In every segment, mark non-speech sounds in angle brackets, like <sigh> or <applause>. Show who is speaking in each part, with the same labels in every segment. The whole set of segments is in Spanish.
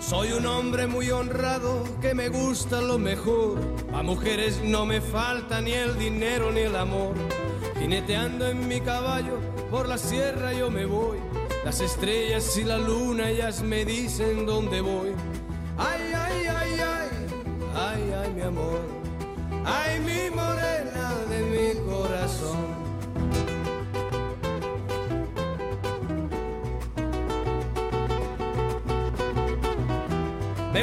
Speaker 1: Soy un hombre muy honrado que me gusta lo mejor. A mujeres no me falta ni el dinero ni el amor. Jineteando en mi caballo por la sierra yo me voy. Las estrellas y la luna ellas me dicen dónde voy. Ay, ay, ay, ay, ay, ay, mi amor. Ay, mi morena de mi corazón. Me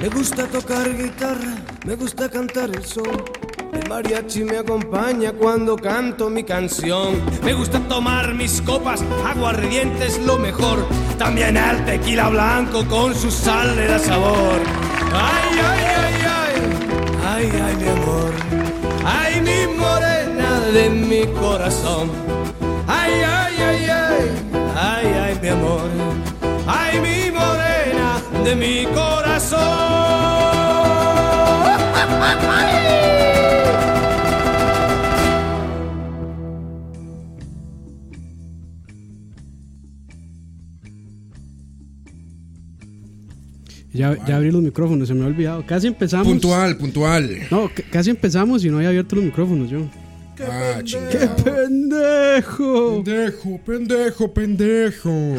Speaker 1: Me gusta tocar guitarra, me gusta cantar el sol. El mariachi me acompaña cuando canto mi canción. Me gusta tomar mis copas, aguardiente es lo mejor. También el tequila blanco con su sal le da sabor. Ay, ay, ay, ay, ay, ay, mi amor. Ay, mi morena de mi corazón. Ay, ay, ay, ay, ay, ay, mi amor. Ay, mi morena de mi corazón.
Speaker 2: Ya, ya abrí los micrófonos, se me ha olvidado. Casi empezamos.
Speaker 3: Puntual, puntual.
Speaker 2: No, c- casi empezamos y no había abierto los micrófonos yo.
Speaker 3: Ah,
Speaker 2: ¡Qué
Speaker 3: chingada.
Speaker 2: pendejo!
Speaker 3: Pendejo, pendejo, pendejo.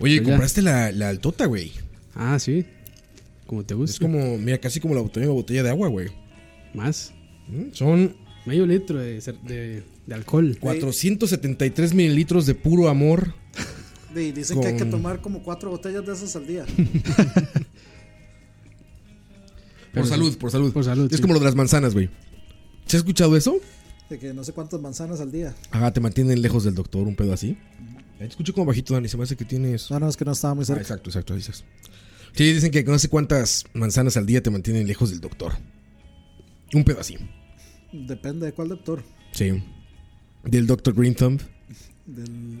Speaker 3: Oye, compraste la, la altota, güey.
Speaker 2: Ah, sí. Como te
Speaker 3: Es
Speaker 2: gusta.
Speaker 3: como, mira, casi como la botella, botella de agua, güey.
Speaker 2: Más.
Speaker 3: Mm, Son
Speaker 2: Medio litro de, cer- de, de alcohol.
Speaker 3: 473 mililitros de puro amor.
Speaker 4: Di- Dicen que hay que tomar como cuatro botellas de esas al día.
Speaker 3: Por salud, por salud.
Speaker 2: Por salud,
Speaker 3: Es
Speaker 2: sí.
Speaker 3: como lo de las manzanas, güey. ¿Se ha escuchado eso?
Speaker 4: De que no sé cuántas manzanas al día.
Speaker 3: Ajá, te mantienen lejos del doctor, un pedo así. Ahí Te escucho como bajito, Dani. Se me hace que tienes.
Speaker 4: No, no, es que no estaba muy
Speaker 3: Ah,
Speaker 4: cerca.
Speaker 3: exacto, exacto, ahí estás. Sí, dicen que no sé cuántas manzanas al día te mantienen lejos del doctor. Un pedo así.
Speaker 4: Depende de cuál doctor.
Speaker 3: Sí. Del Dr. Green Thumb.
Speaker 4: Del,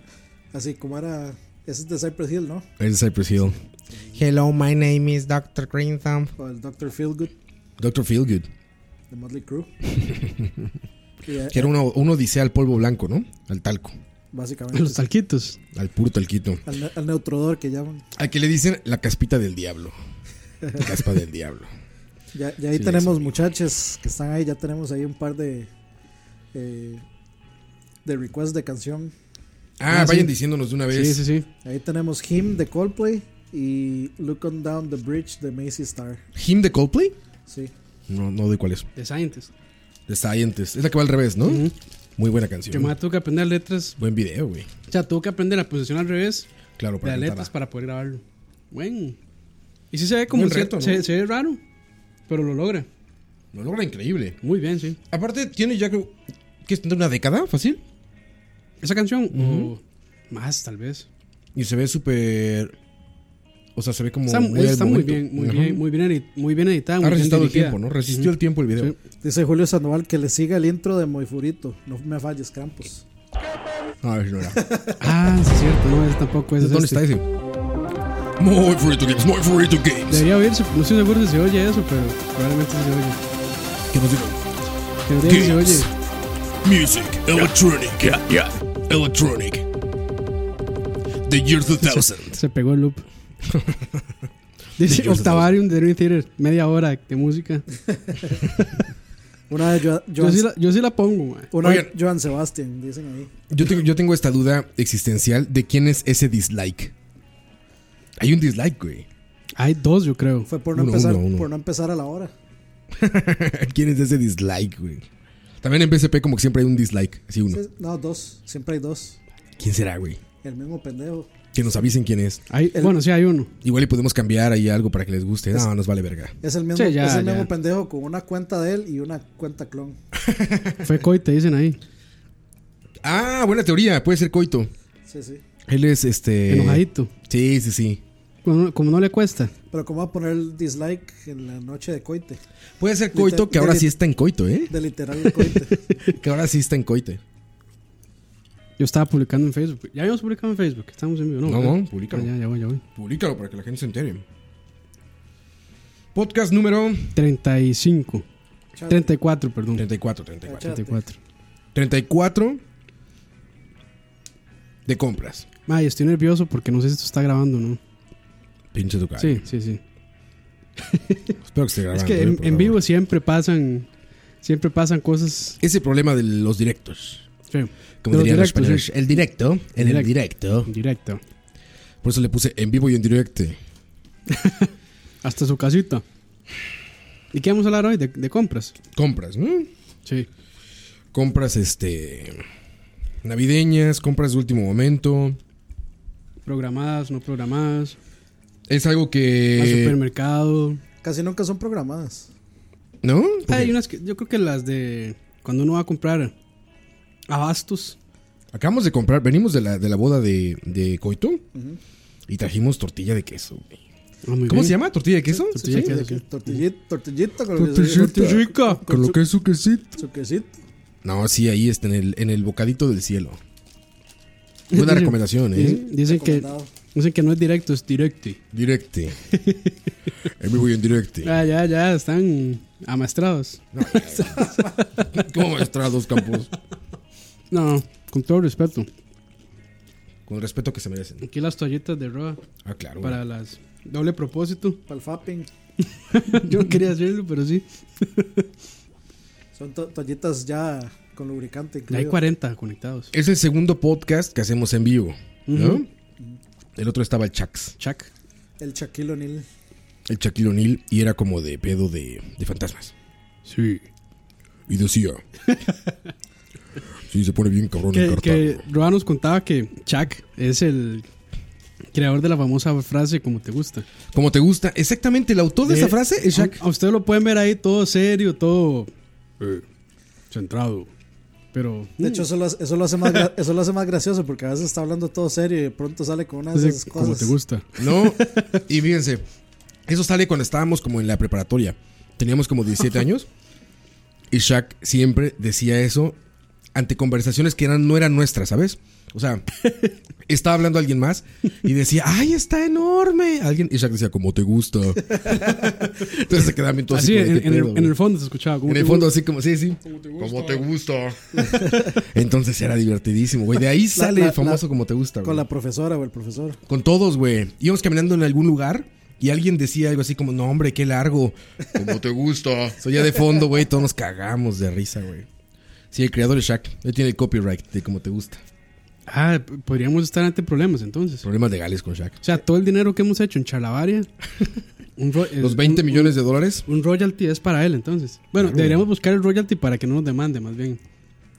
Speaker 4: así como era. Ese es de Cypress Hill, ¿no?
Speaker 3: Es de Cypress Hill. Hello, my name is Dr. Green Thumb.
Speaker 4: O el Dr. Feelgood
Speaker 3: Dr. Feelgood.
Speaker 4: de Motley <laughs> Crue. Y, eh,
Speaker 3: Que era uno, uno odisea al polvo blanco, ¿no? Al talco.
Speaker 4: básicamente.
Speaker 2: Los talquitos.
Speaker 3: Al puro talquito.
Speaker 4: Al, ne- al neutrodor que llaman.
Speaker 3: Al que le dicen la caspita del diablo. Caspa del diablo.
Speaker 4: Ya, ya ahí
Speaker 3: Sí,
Speaker 4: tenemos muchachas que están ahí. Ya tenemos ahí un par de. eh, de requests de canción.
Speaker 3: Ah,
Speaker 2: Ah,
Speaker 3: vayan
Speaker 2: sí.
Speaker 3: diciéndonos de una vez.
Speaker 2: Sí, sí, sí.
Speaker 4: Ahí tenemos Him de Coldplay y Look on Down the Bridge de Macy Star.
Speaker 3: ¿Him de Coldplay?
Speaker 4: Sí.
Speaker 3: No, no de cuál es.
Speaker 2: De Scientist.
Speaker 3: De Scientist. Es la que va al revés, ¿no? Muy buena canción.
Speaker 2: Que más tuvo que aprender letras.
Speaker 3: Buen video, güey.
Speaker 2: O sea, tuvo que aprender la posición al revés
Speaker 3: Claro,
Speaker 2: de
Speaker 3: para
Speaker 2: las
Speaker 3: cantar.
Speaker 2: letras para poder grabarlo. Bueno. Y sí se ve como
Speaker 3: Buen
Speaker 2: un
Speaker 3: reto,
Speaker 2: reto,
Speaker 3: ¿no?
Speaker 2: se, se ve raro, pero lo logra.
Speaker 3: Lo logra increíble.
Speaker 2: Muy bien, sí.
Speaker 3: Aparte, tiene ya creo que es una década fácil.
Speaker 2: Esa canción, o más tal vez.
Speaker 3: Y se ve súper. O sea, se ve como.
Speaker 2: Está,
Speaker 3: muy al
Speaker 2: está muy
Speaker 3: momento.
Speaker 2: bien, muy
Speaker 3: Ajá.
Speaker 2: bien, muy bien, edit- muy bien editada.
Speaker 3: Ha
Speaker 2: muy bien
Speaker 3: resistido el
Speaker 2: dirigida.
Speaker 3: tiempo, ¿no? Resistió el tiempo el video.
Speaker 4: Dice Julio Sandoval que le siga el intro de Moifurito. No me falles, Krampus.
Speaker 3: Ah, no
Speaker 2: <laughs>
Speaker 3: era.
Speaker 2: Ah, sí, es cierto, no, es tampoco es.
Speaker 3: ¿Dónde
Speaker 2: este.
Speaker 3: está ese? Muy Free to Games, muy Free to Games.
Speaker 2: Debería oírse, no estoy seguro si se oye eso, pero probablemente sí se oye.
Speaker 3: ¿Qué nos
Speaker 2: Debería
Speaker 3: dijo?
Speaker 2: que se
Speaker 3: Games.
Speaker 2: oye.
Speaker 3: Music, electronic, yeah, yeah, electronic. The year 2000.
Speaker 2: Se pegó
Speaker 3: <laughs>
Speaker 2: el loop. Dice
Speaker 3: Yourself.
Speaker 2: Octavarium de Dream Theater, media hora de música.
Speaker 4: Una de Joan,
Speaker 2: Yo
Speaker 4: Joan-
Speaker 2: sí la, yo sí la pongo, mae.
Speaker 4: una de
Speaker 3: Oigan.
Speaker 4: Joan Sebastián, dicen ahí.
Speaker 3: Yo tengo, yo tengo esta duda existencial de quién es ese dislike. Hay un dislike, güey. <laughs>
Speaker 2: Hay dos, yo creo.
Speaker 4: Fue por no,
Speaker 3: Uno,
Speaker 4: empezar,
Speaker 3: uno, uno.
Speaker 4: por no empezar a la hora.
Speaker 3: ¿Quién es ese dislike, güey? También en PSP como que siempre hay un dislike, así uno.
Speaker 4: Sí, No, dos. Siempre hay dos.
Speaker 3: ¿Quién será, güey?
Speaker 4: El mismo pendejo.
Speaker 3: que nos avisen quién es.
Speaker 2: Hay-
Speaker 4: El-
Speaker 2: bueno, sí, hay uno.
Speaker 3: Igual y podemos cambiar ahí algo para que les guste. No, nos vale verga.
Speaker 4: Es el mismo,
Speaker 2: Sí, ya,
Speaker 4: es el
Speaker 2: ya.
Speaker 4: mismo pendejo con una cuenta de él y una cuenta clon.
Speaker 2: Fue Coy, te dicen
Speaker 3: <laughs>
Speaker 2: ahí.
Speaker 3: Ah, buena teoría. Puede ser Coito.
Speaker 4: Sí, sí.
Speaker 3: Él es este.
Speaker 2: Enojadito.
Speaker 3: Sí, sí, sí.
Speaker 2: Como no, como no le cuesta.
Speaker 4: Pero ¿cómo va a poner el dislike en la noche de coite?
Speaker 3: Puede ser Coito, que ahora sí está en
Speaker 2: <laughs>
Speaker 3: Coito, ¿eh?
Speaker 4: De literal de coite.
Speaker 3: Que ahora sí está en Coite.
Speaker 2: Yo estaba publicando en Facebook. Ya habíamos publicado en Facebook. Estamos en vivo, ¿no?
Speaker 3: No,
Speaker 2: ¿verdad?
Speaker 3: no, públicalo.
Speaker 2: Ah, Ya, ya voy, ya voy.
Speaker 3: Públicalo para que la gente se entere. Podcast número
Speaker 2: 35.
Speaker 4: Chate.
Speaker 2: 34, perdón.
Speaker 3: 34, 34.
Speaker 4: Chate.
Speaker 2: 34.
Speaker 3: 34 de compras.
Speaker 2: Ay, estoy nervioso porque no sé si esto está grabando, ¿no?
Speaker 3: Pinche tu cara.
Speaker 2: Sí, sí, sí.
Speaker 3: Espero que esté
Speaker 2: Es
Speaker 3: grabando.
Speaker 2: que
Speaker 3: eh,
Speaker 2: en,
Speaker 3: por
Speaker 2: en
Speaker 3: favor.
Speaker 2: vivo siempre pasan siempre pasan cosas.
Speaker 3: Ese problema de los directos.
Speaker 2: Sí,
Speaker 3: Como
Speaker 2: De los
Speaker 3: dirían
Speaker 2: directos,
Speaker 3: los españoles. El directo. En el
Speaker 2: Directo.
Speaker 3: directo.
Speaker 2: en directo.
Speaker 3: Por eso le puse en vivo y en directo.
Speaker 2: Hasta su casita. ¿Y qué vamos a hablar hoy? De, de compras.
Speaker 3: Compras, ¿no?
Speaker 2: Sí.
Speaker 3: Compras, este. Navideñas, compras de último momento.
Speaker 2: Programadas, no programadas.
Speaker 3: Es algo
Speaker 2: al
Speaker 3: que.
Speaker 2: supermercado.
Speaker 4: Casi nunca son programadas.
Speaker 3: ¿No?
Speaker 2: Ah, Hay
Speaker 3: Porque
Speaker 2: unas que yo creo que las de cuando uno va a comprar abastos.
Speaker 3: Acabamos de comprar. Venimos de la, de la boda de, de Coito. Y trajimos tortilla de queso. güey.
Speaker 2: Ah, muy
Speaker 3: ¿Cómo
Speaker 2: bien.
Speaker 3: se llama? ¿Tortilla de queso?
Speaker 2: Tortilla de
Speaker 4: Sí,
Speaker 2: queso,
Speaker 4: de que
Speaker 2: sí.
Speaker 4: tortillit- Tortillita con lo que se-
Speaker 2: Tortillita rica.
Speaker 3: Con lo que es su quesito.
Speaker 4: Su quesito.
Speaker 3: No, sí, ahí está, en el, en el bocadito del cielo.
Speaker 2: <laughs>
Speaker 3: Buena recomendación, ¿eh?
Speaker 2: Dicen, dicen que,
Speaker 4: Recomendado.
Speaker 2: dicen que no es directo, es directo. <laughs>
Speaker 3: Directe. En vivo y en directe.
Speaker 2: Ya, ya, ya, están amaestrados.
Speaker 3: ¿Cómo maestra dos campos?
Speaker 2: No, no, con todo respeto.
Speaker 3: Con el respeto que se merecen.
Speaker 2: Aquí las toallitas de roa
Speaker 3: Ah, claro.
Speaker 2: para las doble propósito. <laughs>
Speaker 4: Pa'l fapping.
Speaker 2: Yo no quería hacerlo, pero sí.
Speaker 4: Son to- toallitas ya con
Speaker 2: Ya
Speaker 4: lubricante.
Speaker 2: hay
Speaker 4: incluido.
Speaker 2: 40 conectados.
Speaker 3: Es el segundo podcast que hacemos en vivo, ¿no?
Speaker 2: Ujú.
Speaker 3: El otro estaba el Chax,
Speaker 2: Chuck.
Speaker 4: El Shaquille O'Neal.
Speaker 3: el Shaquille O'Neal, y era como de pedo de, de fantasmas.
Speaker 2: Sí.
Speaker 3: Y
Speaker 2: <laughs>
Speaker 3: decía... sí, se pone bien cabrón
Speaker 2: Que,
Speaker 3: el
Speaker 2: que
Speaker 3: cartón.
Speaker 2: Roa nos contaba que Chuck es el creador de la famosa frase como te gusta. Eh,
Speaker 3: Como te gusta. Exactamente, el autor de, esa frase es Shaq.
Speaker 2: A, a ustedes lo pueden ver ahí todo serio, todo eh, centrado. Pero
Speaker 4: De hecho, eso lo, hace- eso, lo hace
Speaker 2: <laughs>
Speaker 4: más gra- eso lo hace más gracioso porque a veces está hablando todo serio y de pronto sale con una de
Speaker 2: dice,
Speaker 4: esas
Speaker 2: como
Speaker 4: cosas.
Speaker 2: te gusta.
Speaker 3: No, y fíjense, eso sale cuando estábamos como en la preparatoria. Teníamos como 17 años. Y Shaq siempre decía eso ante conversaciones que eran, no eran nuestras, ¿sabes?
Speaker 2: <laughs>
Speaker 3: O sea, estaba hablando alguien más y decía, ¡ay, está enorme! Alguien, y Shaq decía, como te gusta. Entonces se quedaban bien todos
Speaker 2: Así,
Speaker 3: como de,
Speaker 2: en,
Speaker 3: "¿Qué
Speaker 2: en
Speaker 3: pedo,
Speaker 2: el, en el
Speaker 3: güey?".
Speaker 2: fondo se escuchaba. como
Speaker 3: En el
Speaker 2: te
Speaker 3: fondo,
Speaker 2: gusta.
Speaker 3: así como, sí, sí. Como te gusta. Entonces era divertidísimo, güey. De ahí sale
Speaker 4: la-
Speaker 3: el famoso
Speaker 4: la-
Speaker 3: como te gusta,
Speaker 4: Con
Speaker 3: güey.
Speaker 4: la profesora o el profesor.
Speaker 3: Con todos, güey. Íbamos caminando en algún lugar y alguien decía algo así como, no, hombre, qué largo. Como te gusta. Soy ya de fondo, güey. Todos nos cagamos de risa, güey. Sí, el creador es Shaq. Él tiene el copyright de como te gusta.
Speaker 2: Ah, p- podríamos estar ante problemas entonces. O
Speaker 3: Problemas legales con Shaq.
Speaker 2: sea, todo el dinero que hemos hecho en Charlavaria. un ro-
Speaker 3: Los
Speaker 2: eh,
Speaker 3: 20
Speaker 2: un-
Speaker 3: millones de dólares.
Speaker 2: Un royalty es para él, entonces. Bueno, deberíamos buscar el royalty para que no nos demande, más bien.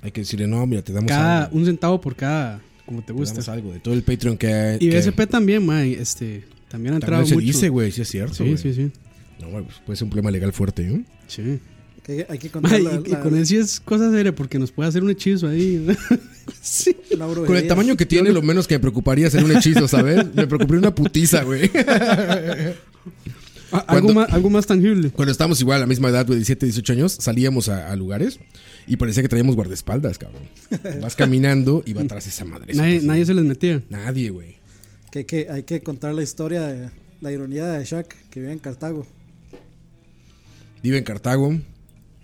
Speaker 3: Hay que decirle, no, mira, te damos
Speaker 2: Cada,
Speaker 3: algo.
Speaker 2: un centavo por cada, como te
Speaker 3: Te damos
Speaker 2: gusta.
Speaker 3: algo de todo el Patreon que hay.
Speaker 2: Y
Speaker 3: que-
Speaker 2: BSP también, mae, este, también ha entrado
Speaker 3: También se
Speaker 2: mucho.
Speaker 3: dice, güey. Sí, es cierto.
Speaker 2: sí,
Speaker 3: güey.
Speaker 2: sí, sí,
Speaker 3: No, güey, pues puede ser un problema legal fuerte, ¿eh?
Speaker 2: sí.
Speaker 4: Que hay- hay que
Speaker 2: Mae,
Speaker 4: contar
Speaker 2: y,
Speaker 4: la,
Speaker 2: y
Speaker 4: la-
Speaker 2: con él sí es cosa seria, porque nos puede hacer un hechizo ahí. <laughs> Pues sí.
Speaker 4: la
Speaker 3: Con el
Speaker 4: brujería.
Speaker 3: tamaño que tiene, lo menos que me preocuparía sería un hechizo, ¿sabes? Me preocuparía una putiza, güey.
Speaker 2: A- algo,
Speaker 3: Cuando-
Speaker 2: más, algo más tangible.
Speaker 3: Cuando estábamos igual a la misma edad, güey, 17, 18 años, salíamos a, a lugares y parecía que traíamos guardaespaldas, cabrón. Vas caminando y va atrás esa madre.
Speaker 2: Nadie, nadie se les metía.
Speaker 3: Nadie, güey.
Speaker 4: Que, que hay que contar la historia de la ironía de Shaq que vive en Cartago.
Speaker 3: Vive en Cartago,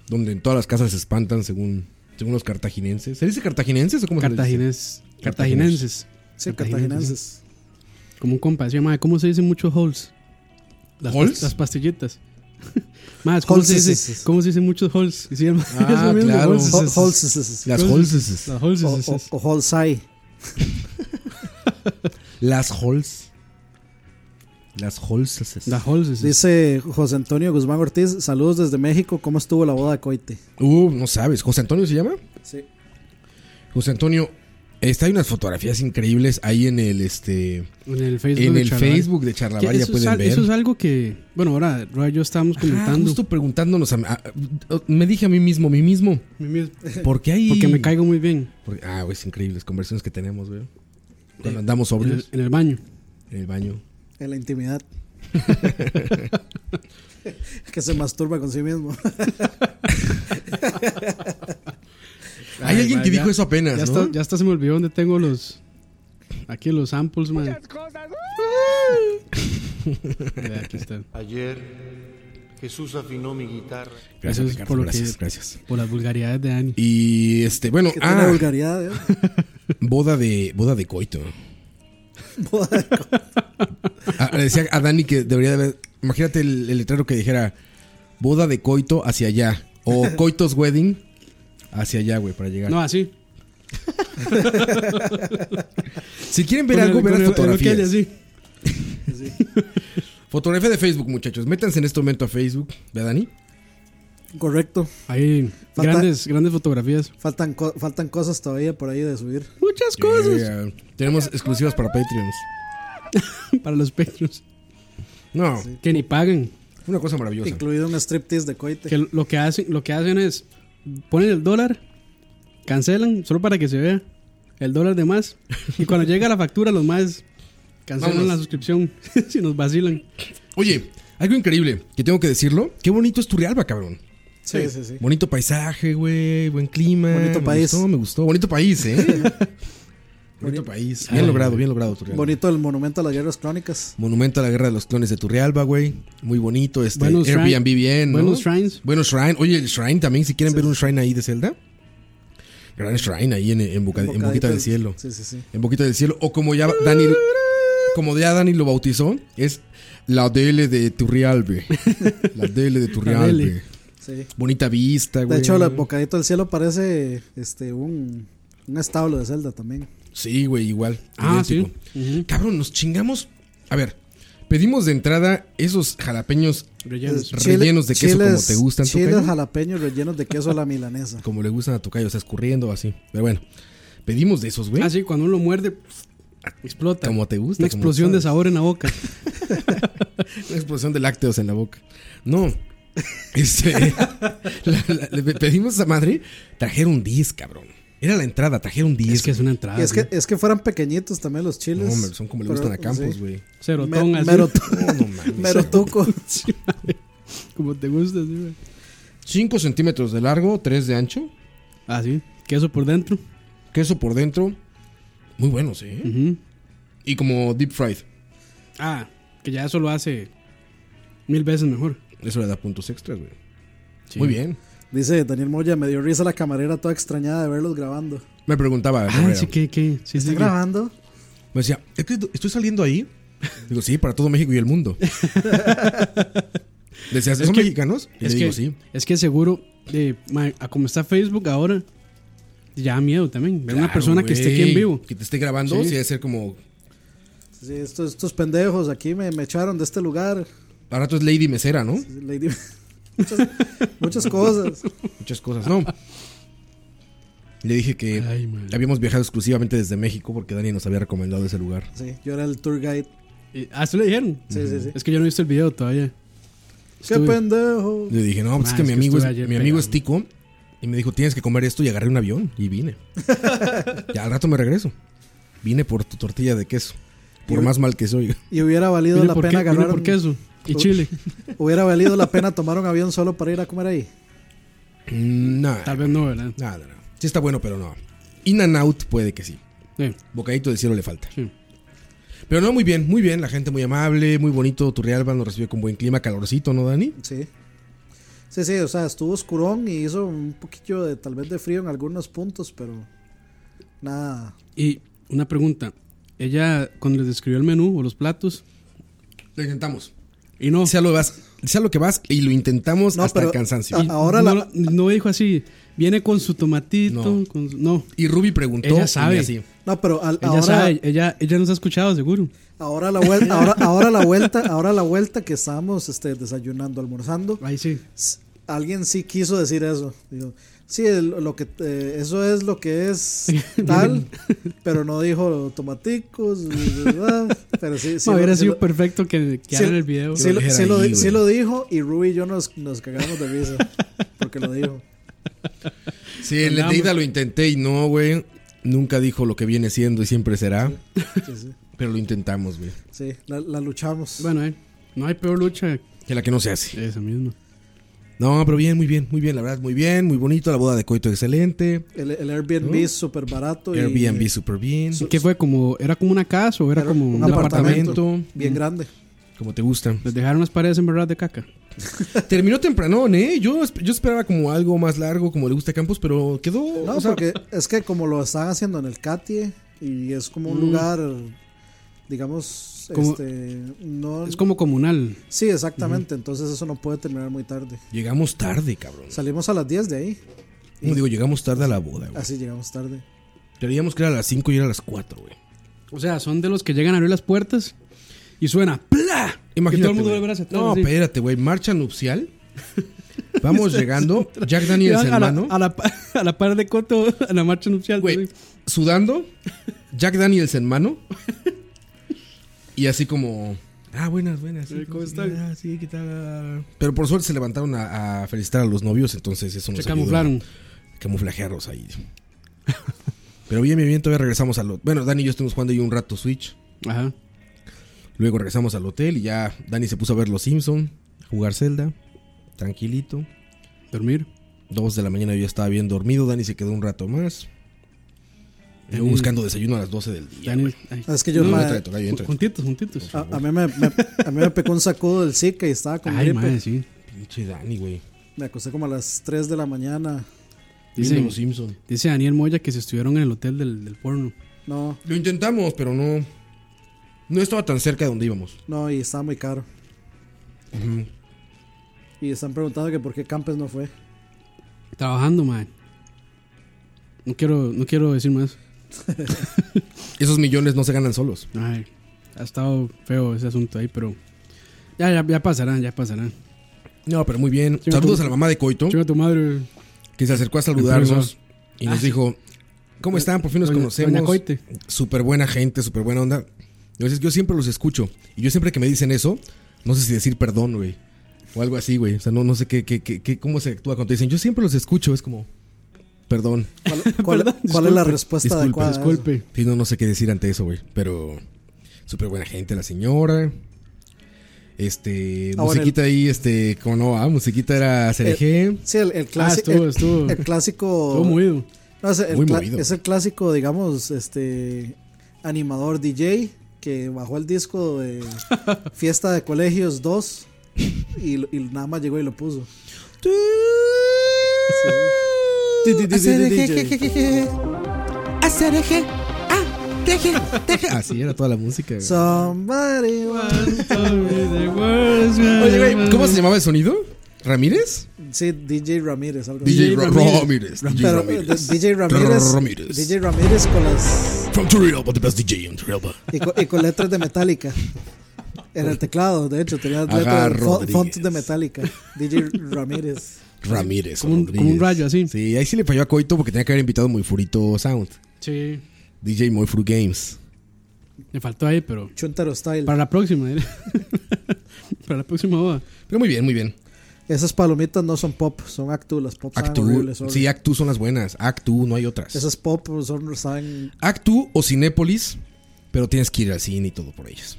Speaker 3: donde en todas las casas se espantan según, según los cartaginenses. ¿Se dice cartaginenses o cómo
Speaker 2: Cartaginés, cartaginenses.
Speaker 4: Sí, cartaginenses.
Speaker 2: Como un compa. Decía, mae, ¿cómo se dicen muchos holes? Las, pas-
Speaker 3: ¿Holes?
Speaker 2: las pastillitas. <laughs> mae, ¿cómo, se dice,
Speaker 4: Holceses.
Speaker 2: ¿cómo se dicen muchos holes? Y sí, el mae, <laughs>
Speaker 3: Ah,
Speaker 2: eso mismo,
Speaker 3: claro.
Speaker 4: Hol-
Speaker 2: holceses.
Speaker 3: se dice?
Speaker 4: Holses.
Speaker 3: Las holses.
Speaker 2: Las holes.
Speaker 4: O, o, o Holsai.
Speaker 3: Las hols. Las holses.
Speaker 2: Las holes.
Speaker 4: Dice José Antonio Guzmán Ortiz, saludos desde México, ¿cómo estuvo la boda de Coite?
Speaker 3: Uh, no sabes. ¿José Antonio se llama?
Speaker 4: Sí.
Speaker 3: José Antonio Está, hay unas fotografías increíbles ahí en el este
Speaker 2: En el Facebook.
Speaker 3: en
Speaker 2: de
Speaker 3: el
Speaker 2: Charlavaria.
Speaker 3: Facebook de
Speaker 2: Que
Speaker 3: Charlavaria
Speaker 2: eso, es,
Speaker 3: pueden
Speaker 2: al-
Speaker 3: ver.
Speaker 2: eso es algo que, bueno, ahora Roa y yo estábamos
Speaker 3: Ah,
Speaker 2: comentando.
Speaker 3: justo preguntándonos a, a- me dije a mí mismo, a
Speaker 2: <laughs>
Speaker 3: mí mismo,
Speaker 2: Mi mismo-
Speaker 3: ¿por qué ahí?
Speaker 2: Porque me caigo muy bien
Speaker 3: Porque- ah, güey, es increíble las conversaciones que tenemos, güey. Cuando andamos
Speaker 2: en el,
Speaker 3: sobrios
Speaker 2: en el baño.
Speaker 3: en el baño.
Speaker 4: En
Speaker 3: <laughs>
Speaker 4: la intimidad. que se masturba con sí mismo. <laughs>
Speaker 3: Hay
Speaker 2: Ay,
Speaker 3: alguien
Speaker 2: ma,
Speaker 3: que
Speaker 2: ya-
Speaker 3: dijo eso apenas,
Speaker 2: Ya,
Speaker 3: ¿no?
Speaker 2: hasta, ya hasta se me olvidó dónde tengo los. Aquí los samples, man. <laughs> Vea, aquí está.
Speaker 5: Ayer Jesús afinó mi guitarra.
Speaker 3: Gracias,
Speaker 2: Eso es
Speaker 3: Ricardo,
Speaker 2: por lo
Speaker 3: gracias,
Speaker 2: que-
Speaker 3: gracias.
Speaker 2: Por las vulgaridades de Dani.
Speaker 3: Y este, bueno,
Speaker 4: Que tiene
Speaker 3: ah,
Speaker 4: vulgaridad, ¿eh?
Speaker 3: <laughs> boda de boda de coito. Ah, le decía a Dani que debería de haber, imagínate el, el letrero que dijera boda de coito hacia allá
Speaker 2: <laughs>
Speaker 3: o coitos wedding hacia allá, güey, para llegar.
Speaker 2: No, así.
Speaker 3: si quieren ver
Speaker 2: Con el-
Speaker 3: algo,
Speaker 2: con
Speaker 3: vean
Speaker 2: el-
Speaker 3: las
Speaker 2: el
Speaker 3: fotografías.
Speaker 2: Bukele, así.
Speaker 3: Fotografía de Facebook, muchachos. Métanse en este momento a Facebook, ¿verdad, Dani?
Speaker 4: Correcto.
Speaker 2: Ahí,
Speaker 4: Falta-
Speaker 2: grandes, grandes fotografías.
Speaker 4: Faltan, co- faltan cosas todavía por ahí de subir.
Speaker 2: Muchas cosas. <laughs>
Speaker 3: Yeah. Eh, Tenemos exclusivas para Patreons.
Speaker 2: Para los Patreons.
Speaker 3: No,
Speaker 2: Que ni pagan.
Speaker 3: una cosa maravillosa.
Speaker 4: Incluido un striptease de coite.
Speaker 2: Que lo que hacen, lo que hacen es ponen el dólar, cancelan, solo para que se vea el dólar de más. Y cuando llega la factura, los más cancelan
Speaker 3: Vámonos.
Speaker 2: la suscripción. <laughs> si nos vacilan.
Speaker 3: Oye, algo increíble que tengo que decirlo. Qué bonito es Turrialba, cabrón.
Speaker 4: Sí, sí, sí.
Speaker 3: Bonito paisaje, güey. Buen clima.
Speaker 4: Bonito
Speaker 3: me
Speaker 4: país.
Speaker 3: Gustó, me gustó. Bonito país, ¿eh? bonito país. Bien
Speaker 2: Ay.
Speaker 3: logrado, bien logrado, Turrialba.
Speaker 4: Bonito el monumento a las guerras crónicas.
Speaker 3: Monumento a la Guerra de los Clones de Turrialba, güey. Muy bonito. Este,
Speaker 2: Buenos shrine-
Speaker 3: Airbnb bien, ¿no?
Speaker 2: buenos shrines.
Speaker 3: Buenos shrine. Oye, el shrine también, si quieren ver un shrine ahí de Zelda. Gran shrine ahí en, en, Boca- en
Speaker 4: Bocadito
Speaker 3: Boquita del Cielo.
Speaker 4: Sí, sí, sí.
Speaker 3: En Boquita del Cielo. O como ya Dani, como ya Dani lo bautizó, es la DL de Turrialbe. La DL de Turrialbe.
Speaker 2: DL.
Speaker 4: sí.
Speaker 3: Bonita vista,
Speaker 4: De
Speaker 3: güey.
Speaker 4: hecho, el bocadito del cielo parece este un, un establo de Zelda también.
Speaker 3: Sí, güey, igual.
Speaker 2: Ah,
Speaker 3: idéntico. Cabrón, nos chingamos. A ver, pedimos de entrada esos jalapeños
Speaker 2: Rellenos.
Speaker 3: Rellenos de queso como te gustan,
Speaker 4: Chiles
Speaker 3: tocayo.
Speaker 4: jalapeños rellenos de queso a
Speaker 3: <laughs>
Speaker 4: la milanesa.
Speaker 3: como le gustan a Tocayo, o sea, escurriendo así. Pero bueno, pedimos de esos, güey.
Speaker 2: Ah, sí, cuando uno lo muerde, explota.
Speaker 3: Como te gusta.
Speaker 2: Una
Speaker 3: como
Speaker 2: explosión de
Speaker 3: sabes.
Speaker 2: sabor en la boca.
Speaker 3: Una explosión de lácteos en la boca. No.
Speaker 2: <laughs>
Speaker 3: Este, la- la- le pedimos a esa madre, trajeron 10, cabrón. Era la entrada, trajeron 10.
Speaker 2: es que es una entrada.
Speaker 4: Y es que,
Speaker 2: güey.
Speaker 4: es que fueran pequeñitos también los chiles.
Speaker 3: No, hombre, son como le
Speaker 4: pero-
Speaker 3: gustan a Campos,
Speaker 4: sí.
Speaker 3: güey.
Speaker 2: Cerotón
Speaker 4: Me-
Speaker 2: así.
Speaker 4: merotu-
Speaker 3: <laughs> No, no mames.
Speaker 4: <laughs> Merotuco.
Speaker 2: <laughs> Como te gusta, sí, güey.
Speaker 3: 5 centímetros de largo, 3 de ancho.
Speaker 2: Ah, sí. Queso por dentro.
Speaker 3: Queso por dentro. Muy buenos, ¿eh?
Speaker 2: Ujú.
Speaker 3: Y como deep fried.
Speaker 2: Ah, que ya eso lo hace mil veces mejor.
Speaker 3: Eso le da puntos extras, güey.
Speaker 2: Sí.
Speaker 3: Muy bien.
Speaker 4: Dice Daniel Moya, me dio risa la camarera toda extrañada de verlos grabando.
Speaker 3: Me preguntaba,
Speaker 2: Ah,
Speaker 3: Herrera,
Speaker 2: sí, que, que. Sí, sí,
Speaker 4: ¿Está
Speaker 2: que-
Speaker 4: grabando?
Speaker 3: me decía, "¿Es que estoy saliendo ahí? Digo, sí, para todo México y
Speaker 2: <laughs>
Speaker 3: el mundo. Decías, ¿son
Speaker 2: que-
Speaker 3: mexicanos? Y
Speaker 2: Es
Speaker 3: le
Speaker 2: que,
Speaker 3: digo, sí.
Speaker 2: es que seguro, eh, ma- a como está Facebook ahora, ya da miedo también. Ver una
Speaker 3: Claro,
Speaker 2: persona que esté aquí en
Speaker 3: güey,
Speaker 2: vivo.
Speaker 3: Que te esté grabando, sí,
Speaker 2: Sí.
Speaker 3: debe ser como.
Speaker 4: Sí, estos, estos pendejos aquí me, me echaron de este lugar.
Speaker 3: Al rato es Lady Mesera, ¿no?
Speaker 4: Lady- <laughs> muchas, muchas cosas.
Speaker 3: Muchas
Speaker 2: <laughs>
Speaker 3: cosas, ¿no? Le dije que
Speaker 2: Ay, man.
Speaker 3: habíamos viajado exclusivamente desde México porque Dani nos había recomendado ese lugar.
Speaker 4: Sí, yo era el tour guide.
Speaker 2: Eh, Ah, ¿se le dijeron?
Speaker 4: Sí, sí, sí.
Speaker 2: Es que yo no he visto el video todavía.
Speaker 4: ¡Qué
Speaker 2: Estuve-
Speaker 4: pendejo!
Speaker 3: Le dije, no, pues
Speaker 2: Ah,
Speaker 3: es que
Speaker 2: es
Speaker 3: mi
Speaker 2: que
Speaker 3: amigo, es,
Speaker 2: estuve ayer
Speaker 3: mi amigo
Speaker 2: pegado.
Speaker 3: es tico. Y me dijo, tienes que comer esto y agarré un avión y
Speaker 2: <laughs>
Speaker 3: vine. ya al rato me regreso. Vine por tu tortilla de queso. Por más mal
Speaker 2: <clears throat>
Speaker 3: que soy.
Speaker 4: Y hubiera valido
Speaker 2: Mire
Speaker 4: la
Speaker 2: por
Speaker 4: pena
Speaker 2: qué- mire
Speaker 4: agarrar.
Speaker 2: por
Speaker 4: un-
Speaker 2: queso y chile.
Speaker 4: Hubiera valido la pena tomar un avión solo para ir a comer ahí.
Speaker 3: Mm, No,
Speaker 2: Tal vez no, ¿verdad?
Speaker 3: no, no, no. Sí está bueno, pero no. In and out puede que sí.
Speaker 2: Sí,
Speaker 3: Bocadito del cielo le falta.
Speaker 2: sí.
Speaker 3: Pero no, muy bien, muy bien. La gente muy amable, muy bonito. Turrialba nos recibió con buen clima, calorcito, ¿no, Dani?
Speaker 4: Sí. Sí, sí, o sea, estuvo oscurón y hizo un poquillo de tal vez de frío en algunos puntos, pero nada.
Speaker 2: Y una pregunta. Ella, cuando les describió el menú o los platos,
Speaker 3: Lo intentamos.
Speaker 2: y no.
Speaker 3: Sea lo, vas, sea lo que vas y lo intentamos
Speaker 4: No,
Speaker 3: hasta
Speaker 4: pero-
Speaker 3: el cansancio.
Speaker 4: Ah.
Speaker 2: y
Speaker 4: ahora
Speaker 2: no,
Speaker 4: la-
Speaker 2: no dijo así. Viene con su tomatito.
Speaker 3: No.
Speaker 2: Con su- no.
Speaker 3: Y Ruby preguntó.
Speaker 2: Ella
Speaker 3: y
Speaker 2: sabe.
Speaker 3: así.
Speaker 4: No, pero al-
Speaker 2: Ella
Speaker 4: ahora,
Speaker 2: sabe, ella, ella nos ha escuchado, seguro.
Speaker 4: ahora la vuelta, ahora, ahora la vuelta, ahora la vuelta que estábamos este, desayunando, almorzando,
Speaker 2: Ahí sí.
Speaker 4: s- alguien sí quiso decir eso. Digo, Sí, el- lo que, eh, eso es lo
Speaker 2: <laughs>
Speaker 4: que es tal, pero no dijo tomaticos, ¿verdad? Pero sí, sí.
Speaker 2: Ma,
Speaker 4: lo-
Speaker 2: <laughs> hubiera
Speaker 4: sí
Speaker 2: sido
Speaker 4: lo-
Speaker 2: perfecto que, que
Speaker 4: sí-
Speaker 2: hagan el video.
Speaker 4: Sí,
Speaker 3: Lo
Speaker 4: lo, sí lo
Speaker 3: dijera
Speaker 4: di-
Speaker 3: ahí,
Speaker 4: sí
Speaker 3: güey.
Speaker 4: lo dijo y Ruby y yo nos, nos cagamos de
Speaker 3: <laughs>
Speaker 4: risa porque lo dijo.
Speaker 3: Sí, el de ida lo intenté y no, güey. Nunca dijo lo que viene siendo y siempre será.
Speaker 4: Sí, sí,
Speaker 3: Pero lo intentamos, güey.
Speaker 4: sí, la, la luchamos.
Speaker 2: Bueno, eh, no hay peor lucha
Speaker 3: Que la que no se hace.
Speaker 2: que esa misma.
Speaker 3: No, pero bien, muy bien, muy bien, la verdad, muy bien, muy bonito. La boda de Coito, excelente.
Speaker 4: El, el Airbnb es súper barato. y-
Speaker 3: Airbnb, super bien.
Speaker 2: ¿Qué fue? como ¿Era como una casa o era,
Speaker 4: Era
Speaker 2: como
Speaker 4: un
Speaker 2: un
Speaker 3: Un
Speaker 2: apartamento?
Speaker 4: apartamento.
Speaker 3: apartamento, Mm.
Speaker 4: Bien grande.
Speaker 3: como te gusta.
Speaker 2: Les dejaron las paredes en verdad de caca.
Speaker 3: Terminó tempranón, ¿eh? Yo, esp- yo esperaba como algo más largo, como le gusta a Campos, pero quedó.
Speaker 4: No,
Speaker 3: o sea,
Speaker 4: porque es que como lo están haciendo en el Catie y es como
Speaker 3: Mm.
Speaker 4: un lugar, digamos,
Speaker 2: Como-
Speaker 4: este, no,
Speaker 2: Es como comunal.
Speaker 4: sí, exactamente. Entonces eso no puede terminar muy tarde.
Speaker 3: Llegamos tarde, cabrón.
Speaker 4: Salimos a las 10 de ahí,
Speaker 3: No digo, llegamos tarde a la boda, güey.
Speaker 4: así llegamos tarde.
Speaker 3: Creíamos que era a las 5 y era a las 4, güey.
Speaker 2: O sea, son de los que llegan a abrir las puertas y suena ¡Pla!
Speaker 3: Imagínate.
Speaker 2: Y todo el mundo
Speaker 3: güey.
Speaker 2: vuelve hacia atrás,
Speaker 3: No,
Speaker 2: así.
Speaker 3: espérate, güey. Marcha nupcial.
Speaker 2: <laughs>
Speaker 3: Vamos llegando. Jack Daniels,
Speaker 2: Llegan a la,
Speaker 3: hermano.
Speaker 2: a, la, pa- <laughs> a la par de Coto, a la marcha nupcial.
Speaker 3: Güey,
Speaker 2: así. <laughs>
Speaker 3: sudando, Jack Daniels en mano. Y así como. Ah, buenas, buenas. sí,
Speaker 2: Eh, ¿Cómo están?
Speaker 3: ah, sí, ¿qué tal? Ah. Pero por suerte se levantaron a, a felicitar a los novios, entonces eso nos
Speaker 2: Se
Speaker 3: ayudó
Speaker 2: camuflaron.
Speaker 3: a Camuflajearlos ahí. Pero bien, bien, bien, todavía regresamos al hotel. Bueno, Dani y yo estuvimos jugando ahí un rato Switch.
Speaker 2: Ajá.
Speaker 3: Luego regresamos al hotel y ya Dani se puso a ver Los Simpson, a jugar Zelda, tranquilito.
Speaker 2: Dormir.
Speaker 3: Dos de la mañana yo ya estaba bien dormido, Dani se quedó un rato más. Luego
Speaker 2: Dani-
Speaker 3: buscando desayuno a las 12 del día.
Speaker 2: Ya ni-
Speaker 3: güey.
Speaker 2: ay.
Speaker 4: Es que yo
Speaker 3: No,
Speaker 4: ma,
Speaker 3: entra, entra, ahí entra.
Speaker 2: Juntitos, juntitos.
Speaker 4: a, a mí me, me- a mí me pegó un sacudo del Zika y estaba con
Speaker 2: Ay,
Speaker 4: gripe.
Speaker 2: madre, sí.
Speaker 3: Pinche Dani, güey.
Speaker 4: Me acosté como a las 3 de la mañana.
Speaker 3: Dice
Speaker 2: Dice,
Speaker 3: los Simpson.
Speaker 2: dice Daniel Moya que se estuvieron en el hotel del, del porno.
Speaker 4: No,
Speaker 3: Lo intentamos, pero no. No estaba tan cerca de donde íbamos.
Speaker 4: no, y estaba muy caro. Y están preguntando que por qué Campes no fue.
Speaker 2: Trabajando, madre. No quiero, no quiero decir más.
Speaker 3: Esos millones no se ganan solos.
Speaker 2: Ay, ha estado feo ese asunto ahí, pero ya, ya, ya pasará, ya pasará.
Speaker 3: No, pero muy bien.
Speaker 2: Chinga
Speaker 3: Saludos
Speaker 2: tu-
Speaker 3: a la mamá de Coito,
Speaker 2: Chiva tu madre.
Speaker 3: que se acercó a saludarnos y nos dijo: ¿Cómo están? Por fin nos
Speaker 2: Doña-
Speaker 3: conocemos.
Speaker 2: Doña Coite.
Speaker 3: Súper buena gente, súper buena onda. Y a veces yo siempre los escucho. Y yo siempre que me dicen eso, no sé si decir perdón, güey. O algo así, güey. O sea, no, no sé qué, qué, qué, qué- cómo se actúa cuando te dicen. Yo siempre los escucho. Es como, perdón.
Speaker 4: ¿Cuál, cuál- cuál es la respuesta
Speaker 3: disculpe,
Speaker 4: adecuada? a eso?
Speaker 2: Disculpe.
Speaker 3: Sí, no, no sé qué decir ante eso, güey. Pero súper buena gente la señora. Este,
Speaker 4: Ah, bueno,
Speaker 3: musiquita ahí, este, como no, ah, musiquita era CDG.
Speaker 4: Sí, el, el clásico.
Speaker 2: estuvo-
Speaker 4: el-
Speaker 2: estuvo-
Speaker 4: el clásico.
Speaker 3: Ah.
Speaker 2: Todo movido.
Speaker 4: No, es, el
Speaker 3: Muy
Speaker 4: cla-
Speaker 3: movido.
Speaker 4: es el clásico, digamos, este animador DJ que bajó el disco de Fiesta de Colegios 2 y, lo- y nada más llegó y lo puso. Sí. Di- di- di- di- di- DJ.
Speaker 3: Así era toda la música. güey.
Speaker 4: Somebody once-
Speaker 3: Oye,
Speaker 2: Mm.
Speaker 3: güey, ¿cómo se llamaba el sonido? ¿Ramírez?
Speaker 4: Sí, DJ Ramírez, algo así.
Speaker 3: DJ Ra-
Speaker 2: Ramírez.
Speaker 3: Ramírez. DJ
Speaker 4: Pero,
Speaker 3: Ramírez.
Speaker 4: eh, DJ Ramírez,
Speaker 3: Ramírez.
Speaker 4: DJ Ramírez con las
Speaker 3: From Turrialba, the best DJ in Turrialba.
Speaker 4: y co- y con, letras de Metallica. En el teclado, de hecho, tenía letras
Speaker 3: Agarro
Speaker 4: fo- font
Speaker 3: Rodríguez.
Speaker 4: de Metallica. DJ Ramírez.
Speaker 3: Ramírez.
Speaker 2: Como un-
Speaker 3: Rodríguez.
Speaker 2: como un rayo, así.
Speaker 3: Sí, ahí sí le falló a Coito porque tenía que haber invitado muy Furito Sound.
Speaker 2: Sí,
Speaker 3: DJ Muy Fru Games.
Speaker 2: le faltó ahí, pero
Speaker 4: Chuntaro Style.
Speaker 2: para la próxima. dile. <laughs> para la próxima boda.
Speaker 3: Pero muy bien, muy bien.
Speaker 4: Esas palomitas no son pop, son actu, las pop saben
Speaker 3: Actu.
Speaker 4: horribles, sorry.
Speaker 3: Sí, Actu son las buenas. Actu, no hay otras.
Speaker 4: Esas pop son saben
Speaker 3: Actu o Cinépolis, pero tienes que ir al cine y todo por ellas.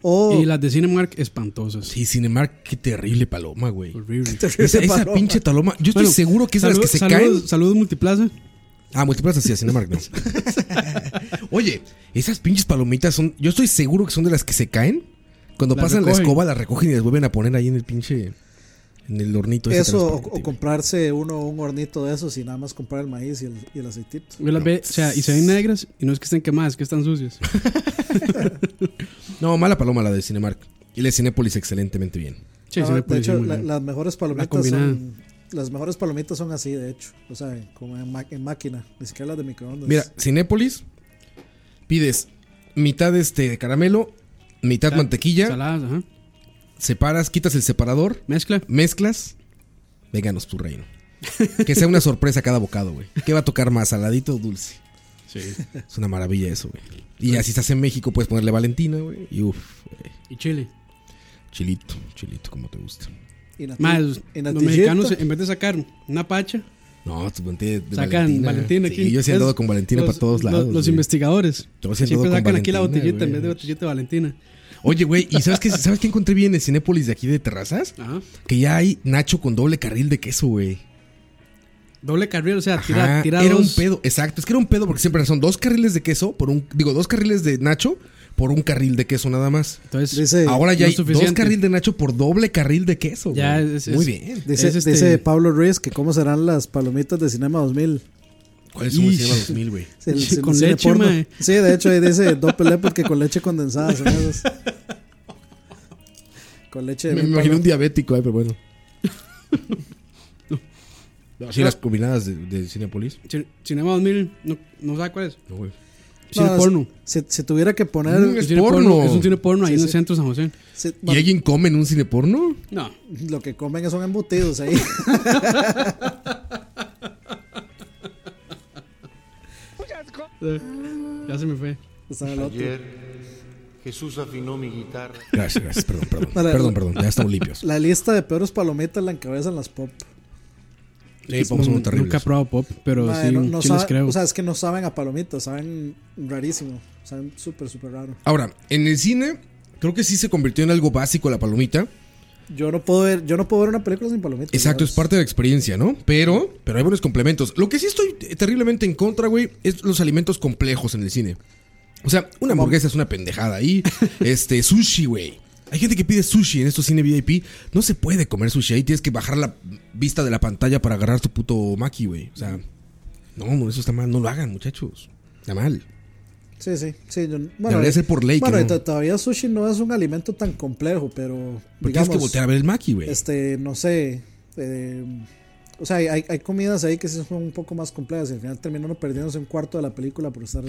Speaker 4: o <laughs>
Speaker 2: Y las de Cinemark espantosas.
Speaker 3: Sí, Cinemark, qué terrible paloma, güey.
Speaker 2: <laughs> Horrible.
Speaker 3: Esa, esa
Speaker 4: paloma.
Speaker 3: pinche paloma, yo estoy
Speaker 2: Bueno,
Speaker 3: seguro que es de las
Speaker 2: salud-
Speaker 3: que se
Speaker 2: saludos-
Speaker 3: caen.
Speaker 2: Saludos Multiplaza.
Speaker 3: Ah, multiplaza sí, a Cinemark
Speaker 2: <laughs>
Speaker 3: no. Oye, esas pinches palomitas son, yo estoy seguro que son de las que se caen. Cuando
Speaker 2: Las
Speaker 3: pasan la
Speaker 2: recogen.
Speaker 3: escoba, las recogen y las vuelven a poner ahí en el pinche, en el hornito. ese
Speaker 4: eso o,
Speaker 3: transparente,
Speaker 4: o comprarse uno un hornito de esos y nada más comprar el maíz y el, y el aceitito.
Speaker 2: Yo las ve, o sea, y se ven negras y no es que estén quemadas, es que están sucias.
Speaker 3: güey. No, mala paloma la de Cinemark. Y la de Cinépolis excelentemente bien.
Speaker 2: Sí,
Speaker 4: Ah,
Speaker 2: se me
Speaker 4: de
Speaker 2: puede
Speaker 4: hecho,
Speaker 2: decir muy
Speaker 4: la-
Speaker 2: bien.
Speaker 4: las mejores palomitas
Speaker 2: combinada.
Speaker 4: son las mejores palomitas son así, de hecho, o sea, como en, ma- en máquina, ni siquiera las de microondas.
Speaker 3: Mira, Cinépolis, pides mitad este de caramelo, mitad
Speaker 2: Sal-
Speaker 3: mantequilla,
Speaker 2: Saladas, ajá.
Speaker 3: separas, quitas el separador,
Speaker 2: Mezcla.
Speaker 3: mezclas, véganos tu reino. Que sea una sorpresa cada bocado, güey. ¿Qué va a tocar más, saladito o dulce?
Speaker 2: Sí.
Speaker 3: Es una maravilla eso, güey. Y así estás en México, puedes ponerle Valentina, güey. Y uff, güey.
Speaker 2: Y chile.
Speaker 3: Chilito, chilito, como te gusta.
Speaker 4: Y nati-
Speaker 2: Más, los
Speaker 4: y natillita.
Speaker 2: mexicanos, eh, en vez de sacar una pacha,
Speaker 3: No, te de
Speaker 2: sacan Valentina, aquí.
Speaker 3: Y yo sí he
Speaker 2: Es-
Speaker 3: andado con Valentina
Speaker 2: los-
Speaker 3: para todos
Speaker 2: los-
Speaker 3: lados.
Speaker 2: Los,
Speaker 3: güey.
Speaker 2: investigadores.
Speaker 3: Yo sí he andado
Speaker 2: Siempre
Speaker 3: con
Speaker 2: sacan aquí la
Speaker 3: Valentina,
Speaker 2: botellita en vez de
Speaker 3: güey.
Speaker 2: botellita de Valentina.
Speaker 3: Oye, güey, ¿y sabes qué, sabes qué encontré bien en Cinépolis de aquí de Terrazas?
Speaker 2: Ajá.
Speaker 3: Que ya hay Nacho con doble carril de queso, güey.
Speaker 2: Doble carril, o sea,
Speaker 3: Ajá,
Speaker 2: tira, tira
Speaker 3: era
Speaker 2: dos.
Speaker 3: un pedo, exacto. Es que era un pedo porque siempre son dos carriles de queso por un, digo, dos carriles de Nacho por un carril de queso nada más.
Speaker 2: Entonces,
Speaker 4: Dice,
Speaker 3: Ahora ya
Speaker 2: no
Speaker 3: hay
Speaker 2: es suficiente.
Speaker 3: dos carril de Nacho por doble carril de queso.
Speaker 2: Ya
Speaker 3: güey.
Speaker 2: es- es-
Speaker 3: Muy bien.
Speaker 4: dice,
Speaker 2: es este-
Speaker 4: dice Pablo Ruiz que cómo serán las palomitas de Cinema
Speaker 2: <laughs>
Speaker 4: 2000.
Speaker 3: ¿Cuál es su
Speaker 2: Ish.
Speaker 3: Cinema 2000, güey?
Speaker 4: El-
Speaker 2: Sí,
Speaker 4: el
Speaker 2: con
Speaker 4: cine
Speaker 2: leche,
Speaker 4: porno.
Speaker 2: mae.
Speaker 4: Sí, de hecho ahí dice Doppel Leopard que con leche condensada son esas.
Speaker 2: <laughs>
Speaker 4: Con leche de
Speaker 3: Me
Speaker 4: mil
Speaker 3: imaginé un
Speaker 4: palos.
Speaker 3: diabético, eh, pero <laughs> bueno. No, sí, las combinadas de, de Cinepolis.
Speaker 2: Cin- Cinema 2000, no, no sabe cuál es.
Speaker 3: No, güey.
Speaker 2: Cine
Speaker 4: No,
Speaker 2: porno.
Speaker 4: Si, si tuviera que poner...
Speaker 3: Mm, es
Speaker 2: Cine
Speaker 3: porno.
Speaker 2: Es un cine porno ahí
Speaker 4: Sí,
Speaker 2: en el
Speaker 4: sí.
Speaker 2: centro de San José.
Speaker 4: si-
Speaker 3: ¿Y alguien come en un cine porno?
Speaker 2: No.
Speaker 4: Lo que comen son embutidos ahí. <laughs> Eh.
Speaker 2: Ya se me fue.
Speaker 4: Está el otro.
Speaker 5: Ayer Jesús afinó mi guitarra.
Speaker 3: Gracias, gracias. Perdón, perdón.
Speaker 4: Para-
Speaker 3: perdón, perdón. Ya estamos limpios.
Speaker 4: La lista de peores palomitas la encabezan las pop.
Speaker 3: Sí, vamos a
Speaker 2: No,
Speaker 3: un terrible.
Speaker 2: Nunca he probado pop, pero
Speaker 4: Mae,
Speaker 2: sí,
Speaker 4: no-
Speaker 2: un
Speaker 4: no
Speaker 2: sí
Speaker 4: sabe-
Speaker 2: les creo.
Speaker 4: O sea, es que no saben a palomitas, saben rarísimo. Saben súper, súper raro.
Speaker 3: Ahora, en el cine, creo que sí se convirtió en algo básico la palomita.
Speaker 4: Yo no puedo ver, yo no puedo ver una película sin palomitas.
Speaker 3: Exacto, es
Speaker 4: digamos.
Speaker 3: parte de la experiencia, ¿no? Pero, pero hay buenos complementos. Lo que sí estoy terriblemente en contra, güey, es los alimentos complejos en el cine. O sea, una hamburguesa es una pendejada ahí. Este, sushi, güey. Hay gente que pide sushi en estos cine VIP. No se puede comer sushi ahí. Tienes que bajar la vista de la pantalla para agarrar tu puto maki, güey. O sea, no, no, eso está mal. No lo hagan, muchachos. Está mal.
Speaker 4: Sí, sí, sí. yo- bueno,
Speaker 3: Debería ser por ley que
Speaker 4: Bueno,
Speaker 3: no.
Speaker 4: y to- todavía sushi no es un alimento tan complejo, pero
Speaker 3: Pero
Speaker 4: digamos,
Speaker 3: tienes que voltear a ver el maki, güey.
Speaker 4: este, no sé, eh, o sea, hay- hay, hay comidas ahí que sí son un poco más complejas y al final terminan uno perdiéndose un cuarto de la película por estar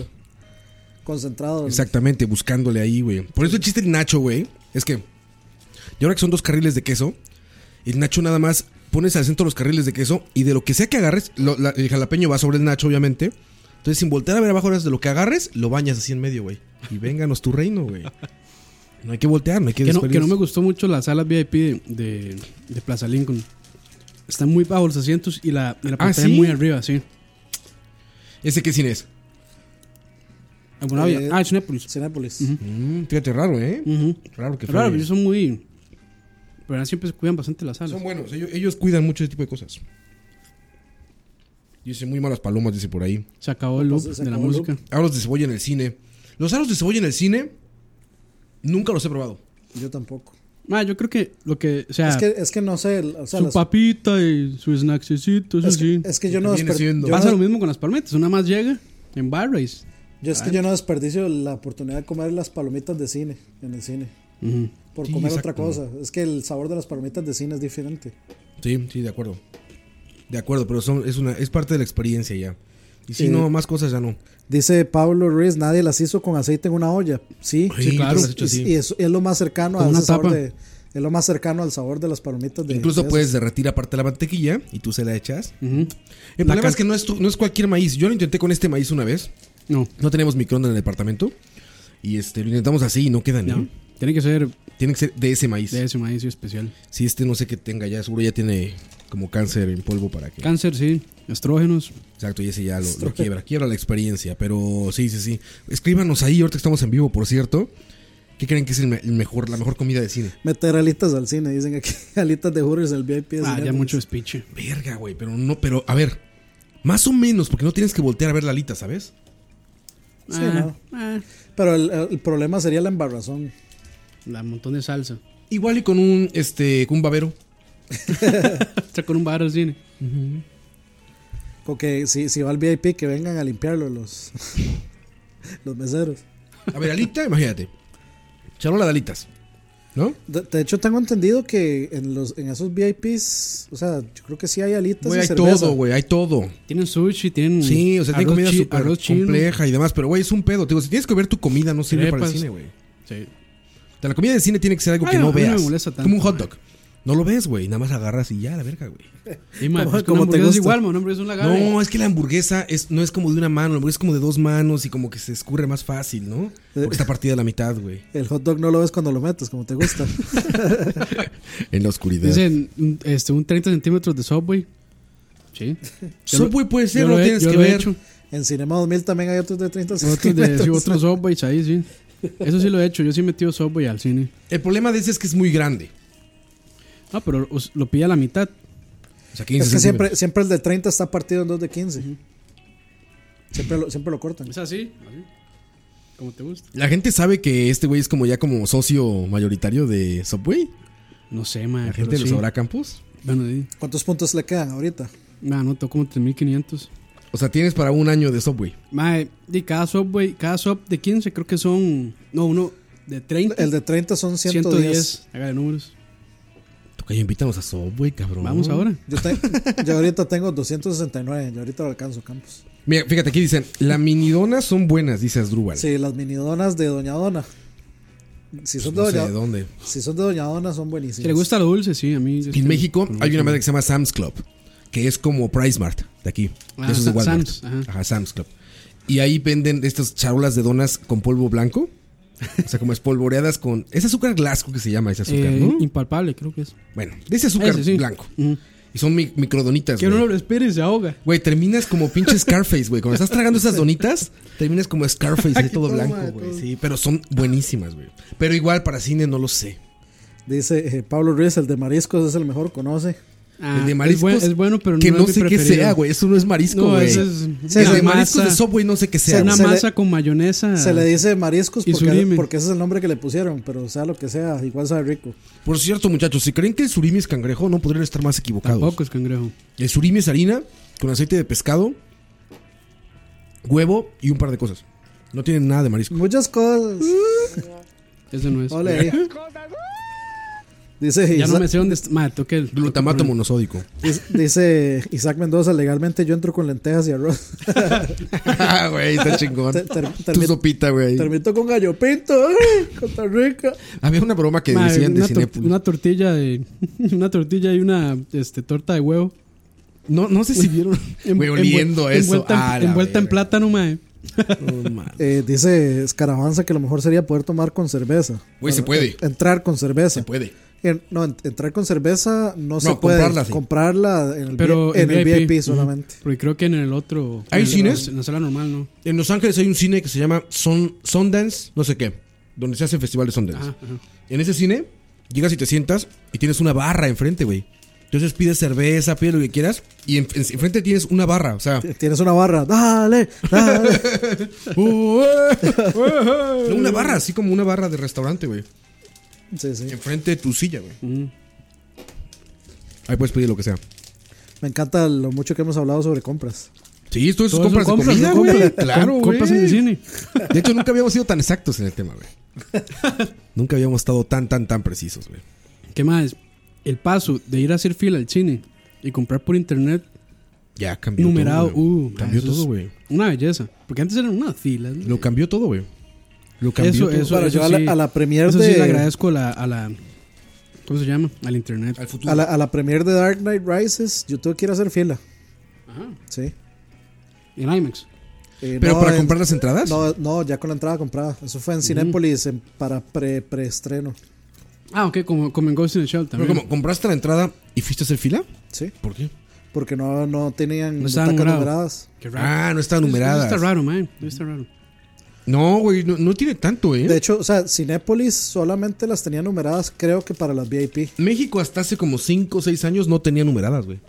Speaker 4: concentrado. en-
Speaker 3: Exactamente, buscándole ahí, güey. Por eso el chiste del Nacho, güey, es que. Y ahora que son dos carriles de queso, el Nacho nada más pones al centro los carriles de queso y de lo que sea que agarres, lo- la- el jalapeño va sobre el Nacho, obviamente. Entonces, sin voltear a ver abajo, ahora es de lo que agarres, lo bañas así en medio, güey. Y vénganos tu reino, güey. No hay que voltear, no hay que,
Speaker 2: que, no, que no me
Speaker 3: despedirse.
Speaker 2: gustó mucho las salas VIP de, de, de Plaza Lincoln. Están muy bajo los asientos y la, y la pantalla
Speaker 3: Ah, ¿sí?
Speaker 2: muy arriba, sí.
Speaker 3: ¿Ese qué cine es?
Speaker 2: Alguna
Speaker 4: Eh,
Speaker 2: vez- Ah, es Nápoles.
Speaker 4: Cinépolis.
Speaker 3: Mm, fíjate, raro, ¿eh?
Speaker 2: Ujú.
Speaker 3: Raro que
Speaker 2: Claro,
Speaker 3: falle.
Speaker 2: ellos son muy. Pero siempre se cuidan bastante las salas.
Speaker 3: Son buenos, ellos, ellos cuidan mucho ese tipo de cosas. Dice muy malas palomas, dice por ahí.
Speaker 2: Se acabó el loop
Speaker 4: Pues, se
Speaker 2: de la
Speaker 4: acabó el
Speaker 2: música.
Speaker 3: aros de cebolla en el cine. Los aros de cebolla en el cine nunca los he probado.
Speaker 4: Yo tampoco.
Speaker 2: Ma, yo creo que lo que. O
Speaker 3: Ah.
Speaker 2: sea,
Speaker 4: Es que, es que no sé, o sea,
Speaker 2: su
Speaker 4: las-
Speaker 2: papita y su snacksecito, eso
Speaker 4: es, que,
Speaker 2: sí.
Speaker 4: es que yo
Speaker 3: Lo
Speaker 4: no
Speaker 3: que viene
Speaker 4: desper-
Speaker 3: siendo.
Speaker 4: yo
Speaker 2: Pasa
Speaker 4: no-
Speaker 2: lo mismo con las palmetas. Una más llega en Barrays.
Speaker 4: yo es que yo no desperdicio la oportunidad de comer las palomitas de cine, en el cine. Por
Speaker 3: Sí,
Speaker 4: comer
Speaker 3: exacto.
Speaker 4: otra cosa. Es que el sabor de las palomitas de cine es diferente.
Speaker 3: Sí, sí, de acuerdo. De acuerdo, pero son, es, una, es parte de la experiencia ya. Y si
Speaker 4: Eh,
Speaker 3: no, más cosas ya no.
Speaker 4: Dice Pablo Ruiz, nadie las hizo con aceite en una olla. Sí,
Speaker 3: Sí, tú
Speaker 2: claro.
Speaker 3: lo has hecho
Speaker 4: y,
Speaker 3: así.
Speaker 4: y es, es lo más cercano
Speaker 2: Con
Speaker 4: a
Speaker 2: una
Speaker 4: ese sabor
Speaker 2: tapa.
Speaker 4: de, es lo más cercano al sabor de las palomitas de
Speaker 3: Incluso
Speaker 4: de
Speaker 3: puedes derretir aparte la mantequilla y tú se la echas.
Speaker 2: Ujú.
Speaker 3: El
Speaker 2: La
Speaker 3: problema
Speaker 2: cal-
Speaker 3: es que no es, tu- no es cualquier maíz. Yo lo intenté con este maíz una vez.
Speaker 2: No,
Speaker 3: No tenemos microondas en el departamento. Y este, lo intentamos así y no quedan.
Speaker 2: no.
Speaker 3: ¿eh?
Speaker 2: Tiene que ser
Speaker 3: Tiene que ser de ese maíz.
Speaker 2: de ese maíz especial.
Speaker 3: Si este no sé qué tenga ya, seguro ya tiene como cáncer en polvo para que.
Speaker 2: Cáncer, sí. Estrógenos.
Speaker 3: Exacto, y ese ya lo,
Speaker 2: <laughs>
Speaker 3: lo quiebra, quiebra la experiencia, pero sí, sí, sí. Escríbanos ahí, ahorita que estamos en vivo, por cierto. ¿Qué creen que es el, me- el mejor, la mejor comida de cine?
Speaker 4: Meter alitas al cine, dicen aquí. <laughs> Alitas de Hooters al VIP. de
Speaker 2: Ah, ya
Speaker 4: Cinépolis.
Speaker 2: mucho speech.
Speaker 3: Verga, güey, pero no, pero a ver, más o menos, porque no tienes que voltear a ver la alita, ¿sabes?
Speaker 4: Sí, no.
Speaker 2: Ah,
Speaker 4: Pero el, el problema sería la embarrazón.
Speaker 2: La montón de salsa. <laughs>
Speaker 3: Igual y con un, este, con un babero.
Speaker 2: Está con un bar al cine.
Speaker 4: O que si, si va al VIP, que vengan a limpiarlo los, <laughs> los meseros.
Speaker 3: A ver, alita, <laughs> imagínate. Charola de alitas, ¿no?
Speaker 4: De, de hecho, tengo entendido que en, los, en esos VIPs, o sea, yo creo que sí hay alitas
Speaker 3: Güey,
Speaker 4: y
Speaker 3: hay
Speaker 4: cerveza.
Speaker 3: todo, güey, hay todo.
Speaker 2: Tienen sushi, tienen.
Speaker 3: Sí, o sea, tiene
Speaker 2: arroz
Speaker 3: comida
Speaker 2: chi-
Speaker 3: súper
Speaker 2: arroz chino.
Speaker 3: compleja y demás, pero güey, es un pedo. Te digo, si tienes que ver tu comida, no sirve para
Speaker 2: Crepas.
Speaker 3: el cine, güey.
Speaker 2: Sí.
Speaker 3: O sea, la comida de cine tiene que ser algo
Speaker 2: Ay,
Speaker 3: que
Speaker 2: no,
Speaker 3: no
Speaker 2: a mí no me
Speaker 3: veas.
Speaker 2: molesta tanto,
Speaker 3: como un hot dog. No lo ves, güey. Nada más agarras y ya, la
Speaker 2: <laughs>
Speaker 3: verga, güey.
Speaker 2: Y ma,
Speaker 4: Como-
Speaker 2: pues,
Speaker 4: como
Speaker 2: una hamburguesa
Speaker 4: te
Speaker 2: es
Speaker 4: gusta.
Speaker 2: igual, ma, una hamburguesa es un lagarto.
Speaker 3: No, es que la hamburguesa es, no es como de una mano, la hamburguesa es como de dos manos y como que se escurre más fácil, ¿no? Porque está partida a la mitad,
Speaker 2: <laughs>
Speaker 3: güey.
Speaker 4: El hot dog no lo ves cuando lo metes, como te gusta.
Speaker 3: En la oscuridad.
Speaker 2: Dicen un- este, un 30 centímetros de Subway.
Speaker 3: <laughs>
Speaker 2: Sí.
Speaker 3: Subway puede ser,
Speaker 2: Yo
Speaker 3: no
Speaker 2: lo he-
Speaker 3: tienes
Speaker 2: yo
Speaker 3: que
Speaker 2: lo he
Speaker 3: ver.
Speaker 2: hecho.
Speaker 4: en Cinema 2000 también hay otros de 30
Speaker 2: Otros, de, sí,
Speaker 4: centímetros.
Speaker 2: otros Subways ahí, sí. Eso sí lo he hecho. Yo sí he metido Subway al cine.
Speaker 3: El problema de ese es que es muy grande.
Speaker 2: Ah, pero os- lo pide a la mitad.
Speaker 3: O sea, 15
Speaker 4: Es que
Speaker 3: centímetros.
Speaker 4: siempre, siempre el de 30 está partido en dos de 15. siempre, lo, siempre lo cortan.
Speaker 2: Es así. así. Como te gusta.
Speaker 3: La gente sabe que este güey es como ya como socio mayoritario de Subway.
Speaker 2: No sé, man.
Speaker 3: La gente lo sabrá, Campos.
Speaker 2: Bueno, sí.
Speaker 4: ¿Cuántos puntos le quedan ahorita?
Speaker 2: Nah, no, tocó como 3.500.
Speaker 3: O sea, tienes para un año de Subway.
Speaker 2: Mae, y cada Subway, cada sub de 15 creo que son... No, uno de 30.
Speaker 4: El de 30 son 110.
Speaker 2: 110. Hágale números.
Speaker 3: Tocayo, invítanos a Subway, cabrón.
Speaker 2: Vamos ahora.
Speaker 4: Yo, te- yo ahorita tengo 269, yo ahorita lo alcanzo, Campos.
Speaker 3: Mira, fíjate, aquí dicen, las minidonas son buenas, dice Asdrúbal.
Speaker 4: Sí, las minidonas de Doña Dona. Si son,
Speaker 3: No
Speaker 2: Pues
Speaker 4: de
Speaker 3: sé
Speaker 4: Doña,
Speaker 3: de dónde.
Speaker 4: si son de Doña Dona, son
Speaker 2: Si
Speaker 4: buenísimas.
Speaker 2: le gusta lo dulce, sí, a mí. este, yo estoy-
Speaker 3: En México
Speaker 2: con
Speaker 3: hay
Speaker 2: mucho-
Speaker 3: una madre que se llama Sam's Club, que es como Price Mart de aquí.
Speaker 2: Ah,
Speaker 3: de esos de
Speaker 2: Sa-
Speaker 3: Walmart.
Speaker 2: Sam's, ajá.
Speaker 3: ajá. Sam's Club. Y ahí venden estas charolas de donas con polvo blanco. O sea, como espolvoreadas con. Es azúcar glasco que se llama ese azúcar,
Speaker 2: Eh,
Speaker 3: ¿no?
Speaker 2: Impalpable, creo que es.
Speaker 3: Bueno, dice azúcar
Speaker 2: Ese, sí.
Speaker 3: blanco.
Speaker 2: Ujú.
Speaker 3: Y son mi- microdonitas,
Speaker 2: Que uno
Speaker 3: güey.
Speaker 2: lo respire y se ahoga.
Speaker 3: Güey, terminas como pinche Scarface, güey. Cuando estás tragando esas donitas, terminas como Scarface, ahí todo blanco, güey. Sí, pero son buenísimas, güey. Pero igual para cine no lo sé.
Speaker 4: Dice eh, Pablo Ruiz, el de mariscos es el mejor, conoce.
Speaker 2: Ah,
Speaker 3: el de
Speaker 2: es
Speaker 3: mariscos.
Speaker 2: buen- Es, bueno, pero
Speaker 3: que
Speaker 2: no,
Speaker 3: no,
Speaker 2: es mi
Speaker 3: sé qué
Speaker 2: preferido.
Speaker 3: sea, güey. Eso no es marisco,
Speaker 2: No,
Speaker 3: güey.
Speaker 2: ese es
Speaker 4: Sí,
Speaker 3: el
Speaker 2: una
Speaker 3: de mariscos
Speaker 2: masa,
Speaker 3: de Subway no sé qué sea.
Speaker 4: Se-
Speaker 2: una
Speaker 4: se le-
Speaker 2: masa con mayonesa.
Speaker 4: Se le dice mariscos
Speaker 2: Ah. Y
Speaker 4: porque,
Speaker 2: surimi.
Speaker 4: porque ese es el nombre que le pusieron, pero sea lo que sea, igual sabe rico.
Speaker 3: Por cierto, muchachos, si creen que el surimi es cangrejo, no podrían estar más equivocados.
Speaker 2: Tampoco es cangrejo.
Speaker 3: El surimi es harina con aceite de pescado, huevo y un par de cosas. No tienen nada de marisco.
Speaker 4: Muchas cosas.
Speaker 2: Ese no es.
Speaker 4: Ole. Dice,
Speaker 2: Ya no
Speaker 4: Isaac,
Speaker 2: me sé dónde está. Madre, toqué el.
Speaker 3: Glutamato
Speaker 2: toqué el-
Speaker 3: monosódico. <laughs>
Speaker 4: dis- dice Isaac Mendoza, legalmente yo entro con lentejas y arroz.
Speaker 3: Ah, güey, está chingón.
Speaker 4: Ter- ter-
Speaker 3: tu
Speaker 4: termi-
Speaker 3: sopita, güey.
Speaker 4: <laughs> Termito con gallo pinto, ¡ay! Costa Rica.
Speaker 3: Había una broma que
Speaker 2: Madre,
Speaker 3: decían de
Speaker 2: una, tor-
Speaker 3: Cinépolis.
Speaker 2: una tortilla de. <laughs> una tortilla y una este, torta de huevo.
Speaker 3: No, no sé si <laughs> vieron.
Speaker 2: En-
Speaker 3: Güey,
Speaker 2: envuel-
Speaker 3: oliendo eso.
Speaker 2: Envuelta, en-
Speaker 3: Ah, la
Speaker 2: envuelta en
Speaker 3: verga.
Speaker 2: plátano, mae.
Speaker 3: No, man.
Speaker 4: Eh, dice Escaravanza que lo mejor sería poder tomar con cerveza. eh,
Speaker 3: Güey, se puede.
Speaker 4: Entrar con cerveza.
Speaker 3: Se puede.
Speaker 4: En- Eh, no, en- entrar con cerveza no, se
Speaker 3: No,
Speaker 4: puede.
Speaker 3: comprarla, sí.
Speaker 4: Comprarla en el,
Speaker 2: Pero
Speaker 4: vi- en el VIP,
Speaker 2: ujú,
Speaker 4: solamente.
Speaker 2: Porque creo que en el otro.
Speaker 3: ¿Hay
Speaker 2: en el-
Speaker 3: cines? Pues
Speaker 2: En la sala normal, ¿no?
Speaker 3: En Los Ángeles hay un cine que se llama Sun- Sundance, no sé qué, donde se hace el festival de Sundance.
Speaker 2: Ah, Ajá, ajá.
Speaker 3: En ese cine, llegas y te sientas y tienes una barra enfrente, güey. Entonces pides cerveza, pides lo que quieras y en- en- enfrente tienes una barra, o sea. <laughs>
Speaker 4: Tienes una barra, dale, dale.
Speaker 3: ¡Uh,
Speaker 2: <laughs>
Speaker 3: eh, no, una barra, así como una barra de restaurante, güey.
Speaker 4: Sí, sí.
Speaker 3: Enfrente de tu silla, güey.
Speaker 2: Ujú.
Speaker 3: Ahí puedes pedir lo que sea.
Speaker 4: Me encanta lo mucho que hemos hablado sobre compras.
Speaker 3: Sí, esto es
Speaker 2: Todo eso
Speaker 3: compras,
Speaker 2: compras,
Speaker 3: de comida,
Speaker 2: ¿no?
Speaker 3: güey.
Speaker 2: <laughs> Compras-
Speaker 3: Claro,
Speaker 2: com-
Speaker 3: güey.
Speaker 2: Compras en el cine.
Speaker 3: De hecho, nunca habíamos sido tan exactos en el
Speaker 2: <laughs>
Speaker 3: tema, güey. nunca habíamos estado tan, tan, tan precisos, güey.
Speaker 2: ¿Qué más? El paso de ir a hacer fila al cine y comprar por internet
Speaker 3: Ya cambió
Speaker 2: numerado.
Speaker 3: todo. güey.
Speaker 2: uh,
Speaker 3: cambió
Speaker 2: eso es
Speaker 3: todo, güey.
Speaker 2: Una belleza. Porque antes eran unas filas. ¿no?
Speaker 3: Lo cambió todo, güey. Lo cambió
Speaker 2: Eso,
Speaker 3: todo.
Speaker 2: eso,
Speaker 4: Bueno,
Speaker 2: eso
Speaker 4: yo a la-
Speaker 2: sí-
Speaker 4: a la premier
Speaker 2: eso sí
Speaker 4: de-
Speaker 2: le agradezco a la, a la- ¿Cómo se llama? Al internet.
Speaker 3: Al futuro.
Speaker 4: A la, a la premier de Dark Knight Rises, yo tuve que ir a hacer fila. Sí.
Speaker 2: En IMAX.
Speaker 4: Eh,
Speaker 3: Pero
Speaker 4: no,
Speaker 3: para
Speaker 4: en-
Speaker 3: comprar las entradas.
Speaker 4: No, no, ya con la entrada comprada. Eso fue en Cinépolis en- para pre- preestreno.
Speaker 2: Ah, ok, como, como en Ghost in the Shell
Speaker 3: Pero
Speaker 2: también.
Speaker 3: como, ¿compraste la entrada y fuiste a hacer fila?
Speaker 4: sí.
Speaker 3: ¿Por qué?
Speaker 4: Porque no, no tenían
Speaker 2: No estaban
Speaker 4: butacas
Speaker 2: numerados.
Speaker 4: numeradas.
Speaker 2: Qué raro.
Speaker 3: Ah, no está
Speaker 2: Eso- eso
Speaker 3: numerada.
Speaker 2: está raro, man. Eso está raro.
Speaker 3: No, güey, no, no tiene tanto, ¿eh?
Speaker 4: De hecho, o sea, Cinépolis solamente las tenía numeradas, creo que para las VIP.
Speaker 3: México hasta hace como 5 o 6 años no tenía numeradas, güey.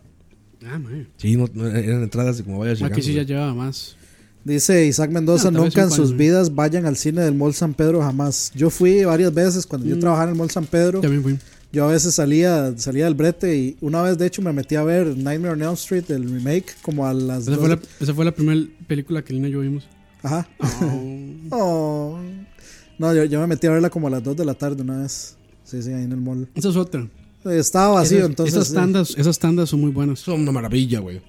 Speaker 2: Ah, man.
Speaker 3: Sí, no- no, eran entradas de como vayas
Speaker 2: Aquí
Speaker 3: llegando.
Speaker 2: sí ya
Speaker 3: güey.
Speaker 2: llevaba más.
Speaker 4: Dice Isaac Mendoza,
Speaker 2: Ah, tal vez
Speaker 4: nunca en
Speaker 2: igual,
Speaker 4: sus
Speaker 2: ¿no?
Speaker 4: vidas vayan al cine del Mall San Pedro jamás. Yo fui varias veces cuando
Speaker 2: Mm.
Speaker 4: yo trabajaba en el Mall San Pedro.
Speaker 2: También fui.
Speaker 4: Yo a veces salía, salía del brete y una vez de hecho me metí a ver Nightmare on Elm Street, el remake, como a las
Speaker 2: Esa
Speaker 4: dos-
Speaker 2: fue, la, esa fue la primera película que Lina y yo vimos.
Speaker 4: Ajá.
Speaker 2: Oh.
Speaker 4: <laughs> Oh. No, yo, yo me metí a verla como a las 2 de la tarde una vez. Sí, sí, ahí en el mall.
Speaker 2: esa es otra.
Speaker 4: Estaba
Speaker 3: Ah,
Speaker 4: vacío,
Speaker 2: Esas-
Speaker 4: entonces.
Speaker 2: Esas
Speaker 4: sí.
Speaker 2: tandas, esas tandas son muy buenas.
Speaker 3: Son una maravilla, güey.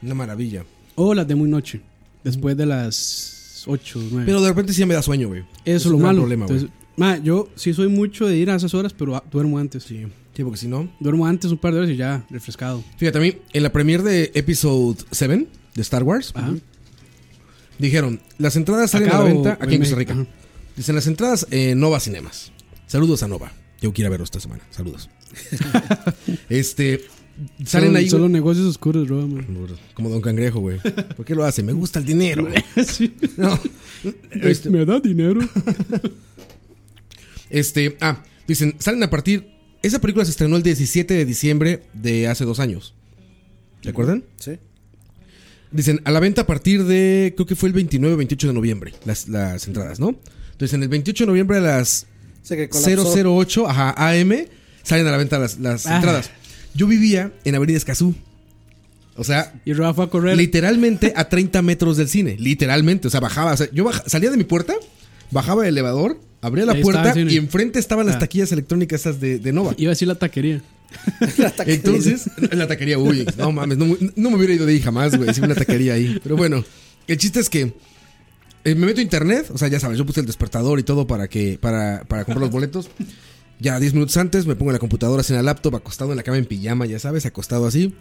Speaker 3: Una maravilla.
Speaker 2: O las de muy noche. Después de las 8, 9.
Speaker 3: Pero de repente sí ya me da sueño, güey.
Speaker 2: eso es
Speaker 3: un
Speaker 2: lo
Speaker 3: gran
Speaker 2: malo.
Speaker 3: problema, güey.
Speaker 2: Entonces, ma, yo sí soy mucho de ir a esas horas, pero ah, duermo antes.
Speaker 3: Sí. Sí, porque si no.
Speaker 2: Duermo antes un par de horas y ya, refrescado.
Speaker 3: Fíjate, a mí, en la premiere de Episode 7 de Star Wars,
Speaker 2: Ajá.
Speaker 3: dijeron: las entradas salen
Speaker 2: Acá
Speaker 3: a la
Speaker 2: o-
Speaker 3: venta
Speaker 2: o
Speaker 3: aquí en
Speaker 2: en
Speaker 3: Costa
Speaker 2: México,
Speaker 3: Rica. Dicen: las entradas, eh, Nova Cinemas. Saludos a Nova. Yo quiero verlo esta semana.
Speaker 2: <laughs>
Speaker 3: Saludos. este. Salen
Speaker 2: Solo-
Speaker 3: ahí.
Speaker 2: Solo negocios oscuros, bro,
Speaker 3: <laughs>
Speaker 2: man.
Speaker 3: Como Don Cangrejo, güey. ¿Por qué lo hace? Me gusta el dinero.
Speaker 2: <laughs>
Speaker 3: güey.
Speaker 2: Sí.
Speaker 3: No. Este,
Speaker 2: Me da dinero.
Speaker 3: Este, ah, dicen, salen a partir. Esa película se estrenó el 17 de diciembre de hace dos años. ¿Se acuerdan?
Speaker 4: Sí.
Speaker 3: Dicen, a la venta a partir de. Creo que fue el 29 o 28 de noviembre. Las, las entradas, ¿no? Entonces, en el 28 de noviembre a las
Speaker 4: O sea que colapsó. <laughs>
Speaker 3: 008 ajá, AM salen a la venta las, las
Speaker 2: Ah.
Speaker 3: entradas. Yo vivía en Avenida Escazú. O sea,
Speaker 2: Y Rafa fue a correr.
Speaker 3: Literalmente a 30 metros del cine. Literalmente. O sea, bajaba. o sea, yo baja- salía de mi puerta, bajaba el elevador, abría la
Speaker 2: Ahí
Speaker 3: puerta
Speaker 2: estaba el cine.
Speaker 3: y enfrente estaban las
Speaker 2: Ah.
Speaker 3: taquillas electrónicas esas de, de Nova.
Speaker 2: Iba a decir la taquería.
Speaker 3: Entonces, la taquería, uy, no mames, no, mu- no me hubiera ido de ahí jamás, güey. Sí, una taquería ahí. Pero bueno, el chiste es que eh, me meto a internet, o sea, ya sabes, yo puse el despertador y todo para que para, para comprar los boletos. Ya 10 minutos antes me pongo en la computadora, así en la laptop, acostado en la cama en pijama, ya sabes, acostado así.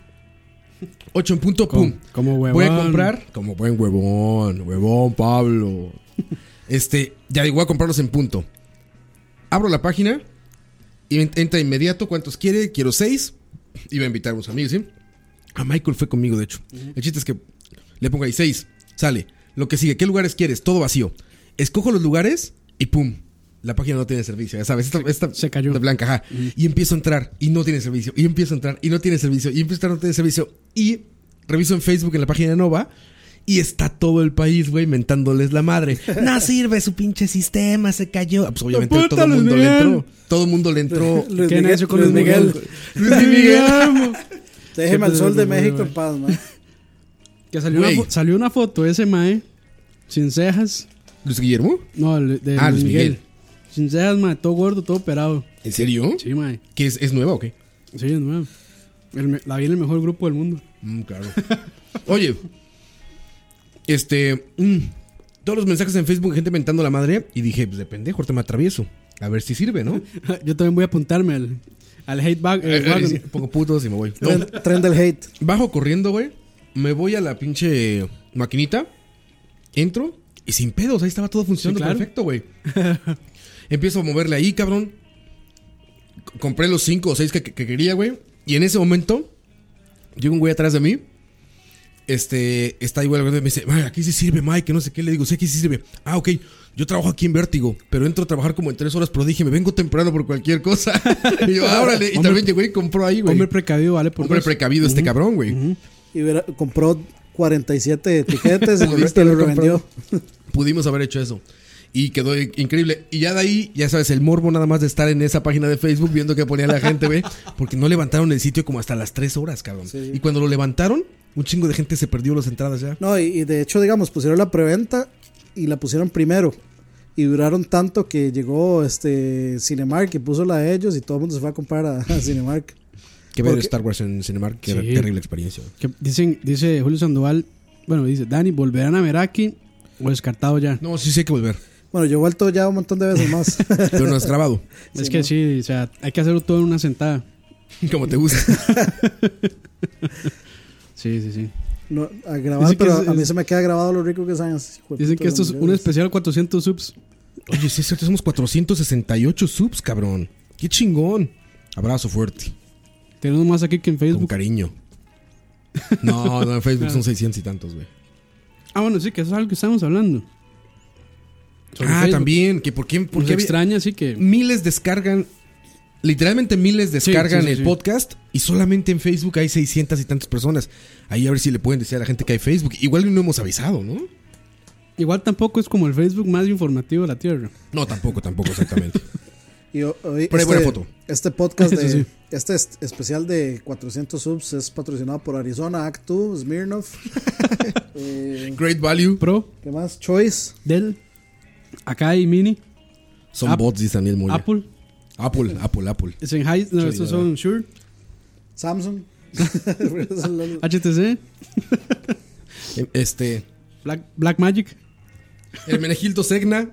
Speaker 3: 8 en punto, pum.
Speaker 2: como huevón.
Speaker 3: Voy a comprar, como buen huevón, huevón Pablo. Este, ya digo, voy a comprarlos en punto. Abro la página y en- entra de inmediato cuántos quiere, quiero seis. Iba a invitar a unos amigos, ¿sí? A Michael fue conmigo, de hecho. El chiste es que le pongo ahí seis, sale. Lo que sigue, ¿qué lugares quieres? Todo vacío. Escojo los lugares y pum. La página no tiene servicio, ya sabes, esta, esta
Speaker 2: se cayó.
Speaker 3: de blanca, ajá. Y empiezo a entrar y no tiene servicio, y empiezo a entrar y no tiene servicio, y empiezo a entrar no tiene servicio. Y reviso en Facebook, en la página de Nova, y está todo el país, güey, mentándoles
Speaker 2: <laughs>
Speaker 3: la madre. No sirve su pinche sistema, se cayó. Ah, Pues obviamente
Speaker 2: ¡Puta,
Speaker 3: todo el
Speaker 2: Luis
Speaker 3: mundo le
Speaker 2: Miguel!
Speaker 3: entró. Todo el mundo <laughs> le entró.
Speaker 4: Luis
Speaker 2: ¿Qué han
Speaker 4: Miguel-
Speaker 2: hecho con
Speaker 4: Luis
Speaker 2: Luis Miguel?
Speaker 3: Luis Miguel.
Speaker 4: Déjeme
Speaker 2: Siempre
Speaker 4: al sol
Speaker 2: Luis
Speaker 4: de
Speaker 2: Miguel,
Speaker 4: México
Speaker 2: güey.
Speaker 4: en paz,
Speaker 2: <laughs>
Speaker 4: man.
Speaker 2: Que salió una,
Speaker 3: Güey.
Speaker 2: fo- salió una foto de ese mae. Sin cejas.
Speaker 3: ¿Luis Guillermo?
Speaker 2: No, el- de
Speaker 3: Ah,
Speaker 2: Luis
Speaker 3: Luis
Speaker 2: Miguel.
Speaker 3: Miguel.
Speaker 2: Sin cejas, mae. Todo gordo, todo operado.
Speaker 3: ¿En serio?
Speaker 2: Sí, mae.
Speaker 3: ¿Que es, es nueva o qué?
Speaker 2: Sí, es nuevo. El me- la vi en el mejor grupo del mundo. <laughs>
Speaker 3: Mm, claro. <laughs> Oye, este. mm, todos los mensajes en Facebook, gente mentando la madre. Y dije, pues de pendejo, ahorita me atravieso. A ver si sirve, <laughs> ¿no?
Speaker 2: Yo también voy a apuntarme al, al hate bag. eh,
Speaker 3: Eh,
Speaker 2: wagon.
Speaker 3: eh, Poco putos y me voy. No,
Speaker 4: Tren, tren del hate.
Speaker 3: bajo corriendo, güey. Me voy a la pinche maquinita. Entro y sin pedos. Ahí estaba todo funcionando
Speaker 2: Sí, claro. <laughs>
Speaker 3: perfecto, güey. Empiezo a moverle ahí, cabrón. C- Compré los cinco o seis que, que- que quería, güey. Y en ese momento, llega un güey atrás de mí. Este, está igual, güey, me dice, "Mae, aquí sí sirve, Mike, que no sé qué. Le digo, sí, aquí sí sirve. Ah, ok, yo trabajo aquí en Vértigo, pero entro a trabajar como en tres horas, pero dije, me vengo temprano por cualquier cosa. <laughs> y yo, "Ah, órale. Y
Speaker 2: Hombre-
Speaker 3: también llegó y compró ahí, güey.
Speaker 2: Hombre precavido, vale por
Speaker 3: Hombre
Speaker 2: dos.
Speaker 3: precavido este cabrón, güey.
Speaker 4: Y hubiera- compró
Speaker 2: <laughs>
Speaker 4: 47 tiquetes y
Speaker 3: Pudiste
Speaker 4: te lo
Speaker 3: haber
Speaker 4: revendió.
Speaker 3: <laughs> Pudimos haber hecho eso. Y quedó i- increíble. Y ya de ahí, ya sabes, el morbo nada más de estar en esa página de Facebook viendo qué ponía la gente, güey. Porque no levantaron el sitio como hasta las 3 horas, cabrón.
Speaker 4: Sí.
Speaker 3: Y cuando lo levantaron, un chingo de gente se perdió las entradas ya.
Speaker 4: No, y, y de hecho, digamos, pusieron la preventa y la pusieron primero. Y duraron tanto que llegó este Cinemark y puso la de ellos y todo el mundo se fue a comprar a, a Cinemark.
Speaker 3: Que ver
Speaker 4: Porque-
Speaker 3: Star Wars en Cinemark, qué
Speaker 2: Sí.
Speaker 3: terrible experiencia. güey.
Speaker 2: Que dicen, dice Julio Sandoval, bueno, dice, Dani, ¿volverán a Meraki o descartado ya?
Speaker 3: No, sí, sí hay que volver.
Speaker 4: Bueno, yo he vuelto ya un montón de
Speaker 2: <laughs>
Speaker 4: veces más.
Speaker 3: Pero no has grabado, <laughs>
Speaker 2: es que sí, o sea, hay que hacerlo todo en una sentada.
Speaker 3: como te gusta.
Speaker 2: Sí, sí, sí.
Speaker 4: No, a grabar,
Speaker 2: Dicen que
Speaker 4: pero
Speaker 2: es-
Speaker 4: a mí se me queda grabado lo rico que saben. hijo de
Speaker 2: Dicen
Speaker 4: puta,
Speaker 2: que esto es
Speaker 4: los
Speaker 2: un
Speaker 4: millones.
Speaker 2: especial 400 subs.
Speaker 3: Oye, sí es cierto, somos 468 subs, cabrón. Qué chingón. Abrazo fuerte,
Speaker 2: Tenemos más aquí que en
Speaker 3: con
Speaker 2: Facebook.
Speaker 3: cariño. No,
Speaker 2: <laughs>
Speaker 3: no, en Facebook son 600 y tantos, güey.
Speaker 2: Ah, bueno, sí, que eso es algo que estamos hablando. Sobre
Speaker 3: Ah,
Speaker 2: Facebook.
Speaker 3: también, que por qué, por
Speaker 2: Nos
Speaker 3: qué había-
Speaker 2: extraña, así que...
Speaker 3: miles descargan, literalmente miles descargan
Speaker 2: sí, sí,
Speaker 3: el
Speaker 2: sí.
Speaker 3: podcast y solamente en Facebook hay 600 y tantas personas. Ahí a ver si le pueden decir a la gente que hay Facebook. Igual no hemos avisado, ¿no?
Speaker 2: Igual tampoco es como el Facebook más informativo de la Tierra.
Speaker 3: No, tampoco,
Speaker 2: <laughs>
Speaker 3: tampoco exactamente.
Speaker 4: Y ho- hoy
Speaker 3: Pero hay buena foto.
Speaker 4: Este podcast,
Speaker 2: Eso
Speaker 4: de,
Speaker 2: sí.
Speaker 4: este es- especial de 400 subs es patrocinado por Arizona, Actu, Smirnov, eh,
Speaker 3: Great Value.
Speaker 2: Pro,
Speaker 4: ¿qué más? Choice,
Speaker 2: Dell, Akai, Mini,
Speaker 3: Son
Speaker 2: Ap-
Speaker 3: bots, dice Daniel Moya. Apple,
Speaker 2: Apple,
Speaker 3: Apple, Apple.
Speaker 2: Sennheiser, no,
Speaker 3: Sí,
Speaker 2: estos
Speaker 3: ya.
Speaker 2: son Shure,
Speaker 3: <laughs>
Speaker 4: Samsung. <laughs> Son
Speaker 2: HTC,
Speaker 3: Este.
Speaker 2: Black, Black Magic. <laughs>
Speaker 3: Hermenegildo Segna.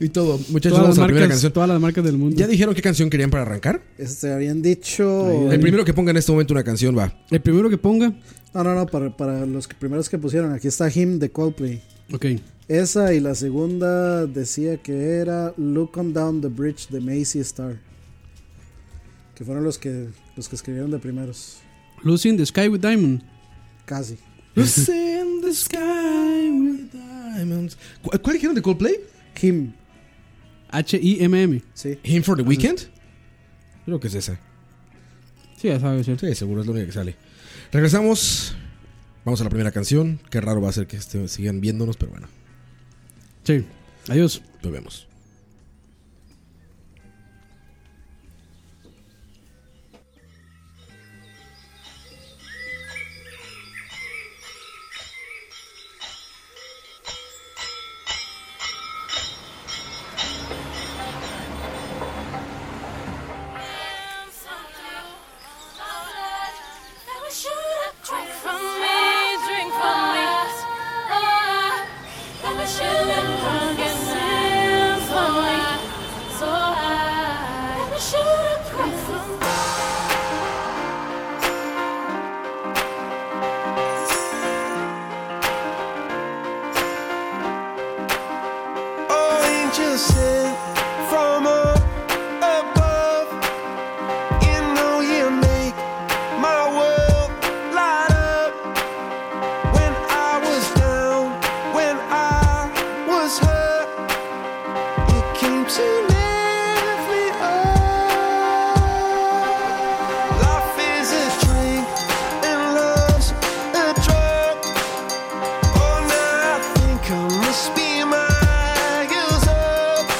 Speaker 3: y todo. Muchachos,
Speaker 2: Todas
Speaker 3: vamos
Speaker 2: las,
Speaker 3: a la primera
Speaker 2: marcas,
Speaker 3: canción.
Speaker 2: todas las marcas del mundo.
Speaker 3: ¿Ya dijeron qué canción querían para arrancar?
Speaker 4: Este, habían dicho.
Speaker 3: El primero que ponga en este momento una canción <laughs> va.
Speaker 2: El primero que ponga.
Speaker 4: No, no, no, para, para los que- primeros que pusieron. Aquí está Him de Coldplay.
Speaker 2: Ok.
Speaker 4: Esa y la segunda decía que era Look on Down the Bridge de Macy Star. Que fueron los que, los que escribieron de primeros.
Speaker 2: Lucy in the Sky with Diamond.
Speaker 4: Casi.
Speaker 3: Lucy in the sky with diamonds. ¿Cu- ¿Cuál dijeron de Coldplay?
Speaker 4: Him,
Speaker 2: H-I-M-M.
Speaker 4: sí.
Speaker 3: Him for the Weekend. Creo que es esa.
Speaker 2: Sí, ya sabes, ¿cierto?
Speaker 3: Sí, seguro es la única que sale. Regresamos. Vamos a la primera canción. Qué raro va a ser que este- sigan viéndonos, pero bueno,
Speaker 2: Sí. Adiós.
Speaker 3: lo vemos.
Speaker 6: Drink from me, drink from me. Ah, that we should have drunk and sang for me. So high, that we should have drunk from me.
Speaker 7: Oh, angel sent from up above. You know you make my world light up. When I was down, when I was hurt, you came to lift me up. Life is a drink and love's a drug. Oh, now I think I must be my girl's up.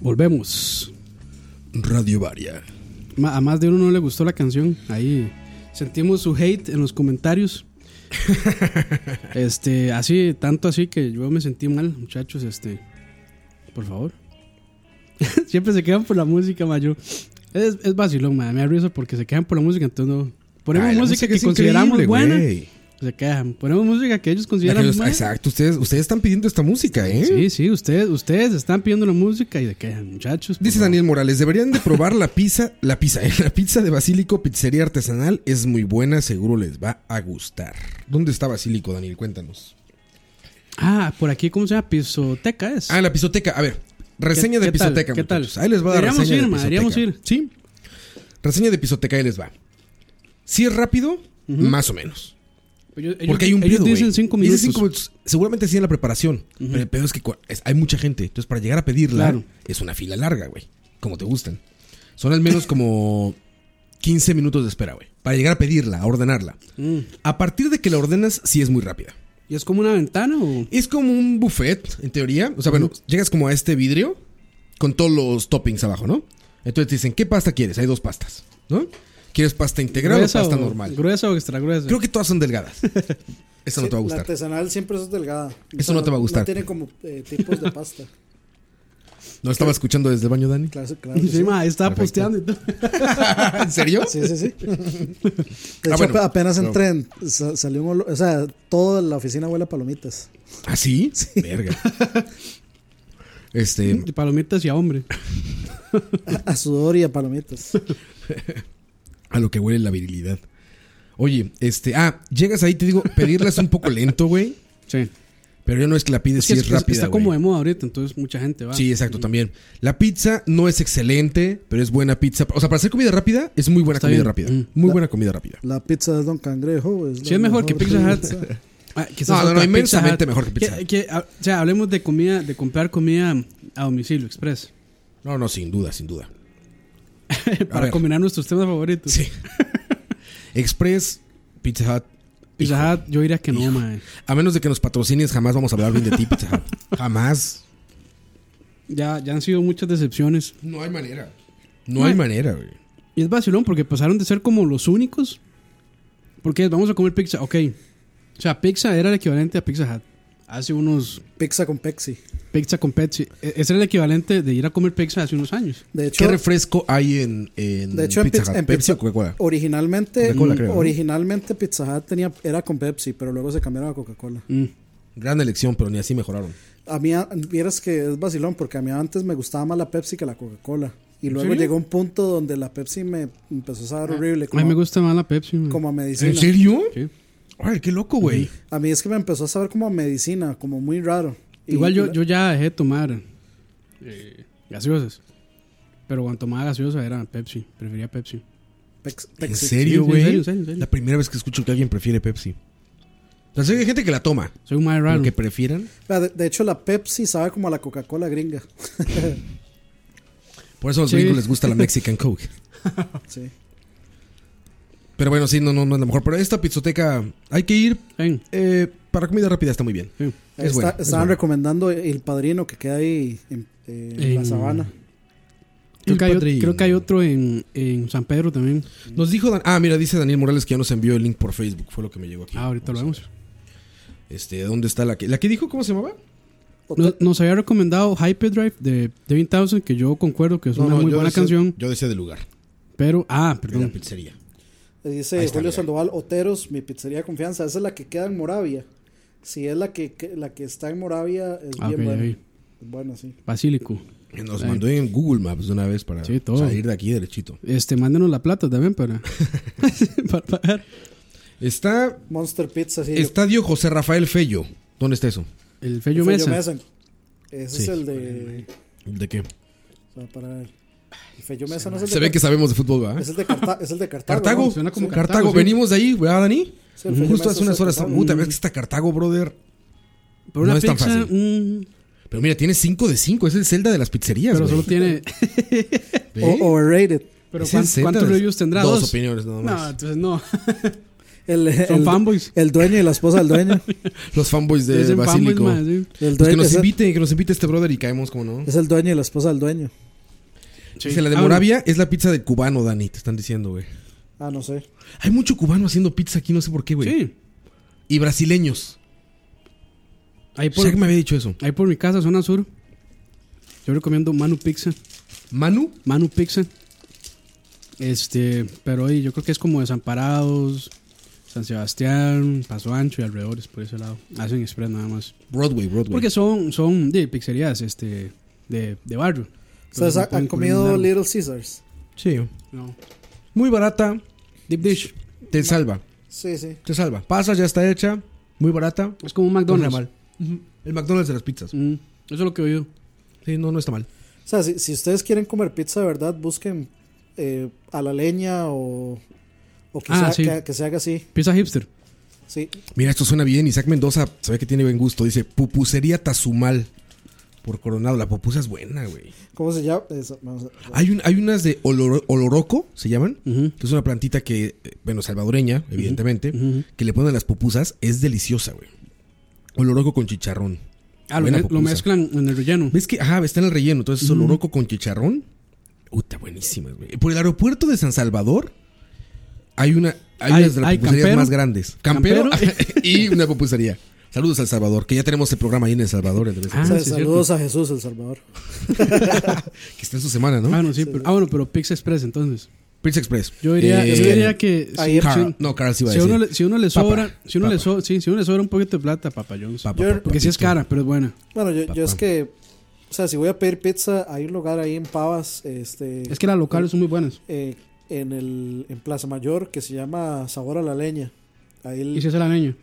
Speaker 2: volvemos.
Speaker 3: Radio Varia.
Speaker 2: Ma- A más de uno no le gustó la canción. Ahí sentimos su hate en los
Speaker 3: <laughs>
Speaker 2: comentarios. este, así, tanto así que yo me sentí mal, muchachos. Este, por favor. <laughs> Siempre se quedan por la música, mayo. Es, es vacilón, ma, me da risa porque se quedan por la música, entonces no. Ponemos
Speaker 3: Ay, la
Speaker 2: música, que
Speaker 3: es
Speaker 2: consideramos
Speaker 3: increíble,
Speaker 2: buena.
Speaker 3: güey.
Speaker 2: Se quedan. Ponemos música que ellos
Speaker 3: La que
Speaker 2: consideran
Speaker 3: los-
Speaker 2: buena.
Speaker 3: exacto, ustedes, ustedes están pidiendo esta música, ¿eh?
Speaker 2: Sí, sí, ustedes, ustedes están pidiendo la música y se quedan, muchachos. por
Speaker 3: Dice
Speaker 2: favor.
Speaker 3: Daniel Morales, deberían de probar la pizza, la pizza, <laughs> eh, la pizza de Basílico, pizzería artesanal, es muy buena, seguro les va a gustar. ¿Dónde está Basílico, Daniel? Cuéntanos.
Speaker 2: Ah, por aquí, ¿cómo se llama? Pisoteca es.
Speaker 3: Ah, la pisoteca, a ver, reseña
Speaker 2: ¿Qué-
Speaker 3: de
Speaker 2: qué tal?
Speaker 3: pisoteca.
Speaker 2: ¿Qué tal?
Speaker 3: muchachos. Ahí les va a dar
Speaker 2: Deberíamos
Speaker 3: reseña
Speaker 2: ir,
Speaker 3: de
Speaker 2: ma, deberíamos
Speaker 3: Pisoteca.
Speaker 2: ir.
Speaker 3: Sí, reseña de pisoteca, ahí les va. Si es rápido, más o menos.
Speaker 2: Ellos-
Speaker 3: Porque
Speaker 2: ellos-
Speaker 3: hay un
Speaker 2: ellos
Speaker 3: pedo, güey.
Speaker 2: dicen cinco
Speaker 3: Dicen
Speaker 2: minutos.
Speaker 3: cinco minutos. Seguramente sí en la preparación. Pero el pedo es que cua- es- hay mucha gente. Entonces, para llegar a pedirla,
Speaker 2: Claro.
Speaker 3: es una fila larga, güey. Como te gustan. Son al menos como 15 minutos de espera, güey. Para llegar a pedirla, a ordenarla.
Speaker 2: Mm.
Speaker 3: A partir de que la ordenas, sí es muy rápida.
Speaker 2: ¿Y es como una ventana o...?
Speaker 3: Es como un buffet, en teoría. O sea, bueno, llegas como a este vidrio con todos los toppings abajo, ¿no? Entonces te dicen, ¿qué pasta quieres? Hay dos pastas, ¿no? ¿Quieres pasta integral o
Speaker 2: gruesa
Speaker 3: pasta
Speaker 2: o-
Speaker 3: normal?
Speaker 2: ¿Gruesa o extra gruesa?
Speaker 3: Creo que todas
Speaker 2: <laughs>
Speaker 3: son delgadas. Esta no te va a
Speaker 4: La
Speaker 3: gustar.
Speaker 4: artesanal siempre es delgada.
Speaker 3: Eso no te va a gustar.
Speaker 4: No tiene como eh, tipos de
Speaker 3: <laughs>
Speaker 4: pasta.
Speaker 3: ¿No estaba escuchando desde el baño,
Speaker 2: <laughs>
Speaker 3: Dani?
Speaker 4: Claro, claro. que
Speaker 2: Sí,
Speaker 4: Sí,
Speaker 2: ma, ahí estaba
Speaker 3: Perfecto.
Speaker 2: posteando y todo.
Speaker 3: ¿En serio?
Speaker 4: sí, sí. sí.
Speaker 3: <laughs>
Speaker 4: De hecho,
Speaker 3: Ah, bueno.
Speaker 4: ap- apenas
Speaker 3: No.
Speaker 4: entré, en- sa- salió un olor. O sea, toda la oficina huele a palomitas. <laughs>
Speaker 3: ¿Ah, sí? Verga. Este,
Speaker 2: De palomitas <laughs> y a hombre.
Speaker 4: A, a sudor y a palomitas.
Speaker 3: a lo que huele la virilidad. Oye, este, ah, llegas ahí, te digo, pedirla es un poco lento, güey.
Speaker 2: Sí.
Speaker 3: Pero ya no es que la pides,
Speaker 2: Es que
Speaker 3: sí es,
Speaker 2: es- es-
Speaker 3: rápida.
Speaker 2: está como
Speaker 3: güey.
Speaker 2: de moda ahorita, entonces mucha gente va.
Speaker 3: Sí, exacto, también. La pizza no es excelente, pero es buena pizza. O sea, para hacer comida rápida, es muy buena
Speaker 2: Está
Speaker 3: comida
Speaker 2: bien.
Speaker 3: rápida.
Speaker 2: Mm.
Speaker 3: Muy buena comida rápida.
Speaker 4: La pizza de Don Cangrejo. Es
Speaker 2: Sí,
Speaker 4: la
Speaker 2: es mejor que Pizza
Speaker 3: <laughs>
Speaker 2: Hut.
Speaker 4: pizza.
Speaker 2: Ah, quizás
Speaker 3: No, no, no,
Speaker 2: otra
Speaker 3: inmensamente
Speaker 2: Pizza Hut.
Speaker 3: mejor que Pizza
Speaker 2: Que-
Speaker 3: Hut.
Speaker 2: que, ah, o sea, hablemos de comida, de comprar comida a domicilio, express. <laughs>
Speaker 3: No, no, sin duda, sin duda. A
Speaker 2: Para
Speaker 3: ver.
Speaker 2: combinar nuestros temas favoritos.
Speaker 3: Sí. <laughs> Express, Pizza Hut.
Speaker 2: Pizza Hut, yo diría que no, ma.
Speaker 3: A menos de que nos patrocines, jamás vamos a hablar bien de ti, Pizza
Speaker 2: <laughs>
Speaker 3: Hut. Jamás.
Speaker 2: Ya, ya han sido muchas decepciones.
Speaker 3: No hay manera. No hay manera, güey.
Speaker 2: Y es vacilón porque pasaron de ser como los únicos. Porque vamos a comer pizza, ok. O sea, pizza era el equivalente a Pizza Hut. Hace unos.
Speaker 4: Pizza con Pepsi.
Speaker 2: Pizza con Pepsi. E- Ese era el equivalente de ir a comer pizza hace unos años.
Speaker 4: De
Speaker 3: ¿Qué
Speaker 4: hecho,
Speaker 3: refresco hay en, en
Speaker 4: de hecho en,
Speaker 3: Pizza
Speaker 4: pizza,
Speaker 3: Hut?
Speaker 4: en
Speaker 3: ¿Pepsi
Speaker 4: Pizza-
Speaker 3: o Coca-Cola?
Speaker 4: Originalmente,
Speaker 3: Coca-Cola, creo, ¿no?
Speaker 4: originalmente Pizza Hut tenía, era con Pepsi, pero luego se cambiaron a Coca-Cola.
Speaker 3: Mm. Gran elección, pero ni así mejoraron.
Speaker 4: A mí, a- vieras que es vacilón, porque a mí antes me gustaba más la Pepsi que la Coca-Cola. Y luego
Speaker 2: serio? Ah,
Speaker 4: llegó un punto donde la Pepsi me empezó a saber horrible,
Speaker 2: a mí me
Speaker 4: como,
Speaker 2: gusta más la Pepsi. man.
Speaker 4: como a medicina.
Speaker 3: ¿En serio?
Speaker 2: Sí.
Speaker 3: Ay, qué loco, güey.
Speaker 4: A mí es que me empezó a saber como a medicina, como muy raro. Y-
Speaker 2: Igual
Speaker 4: y
Speaker 2: yo,
Speaker 4: la-
Speaker 2: yo ya dejé de tomar eh, gaseosas. Pero cuando tomaba gaseosa era Pepsi. Prefería Pepsi.
Speaker 4: Pex-
Speaker 3: ¿En
Speaker 4: Pepsi.
Speaker 2: Sí, sí,
Speaker 3: serio,
Speaker 2: en
Speaker 3: güey?
Speaker 2: serio, en serio, en serio.
Speaker 3: La primera vez que escucho que alguien prefiere Pepsi. O sea, hay gente que la toma.
Speaker 2: Soy un mae
Speaker 3: Pero
Speaker 2: raro.
Speaker 3: que prefieran.
Speaker 4: Ah, De, de hecho, la Pepsi sabe como a la Coca-Cola gringa.
Speaker 3: Por eso a los
Speaker 2: Sí.
Speaker 3: gringos les gusta
Speaker 2: <laughs>
Speaker 3: la Mexican Coke.
Speaker 4: Sí.
Speaker 3: Pero bueno, sí, no, no, no es la mejor. Pero esta pizzoteca hay que ir
Speaker 2: Ven,
Speaker 3: eh, para comida rápida, está muy bien.
Speaker 2: ven.
Speaker 3: Es
Speaker 4: Está-
Speaker 3: buena, es
Speaker 4: estaban
Speaker 3: buena.
Speaker 4: recomendando El Padrino que queda ahí en, eh, en la
Speaker 2: En-
Speaker 4: sabana.
Speaker 2: Creo,
Speaker 3: El
Speaker 2: que hay,
Speaker 3: padrino.
Speaker 2: ot- creo que hay otro en, en San Pedro también.
Speaker 3: Nos dijo. Dan- ah, mira, dice Daniel Morales que ya nos envió el link por Facebook. Fue lo que me llegó aquí.
Speaker 2: Ah, ahorita lo
Speaker 3: Vamos a
Speaker 2: vemos.
Speaker 3: ver. Este, ¿dónde está la que, la que dijo? ¿Cómo se llamaba?
Speaker 2: Nos, nos había recomendado Hyperdrive de Devin Townsend, que yo concuerdo que es una muy
Speaker 3: yo
Speaker 2: buena
Speaker 3: decía-
Speaker 2: canción.
Speaker 3: Yo decía de lugar,
Speaker 2: Pero, ah,
Speaker 3: de la
Speaker 2: perdón.
Speaker 3: pizzería. Ahí
Speaker 4: eh, Dice
Speaker 3: está,
Speaker 4: Julio
Speaker 3: mira.
Speaker 4: Sandoval, Oteros, mi pizzería de confianza. Esa es la que queda en Moravia. Si es la que, que- la que está en Moravia, es
Speaker 2: Ah,
Speaker 4: bien
Speaker 2: ok,
Speaker 4: buena.
Speaker 2: ahí.
Speaker 4: Es buena, sí.
Speaker 2: Basílico.
Speaker 3: Nos mandó en Google Maps de una vez para
Speaker 2: Sí, todo.
Speaker 3: salir de aquí derechito.
Speaker 2: Este, mándenos la plata también para, para pagar.
Speaker 3: Está
Speaker 4: Monster Pizza, sí.
Speaker 3: Estadio José Rafael Fello. ¿Dónde está eso?
Speaker 2: El
Speaker 4: yo-
Speaker 2: Fello
Speaker 4: fue
Speaker 2: Mesa.
Speaker 4: yo Mesa. Ese es
Speaker 3: Sí.
Speaker 4: el de.
Speaker 3: ¿De qué?
Speaker 4: o sea, para ver. El Fello Mesa no es el de.
Speaker 3: Se ve que sabemos de fútbol,
Speaker 4: Car-
Speaker 3: ¿verdad?
Speaker 4: Es el de, Carta- es el de Cartago.
Speaker 3: Cartago.
Speaker 4: ¿no?
Speaker 2: suena como
Speaker 3: Sí.
Speaker 2: Cartago,
Speaker 3: Cartago.
Speaker 2: sí.
Speaker 3: Venimos de ahí, ¿verdad, Dani?
Speaker 4: Sí, el Fello
Speaker 3: Justo
Speaker 4: Mesa
Speaker 3: hace
Speaker 4: es
Speaker 3: unas
Speaker 4: el
Speaker 3: horas.
Speaker 4: Cartago.
Speaker 3: Puta, ves que está Cartago, brother.
Speaker 2: Por una
Speaker 3: No es
Speaker 2: pizza,
Speaker 3: tan fácil.
Speaker 2: mm,
Speaker 3: Pero mira, tiene 5 de 5. Es el Zelda de las pizzerías,
Speaker 2: pero
Speaker 3: güey.
Speaker 2: solo tiene.
Speaker 3: ¿Ve?
Speaker 4: O- Overrated.
Speaker 2: pero
Speaker 3: Es el
Speaker 2: ¿cuán-
Speaker 3: Zelda
Speaker 2: ¿Cuántos
Speaker 3: de-
Speaker 2: reviews tendrá?
Speaker 3: Dos opiniones nada más.
Speaker 2: No, entonces no.
Speaker 4: El,
Speaker 2: Son
Speaker 4: el-
Speaker 2: fanboys.
Speaker 4: El dueño y la esposa
Speaker 2: <laughs>
Speaker 4: del dueño.
Speaker 3: Los fanboys de
Speaker 2: Dicen fanboys,
Speaker 3: Basílico.
Speaker 2: ma, sí.
Speaker 4: El
Speaker 3: Pues que
Speaker 4: dueño
Speaker 3: nos
Speaker 4: es, el,
Speaker 3: invite, que nos invite este brother y caemos, como no.
Speaker 4: es el dueño y la esposa del dueño.
Speaker 3: Dice, la de
Speaker 2: Ah, bueno.
Speaker 3: Moravia es la pizza de cubano, Dani, te están diciendo, güey.
Speaker 4: Ah, no sé.
Speaker 3: Hay mucho cubano haciendo pizza aquí, no sé por qué, güey.
Speaker 2: Sí.
Speaker 3: Y brasileños.
Speaker 2: Ahí por,
Speaker 3: Shaq me había dicho eso.
Speaker 2: ahí por mi casa, zona sur. Yo recomiendo Manu Pizza.
Speaker 3: Manu,
Speaker 2: Manu Pizza. Este, pero ahí yo creo que es como Desamparados, San Sebastián, Paso Ancho y alrededores por ese lado. Hacen express nada más.
Speaker 3: Broadway, Broadway.
Speaker 2: Porque son, son de pizzerías este, de, de barrio. Entonces,
Speaker 4: ¿Ustedes
Speaker 2: no
Speaker 4: ha- han
Speaker 2: pueden cubrir
Speaker 4: comido
Speaker 2: nada.
Speaker 4: Little Caesars?
Speaker 3: Sí.
Speaker 2: No.
Speaker 3: Muy barata,
Speaker 2: Deep dish.
Speaker 3: te salva,
Speaker 4: Sí, sí.
Speaker 3: te salva. Pasa, ya está hecha, muy barata.
Speaker 2: Es como un
Speaker 3: No está
Speaker 2: McDonald's.
Speaker 3: mal. Ujú. El McDonald's de las pizzas.
Speaker 2: Mm, eso es lo que he oído.
Speaker 3: Sí, no, no está mal.
Speaker 4: O sea, si, si ustedes quieren comer pizza de verdad, busquen eh, a la leña o, o que,
Speaker 2: Ah,
Speaker 4: sea-
Speaker 2: sí.
Speaker 4: que, que se haga así.
Speaker 2: Pizza hipster.
Speaker 4: Sí.
Speaker 3: Mira, esto suena bien. Isaac Mendoza se ve que tiene buen gusto. Dice, pupusería Tazumal por Coronado. La pupusa es buena, güey.
Speaker 4: ¿Cómo se llama? Eso, vamos a-
Speaker 2: Ah,
Speaker 3: Hay, un, hay unas de olor- oloroco, se llaman.
Speaker 2: Ujú.
Speaker 3: que es una plantita que, eh, bueno, salvadoreña, evidentemente, que le ponen a las pupusas. Es deliciosa, güey. Oloroco con chicharrón.
Speaker 2: Ah, lo,
Speaker 3: Buena
Speaker 2: me- lo
Speaker 3: pupusa.
Speaker 2: mezclan en el relleno.
Speaker 3: ¿Ves que? Ajá, está en el relleno. Entonces, oloroco con chicharrón. Puta, buenísima, güey. Por el aeropuerto de San Salvador hay una... Hay,
Speaker 2: Hay-
Speaker 3: unas de las
Speaker 2: hay
Speaker 3: pupuserías
Speaker 2: campero.
Speaker 3: más grandes. Campero,
Speaker 2: Campero.
Speaker 3: <laughs> y una pupusería. Saludos al Salvador, que ya tenemos el programa ahí en El Salvador. el de vez en
Speaker 2: Ah,
Speaker 4: o
Speaker 3: cuando.
Speaker 4: sea,
Speaker 2: sí, es
Speaker 4: saludos a Jesús, El Salvador.
Speaker 3: <laughs> que está en su semana, ¿no?
Speaker 2: Ah, no, sí, pero, ah, bueno, pero Pizza Express entonces.
Speaker 3: Pizza Express.
Speaker 2: Yo diría,
Speaker 3: Eh,
Speaker 2: yo diría que si-
Speaker 4: ayer-
Speaker 3: Carl-
Speaker 2: si,
Speaker 3: no, Carl sí iba a
Speaker 2: si a
Speaker 3: decir.
Speaker 2: uno, le- si uno le
Speaker 3: Papa,
Speaker 2: sobra, si uno le
Speaker 3: papa.
Speaker 2: sobra, sí, si uno le sobra un poquito de plata, Papa Jones.
Speaker 3: Papa,
Speaker 4: Yo-
Speaker 3: papa,
Speaker 2: Porque sí es
Speaker 3: papito.
Speaker 2: cara, pero es buena.
Speaker 4: Bueno, yo, yo es
Speaker 3: Papá.
Speaker 4: que, o sea, si voy a pedir pizza, hay un lugar ahí en Pavas, este,
Speaker 2: Es que las locales son muy buenas.
Speaker 4: eh, en, el, en Plaza Mayor, que se llama Sabor a la Leña. Ahí, el-
Speaker 2: Y si es a la leña.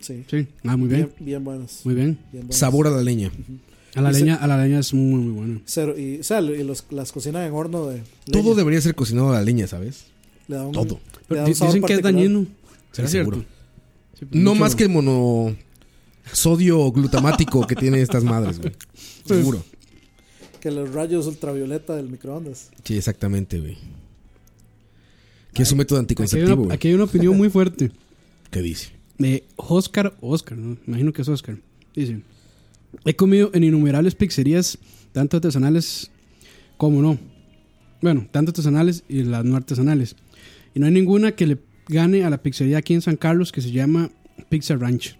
Speaker 4: sí,
Speaker 2: Sí. Ah, muy bien.
Speaker 4: bien, bien buenas.
Speaker 2: Muy bien.
Speaker 4: bien buenas.
Speaker 3: Sabor a la leña.
Speaker 2: A la
Speaker 4: Y se-
Speaker 2: leña, a la leña es muy, muy buena.
Speaker 4: Cero, y, o sea, y los- las cocinas en horno de
Speaker 3: Todo
Speaker 4: leña.
Speaker 3: debería ser cocinado a la leña, ¿sabes?
Speaker 4: Le da un-
Speaker 3: Todo.
Speaker 4: le
Speaker 2: Pero
Speaker 4: da
Speaker 2: di-
Speaker 4: un sabor
Speaker 2: dicen que es
Speaker 4: particular.
Speaker 2: dañino.
Speaker 3: Sí,
Speaker 2: ¿Es cierto?
Speaker 3: seguro.
Speaker 2: Sí, pues,
Speaker 3: No
Speaker 2: mucho-
Speaker 3: más que el mono sodio glutamático que tiene estas
Speaker 2: <laughs>
Speaker 3: madres, güey.
Speaker 2: Pues,
Speaker 3: Seguro.
Speaker 4: Que los rayos ultravioleta del microondas.
Speaker 3: Sí, exactamente, güey. Que es un método
Speaker 2: Aquí hay,
Speaker 3: anticonceptivo,
Speaker 2: una,
Speaker 3: güey.
Speaker 2: aquí hay una opinión muy fuerte
Speaker 3: ¿Qué dice?
Speaker 2: de Oscar, Oscar, ¿no? imagino que es Oscar. Dice, he comido en innumerables pizzerías, tanto artesanales como no. Bueno, tanto artesanales y las no artesanales. Y no hay ninguna que le gane a la pizzería aquí en San Carlos que se llama Pizza Ranch.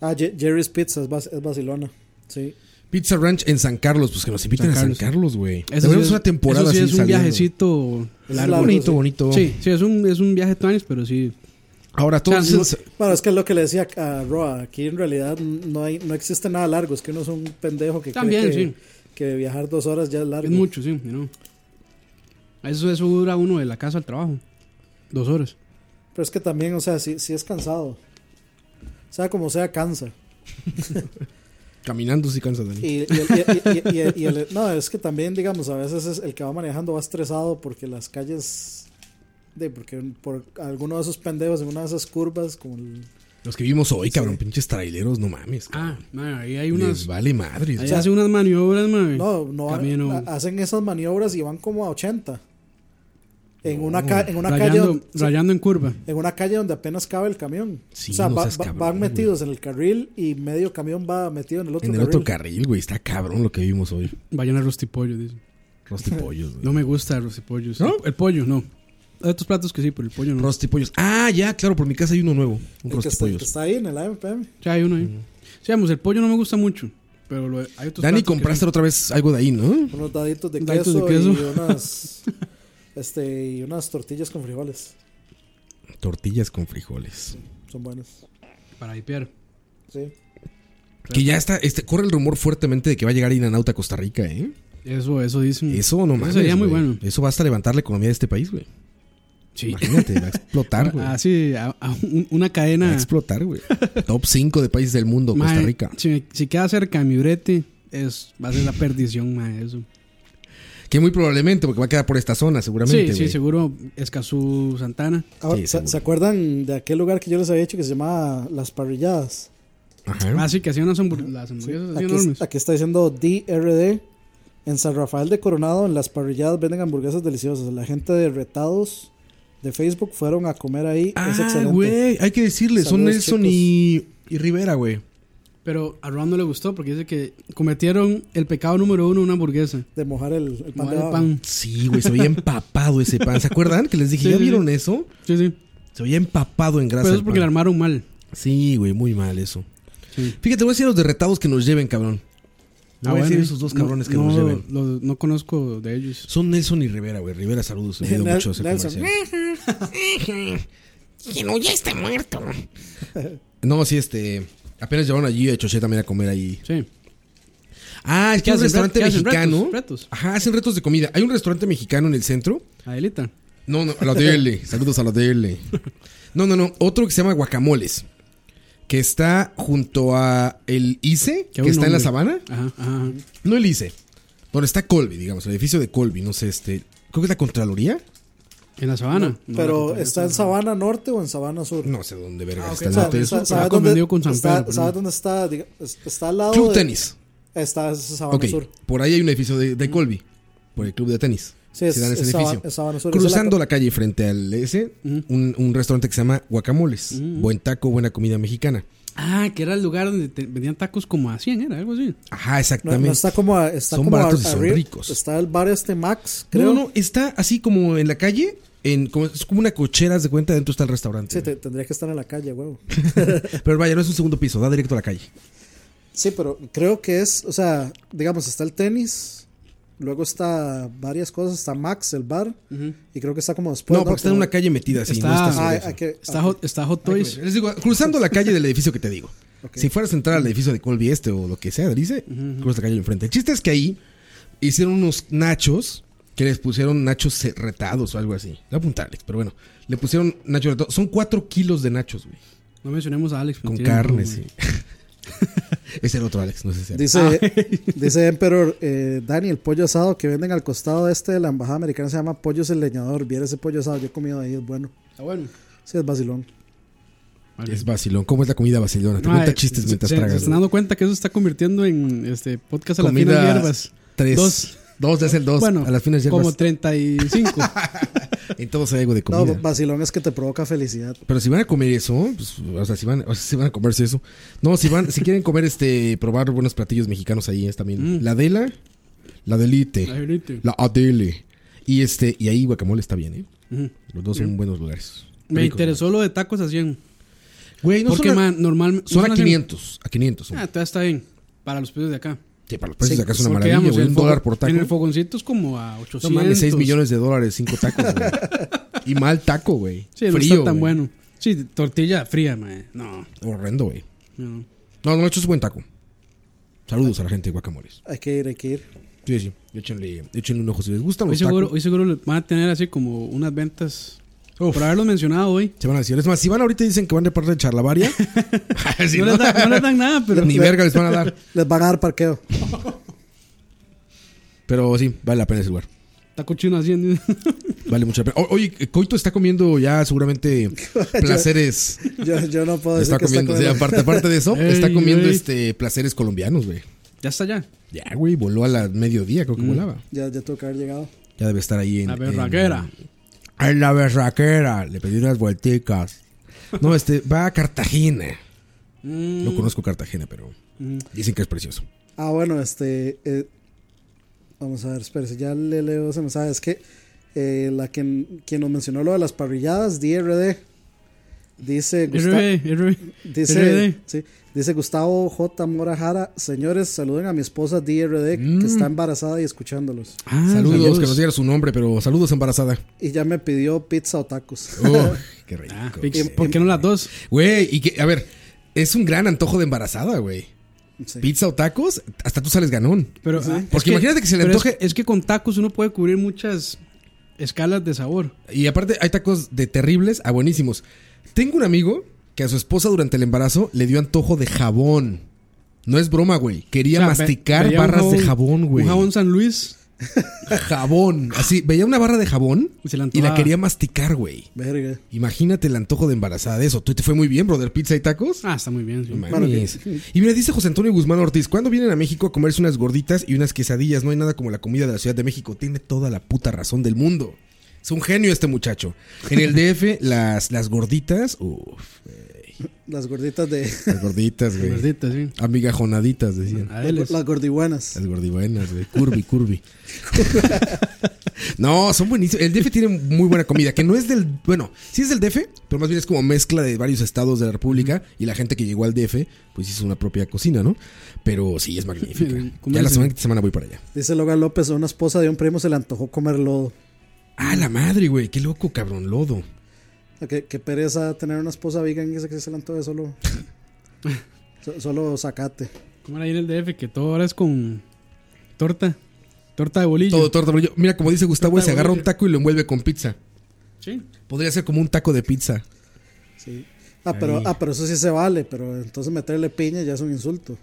Speaker 4: Ah, Ye- Jerry's Pizza es, bas- es Barcelona. Sí.
Speaker 3: Pizza Ranch en San Carlos, pues que nos
Speaker 2: San
Speaker 3: inviten a San
Speaker 2: Carlos.
Speaker 3: Carlos, güey.
Speaker 2: Eso
Speaker 3: Tenemos
Speaker 2: sí es-
Speaker 3: una temporada
Speaker 2: eso sí
Speaker 3: así
Speaker 2: es un
Speaker 3: saliendo.
Speaker 2: viajecito largo.
Speaker 4: largo,
Speaker 3: Bonito,
Speaker 4: sí.
Speaker 3: bonito.
Speaker 2: Sí, sí, es un, es un viaje tuanis, pero sí.
Speaker 3: Ahora todos
Speaker 2: O sea, no-
Speaker 3: dicen-
Speaker 4: Bueno, es que es lo que le decía a Roa. Aquí en realidad no hay no existe nada largo. Es que uno es un pendejo que
Speaker 2: También,
Speaker 4: cree que,
Speaker 2: sí.
Speaker 4: que viajar dos horas ya es largo.
Speaker 2: Es mucho, sí, you know. Eso, eso dura uno de la casa al trabajo. Dos horas.
Speaker 4: Pero es que también, o sea, sí, sí es cansado. Sea como sea, cansa.
Speaker 3: caminando sí cansa, Dani.
Speaker 4: Y, y el- y- y- y- y- y el- no, es que también, digamos, a veces es el que va manejando va estresado porque las calles. De, porque por alguno de esos pendejos en una de esas curvas, como el
Speaker 3: Los que vimos hoy, cabrón, pinches traileros, no mames.
Speaker 2: Ah,
Speaker 3: cabrón.
Speaker 2: man, ahí hay
Speaker 3: Les
Speaker 2: unas.
Speaker 3: vale madre.
Speaker 2: Ahí hace unas maniobras, man.
Speaker 4: No, no
Speaker 2: Camino.
Speaker 4: ha- hacen esas maniobras y van como a 80. En una, ca- en una calle
Speaker 2: rayando,
Speaker 4: donde,
Speaker 2: rayando en curva.
Speaker 4: en una calle donde apenas cabe el camión.
Speaker 3: Sí,
Speaker 4: o sea,
Speaker 3: no
Speaker 4: va-
Speaker 3: seas
Speaker 4: va-
Speaker 3: cabrón,
Speaker 4: van
Speaker 3: güey.
Speaker 4: metidos en el carril y medio camión va metido en el otro
Speaker 3: en el
Speaker 4: carril.
Speaker 3: otro carril, güey. Está cabrón lo que vimos hoy.
Speaker 2: Vayan a rostipollo, dice.
Speaker 3: <laughs> Rostipollos, güey.
Speaker 2: No me gusta rostipollos.
Speaker 3: ¿No?
Speaker 2: El, el pollo, no. Hay otros platos que sí, pero el pollo no.
Speaker 3: Rostipollos. Ah, ya, claro, por mi casa hay uno nuevo. Un
Speaker 4: El que, está, el que
Speaker 3: rostipollos.
Speaker 4: está ahí en el AMPM.
Speaker 2: O sea, hay uno ahí. Sí, digamos, el pollo no me gusta mucho. Pero lo- hay otros
Speaker 3: Mm. Dani,
Speaker 2: platos que
Speaker 3: compraste otra vez algo de ahí, ¿no?
Speaker 4: Unos daditos de,
Speaker 2: Daditos
Speaker 4: queso,
Speaker 2: de
Speaker 4: y
Speaker 2: queso.
Speaker 4: unas. <laughs> este, y unas tortillas con frijoles.
Speaker 3: Tortillas con frijoles.
Speaker 4: Son buenas.
Speaker 2: sí, Para hipear.
Speaker 4: Sí.
Speaker 3: Que ya está, este, corre el rumor fuertemente de que va a llegar Inanauta a Costa Rica, ¿eh?
Speaker 2: Eso, Mm. eso dicen.
Speaker 3: Eso no mames.
Speaker 2: sería muy
Speaker 3: güey.
Speaker 2: bueno.
Speaker 3: Eso basta a levantar la economía de este país, güey.
Speaker 2: Sí.
Speaker 3: Imagínate, va
Speaker 2: <laughs>
Speaker 3: a explotar, güey.
Speaker 2: Ah, sí, a- a un- una
Speaker 3: Va a
Speaker 2: cadena.
Speaker 3: explotar, güey. Top 5 de países del mundo, Costa
Speaker 2: Mae,
Speaker 3: Rica.
Speaker 2: Si, me- si queda cerca de mi brete, es, va a ser la perdición, mae, eso.
Speaker 3: Que muy probablemente, porque va a quedar por esta zona, seguramente.
Speaker 2: Sí, sí,
Speaker 3: güey.
Speaker 2: seguro Escazú, Santana.
Speaker 4: Ahora,
Speaker 3: Sí,
Speaker 4: ¿se,
Speaker 3: seguro.
Speaker 4: se acuerdan de aquel lugar que yo les había dicho que se llamaba Las Parrilladas?
Speaker 3: Ajá.
Speaker 2: Ah, sí, que hacían unas hambur- las hamburguesas así
Speaker 4: Aquí,
Speaker 2: enormes.
Speaker 4: aquí está diciendo DRD. En San Rafael de Coronado, en las parrilladas venden hamburguesas deliciosas. La gente de Retados de Facebook fueron a comer ahí. es
Speaker 3: Ah,
Speaker 4: excelente.
Speaker 3: güey, hay que decirle, son
Speaker 4: Saludos,
Speaker 3: Nelson
Speaker 4: chicos.
Speaker 3: y, y Rivera, güey.
Speaker 2: Pero a Ron no le gustó porque dice que cometieron el pecado número uno una hamburguesa.
Speaker 4: De mojar el, el pan
Speaker 2: Mojar
Speaker 4: de
Speaker 2: el
Speaker 4: baba.
Speaker 2: pan.
Speaker 3: Sí, güey, se veía empapado ese pan. ¿Se acuerdan? Que les dije,
Speaker 2: Sí,
Speaker 3: ¿ya
Speaker 2: sí,
Speaker 3: vieron eso?
Speaker 2: Sí, sí.
Speaker 3: Se veía empapado en grasa.
Speaker 2: Pero eso
Speaker 3: el
Speaker 2: es porque
Speaker 3: pan.
Speaker 2: la armaron mal.
Speaker 3: Sí, güey, muy mal eso. Fíjate, voy a decir los derretados que nos lleven, cabrón.
Speaker 2: Ah,
Speaker 3: voy a
Speaker 2: bueno,
Speaker 3: decir esos dos
Speaker 2: no-
Speaker 3: cabrones que
Speaker 2: no,
Speaker 3: nos lleven.
Speaker 2: los- no conozco de ellos.
Speaker 3: Son Nelson y Rivera, güey. Rivera, saludos. Me dio
Speaker 4: Nel-
Speaker 3: mucho ese
Speaker 4: Nelson.
Speaker 3: comercial.
Speaker 2: <laughs>
Speaker 3: <laughs> No, sí, este. Apenas llevaron allí a Choché también a comer ahí.
Speaker 2: Sí.
Speaker 3: Ah, es que
Speaker 2: ¿Qué
Speaker 3: hay un
Speaker 2: hacen?
Speaker 3: restaurante
Speaker 2: ¿Qué hacen?
Speaker 3: mexicano.
Speaker 2: Retos, retos.
Speaker 3: Ajá, hacen retos de comida. Hay un restaurante mexicano en el centro.
Speaker 2: Adelita.
Speaker 3: No, no, a
Speaker 2: <laughs>
Speaker 3: la DL. Saludos a la DL. No, no, no. Otro que se llama Guacamoles. Que está junto a el ICE, que
Speaker 2: buen
Speaker 3: está en la
Speaker 2: nombre.
Speaker 3: sabana.
Speaker 2: Ajá, ajá. ajá.
Speaker 3: No el ICE. Donde está Colby, digamos, el edificio de Colby, no sé, este. Creo que es la Contraloría.
Speaker 2: En la sabana. No, la
Speaker 4: Pero
Speaker 2: conté.
Speaker 4: está en Sabana Norte o en Sabana Sur.
Speaker 3: No sé dónde verga
Speaker 4: O
Speaker 3: está
Speaker 4: sea,
Speaker 3: el
Speaker 4: sa-
Speaker 3: norte de eso.
Speaker 4: sa-
Speaker 3: Ah,
Speaker 4: ¿Sabes
Speaker 2: Está
Speaker 4: dónde
Speaker 2: confundido con San
Speaker 4: está?
Speaker 2: Pedro, pero
Speaker 4: ¿Sabes
Speaker 2: no.
Speaker 4: dónde está? Diga- es- Está al lado.
Speaker 3: Club
Speaker 4: de-
Speaker 3: Tenis.
Speaker 4: Está es Sabana
Speaker 3: Ok,
Speaker 4: Sur.
Speaker 3: por ahí hay un edificio de, de Colby. Por el club de tenis.
Speaker 4: Sí, es-
Speaker 3: se dan ese
Speaker 4: es
Speaker 3: edificio.
Speaker 4: Saba- es Sabana Sur,
Speaker 3: Cruzando
Speaker 4: es
Speaker 3: la calle frente al S, un, un restaurante que se llama Guacamoles.
Speaker 4: Mm.
Speaker 3: Buen taco, buena comida mexicana.
Speaker 2: Ah, que era el lugar donde te- vendían tacos como a 100, era algo así.
Speaker 3: Ajá,
Speaker 4: No,
Speaker 3: exactamente.
Speaker 4: no está como a- está
Speaker 3: Son
Speaker 4: como a-
Speaker 3: baratos y
Speaker 4: a
Speaker 3: son
Speaker 4: Río-
Speaker 3: ricos.
Speaker 4: Está el bar este Max,
Speaker 3: No,
Speaker 4: creo.
Speaker 3: no, está así como en la calle. En, como, es como una cochera, haz de cuenta, dentro está el restaurante.
Speaker 4: Sí, te- tendría que estar en la calle,
Speaker 3: <laughs>
Speaker 4: huevo.
Speaker 3: Pero vaya, no es un segundo piso, da directo a la calle.
Speaker 4: Pues Sí, pero creo que es, o sea, digamos, está el tenis, luego está varias cosas, está Max, el bar, y creo que está como después.
Speaker 3: no, porque está en
Speaker 4: Como-
Speaker 3: una calle metida así.
Speaker 2: Está-
Speaker 3: no está sobre
Speaker 4: Ah,
Speaker 3: eso.
Speaker 4: hay que-
Speaker 2: Está Hot, está hot Toys.
Speaker 3: Les digo, cruzando la calle del edificio que te digo. Si fueras a entrar al edificio de Colby Este o lo que sea, dice, cruzas la calle de enfrente. El chiste es que ahí hicieron unos nachos que les pusieron nachos ce- retados o algo así. Le voy a apuntar, Alex, pero bueno. Le pusieron nachos retados. Son cuatro kilos de nachos, güey.
Speaker 2: No mencionemos a Alex.
Speaker 3: Con
Speaker 2: mentira,
Speaker 3: carne,
Speaker 2: no,
Speaker 3: sí. <laughs>
Speaker 2: güey.
Speaker 3: Ese era otro Alex, no sé si era.
Speaker 4: Dice,
Speaker 3: Ah.
Speaker 4: <laughs> dice Emperor, eh, Dani, el pollo asado que venden al costado este de la embajada americana se llama Pollos el Leñador. Viera ese pollo asado, yo he comido ahí, es bueno.
Speaker 2: Está bueno.
Speaker 4: Sí, es vacilón.
Speaker 3: Es vacilón. ¿Cómo es la comida vacilona? Te cuenta
Speaker 2: Mae,
Speaker 3: chistes
Speaker 2: se-
Speaker 3: mientras
Speaker 2: se- Se
Speaker 3: tragas.
Speaker 2: están
Speaker 3: güey.
Speaker 2: dando cuenta que eso se está convirtiendo en este podcast a las finas
Speaker 3: Comidas
Speaker 2: hierbas.
Speaker 3: tres.
Speaker 2: Dos.
Speaker 3: Dos. Dos, es el dos.
Speaker 2: Bueno,
Speaker 3: Pues, a las finas hierbas.
Speaker 2: como 35.
Speaker 3: <laughs> En todo hay algo de
Speaker 4: No,
Speaker 3: comida.
Speaker 4: vacilón es que te provoca felicidad.
Speaker 3: Pero si van a comer eso, pues, o sea, si van, o sea, si van a comerse eso. No, si van, si quieren comer este, probar buenos platillos mexicanos ahí es también. La Adela, la Delite,
Speaker 2: Mm. La Delite.
Speaker 3: la Adele. Y este, y ahí guacamole está bien, eh. Los dos son buenos lugares.
Speaker 2: Me
Speaker 3: Ricos,
Speaker 2: interesó lo de tacos a 100.
Speaker 3: Güey, Güey, no
Speaker 2: porque,
Speaker 3: son, a,
Speaker 2: man, normalmente.
Speaker 3: son a 500, a 500. son.
Speaker 2: Ah, todavía está bien. Para los precios de acá.
Speaker 3: Sí, para los precios de acá es una
Speaker 2: Porque,
Speaker 3: maravilla,
Speaker 2: digamos,
Speaker 3: güey,
Speaker 2: el
Speaker 3: un
Speaker 2: fogo-
Speaker 3: dólar por taco.
Speaker 2: En el fogoncito es como a 800.
Speaker 3: No mames, 6 millones de dólares, 5 tacos,
Speaker 2: <laughs>
Speaker 3: güey. Y mal taco, güey.
Speaker 2: Sí, no
Speaker 3: Frío,
Speaker 2: está tan
Speaker 3: güey.
Speaker 2: bueno. Sí, tortilla fría, mae. No,
Speaker 3: Horrendo, güey.
Speaker 2: no.
Speaker 3: No, no, esto es buen taco. Saludos a la gente de guacamoles.
Speaker 4: Hay que ir, hay que ir.
Speaker 3: Sí, sí. Échenle, échenle un ojo. Si les gustan
Speaker 2: Hoy
Speaker 3: los
Speaker 2: seguro,
Speaker 3: tacos,
Speaker 2: hoy seguro le van a tener así como unas ventas. Por haberlos mencionado hoy.
Speaker 3: se van a decir. Es más, si van ahorita y dicen que van de parte
Speaker 2: <laughs>
Speaker 3: de Charlavaria, <laughs> sí,
Speaker 2: No les, dan, no les dan
Speaker 3: <laughs>
Speaker 2: nada, pero.
Speaker 3: ni verga les van a dar.
Speaker 4: Les van a dar parqueo.
Speaker 3: Pero sí, vale la pena ese lugar.
Speaker 2: <laughs> Taco chino haciendo.
Speaker 3: Vale mucha pena. O- oye, Coito está comiendo
Speaker 2: <laughs>
Speaker 3: ya seguramente placeres. <laughs>
Speaker 4: Yo, yo no puedo decir
Speaker 3: Está
Speaker 4: que
Speaker 3: comiendo, sí,
Speaker 4: está comiendo.
Speaker 3: aparte, aparte de
Speaker 2: <laughs>
Speaker 3: eso,
Speaker 2: Ey,
Speaker 3: está comiendo
Speaker 2: ey.
Speaker 3: este placeres colombianos, güey.
Speaker 2: <laughs> ya está ya.
Speaker 3: Ya, güey, voló a la mediodía, creo que volaba.
Speaker 4: <laughs> Ya, ya tuvo que haber llegado.
Speaker 3: Ya debe estar ahí en.
Speaker 2: Mm. La
Speaker 3: en-
Speaker 2: berraquera.
Speaker 3: En la berraquera. Le pedí unas vuelticas. No, este, va a Cartagena.
Speaker 2: Mm.
Speaker 3: No conozco Cartagena, pero dicen que es precioso.
Speaker 4: Ah, bueno, este. eh, vamos a ver, espérese, ya le leo ese mensaje. Es que eh, la que, quien nos mencionó lo de las parrilladas, DRD, dice, Gusta-
Speaker 2: RB, RB.
Speaker 4: dice,
Speaker 2: RD.
Speaker 4: sí, dice Gustavo J. Mora Jara. Señores, saluden a mi esposa DRD,
Speaker 3: Mm.
Speaker 4: que está embarazada y escuchándolos.
Speaker 2: Ah,
Speaker 3: saludos, que nos diera su nombre, pero saludos embarazada.
Speaker 4: Y ya me pidió pizza o tacos.
Speaker 3: Oh, qué rico.
Speaker 2: Ah, Pix, ¿Por qué no las dos?
Speaker 3: Güey, y que, a ver, es un gran antojo de embarazada, güey.
Speaker 4: <laughs> Sí.
Speaker 3: Pizza o tacos, hasta tú sales ganón.
Speaker 2: Pero, ah,
Speaker 3: Porque imagínate que se le
Speaker 2: pero es-
Speaker 3: antoje-
Speaker 2: Es, que con tacos uno puede cubrir muchas escalas de sabor.
Speaker 3: Y aparte, hay tacos de terribles a buenísimos. Tengo un amigo que a su esposa durante el embarazo le dio antojo de jabón. No es broma, güey. Quería
Speaker 2: O sea, ve-
Speaker 3: masticar
Speaker 2: veía un
Speaker 3: barras de jabón, güey.
Speaker 2: Un jabón San Luis.
Speaker 3: <laughs> Jabón. Así, veía una barra de jabón
Speaker 2: Y se la
Speaker 3: y la
Speaker 2: antojaba.
Speaker 3: quería masticar, güey.
Speaker 4: Verga.
Speaker 3: Imagínate el antojo de embarazada de eso. Tú te fue muy bien, brother. Pizza y tacos.
Speaker 2: Ah, está muy bien. sí.
Speaker 3: No mames. Y mira, dice José Antonio Guzmán Ortiz, ¿cuándo vienen a México a comerse unas gorditas y unas quesadillas? No hay nada como la comida de la Ciudad de México. Tiene toda la puta razón del mundo. Es un genio este muchacho. En el DF, las, las gorditas, uff, güey.
Speaker 4: Las gorditas
Speaker 3: <laughs>
Speaker 4: de.
Speaker 3: Las gorditas, güey.
Speaker 2: Gordita, sí.
Speaker 3: Amigajonaditas, decían.
Speaker 2: Adeles.
Speaker 4: Las gordibuenas.
Speaker 3: Las gordibuenas, güey. Curvy, curvy. No, son buenísimas. El DF tiene muy buena comida, que no es del. Bueno, sí es del DF, pero más bien es como mezcla de varios estados de la República y la gente que llegó al DF, pues hizo una propia cocina, ¿no? Pero sí es magnífica.
Speaker 2: Sí, ¿cómo
Speaker 3: Ya la
Speaker 2: es?
Speaker 3: semana, semana voy para allá.
Speaker 4: Dice Loga López, a una esposa de un primo se le antojó comer lodo.
Speaker 3: Ah, la madre, güey. Qué loco, cabrón. Lodo.
Speaker 4: Ah, Qué, qué pereza tener una esposa vegan que se- que se le
Speaker 3: <laughs>
Speaker 4: antoje solo. so- solo zacate.
Speaker 2: ¿Cómo era ahí en el DF? Que todo ahora es con torta. Torta de bolillo.
Speaker 3: Todo torta. bolillo. Mira, como dice Gustavo,
Speaker 2: Torta
Speaker 3: se agarra un
Speaker 2: bolillo.
Speaker 3: taco y lo envuelve con pizza.
Speaker 2: Sí.
Speaker 3: Podría ser como un taco de pizza.
Speaker 4: Sí. Ah pero,
Speaker 3: Ahí.
Speaker 4: ah, pero eso sí se vale, pero entonces meterle piña ya es un insulto.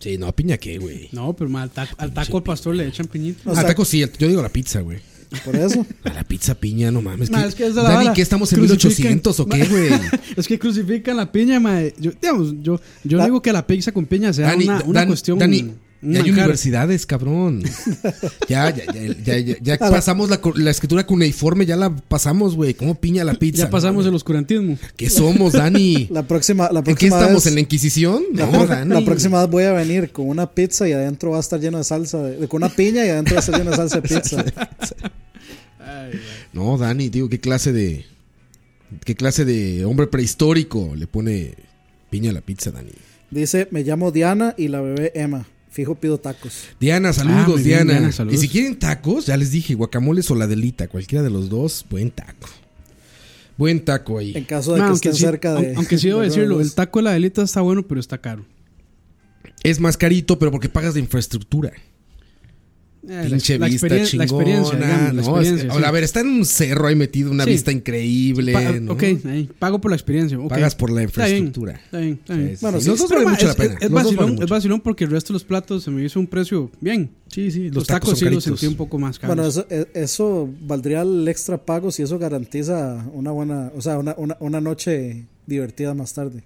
Speaker 3: Sí, no, piña qué, güey.
Speaker 2: No, pero ma, al taco, al taco al pastor le echan piñita.
Speaker 3: <laughs>
Speaker 4: O
Speaker 3: Ah,
Speaker 4: sea-
Speaker 3: taco sí, yo digo la pizza, güey.
Speaker 4: Por eso.
Speaker 3: A la pizza piña, no mames.
Speaker 2: Ma,
Speaker 3: ¿qué-
Speaker 2: es que es de la
Speaker 3: Dani,
Speaker 2: vara.
Speaker 3: ¿qué estamos en
Speaker 2: Crucifican-
Speaker 3: 1800 o qué,
Speaker 2: Ma- <laughs>
Speaker 3: güey?
Speaker 2: es que crucifican la piña, mae. Yo, digamos, yo, yo
Speaker 4: Da-
Speaker 2: digo que la pizza con piña sea
Speaker 3: Dani,
Speaker 2: una, una
Speaker 3: Dan-
Speaker 2: cuestión.
Speaker 3: Dani,
Speaker 2: un
Speaker 3: ya hay
Speaker 2: manjar. <laughs>
Speaker 3: universidades, cabrón. Ya, ya, ya, ya, ya, ya
Speaker 4: la-
Speaker 3: pasamos la, cu- la escritura cuneiforme, ya la pasamos, güey. ¿Cómo piña la pizza?
Speaker 2: Ya pasamos el oscurantismo.
Speaker 3: ¿Qué somos, Dani?
Speaker 4: La próxima, la
Speaker 3: ¿En qué
Speaker 4: próxima
Speaker 3: estamos?
Speaker 4: vez-
Speaker 3: ¿En la Inquisición?
Speaker 4: La,
Speaker 3: No,
Speaker 4: pro-
Speaker 3: Dani.
Speaker 4: la próxima vez voy a venir con una pizza y adentro va a estar lleno de salsa, de, de- con una piña y adentro va a estar lleno de salsa
Speaker 2: <laughs>
Speaker 4: de pizza.
Speaker 3: No, Dani, digo, ¿qué clase de. ¿Qué clase de hombre prehistórico le pone piña a la pizza, Dani?
Speaker 4: Dice, me llamo Diana y la bebé Emma. Fijo pido tacos.
Speaker 3: Diana,
Speaker 2: Ah,
Speaker 3: saludos,
Speaker 2: muy bien,
Speaker 3: Diana.
Speaker 2: Diana, saludos.
Speaker 3: Y si quieren tacos, ya les dije, guacamoles o la delita, cualquiera de los dos, buen taco. Buen taco ahí.
Speaker 4: En caso de
Speaker 2: Ma,
Speaker 4: que
Speaker 2: aunque,
Speaker 4: estén
Speaker 2: sí,
Speaker 4: cerca de.
Speaker 2: aun- aunque sí debo
Speaker 4: <laughs> de
Speaker 2: decirlo,
Speaker 4: Rodeos.
Speaker 2: el taco de la delita está bueno, pero está caro.
Speaker 3: Es más carito, pero porque pagas de infraestructura.
Speaker 2: Eh,
Speaker 3: Pinche
Speaker 2: la,
Speaker 3: vista
Speaker 2: experien- la
Speaker 3: chingona.
Speaker 2: experiencia, digamos, la
Speaker 3: ¿no? Es-
Speaker 2: experiencia,
Speaker 3: ahora,
Speaker 2: sí.
Speaker 3: a ver, está en un cerro ahí metido, una
Speaker 2: Sí.
Speaker 3: vista increíble.
Speaker 2: Pa-
Speaker 3: ¿no?
Speaker 2: Ok, ahí, pago por la experiencia. ok.
Speaker 3: Pagas por la
Speaker 2: Está bien,
Speaker 3: infraestructura.
Speaker 2: Está bien, está bien.
Speaker 3: Sí, sí,
Speaker 4: Bueno,
Speaker 3: sí.
Speaker 4: sí,
Speaker 3: Los dos
Speaker 2: Pero,
Speaker 3: valen
Speaker 2: ma,
Speaker 3: mucho
Speaker 2: es,
Speaker 3: la pena.
Speaker 2: es-
Speaker 3: Los
Speaker 2: es
Speaker 3: dos valen
Speaker 2: vacilón,
Speaker 3: mucho.
Speaker 2: es vacilón porque el resto de los platos se me hizo un precio bien. Sí, sí. Los, tacos,
Speaker 3: tacos
Speaker 2: sí
Speaker 3: son
Speaker 2: los
Speaker 3: caritos.
Speaker 2: sentí un poco más caros.
Speaker 4: Bueno, eso, e- eso valdría el extra pago si eso garantiza una buena, o sea, una, una, una noche divertida más tarde,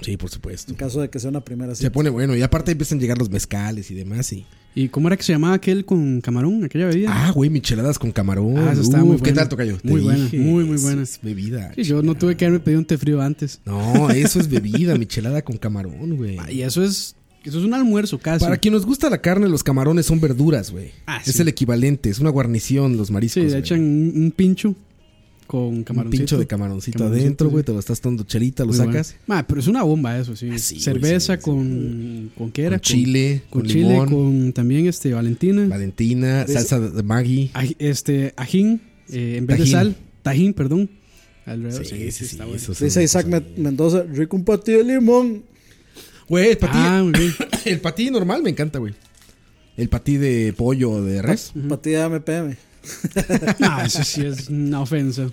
Speaker 3: Sí, por supuesto.
Speaker 4: en caso de que sea una primera
Speaker 3: Se
Speaker 4: cita.
Speaker 3: pone bueno. Y aparte empiezan a llegar los mezcales y demás. Y...
Speaker 2: ¿Y cómo era que se llamaba aquel con camarón, aquella bebida?
Speaker 3: Ah, güey, micheladas con camarón.
Speaker 2: Ah, esa está muy
Speaker 3: ¿Qué
Speaker 2: buena.
Speaker 3: tal, Tocayo? Te
Speaker 2: Muy buena, muy, muy
Speaker 3: eso
Speaker 2: buena.
Speaker 3: Es bebida.
Speaker 2: Sí, yo no tuve que haberme pedido un té frío antes.
Speaker 3: No, eso es bebida, michelada con camarón, güey.
Speaker 2: Y eso es eso es un almuerzo casi.
Speaker 3: Para quien nos gusta la carne, los camarones son verduras, güey.
Speaker 2: Ah,
Speaker 3: Es
Speaker 2: sí.
Speaker 3: el equivalente, es una guarnición, los
Speaker 2: sí,
Speaker 3: mariscos.
Speaker 2: le
Speaker 3: güey.
Speaker 2: echan un, un pincho con
Speaker 3: un
Speaker 2: camaroncito.
Speaker 3: pincho de camaroncito,
Speaker 2: Camaroncito,
Speaker 3: adentro,
Speaker 2: sí.
Speaker 3: güey. Te lo estás tomando chelita, lo
Speaker 2: Muy
Speaker 3: sacas.
Speaker 2: bueno. Ma, pero es una bomba eso, sí.
Speaker 3: Ah, sí, güey,
Speaker 2: Cerveza
Speaker 3: sí, sí.
Speaker 2: con con qué era?
Speaker 3: Con chile,
Speaker 2: con,
Speaker 3: con,
Speaker 2: chile,
Speaker 3: limón,
Speaker 2: con también este Valentina,
Speaker 3: Valentina, salsa de Maggi.
Speaker 2: aj- este ajín eh, en vez de
Speaker 3: Tajín.
Speaker 2: sal, tajín, perdón. Alrededor,
Speaker 3: Sí, sí, sí.
Speaker 2: está bueno.
Speaker 3: eso son
Speaker 4: Dice Isaac
Speaker 3: cosas-
Speaker 4: Me- Mendoza, rico un patio de limón.
Speaker 3: Güey, el patí, <coughs>
Speaker 2: Ah, muy bien.
Speaker 3: el patí normal me encanta, güey. El patí de pollo o de res.
Speaker 4: Patilla de MPM.
Speaker 2: No, eso sí es una ofensa.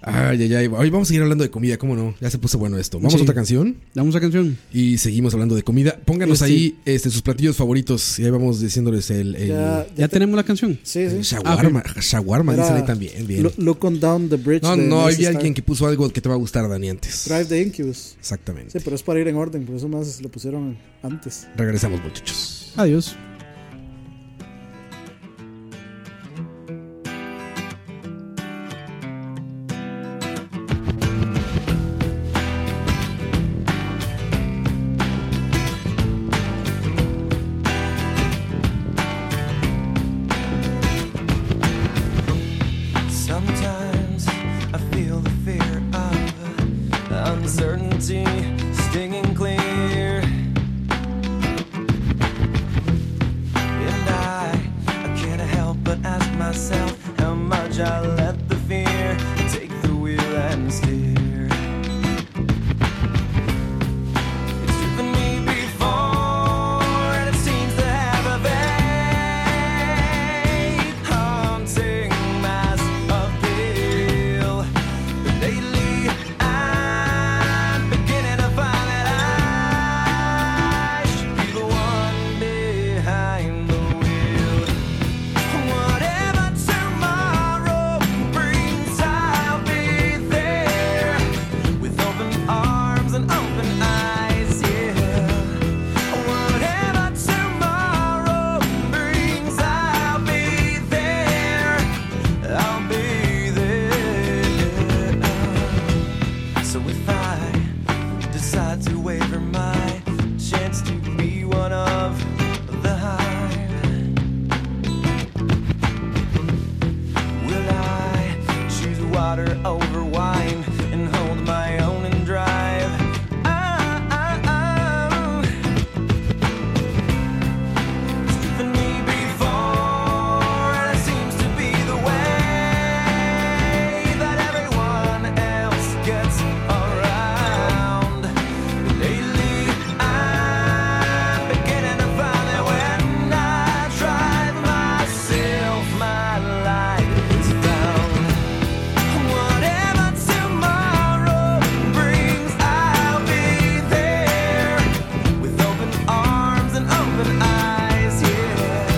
Speaker 3: Ay, ay, ay. Hoy vamos a seguir hablando de comida, ¿cómo no? Ya se puso bueno esto. Vamos
Speaker 2: Ah. Sí.
Speaker 3: a otra canción.
Speaker 2: Damos la canción.
Speaker 3: Y seguimos hablando de comida. Pónganos
Speaker 2: Este-
Speaker 3: ahí este, sus platillos favoritos. Y ahí vamos diciéndoles el, el,
Speaker 4: Ya,
Speaker 2: Ya
Speaker 4: ya te-
Speaker 2: tenemos la canción.
Speaker 4: Sí,
Speaker 3: el
Speaker 4: sí.
Speaker 3: shawarma. Shawarma,
Speaker 4: Era
Speaker 3: dicen ahí también. Bien.
Speaker 4: Lo- Look on down the bridge.
Speaker 3: no, no,
Speaker 4: de Nancy
Speaker 3: había
Speaker 4: Stark.
Speaker 3: alguien que puso algo que te va a gustar, Dani, antes.
Speaker 4: Drive the Incubus.
Speaker 3: Exactamente.
Speaker 4: Sí, pero es para ir en orden, por eso más lo pusieron antes.
Speaker 3: Regresamos, muchachos.
Speaker 2: Adiós.
Speaker 1: Sometimes I feel the fear of uncertainty stinging clear. And I, I can't help but ask myself how much I let the fear take the wheel and steer. It's driven me before, and it seems to have a vague, haunting mass appeal. But lately, I'm beginning to find that water over wine and hold my own and drive. Ah, I, I, I'm Driven me before, and it seems to be the way that everyone else gets around. Lately, I'm beginning to find that when I drive myself, my life is found. Whatever tomorrow brings, I'll be there with open arms and open eyes. Yeah.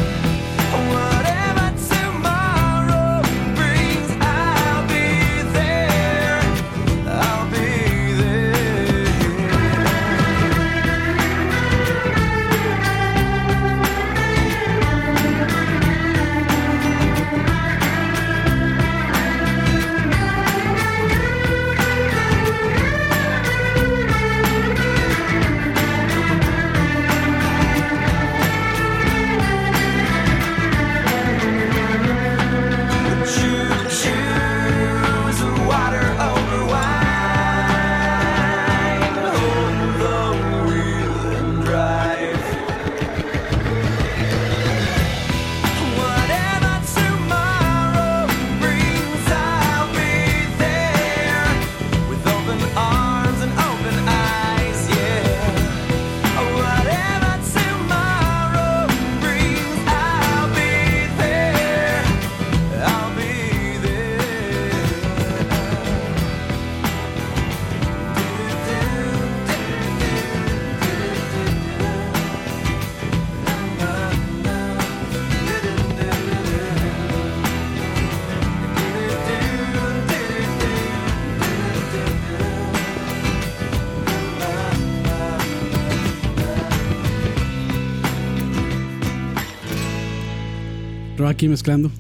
Speaker 1: Whatever tomorrow brings, I'll be there. I'll be there. Whatever tomorrow brings, I'll be there. I'll be there.
Speaker 2: Ro aquí mezclando.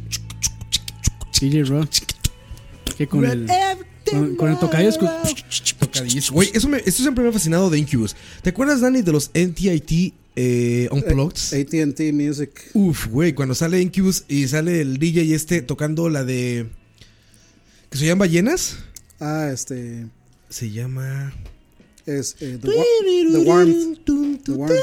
Speaker 2: DJ Ro. Que con el. Con, con el tocadiscos.
Speaker 3: Tocadiscos. Güey, eso, me, eso siempre me ha fascinado de Incubus. ¿Te acuerdas, Dani, de los NTIT eh, Unplugged?
Speaker 4: ATT Music.
Speaker 3: Uf, güey, cuando sale Incubus y sale el DJ este tocando la de. ¿Que se llama Ballenas?
Speaker 4: Ah, este.
Speaker 3: Se llama.
Speaker 4: Es eh, the, Wa- The Warmth. The Warmth.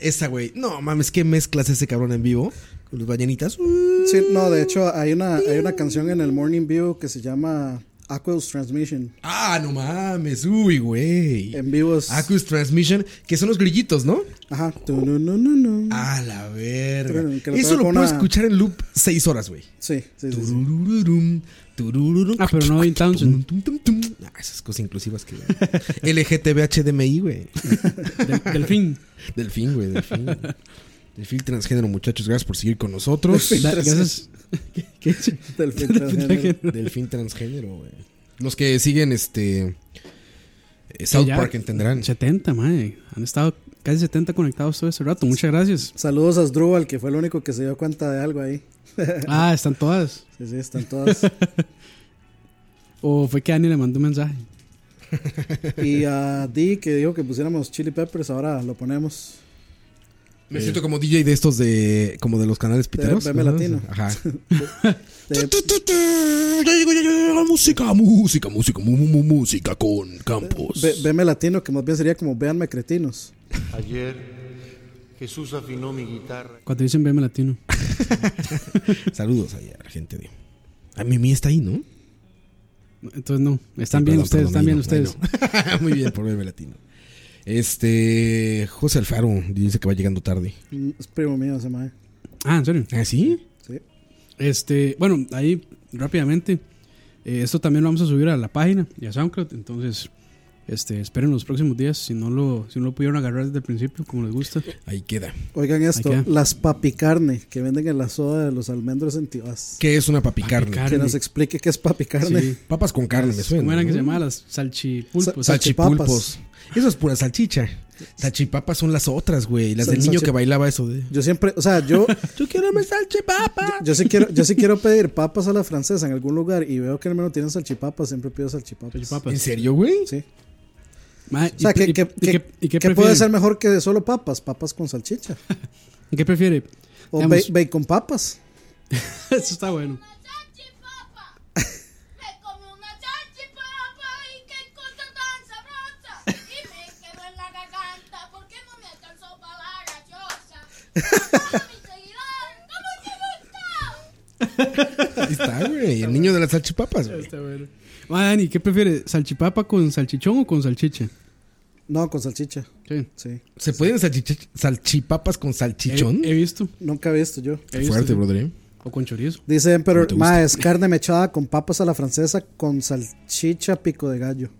Speaker 3: Esa, güey. No mames, qué mezclas ese cabrón en vivo. Con los ballenitas.
Speaker 4: Sí, no, de hecho hay una, hay una canción en el Morning View que se llama Aqueous Transmission.
Speaker 3: Ah, no mames. Uy, güey.
Speaker 4: En vivo es.
Speaker 3: Acus Transmission, que son los grillitos, ¿no?
Speaker 4: Ajá. Tununununu.
Speaker 3: A la verga.
Speaker 4: Creo que lo
Speaker 3: Eso
Speaker 4: trae
Speaker 3: lo
Speaker 4: con
Speaker 3: puedo
Speaker 4: una-
Speaker 3: escuchar en loop seis horas, güey.
Speaker 4: Sí, sí, sí. sí.
Speaker 3: Tururururum, turururum.
Speaker 2: Ah, pero no Dean
Speaker 3: <laughs>
Speaker 2: Townsend.
Speaker 3: Tum, tum, tum, tum. Ah, esas cosas inclusivas
Speaker 4: <laughs>
Speaker 3: que. LGTBHDMI, güey.
Speaker 2: Del- Delfín.
Speaker 3: Delfín, güey,
Speaker 4: <laughs>
Speaker 3: delfín. Delfín transgénero, muchachos. Gracias por seguir con nosotros.
Speaker 2: Da- Gracias. <laughs> ¿Qué- qué dice?
Speaker 3: <laughs>
Speaker 4: Del fin transgénero.
Speaker 3: Delfín transgénero, güey. Los que siguen este. eh, South
Speaker 2: Ya,
Speaker 3: Park entenderán.
Speaker 2: 70, madre. Han estado casi 70 conectados todo este rato. Muchas gracias.
Speaker 4: <laughs> Saludos a Asdrúbal, que fue el único que se dio cuenta de algo ahí.
Speaker 2: Ah, están todas.
Speaker 4: Sí, sí, están
Speaker 3: <laughs>
Speaker 4: todas.
Speaker 2: O fue que Dani le mandó un mensaje.
Speaker 4: Y a Di, que dijo que pusiéramos Chili Peppers, ahora lo ponemos.
Speaker 3: Me siento como DJ de estos de. como de los canales piteros.
Speaker 4: BM
Speaker 3: Ajá,
Speaker 4: Latino.
Speaker 3: Ajá.
Speaker 4: <laughs>
Speaker 3: <laughs>
Speaker 4: De-
Speaker 3: Tu, tu, tu. Ya llegó, ya llegó. Música, música, música, mu- mu- música con Campos.
Speaker 4: Ve- Veme latino, que más bien sería como Veanme cretinos.
Speaker 5: Ayer Jesús afinó mi guitarra.
Speaker 2: Cuando dicen BM Latino.
Speaker 3: Saludos ahí a la gente de. A Mimi está ahí, ¿no?
Speaker 2: Entonces no. Están
Speaker 3: Sí,
Speaker 2: bien
Speaker 3: perdón,
Speaker 2: ustedes,
Speaker 3: perdón,
Speaker 2: están bien
Speaker 3: ahí no,
Speaker 2: ustedes.
Speaker 3: ahí no. <laughs> Muy bien, por verme latino. Este. José Alfaro dice que va llegando tarde.
Speaker 4: Mm, Es primo mío ese mae.
Speaker 2: Ah, en serio.
Speaker 3: ¿Ah, sí?
Speaker 4: Sí.
Speaker 2: Este, bueno, ahí rápidamente. eh, esto también lo vamos a subir a la página y a SoundCloud. Entonces, este, esperen los próximos días. Si no lo, si no lo pudieron agarrar desde el principio, como les gusta.
Speaker 3: Ahí queda.
Speaker 4: Oigan esto,
Speaker 2: Ahí queda.
Speaker 4: las papicarne que venden en la soda de los almendros en Tibás.
Speaker 3: ¿Qué es una papicarne?
Speaker 2: Papicarne.
Speaker 4: Que nos explique qué es papicarne.
Speaker 2: Sí.
Speaker 3: Papas con carne, me suena.
Speaker 2: Pues, ¿Cómo eran
Speaker 3: ¿no?
Speaker 2: que se llamaban las salchipulpos?
Speaker 4: Sa-
Speaker 3: Salchipulpos. Eso es pura salchicha. Salchipapas son las otras, güey. Las
Speaker 4: Sa-
Speaker 3: del niño
Speaker 4: salchi-
Speaker 3: que bailaba eso de.
Speaker 4: Yo siempre, o sea, yo,
Speaker 3: Yo quiero mi salchipapa.
Speaker 4: yo sí quiero, yo sí quiero pedir papas a la francesa en algún lugar y veo que al menos tienen salchipapas, siempre pido salchipapas.
Speaker 2: Salchipapas.
Speaker 3: ¿En serio, güey?
Speaker 4: Sí.
Speaker 2: Ma,
Speaker 4: O sea,
Speaker 2: ¿y-
Speaker 4: que,
Speaker 2: y-
Speaker 4: que-
Speaker 2: y qué-
Speaker 4: que-
Speaker 2: y qué
Speaker 4: que puede
Speaker 2: prefieren?
Speaker 4: ser mejor que solo papas, papas con salchicha.
Speaker 2: ¿Y ¿Qué prefiere?
Speaker 4: O
Speaker 2: Digamos, <laughs>
Speaker 4: ba- bacon papas.
Speaker 6: <laughs>
Speaker 2: eso está bueno.
Speaker 6: Me come un
Speaker 3: Ahí está, güey. El niño de las salchipapas, güey.
Speaker 2: Está bueno. Ma, Dani, ¿qué prefieres? ¿Salchipapa con salchichón o con salchicha?
Speaker 4: No, con salchicha.
Speaker 2: Sí.
Speaker 4: Sí.
Speaker 3: ¿Se pueden salchicha- salchipapas con salchichón?
Speaker 2: He, he visto.
Speaker 4: Nunca he visto yo.
Speaker 2: he visto,
Speaker 3: Fuerte,
Speaker 2: Eh, sí.
Speaker 3: brother. ¿eh?
Speaker 2: O con chorizo.
Speaker 4: Dice
Speaker 3: ¿Cómo
Speaker 4: Emperor,
Speaker 3: te
Speaker 4: ma,
Speaker 3: gusta?
Speaker 4: es carne mechada con papas a la francesa con salchicha pico de gallo.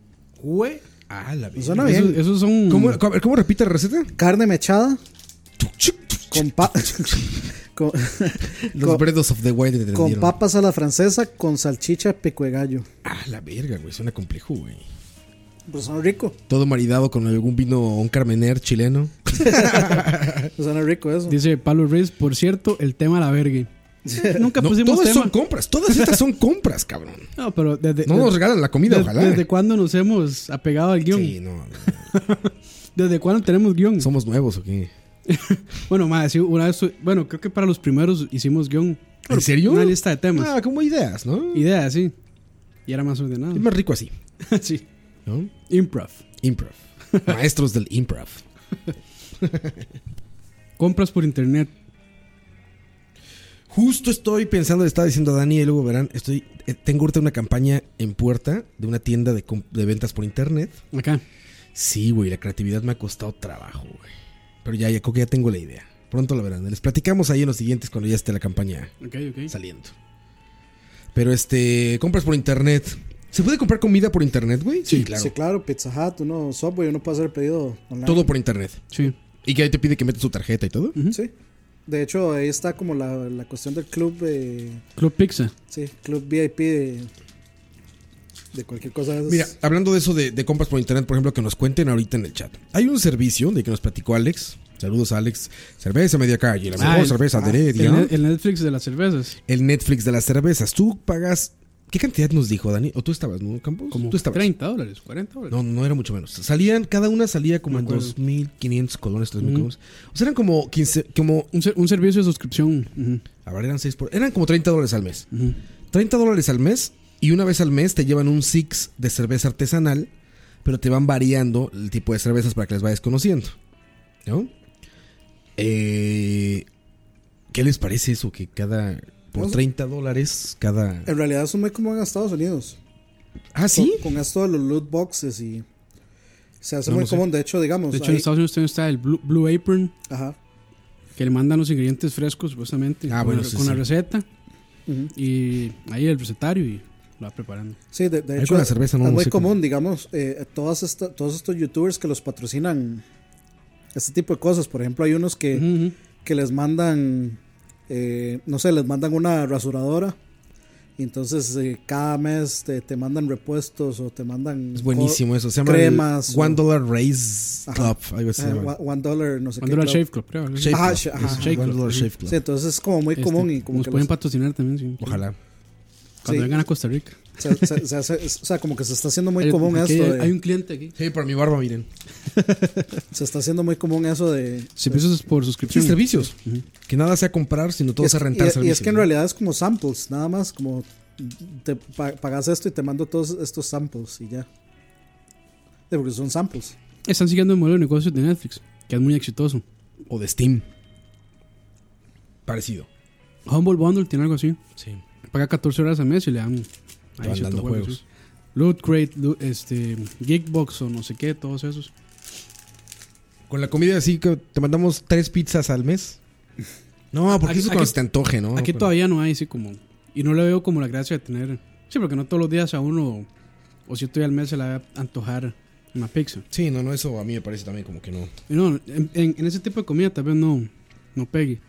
Speaker 2: Güey.
Speaker 3: Ah, la
Speaker 4: Pues
Speaker 3: vida.
Speaker 4: Suena
Speaker 2: Esos,
Speaker 4: bien.
Speaker 2: esos son.
Speaker 3: ¿Cómo, a ver, ¿Cómo repite la receta?
Speaker 4: Carne mechada
Speaker 3: <laughs>
Speaker 4: con, pa- <laughs> con,
Speaker 3: Los bredos of the Wild te
Speaker 4: con
Speaker 3: entendieron.
Speaker 4: papas a la francesa con salchicha pico de gallo.
Speaker 3: Ah, la verga, güey. Suena complejo, güey.
Speaker 4: Pues suena rico.
Speaker 3: Todo maridado con algún vino, un carmener chileno.
Speaker 4: Pues suena rico eso.
Speaker 2: Dice Pablo Reyes, por cierto, el tema la
Speaker 3: <laughs>
Speaker 2: vergue. Nunca
Speaker 3: No,
Speaker 2: pusimos
Speaker 3: todas
Speaker 2: tema.
Speaker 3: son compras. Todas estas son compras, cabrón.
Speaker 2: <laughs> No, pero desde.
Speaker 3: No
Speaker 2: desde-
Speaker 3: nos regalan la comida,
Speaker 2: desde-
Speaker 3: ojalá.
Speaker 2: ¿Desde cuándo nos hemos apegado al guión?
Speaker 3: Sí, no.
Speaker 2: ¿Desde cuándo tenemos guión?
Speaker 3: ¿Somos nuevos o qué?
Speaker 2: <laughs> Bueno, más sí, una vez. tu- Bueno, creo que para los primeros hicimos guión.
Speaker 3: ¿En serio?
Speaker 2: Una lista de temas.
Speaker 3: Ah, como ideas, ¿no?
Speaker 2: Ideas, sí. Y era más ordenado.
Speaker 3: Es más rico así,
Speaker 2: <laughs> sí.
Speaker 3: ¿no?
Speaker 2: Improv.
Speaker 3: Improv.
Speaker 2: <laughs>
Speaker 3: Maestros del improv.
Speaker 2: Compras por internet.
Speaker 3: Justo estoy pensando, le estaba diciendo a Dani, y luego verán, estoy, eh, tengo ahorita una campaña en puerta de una tienda de, com- de ventas por internet.
Speaker 2: Acá.
Speaker 3: Sí, güey, la creatividad me ha costado trabajo, güey. Pero ya, ya creo que ya tengo la idea. Pronto la verán. Les platicamos ahí en los siguientes cuando ya esté la campaña
Speaker 2: Ok, ok.
Speaker 3: saliendo. Pero este, compras por internet. ¿Se puede comprar comida por internet, güey? Sí,
Speaker 4: Sí, claro, Pizza Hut, uno, Subway, uno puede hacer pedido online.
Speaker 3: Todo por internet.
Speaker 2: Sí.
Speaker 3: Y que ahí te pide que metas tu tarjeta y todo.
Speaker 4: Sí. De hecho, ahí está como la, la cuestión del club, eh,
Speaker 2: Club Pizza.
Speaker 4: sí, club VIP de, de cualquier cosa. de esas.
Speaker 3: Mira, hablando de eso de, de compras por internet, por ejemplo, que nos cuenten ahorita en el chat. Hay un servicio de que nos platicó Alex. Saludos, Alex. Cerveza media calle, la
Speaker 2: Ah,
Speaker 3: mejor
Speaker 2: el-
Speaker 3: cerveza de
Speaker 2: El,
Speaker 3: Heredia.
Speaker 2: ne-
Speaker 3: El,
Speaker 2: el Netflix de las cervezas.
Speaker 3: Netflix de las cervezas. Tú pagas. ¿Qué cantidad nos dijo, Dani? ¿O tú estabas, no, Campos?
Speaker 2: Como
Speaker 3: tú estabas.
Speaker 2: 30 dólares, 40 dólares.
Speaker 3: No, no era mucho menos. Salían, cada una salía como en
Speaker 2: acuerdo.
Speaker 3: 2.500 colones, 3.000 colones. O sea, eran como 15, como,
Speaker 2: Un, ser- un servicio de suscripción. Ujú.
Speaker 3: a ver, eran 6 por, eran como 30 dólares al mes. 30 dólares al mes y una vez al mes te llevan un six de cerveza artesanal, pero te van variando el tipo de cervezas para que las vayas conociendo. ¿No? Eh, ¿Qué les parece eso? Que cada,
Speaker 4: Pues
Speaker 3: por 30 dólares cada...
Speaker 4: En realidad eso es muy común en Estados Unidos.
Speaker 3: Ah, sí.
Speaker 4: Con, con esto de los loot boxes y se hace
Speaker 3: No,
Speaker 4: muy
Speaker 3: no sé.
Speaker 4: común. De hecho, digamos,
Speaker 2: De hecho, en
Speaker 4: ahí-
Speaker 2: Estados Unidos también está el Blue, Blue Apron,
Speaker 4: ajá,
Speaker 2: que le mandan los ingredientes frescos, supuestamente,
Speaker 3: Ah,
Speaker 2: con,
Speaker 3: bueno,
Speaker 2: la,
Speaker 3: sí,
Speaker 2: con
Speaker 3: sí.
Speaker 2: la receta.
Speaker 4: Ujú.
Speaker 2: Y ahí el recetario y lo va preparando.
Speaker 4: sí, de, de
Speaker 3: Ahí
Speaker 4: hecho
Speaker 3: con la cerveza no,
Speaker 4: es
Speaker 3: no
Speaker 4: muy
Speaker 3: sé cómo.
Speaker 4: común, digamos, eh, todas esta- todos estos youtubers que los patrocinan este tipo de cosas. Por ejemplo, hay unos que,
Speaker 2: Ujú, ujú.
Speaker 4: que les mandan, eh, no sé, les mandan una rasuradora. Y entonces eh, cada mes te, te mandan repuestos o te mandan...
Speaker 3: Es buenísimo eso. Se llama
Speaker 4: cremas
Speaker 3: el One
Speaker 4: o-
Speaker 3: Dollar Raise
Speaker 4: Ajá.
Speaker 3: Club. Algo así se
Speaker 4: eh,
Speaker 3: llama.
Speaker 4: one- one dollar, no sé
Speaker 2: Cuando era
Speaker 4: qué.
Speaker 2: el Shave Club,
Speaker 4: club.
Speaker 2: creo. algo así.
Speaker 3: Shave
Speaker 4: Ajá,
Speaker 3: Club.
Speaker 4: sh- ajá.
Speaker 3: Es
Speaker 2: Shave
Speaker 3: One
Speaker 2: Club.
Speaker 3: Dollar Shave Club.
Speaker 4: Sí, entonces es como muy
Speaker 2: Este,
Speaker 4: común y como
Speaker 2: nos
Speaker 4: que
Speaker 2: pueden
Speaker 4: los-
Speaker 2: patrocinar también, sí.
Speaker 3: Ojalá.
Speaker 2: Cuando
Speaker 4: Sí.
Speaker 2: vengan a Costa Rica.
Speaker 4: se, se- se hace- es- o sea, como que se está haciendo muy
Speaker 2: Hay-
Speaker 4: común
Speaker 2: aquí
Speaker 4: esto.
Speaker 2: hay-
Speaker 4: de-
Speaker 2: Hay un cliente aquí.
Speaker 3: Sí, para mi barba, miren.
Speaker 4: Se está haciendo muy común eso de.
Speaker 2: Servicios por
Speaker 3: Sí,
Speaker 2: suscripción.
Speaker 3: servicios. Que nada sea comprar, sino todo
Speaker 4: es-
Speaker 3: sea rentar
Speaker 4: y- y,
Speaker 3: servicios.
Speaker 4: es que en
Speaker 3: ¿no?
Speaker 4: realidad es como samples, nada más. Como te pa- pagas esto y te mando todos estos samples y ya. Sí, porque son samples.
Speaker 2: Están siguiendo el modelo de negocios de Netflix, que es muy exitoso.
Speaker 3: O de Steam. Parecido.
Speaker 2: Humble Bundle tiene algo así.
Speaker 3: Sí.
Speaker 2: Paga 14 horas al mes y le dan.
Speaker 3: van
Speaker 2: ciertos
Speaker 3: dando juegos.
Speaker 2: sí. Loot Crate, lo- este, Geekbox o no sé qué, todos esos.
Speaker 3: Con la comida así que te mandamos tres pizzas al mes. No, porque
Speaker 2: Aquí-
Speaker 3: eso es cuando
Speaker 2: aquí-
Speaker 3: se te antoje, ¿no?
Speaker 2: Aquí
Speaker 3: Pero-
Speaker 2: todavía no hay así como. Y no le veo como la gracia de tener. Sí, porque no todos los días a uno o siete días al mes se le va a antojar una pizza.
Speaker 3: Sí, no, no, eso a mí me parece también como que no.
Speaker 2: Y no, en, en- en ese tipo de comida tal vez no, no pegue.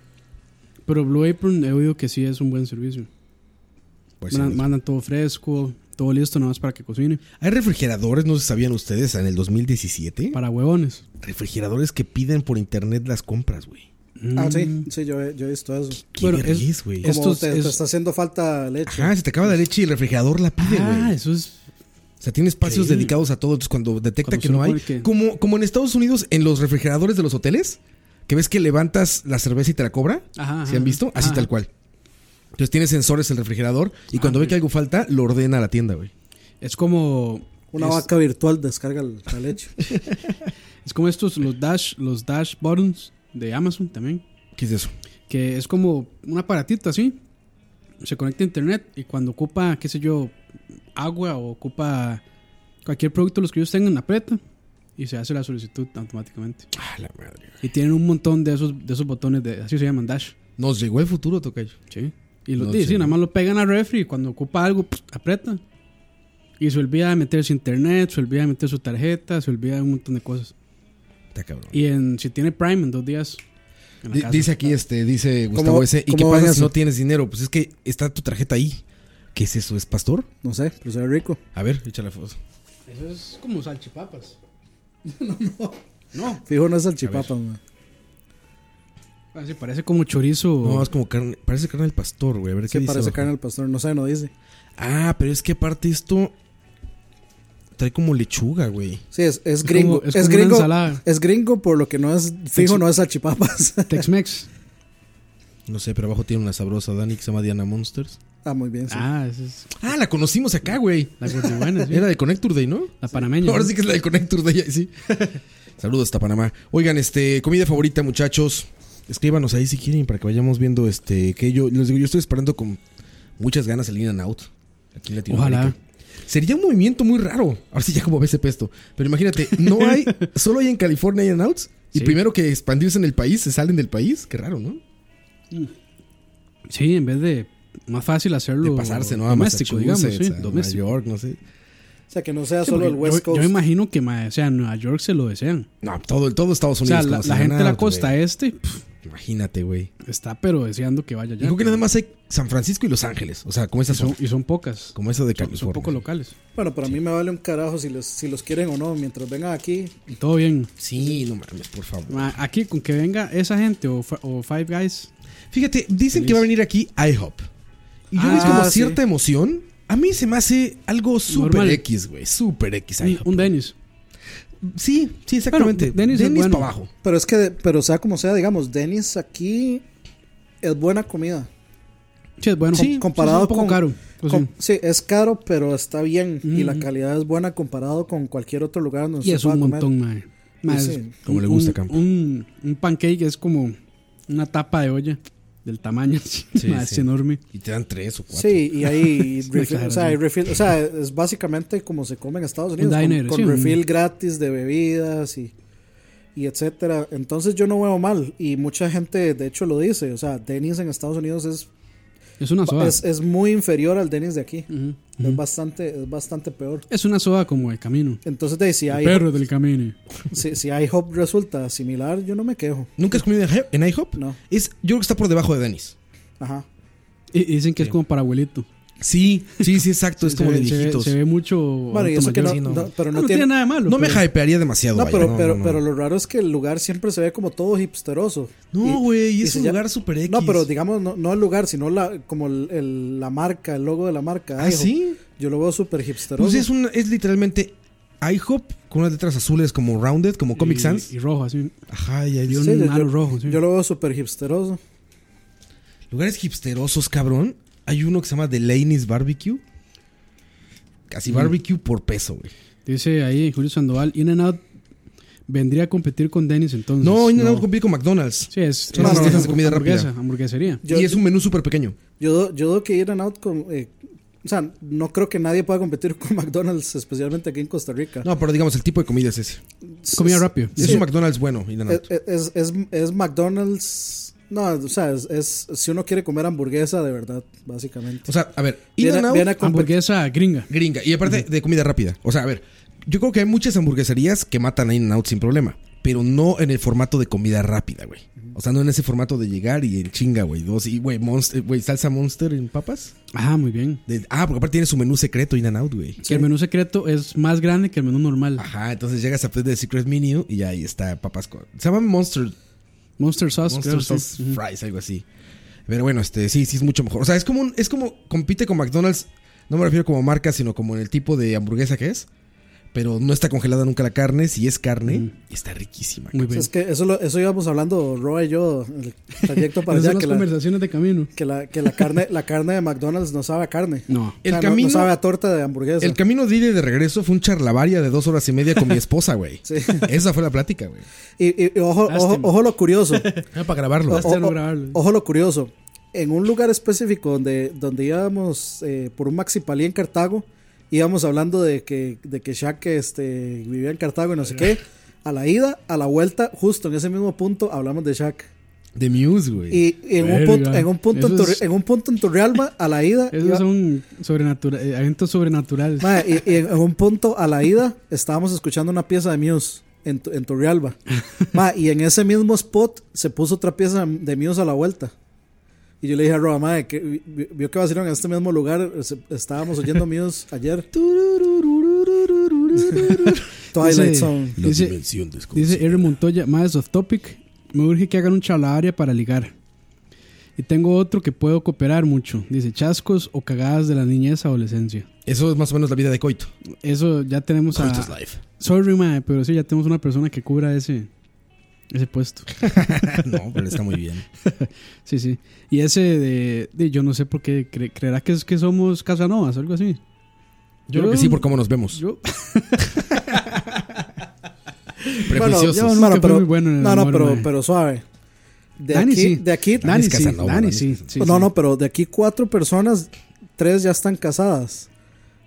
Speaker 2: Pero Blue Apron he oído que sí es un buen servicio.
Speaker 3: Pues sí,
Speaker 2: mandan,
Speaker 3: no.
Speaker 2: mandan todo fresco, todo listo, nada más para que cocine.
Speaker 3: Hay refrigeradores, no se sabían ustedes, en el 2017.
Speaker 2: Para huevones.
Speaker 3: Refrigeradores que piden por internet las compras, güey.
Speaker 4: Ah, sí, sí, yo, he- yo he visto eso.
Speaker 3: Qué
Speaker 2: Bueno, es-
Speaker 3: vergüenza, güey.
Speaker 2: es-
Speaker 4: Como
Speaker 2: Mm. Estos-
Speaker 4: te, te
Speaker 2: es-
Speaker 4: está haciendo falta leche.
Speaker 3: Ajá, se te acaba la leche y el refrigerador la pide, güey.
Speaker 2: Ah, eso es.
Speaker 3: O sea, tiene espacios
Speaker 2: Increíble.
Speaker 3: dedicados a todo. Entonces, cuando detecta
Speaker 2: Cuando
Speaker 3: que
Speaker 2: se
Speaker 3: no hay.
Speaker 2: supone que-
Speaker 3: Como, como en Estados Unidos, en los refrigeradores de los hoteles, que ves que levantas la cerveza y te la cobra.
Speaker 2: Ajá,
Speaker 3: ¿Se
Speaker 2: ajá,
Speaker 3: han visto? Así
Speaker 2: ajá.
Speaker 3: tal cual. Entonces tiene sensores el refrigerador
Speaker 2: Ah,
Speaker 3: y cuando ve que algo falta, lo ordena a la tienda, güey.
Speaker 2: Es como.
Speaker 4: Una
Speaker 2: es-
Speaker 4: vaca virtual descarga la la leche.
Speaker 2: Es como estos, los dash, los dash buttons de Amazon también.
Speaker 3: ¿Qué es eso?
Speaker 2: que es como un aparatito así. Se conecta a internet y cuando ocupa, qué sé yo, agua o ocupa cualquier producto, los que ellos tengan, aprieta y se hace la solicitud automáticamente.
Speaker 3: Ah, la madre.
Speaker 2: Y tienen un montón de esos, de esos botones, de, así se llaman Dash.
Speaker 3: Nos llegó el futuro, Tocayo.
Speaker 2: Sí. Y lo
Speaker 3: No
Speaker 2: sí,
Speaker 3: sé.
Speaker 2: sí, nada más lo pegan al refri y cuando ocupa algo, pss, aprieta. Y se olvida de meter su internet, se olvida de meter su tarjeta, se olvida de un montón de cosas.
Speaker 3: Está cabrón.
Speaker 2: Y en, si tiene Prime en dos días. en la
Speaker 3: Di-
Speaker 2: casa.
Speaker 3: Dice aquí, este, dice Gustavo
Speaker 4: ¿Cómo-
Speaker 3: ese, ¿y
Speaker 4: cómo
Speaker 3: qué
Speaker 4: van
Speaker 3: pasa si
Speaker 4: eso?
Speaker 3: no tienes dinero? Pues es que está tu tarjeta ahí. ¿Qué es eso? ¿Es pastor?
Speaker 4: No sé, pero se ve rico.
Speaker 3: A ver, échale foto.
Speaker 2: Eso es como salchipapas.
Speaker 4: Fijo, no es salchipapa, man.
Speaker 2: Ah, sí, parece como chorizo.
Speaker 3: No, es como carne, parece carne del pastor, güey. A ver
Speaker 4: Sí,
Speaker 3: qué dice
Speaker 4: parece
Speaker 3: abajo.
Speaker 4: carne al pastor. No sé, no dice.
Speaker 3: Ah, pero es que aparte esto trae como lechuga, güey.
Speaker 4: Sí, es, es
Speaker 2: como-
Speaker 4: gringo.
Speaker 2: es
Speaker 4: es,
Speaker 2: como una
Speaker 4: gringo.
Speaker 2: ensalada.
Speaker 4: Es gringo, por lo que no es. Fijo, no es <laughs> salchipapas.
Speaker 3: <laughs>
Speaker 2: Tex-Mex.
Speaker 3: No sé, pero abajo tiene una sabrosa Dani que se llama Diana Monsters.
Speaker 4: ah, muy bien. Sí.
Speaker 2: Ah, esa es
Speaker 3: Ah, la conocimos acá, güey.
Speaker 2: la gordibuena,
Speaker 3: <laughs>
Speaker 2: sí.
Speaker 3: Era de Connector Day, ¿no?
Speaker 2: La panameña.
Speaker 3: Ahora
Speaker 2: ¿no?
Speaker 3: sí que es la de Connector Day, sí. <laughs> Saludos hasta Panamá. Oigan, este, comida favorita, muchachos. Escríbanos ahí si quieren para que vayamos viendo este que yo les digo, yo estoy esperando con muchas ganas el In and Out aquí en Latinoamérica.
Speaker 2: Ojalá.
Speaker 3: Sería un movimiento muy raro. Ahora sí ya como ves pesto, pero imagínate,
Speaker 2: <laughs>
Speaker 3: no hay solo hay en California In and Outs y
Speaker 2: Sí.
Speaker 3: primero que expandirse en el país se salen del país, qué raro, ¿no?
Speaker 2: Sí, en vez de más fácil hacerlo
Speaker 3: De pasarse, ¿no? A
Speaker 2: doméstico, digamos, sí,
Speaker 3: Massachusetts, a
Speaker 2: doméstico.
Speaker 3: Nueva York, no sé.
Speaker 4: O sea, que no sea
Speaker 2: Sí,
Speaker 4: solo
Speaker 2: porque
Speaker 4: el West
Speaker 2: yo,
Speaker 4: Coast.
Speaker 2: yo imagino que ma, o sea, en Nueva York se lo desean.
Speaker 3: No, todo, todo Estados
Speaker 2: O
Speaker 3: Unidos.
Speaker 2: sea, la,
Speaker 3: conoce
Speaker 2: la
Speaker 3: In
Speaker 2: gente de
Speaker 3: and
Speaker 2: la
Speaker 3: Out,
Speaker 2: costa
Speaker 3: pues, güey.
Speaker 2: este pf,
Speaker 3: Imagínate, güey.
Speaker 2: está pero deseando que vaya allá.
Speaker 3: Digo que nada más hay San Francisco y Los Ángeles. O sea,
Speaker 2: Y
Speaker 3: como esas
Speaker 2: son,
Speaker 3: son.
Speaker 2: y son pocas.
Speaker 3: Como esa de
Speaker 2: Son,
Speaker 3: California.
Speaker 2: son poco locales.
Speaker 4: Bueno, para mí me vale un carajo si los, si los quieren o no. Mientras vengan aquí,
Speaker 2: Y todo bien.
Speaker 3: Sí, no mames, por favor.
Speaker 2: Ma, Aquí, con que venga esa gente o, fa- o Five Guys,
Speaker 3: Fíjate, dicen que va a venir aquí IHOP. Y yo
Speaker 2: Ah,
Speaker 3: veo como
Speaker 4: sí.
Speaker 3: cierta emoción. A mí se me hace algo super
Speaker 2: Normal.
Speaker 3: X, güey. Super X
Speaker 2: un,
Speaker 3: IHOP.
Speaker 2: un Dennis.
Speaker 3: Sí, sí, exactamente.
Speaker 2: Bueno, Denny's es
Speaker 3: Denny's
Speaker 2: bueno.
Speaker 3: para abajo.
Speaker 4: Pero es que, pero sea como sea, digamos, Dennis aquí es buena comida.
Speaker 2: Sí, es bueno,
Speaker 4: Com-
Speaker 2: sí,
Speaker 4: comparado
Speaker 2: es un poco
Speaker 4: con-
Speaker 2: caro. pues
Speaker 4: Com-
Speaker 2: sí.
Speaker 4: sí, es caro, pero está bien. Y la calidad es buena comparado con cualquier otro lugar donde
Speaker 2: Y
Speaker 4: se
Speaker 2: es un
Speaker 4: pueda comer.
Speaker 2: montón, mae. Mae,
Speaker 4: Sí,
Speaker 2: es
Speaker 4: sí.
Speaker 2: un-
Speaker 3: Como le gusta a
Speaker 2: un-
Speaker 3: Campo.
Speaker 2: Un, un pancake es como una tapa de olla del tamaño. <laughs> mae,
Speaker 3: sí.
Speaker 2: Es enorme.
Speaker 3: Y te dan tres o cuatro.
Speaker 4: Sí,
Speaker 2: <laughs>
Speaker 4: y ahí refill- o, sea,
Speaker 2: exageración.
Speaker 4: hay refill- o sea, es básicamente como se come en Estados Unidos, con-
Speaker 2: diner,
Speaker 4: con,
Speaker 2: sí, un-
Speaker 4: refill gratis de bebidas y, y etcétera. Entonces yo no veo mal y mucha gente de hecho lo dice, o sea, Dennis en Estados Unidos es,
Speaker 2: Es una soda.
Speaker 4: es,
Speaker 2: Es,
Speaker 4: es muy inferior al Dennis de aquí,
Speaker 2: Ujú,
Speaker 4: es bastante es bastante peor.
Speaker 2: una soda como el camino.
Speaker 4: Entonces de, si hay
Speaker 2: Perro del camino.
Speaker 4: si, si IHOP resulta similar, yo no me quejo.
Speaker 3: ¿Nunca has comido en hi- en IHOP?
Speaker 4: No.
Speaker 3: Es, yo creo que está por debajo de Denny's.
Speaker 4: Ajá.
Speaker 2: Y, y dicen que es como para abuelito.
Speaker 3: Sí, sí, sí, exacto. es como
Speaker 2: se,
Speaker 3: de
Speaker 2: ve- se ve-
Speaker 3: viejitos.
Speaker 2: Se, ve mucho.
Speaker 4: Bueno, y
Speaker 2: adulto
Speaker 4: eso que no,
Speaker 2: mayor.
Speaker 4: no- pero
Speaker 2: Ah,
Speaker 4: no, tiene,
Speaker 2: nada de malo.
Speaker 3: no me
Speaker 2: pero-
Speaker 3: hypearía demasiado.
Speaker 4: No,
Speaker 3: vaya,
Speaker 4: pero, pero,
Speaker 3: no, no.
Speaker 4: pero lo raro es que el lugar siempre se ve como todo hipsteroso. Y-
Speaker 3: No, güey,
Speaker 4: y
Speaker 3: es
Speaker 4: se
Speaker 3: un
Speaker 4: llama-
Speaker 3: lugar super X.
Speaker 4: No, pero digamos, no, no el lugar, sino la, como el, el- la marca, el logo de la marca.
Speaker 3: ¿Ah,
Speaker 4: IHOP.
Speaker 3: sí?
Speaker 4: Yo lo veo súper hipsteroso.
Speaker 3: Pues es, un, es literalmente IHOP con unas letras azules como rounded, como Comic
Speaker 2: y-
Speaker 3: Sans.
Speaker 2: Y rojo, así.
Speaker 3: Ajá, y ahí
Speaker 2: Y
Speaker 3: es-
Speaker 2: un
Speaker 4: Sí, yo-
Speaker 2: halo
Speaker 4: yo-
Speaker 2: rojo. sí.
Speaker 4: Yo lo veo súper hipsteroso.
Speaker 3: Lugares hipsterosos, cabrón. Hay uno que se llama Delaney's Barbecue. Casi barbecue por peso, güey.
Speaker 2: Pues Dice ahí Julio Sandoval: In and Out vendría a competir con Dennis entonces.
Speaker 3: No, no, no compite con McDonald's.
Speaker 2: Sí, es,
Speaker 3: No,
Speaker 2: es-
Speaker 3: no,
Speaker 2: es
Speaker 3: no, es comida
Speaker 2: hamburguesa,
Speaker 3: rápida.
Speaker 2: hamburguesería.
Speaker 4: Yo,
Speaker 3: y es un menú súper pequeño.
Speaker 4: yo, yo creo que ir and Out con... eh, o sea, no creo que nadie pueda competir con <laughs> McDonald's, especialmente aquí en Costa Rica.
Speaker 3: No, pero digamos, el tipo de comida es ese.
Speaker 4: Es-
Speaker 2: Comida
Speaker 4: es-
Speaker 2: rápida.
Speaker 3: Es un McDonald's bueno, in and
Speaker 4: Es,
Speaker 3: out.
Speaker 4: es- es- es McDonald's... No, o sea, es, es- si uno quiere comer hamburguesa de verdad, básicamente.
Speaker 3: O sea, a ver, in
Speaker 4: Viene-
Speaker 3: and out,
Speaker 4: viene
Speaker 2: Ah,
Speaker 4: a competir-
Speaker 2: Hamburguesa gringa.
Speaker 3: gringa. Y aparte de comida rápida. O sea, a ver, yo creo que hay muchas hamburgueserías que matan a in and out sin problema. Pero no en el formato de comida rápida, güey. O sea, no en ese formato de llegar y en chinga, güey. Dos, y, güey, Monster- güey, salsa monster en papas.
Speaker 2: Ajá, muy bien.
Speaker 3: De- ah, porque aparte tiene su menú secreto in and out, güey.
Speaker 2: Que el menú secreto es más grande que el menú normal.
Speaker 4: Ah.
Speaker 3: Ajá, entonces llegas a pedir de Secret Menu y ahí está papas con... Se llaman Monster,
Speaker 2: Monster Sauce,
Speaker 3: Monster
Speaker 2: creo, Ah, sí.
Speaker 3: Sauce Fries, algo así. Pero bueno, este, sí, sí es mucho mejor. O sea, es como un- es como compite con McDonald's, no me refiero como marca, sino como en el tipo de hamburguesa que es. Pero no está congelada nunca la carne. Si es carne, está riquísima.
Speaker 2: Mm. Muy
Speaker 4: O sea,
Speaker 2: bien.
Speaker 4: es que eso, lo- eso íbamos hablando Roa y yo en el trayecto
Speaker 2: <laughs>
Speaker 4: para
Speaker 2: Esas son
Speaker 4: allá.
Speaker 2: las
Speaker 4: Que la,
Speaker 2: conversaciones de camino.
Speaker 4: que, la, que la carne la carne de McDonald's no sabe a carne.
Speaker 2: No.
Speaker 4: El
Speaker 3: El
Speaker 4: camino,
Speaker 3: camino-
Speaker 4: no, sabe a torta de hamburguesa.
Speaker 3: El camino de ida y de regreso fue un charlavaria de dos horas y media con mi
Speaker 2: <laughs>
Speaker 3: esposa, güey.
Speaker 4: Sí.
Speaker 3: Esa fue la plática, güey.
Speaker 4: y, y- y ojo, ojo, ojo
Speaker 2: <laughs>
Speaker 4: lo curioso.
Speaker 3: Era para grabarlo.
Speaker 2: Lástima no Ah, grabarlo.
Speaker 4: ojo lo curioso. En un lugar específico donde, donde íbamos eh, por un maxipalí en Cartago, íbamos hablando de que, de que Shaq este, vivía en Cartago y no sé qué. A la ida, a la vuelta, justo en ese mismo punto, hablamos de Shaq.
Speaker 3: De Muse, güey.
Speaker 4: Y, y en, un
Speaker 2: Verga.
Speaker 4: punto, en un punto en,
Speaker 2: Eso
Speaker 4: Torre-
Speaker 2: es-
Speaker 4: en un punto en Torrealba, a la ida. iba-
Speaker 2: Esos son sobrenatura- eh, eventos sobrenaturales.
Speaker 4: Mae, y, y en en un punto a la ida estábamos escuchando una pieza de Muse en, Tu-
Speaker 2: <laughs>
Speaker 4: en Torrealba. Mae, y en ese mismo spot se puso otra pieza de Muse a la vuelta. Y yo le dije a Roa, mae, que vi- vi- vio que vacilaron en este mismo lugar, se- estábamos oyendo Muse
Speaker 2: <laughs>
Speaker 4: ayer. Twilight
Speaker 2: Dice-
Speaker 4: Zone.
Speaker 2: Dice,
Speaker 3: dimensión desconocida.
Speaker 2: dice R. Montoya, más off topic. Me urge que hagan un chalabaria para ligar. Y tengo otro que puedo cooperar mucho. Dice chascos o cagadas de la niñez adolescencia.
Speaker 3: Eso es más o menos la vida de Coito.
Speaker 2: Eso ya tenemos a.
Speaker 3: Coito es life. <laughs>
Speaker 2: Sorry, mae, pero sí, ya tenemos una persona que cubra ese, ese puesto.
Speaker 3: no, pero está muy bien.
Speaker 2: Sí, sí. Y ese de, de yo no sé por qué cre- creerá que es que somos Casanovas, algo así.
Speaker 3: Yo creo que sí por cómo nos vemos.
Speaker 2: Yo,
Speaker 3: Prejuiciosos.
Speaker 2: yo-
Speaker 4: Hermano,
Speaker 2: Nunca fui
Speaker 4: pero-
Speaker 2: muy bueno en el
Speaker 4: no, no,
Speaker 2: amor,
Speaker 4: pero,
Speaker 2: mae.
Speaker 4: pero suave. De
Speaker 2: Dani
Speaker 4: aquí,
Speaker 2: sí.
Speaker 4: de aquí
Speaker 2: Dani
Speaker 3: es
Speaker 2: sí,
Speaker 3: Casanova,
Speaker 2: Dani
Speaker 3: Dani es
Speaker 2: sí.
Speaker 3: Casanova.
Speaker 2: sí,
Speaker 4: Pues no,
Speaker 2: sí.
Speaker 4: no, pero de aquí cuatro personas, tres ya están casadas.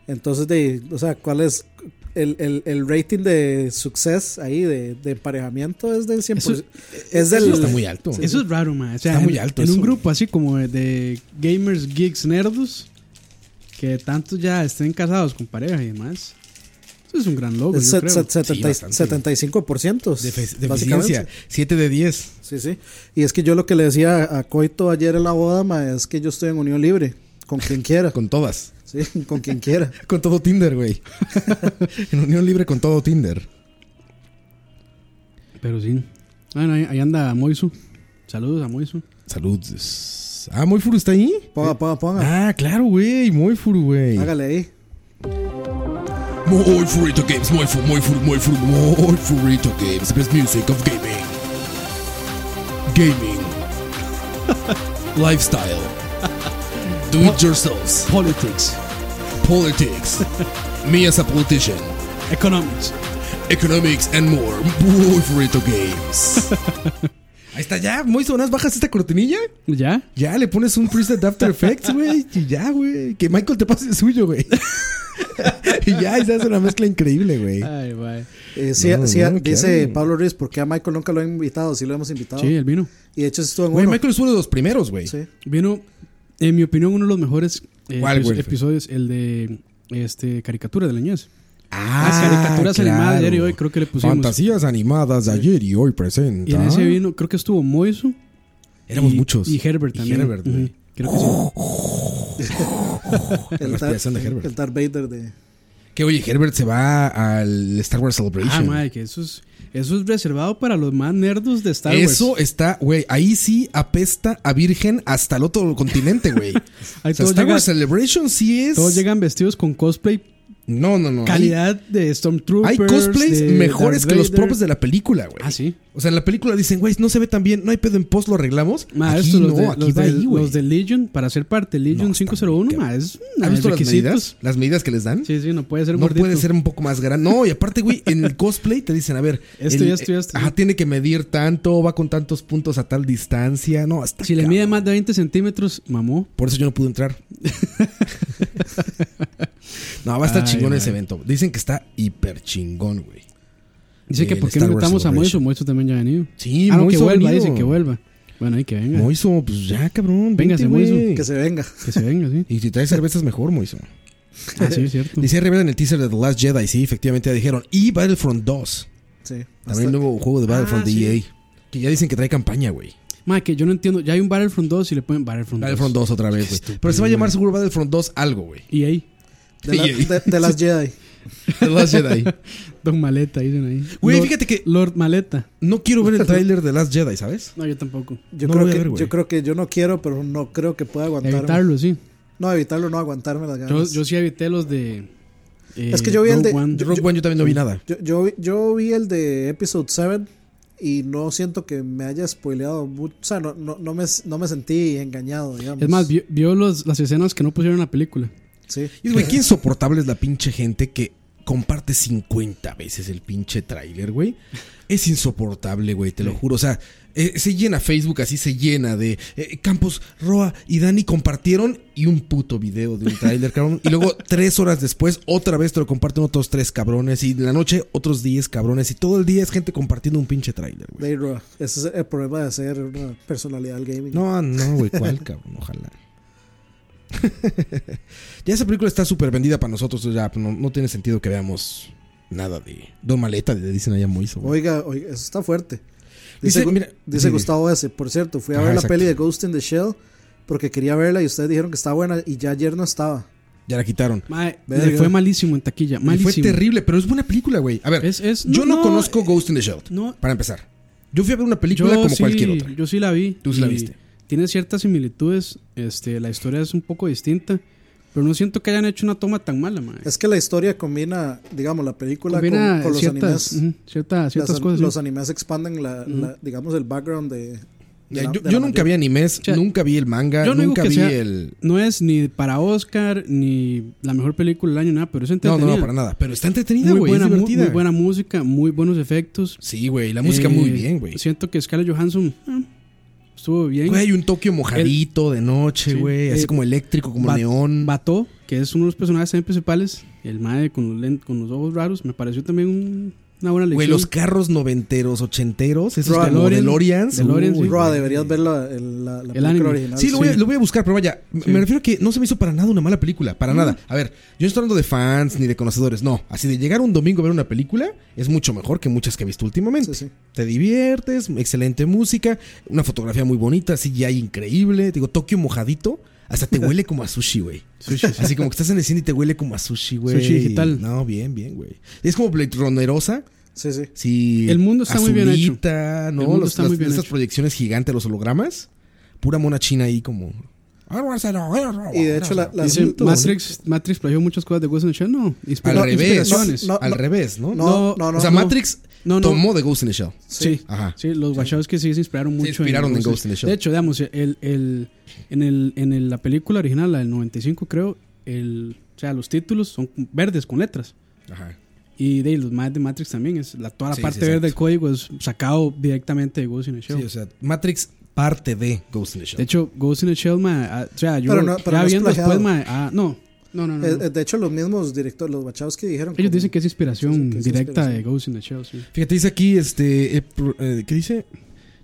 Speaker 4: Entonces, de, o sea, ¿cuál es el, el, el rating de success ahí, de, de emparejamiento? Es del 100%.
Speaker 2: Eso-
Speaker 4: es del...
Speaker 3: Eso está muy alto.
Speaker 2: Eso es raro, mae. O sea,
Speaker 3: Está muy
Speaker 2: en-
Speaker 3: alto
Speaker 2: En
Speaker 3: eso,
Speaker 2: un
Speaker 3: güey.
Speaker 2: grupo así como de- de gamers, geeks, nerdos, que tantos ya estén casados con pareja y demás. Eso es un gran logro,
Speaker 4: el
Speaker 2: yo
Speaker 4: set-
Speaker 2: creo.
Speaker 4: set- setenta-
Speaker 3: Sí, bastante.
Speaker 4: 75%.
Speaker 3: De, fe- de
Speaker 4: básicamente.
Speaker 3: eficiencia. 7 de 10.
Speaker 4: Sí, sí. Y es que yo lo que le decía a Coito ayer en la boda, ma, es que yo estoy en unión libre, con quien quiera.
Speaker 3: Con todas.
Speaker 4: sí, con quien quiera.
Speaker 3: Con todo Tinder, güey. en unión libre con todo Tinder.
Speaker 2: Pero sí. Bueno, ahí, ahí anda Moisu. Saludos a Moisu.
Speaker 3: Saludos. Ah, muy furu está ahí.
Speaker 4: Ponga, ponga, ponga.
Speaker 3: Ah, claro, güey. Muy furu, güey.
Speaker 4: Hágale ahí.
Speaker 3: Muy Furito Games, muy fur, muy fur, muy fur, muy Furito Games, the best music of gaming. Gaming. Lifestyle. Do it yourselves.
Speaker 2: Politics.
Speaker 3: Politics. Me as a politician.
Speaker 2: Economics.
Speaker 3: Economics and more. Muy Furito Games. Ahí está ya, muy sonas bajas esta cortinilla.
Speaker 2: ¿Ya?
Speaker 3: Ya le pones un preset de After Effects, güey. Y ya, güey. Que Michael te pase el suyo, güey. <laughs> y ya, y se hace una mezcla increíble, güey.
Speaker 2: Ay, bye.
Speaker 4: Eh, sí,
Speaker 3: No,
Speaker 4: sí,
Speaker 3: no,
Speaker 4: dice
Speaker 3: claro.
Speaker 4: Pablo Ruiz, ¿por qué a Michael nunca lo han invitado? Sí lo hemos invitado.
Speaker 2: Sí, el vino.
Speaker 4: Y de hecho estuvo en
Speaker 3: Güey,
Speaker 4: uno.
Speaker 3: Michael es uno de los primeros, güey. <laughs>
Speaker 4: Sí.
Speaker 2: Vino, en mi opinión, uno de los mejores eh,
Speaker 3: ¿Cuál,
Speaker 2: epi-
Speaker 3: güey?
Speaker 2: episodios, el de este caricatura de la niñez.
Speaker 3: Ah,
Speaker 2: Las caricaturas animadas de ayer y hoy, creo que le pusimos.
Speaker 3: Fantasías animadas de ayer y hoy presenta.
Speaker 2: Y en ese vino, creo que estuvo Moisu.
Speaker 3: Ah. Éramos
Speaker 2: y-
Speaker 3: muchos.
Speaker 2: Y Herbert también.
Speaker 3: Herbert, güey.
Speaker 2: Ujú, creo que sí.
Speaker 4: El,
Speaker 3: respiración de Herbert.
Speaker 4: el Darth Vader de...
Speaker 3: Que oye, Herbert se va al Star Wars
Speaker 2: Ah,
Speaker 3: Celebration.
Speaker 2: madre, que eso es, eso es reservado para los más nerdos de Star Wars.
Speaker 3: Eso está, güey, ahí sí apesta a virgen hasta el otro continente, güey.
Speaker 2: <laughs> Ahí
Speaker 3: o sea,
Speaker 2: todo
Speaker 3: Star
Speaker 2: llega-
Speaker 3: Wars Celebration sí es...
Speaker 2: Todos llegan vestidos con cosplay
Speaker 3: No, no, no. ahí-
Speaker 2: calidad de Stormtroopers.
Speaker 3: Hay cosplays
Speaker 2: de
Speaker 3: mejores
Speaker 2: Darth
Speaker 3: que los
Speaker 2: Vader.
Speaker 3: propios de la película, güey.
Speaker 2: Ah, sí.
Speaker 3: O sea, en la película dicen, güey, no se ve tan bien, no hay pedo en post, lo arreglamos.
Speaker 2: Ma,
Speaker 3: aquí
Speaker 2: estos,
Speaker 3: no,
Speaker 2: los, de,
Speaker 3: aquí
Speaker 2: los,
Speaker 3: va
Speaker 2: de,
Speaker 3: ahí, güey.
Speaker 2: los de Legion, para ser parte, Legion
Speaker 3: No, está muy
Speaker 2: 501,
Speaker 3: cabrón.
Speaker 2: ma, es
Speaker 3: ¿Has visto las
Speaker 2: requisitos.
Speaker 3: medidas? Las medidas que les dan.
Speaker 2: Sí, sí, no puede ser
Speaker 3: no
Speaker 2: gordito.
Speaker 3: puede ser un poco más grande. No, y aparte, güey, en el cosplay te dicen, a ver,
Speaker 2: <laughs> Esto
Speaker 3: el-
Speaker 2: y esto y esto,
Speaker 3: Ajá,
Speaker 2: sí.
Speaker 3: tiene que medir tanto, va con tantos puntos a tal distancia. No, hasta.
Speaker 2: Si le mide más de 20 centímetros, mamó.
Speaker 3: Por eso yo no
Speaker 2: <laughs>
Speaker 3: pude entrar. no, va a estar
Speaker 2: Ay,
Speaker 3: chingón ese
Speaker 2: man.
Speaker 3: evento. Dicen que está hiper chingón, güey.
Speaker 2: Dice que
Speaker 3: El
Speaker 2: ¿por qué no
Speaker 3: Star Wars
Speaker 2: invitamos a Moiso?
Speaker 3: Celebration.
Speaker 2: Moiso también ya ha venido.
Speaker 3: Sí,
Speaker 2: ah, no, que
Speaker 3: Moiso ha
Speaker 2: vuelva,
Speaker 3: venido.
Speaker 2: dice que vuelva. Bueno, ahí que venga.
Speaker 3: Moiso, pues ya, cabrón.
Speaker 2: Véngase,
Speaker 3: vente, güey.
Speaker 2: Moiso.
Speaker 4: Que se venga.
Speaker 2: Que se venga, sí.
Speaker 3: Y si traes cervezas, mejor, Moiso.
Speaker 2: Ah, sí, es cierto.
Speaker 3: <laughs> Dice revela en el teaser de The Last Jedi, sí, efectivamente ya dijeron. Y Battlefront 2.
Speaker 4: Sí.
Speaker 3: También el nuevo juego de Battlefront
Speaker 2: Ah,
Speaker 3: de
Speaker 2: sí.
Speaker 3: EA. Que ya dicen que trae campaña, güey.
Speaker 2: Ma, que yo no entiendo. Ya hay un Battlefront 2 y le ponen Battlefront 2.
Speaker 3: Battlefront 2 otra vez, güey. Pero se va a llamar seguro Battlefront 2 algo, güey.
Speaker 2: Y ahí,
Speaker 4: De, la-
Speaker 3: Sí.
Speaker 4: de-
Speaker 3: <laughs>
Speaker 4: de las Jedi.
Speaker 3: The Last Jedi.
Speaker 2: <laughs> Don Maleta, dicen ahí.
Speaker 3: Güey,
Speaker 2: Lord-
Speaker 3: fíjate que-
Speaker 2: Lord Maleta.
Speaker 3: <laughs> No quiero ver el tráiler de Last Jedi, ¿sabes?
Speaker 2: No, yo tampoco.
Speaker 4: Yo,
Speaker 3: No lo
Speaker 4: creo
Speaker 3: voy a
Speaker 4: que,
Speaker 3: ver, güey.
Speaker 4: yo creo que yo no quiero, pero no creo que pueda aguantarme.
Speaker 2: Evitarlo, sí.
Speaker 4: No, evitarlo, no aguantarme las
Speaker 2: Yo,
Speaker 4: ganas.
Speaker 2: yo sí evité los de. eh,
Speaker 4: Es que yo vi el de-
Speaker 3: Yo Rogue One yo también no vi nada.
Speaker 4: Yo, yo, vi- yo vi el de Episode 7 y no siento que me haya spoileado mucho. O sea, no, no, no me, no me sentí engañado, digamos.
Speaker 2: Es más, vio, vio los- las escenas que no pusieron en la película.
Speaker 4: Sí.
Speaker 3: Y güey, qué insoportable es la pinche gente que comparte 50 veces el pinche tráiler, güey. Es insoportable, güey, te lo juro. O sea, eh, se llena Facebook así, se llena de eh, Campos, Roa y Dani compartieron y un puto video de un tráiler, cabrón. Y luego tres horas después, otra vez te lo comparten otros tres cabrones. Y en la noche, otros 10 cabrones. Y todo el día es gente compartiendo un pinche tráiler, güey.
Speaker 4: De ahí, Roa. Ese es el problema de ser una personalidad del gaming.
Speaker 3: No, ah, no,
Speaker 2: <laughs>
Speaker 3: güey, ¿cuál, cabrón? Ojalá. <laughs> ya esa película está súper vendida para nosotros, ya pues, no, no tiene sentido que veamos nada de Don Maleta, le dicen allá Moiso. güey.
Speaker 4: Oiga, oiga, eso está fuerte.
Speaker 3: Dice,
Speaker 4: Dice, Gu-
Speaker 3: mira-
Speaker 4: dice
Speaker 3: sí.
Speaker 4: Gustavo S. Por cierto, fui a
Speaker 3: Ajá,
Speaker 4: ver
Speaker 3: exacto.
Speaker 4: la peli de Ghost in the Shell porque quería verla y ustedes dijeron que está buena y ya ayer no estaba.
Speaker 3: Ya la quitaron.
Speaker 2: Mae,
Speaker 4: Verga.
Speaker 2: le fue malísimo en taquilla.
Speaker 3: Y
Speaker 2: Malísimo.
Speaker 3: Fue terrible, pero es buena película, güey. A ver,
Speaker 2: Es- es-
Speaker 3: yo
Speaker 2: no,
Speaker 3: no,
Speaker 2: no,
Speaker 3: conozco Ghost in the Shell,
Speaker 2: no.
Speaker 3: para empezar. Yo fui a ver una película como
Speaker 2: sí-
Speaker 3: cualquier otra.
Speaker 2: Yo sí la vi.
Speaker 3: Tú sí la
Speaker 2: y
Speaker 3: viste.
Speaker 2: Tiene ciertas similitudes. Este, la historia es un poco distinta. Pero no siento que hayan hecho una toma tan mala, mae.
Speaker 4: Es que la historia combina, digamos, la película con-
Speaker 2: Combina
Speaker 4: con, los
Speaker 2: ciertas,
Speaker 4: animes.
Speaker 2: ujú, ciertas, ciertas
Speaker 4: Las-
Speaker 2: cosas.
Speaker 4: los
Speaker 2: sí.
Speaker 4: animes expanden, la, la- digamos, el background de. de
Speaker 3: Ya,
Speaker 4: la-
Speaker 3: yo
Speaker 4: de
Speaker 3: yo
Speaker 4: la
Speaker 3: nunca vi animes,
Speaker 2: sea,
Speaker 3: nunca vi el manga,
Speaker 2: yo no digo
Speaker 3: nunca
Speaker 2: que
Speaker 3: vi
Speaker 2: sea-
Speaker 3: el...
Speaker 2: No es ni para Oscar, ni la mejor película del año, nada, pero es
Speaker 3: No,
Speaker 2: entretenida.
Speaker 3: no, no, para nada. Pero está entretenida,
Speaker 2: Muy
Speaker 3: güey. Es
Speaker 2: buena, mu- muy,
Speaker 3: divertida.
Speaker 2: buena música, muy buenos efectos.
Speaker 3: Sí, güey. La música
Speaker 2: Eh,
Speaker 3: muy bien, güey.
Speaker 2: Siento que Scarlett Johansson eh, estuvo bien.
Speaker 3: Güey, un Tokio mojadito de noche,
Speaker 2: Sí.
Speaker 3: güey. así
Speaker 2: Eh,
Speaker 3: como eléctrico, como
Speaker 2: Bat-
Speaker 3: neón.
Speaker 2: Bato, que es uno de los personajes también principales, el mae con los, len- con los ojos raros, me pareció también un- una buena
Speaker 3: Güey,
Speaker 2: lección.
Speaker 3: los carros noventeros, ochenteros, esos
Speaker 4: Roa-
Speaker 3: como
Speaker 2: DeLorean.
Speaker 3: DeLoreans.
Speaker 2: DeLorean, sí.
Speaker 4: Roa, deberías ver la, el- la- la película
Speaker 2: anime.
Speaker 4: original.
Speaker 3: Sí, lo voy, a, lo voy a buscar, pero vaya, m-
Speaker 2: Sí.
Speaker 3: me refiero a que no se me hizo para nada una mala película, para nada. A ver, yo no estoy hablando de fans ni de conocedores, no. Así de llegar un domingo a ver una película es mucho mejor que muchas que he visto últimamente.
Speaker 4: Sí, sí.
Speaker 3: Te diviertes, excelente música, una fotografía muy bonita, CGI increíble. Te Digo, Tokio mojadito, hasta te huele como a sushi, güey. Así como que estás en el cine y te huele como a sushi, güey.
Speaker 2: Sushi digital.
Speaker 3: No, bien, bien, güey. Es como Blade Runnerosa,
Speaker 4: Sí, sí.
Speaker 3: Sí.
Speaker 2: El mundo está muy bien hecho.
Speaker 3: azulita, ¿no?
Speaker 2: El mundo
Speaker 3: Los-
Speaker 2: está
Speaker 3: las-
Speaker 2: muy bien
Speaker 3: Estas
Speaker 2: hecho.
Speaker 3: proyecciones gigantes, los hologramas. Pura mona china ahí como. "Ah,
Speaker 4: Y de hecho, la- la-
Speaker 2: Dice,
Speaker 4: Asunto,
Speaker 2: Matrix, Matrix plagió muchas cosas de Ghost in the Shell, no.
Speaker 3: Al
Speaker 2: inspira-
Speaker 3: revés.
Speaker 2: inspiraciones.
Speaker 4: No,
Speaker 3: al
Speaker 4: no,
Speaker 3: revés, ¿no?
Speaker 4: No, no, no.
Speaker 3: o sea,
Speaker 4: no.
Speaker 3: Matrix
Speaker 2: No, no.
Speaker 3: tomó de Ghost in the Shell.
Speaker 2: Sí,
Speaker 3: Ajá.
Speaker 2: sí, los Wachowski sí se inspiraron mucho.
Speaker 3: inspiraron en Ghost in the Shell.
Speaker 2: De hecho, digamos, el, el, en, el, en el- la película original, la del 95 creo, el, o sea, los títulos son verdes con letras.
Speaker 3: Ajá.
Speaker 2: Y de ahí, los más de Matrix también, es la, toda la
Speaker 3: Sí,
Speaker 2: parte
Speaker 3: sí,
Speaker 2: verde del
Speaker 3: exacto.
Speaker 2: código es sacado directamente de Ghost in the
Speaker 3: Sí,
Speaker 2: Shell.
Speaker 3: o sea, Matrix parte de Ghost in the
Speaker 2: De
Speaker 3: Shell.
Speaker 2: hecho, Ghost in the Shell, ma, ah, o sea, yo
Speaker 4: Pero no- pero
Speaker 2: ya
Speaker 4: no es
Speaker 2: viendo
Speaker 4: plagiado.
Speaker 2: después, ma, ah, no, no, no, no,
Speaker 4: Eh,
Speaker 2: no.
Speaker 4: eh, de hecho, los mismos directores, los Wachowski dijeron.
Speaker 2: Ellos
Speaker 4: como-
Speaker 2: dicen que es inspiración
Speaker 4: Sí, sí, que es
Speaker 2: directa
Speaker 4: inspiración.
Speaker 2: de Ghost in the Shell, sí.
Speaker 3: Fíjate, dice aquí, este. eh, pro- eh, ¿Qué dice?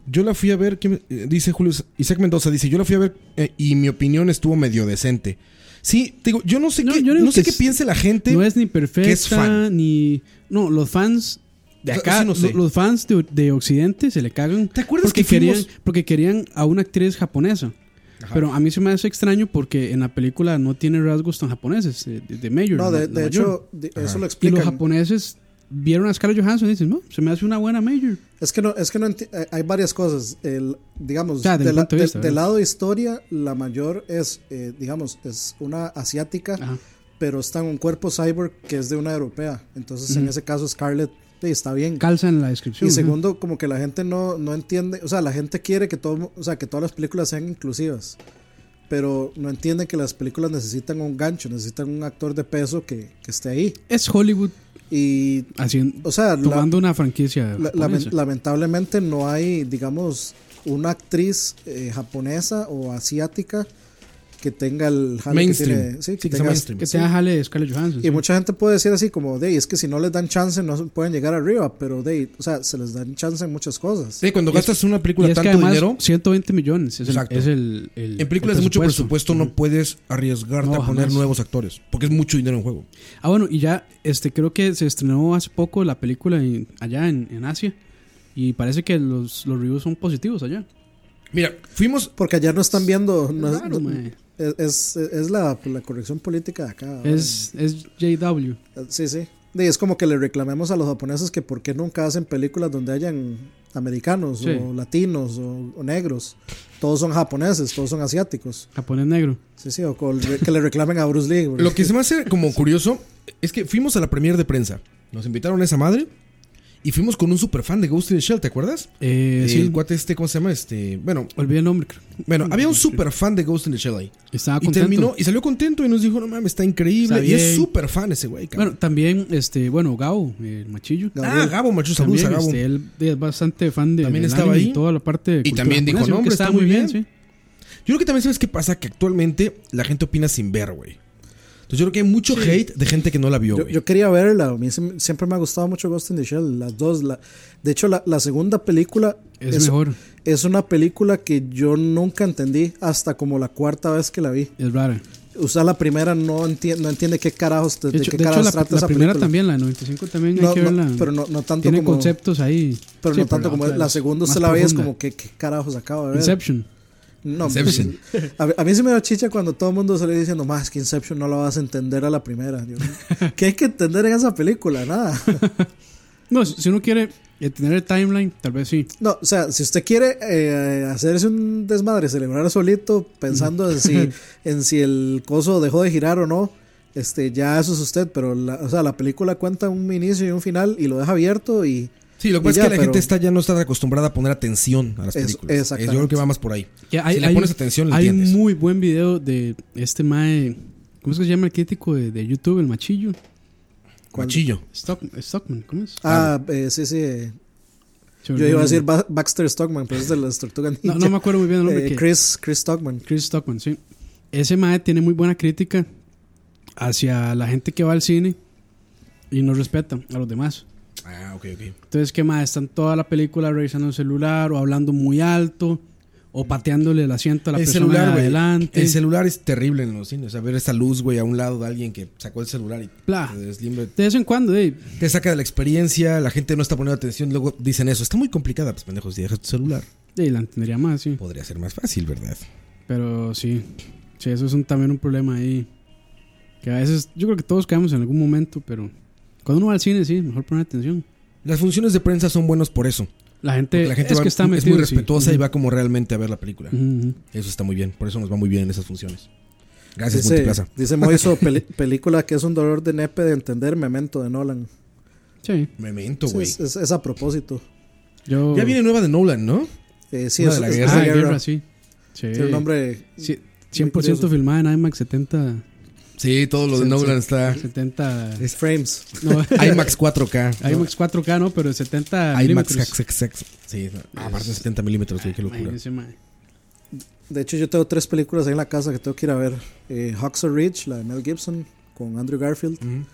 Speaker 3: Yo la fui a ver, ¿quién me- eh, dice Julio Isaac Mendoza, dice, yo la fui a ver eh, y mi opinión estuvo medio decente. Sí, te digo, yo no sé
Speaker 2: No,
Speaker 3: qué,
Speaker 2: yo
Speaker 3: no
Speaker 2: digo
Speaker 3: sé
Speaker 2: que
Speaker 3: qué
Speaker 2: es-
Speaker 3: piense la gente.
Speaker 2: No es ni perfecta,
Speaker 3: fan.
Speaker 2: ni... No, los fans de
Speaker 3: O sea,
Speaker 2: acá,
Speaker 3: sí, no sé.
Speaker 2: lo- los fans de, de Occidente se le cagan.
Speaker 3: ¿Te acuerdas
Speaker 2: porque
Speaker 3: que fuimos-
Speaker 2: querían Porque querían a una actriz japonesa. Pero a mí se me hace extraño porque en la película no tiene rasgos tan japoneses, eh, de, de Mayor.
Speaker 4: No,
Speaker 2: la-
Speaker 4: de,
Speaker 2: la
Speaker 4: de
Speaker 2: mayor.
Speaker 4: hecho, de- eso
Speaker 2: Y
Speaker 4: lo explican.
Speaker 2: los japoneses vieron a Scarlett Johansson y dicen, no, se me hace una buena Major.
Speaker 4: Es que no, es que no enti- eh, hay varias cosas. El, digamos,
Speaker 2: O sea, del
Speaker 4: de la-
Speaker 2: punto de
Speaker 4: de-
Speaker 2: vista,
Speaker 4: del
Speaker 2: ¿verdad?
Speaker 4: lado de historia, la mayor es, eh, digamos, es una asiática,
Speaker 2: Ajá.
Speaker 4: pero está en un cuerpo cyborg que es de una europea. Entonces, en ese caso, Scarlett eh, está bien.
Speaker 2: Calza en la descripción.
Speaker 4: Y
Speaker 2: ajá.
Speaker 4: segundo, como que la gente no, no entiende, o sea, la gente quiere que todo, o sea, que todas las películas sean inclusivas, pero no entiende que las películas necesitan un gancho, necesitan un actor de peso que, que esté ahí.
Speaker 2: Es Hollywood
Speaker 4: Y,
Speaker 2: haciendo,
Speaker 4: o sea, la-
Speaker 2: tomando una franquicia.
Speaker 4: la-
Speaker 2: japonesa.
Speaker 4: lamen- lamentablemente no hay, digamos, una actriz eh, japonesa o asiática que tenga el jale que
Speaker 3: Mainstream.
Speaker 4: tiene-
Speaker 3: Sí,
Speaker 4: sí, que
Speaker 3: que sea
Speaker 4: tenga-
Speaker 3: mainstream.
Speaker 2: que sea jale de Scarlett Johansson.
Speaker 4: Y
Speaker 2: sí.
Speaker 4: mucha gente puede decir así como, de, es que si no les dan chance no se- pueden llegar arriba, pero de, o sea, se les dan chance en muchas cosas.
Speaker 3: Sí, cuando gastas en una
Speaker 2: Y
Speaker 3: película
Speaker 2: es que
Speaker 3: tanto
Speaker 2: además
Speaker 3: dinero,
Speaker 2: 120 millones es el,
Speaker 3: Exacto.
Speaker 2: es el, el-
Speaker 3: en películas
Speaker 2: el
Speaker 3: de mucho presupuesto no puedes arriesgarte
Speaker 2: Mm. No,
Speaker 3: a poner
Speaker 2: jamás.
Speaker 3: nuevos actores, porque es mucho dinero en juego.
Speaker 2: Ah, bueno, y ya este creo que se estrenó hace poco la película en- allá en, en Asia y parece que los, los reviews son positivos allá.
Speaker 3: Mira, fuimos...
Speaker 4: Porque allá no están viendo. no es,
Speaker 2: Claro,
Speaker 4: no-
Speaker 2: mae.
Speaker 4: es, es- es la, la corrección política de acá. ¿verdad?
Speaker 2: Es, es JW.
Speaker 4: Sí, sí. Y es como que le reclamemos a los japoneses que por qué nunca hacen películas donde hayan americanos
Speaker 2: Sí.
Speaker 4: o latinos o, o negros. Todos son japoneses, todos son asiáticos.
Speaker 2: Japonés negro.
Speaker 4: Sí, sí, o con- que le reclamen a Bruce Lee.
Speaker 3: Lo que se me hace
Speaker 2: <laughs>
Speaker 3: como curioso es que fuimos a la premier de prensa. Nos invitaron a esa madre. Y fuimos con un super fan de Ghost in the Shell, ¿te acuerdas?
Speaker 2: Eh,
Speaker 3: el
Speaker 2: sí, Mm,
Speaker 3: cuate este, ¿cómo se llama? Este, bueno,
Speaker 2: olvidé el nombre. creo.
Speaker 3: bueno, había un super fan de Ghost in the Shell ahí.
Speaker 2: Estaba
Speaker 3: Y
Speaker 2: Ah, contento.
Speaker 3: terminó, y salió contento y nos dijo, no mames, está increíble.
Speaker 2: Está
Speaker 3: y es
Speaker 2: bien.
Speaker 3: súper fan ese güey, cabrón.
Speaker 2: Bueno, también, este, bueno, Gao, el machillo.
Speaker 3: ah, Gabo, macho, saludos
Speaker 2: También,
Speaker 3: a Gabo.
Speaker 2: este, él es bastante fan de
Speaker 3: También
Speaker 2: del
Speaker 3: estaba
Speaker 2: anime
Speaker 3: ahí.
Speaker 2: y toda la parte de
Speaker 3: Y
Speaker 2: cultura
Speaker 3: también dijo,
Speaker 2: japonesa,
Speaker 3: "No,
Speaker 2: que
Speaker 3: hombre,
Speaker 2: está
Speaker 3: está
Speaker 2: muy
Speaker 3: muy
Speaker 2: bien,
Speaker 3: bien".
Speaker 2: sí.
Speaker 3: Yo creo que también sabes qué pasa, que actualmente la gente opina sin ver, güey. Entonces yo creo que hay mucho hate de gente que no la vio,
Speaker 4: <laughs> Yo,
Speaker 3: güey.
Speaker 4: yo quería verla, a mí se- siempre me ha gustado mucho Ghost in the Shell, las dos. La, de hecho, la, la segunda película
Speaker 2: Es mejor.
Speaker 4: es una película que yo nunca entendí hasta como la cuarta vez que la vi.
Speaker 2: Es rara.
Speaker 4: Usted la primera no, entiende no entiende qué
Speaker 2: De
Speaker 4: carajos, de, pues, de
Speaker 2: hecho,
Speaker 4: qué
Speaker 2: de hecho,
Speaker 4: carajos
Speaker 2: la,
Speaker 4: trata
Speaker 2: la
Speaker 4: esa
Speaker 2: primera
Speaker 4: película.
Speaker 2: también, la 95 también
Speaker 4: No,
Speaker 2: hay que
Speaker 4: no,
Speaker 2: verla.
Speaker 4: pero no- no tanto
Speaker 2: Tiene
Speaker 4: como-
Speaker 2: conceptos ahí.
Speaker 4: Pero
Speaker 2: Sí,
Speaker 4: no tanto como
Speaker 2: otra
Speaker 4: la
Speaker 2: es
Speaker 4: segunda, usted
Speaker 2: más
Speaker 4: la ve y es
Speaker 2: profunda.
Speaker 4: como que qué carajos acaba de ver.
Speaker 2: Inception.
Speaker 4: No,
Speaker 3: Inception.
Speaker 4: A, a mí se me da chicha cuando todo el mundo sale diciendo, más que Inception no la vas a entender a la primera. Yo,
Speaker 2: <laughs>
Speaker 4: ¿Qué hay que entender en esa película? Nada.
Speaker 2: No, si si uno quiere eh, tener el timeline, tal vez sí.
Speaker 4: No, o sea, si usted quiere eh, hacerse un desmadre, celebrar solito, pensando en si, <laughs> en si el coso dejó de girar o no, este, ya eso es usted, pero la, o sea, la película cuenta un inicio y un final y lo deja abierto y...
Speaker 3: Sí, lo que
Speaker 4: y
Speaker 3: pasa
Speaker 4: ya,
Speaker 3: es que la
Speaker 4: pero-
Speaker 3: gente está ya no está acostumbrada a poner atención a las
Speaker 4: Es-
Speaker 3: películas. Es- yo creo
Speaker 4: exactamente.
Speaker 3: que va más por ahí.
Speaker 2: Que hay-
Speaker 3: si le
Speaker 2: hay-
Speaker 3: pones atención, le
Speaker 2: Hay
Speaker 3: entiendes.
Speaker 2: muy buen video de este mae. ¿Cómo es que se llama el crítico de, de YouTube, el machillo?
Speaker 3: Cuachillo.
Speaker 2: Stock- Stockman, ¿cómo es?
Speaker 4: Ah, eh, sí, sí. eh, Yo iba a decir Ba- Baxter Stockman, pero es de las tortugas
Speaker 2: Mm. No,
Speaker 4: Ninja.
Speaker 2: no me acuerdo muy bien el nombre.
Speaker 4: Eh,
Speaker 2: que-
Speaker 4: Chris, Chris Stockman.
Speaker 2: Chris Stockman, sí. Ese mae tiene muy buena crítica hacia la gente que va al cine y no respeta a los demás.
Speaker 3: Ah, ok, ok.
Speaker 2: Entonces, ¿qué más? Están toda la película revisando el celular o hablando muy alto o pateándole el asiento a la
Speaker 3: el
Speaker 2: persona
Speaker 3: celular,
Speaker 2: de
Speaker 3: güey.
Speaker 2: adelante.
Speaker 3: El celular es terrible en los cines. O sea, ver esa luz, güey, a un lado de alguien que sacó el celular y
Speaker 2: Pla.
Speaker 3: te deslimbra.
Speaker 2: de vez en cuando, eh,
Speaker 3: Te saca de la experiencia, la gente no está poniendo atención, luego dicen eso. Está muy complicada, pues pendejos, si dejas tu celular.
Speaker 2: eh, la entendería más, sí.
Speaker 3: Podría ser más fácil, ¿verdad?
Speaker 2: Pero sí, sí, eso es un- también un problema ahí. Que a veces, yo creo que todos caemos en algún momento, pero cuando uno va al cine, sí, mejor poner atención.
Speaker 3: Las funciones de prensa son buenos por eso.
Speaker 2: La gente,
Speaker 3: Porque la gente
Speaker 2: Este, es
Speaker 3: va-
Speaker 2: que está
Speaker 3: es
Speaker 2: metido,
Speaker 3: muy
Speaker 2: sí.
Speaker 3: respetuosa y
Speaker 2: Ujú,
Speaker 3: va como realmente a ver la película.
Speaker 2: ujú, ujú.
Speaker 3: Eso está muy bien. Por eso nos va muy bien en esas funciones. Gracias,
Speaker 4: Dice,
Speaker 3: Multiplaza. <laughs>
Speaker 4: dice Moiso, peli- película que es un dolor de nepe de entender, Memento de Nolan.
Speaker 2: Sí,
Speaker 3: Memento,
Speaker 4: Sí,
Speaker 3: güey.
Speaker 4: es, es- es a propósito.
Speaker 2: yo...
Speaker 3: Ya viene nueva de Nolan, ¿no?
Speaker 4: Eh, sí,
Speaker 3: Una
Speaker 4: es,
Speaker 3: de la
Speaker 4: es
Speaker 3: guerra.
Speaker 2: Ah,
Speaker 4: de
Speaker 2: guerra,
Speaker 4: guerra.
Speaker 2: sí. Sí.
Speaker 4: Tiene un nombre...
Speaker 2: Sí,
Speaker 4: curioso.
Speaker 2: 100% filmada en IMAX 70...
Speaker 3: Sí, todo lo de
Speaker 2: Sí,
Speaker 3: Nolan está.
Speaker 2: 70...
Speaker 4: Frames.
Speaker 2: No,
Speaker 3: <laughs> IMAX 4K. ¿no?
Speaker 2: IMAX 4K, no, pero 70
Speaker 3: IMAX
Speaker 2: milímetros.
Speaker 3: XXX. Sí, no, aparte de 70 milímetros, güey, qué locura.
Speaker 2: Imagínese, mae.
Speaker 4: De hecho, yo tengo tres películas ahí en la casa que tengo que ir a ver. Eh, Hacksaw Ridge, la de Mel Gibson, con Andrew Garfield.
Speaker 3: Ujú.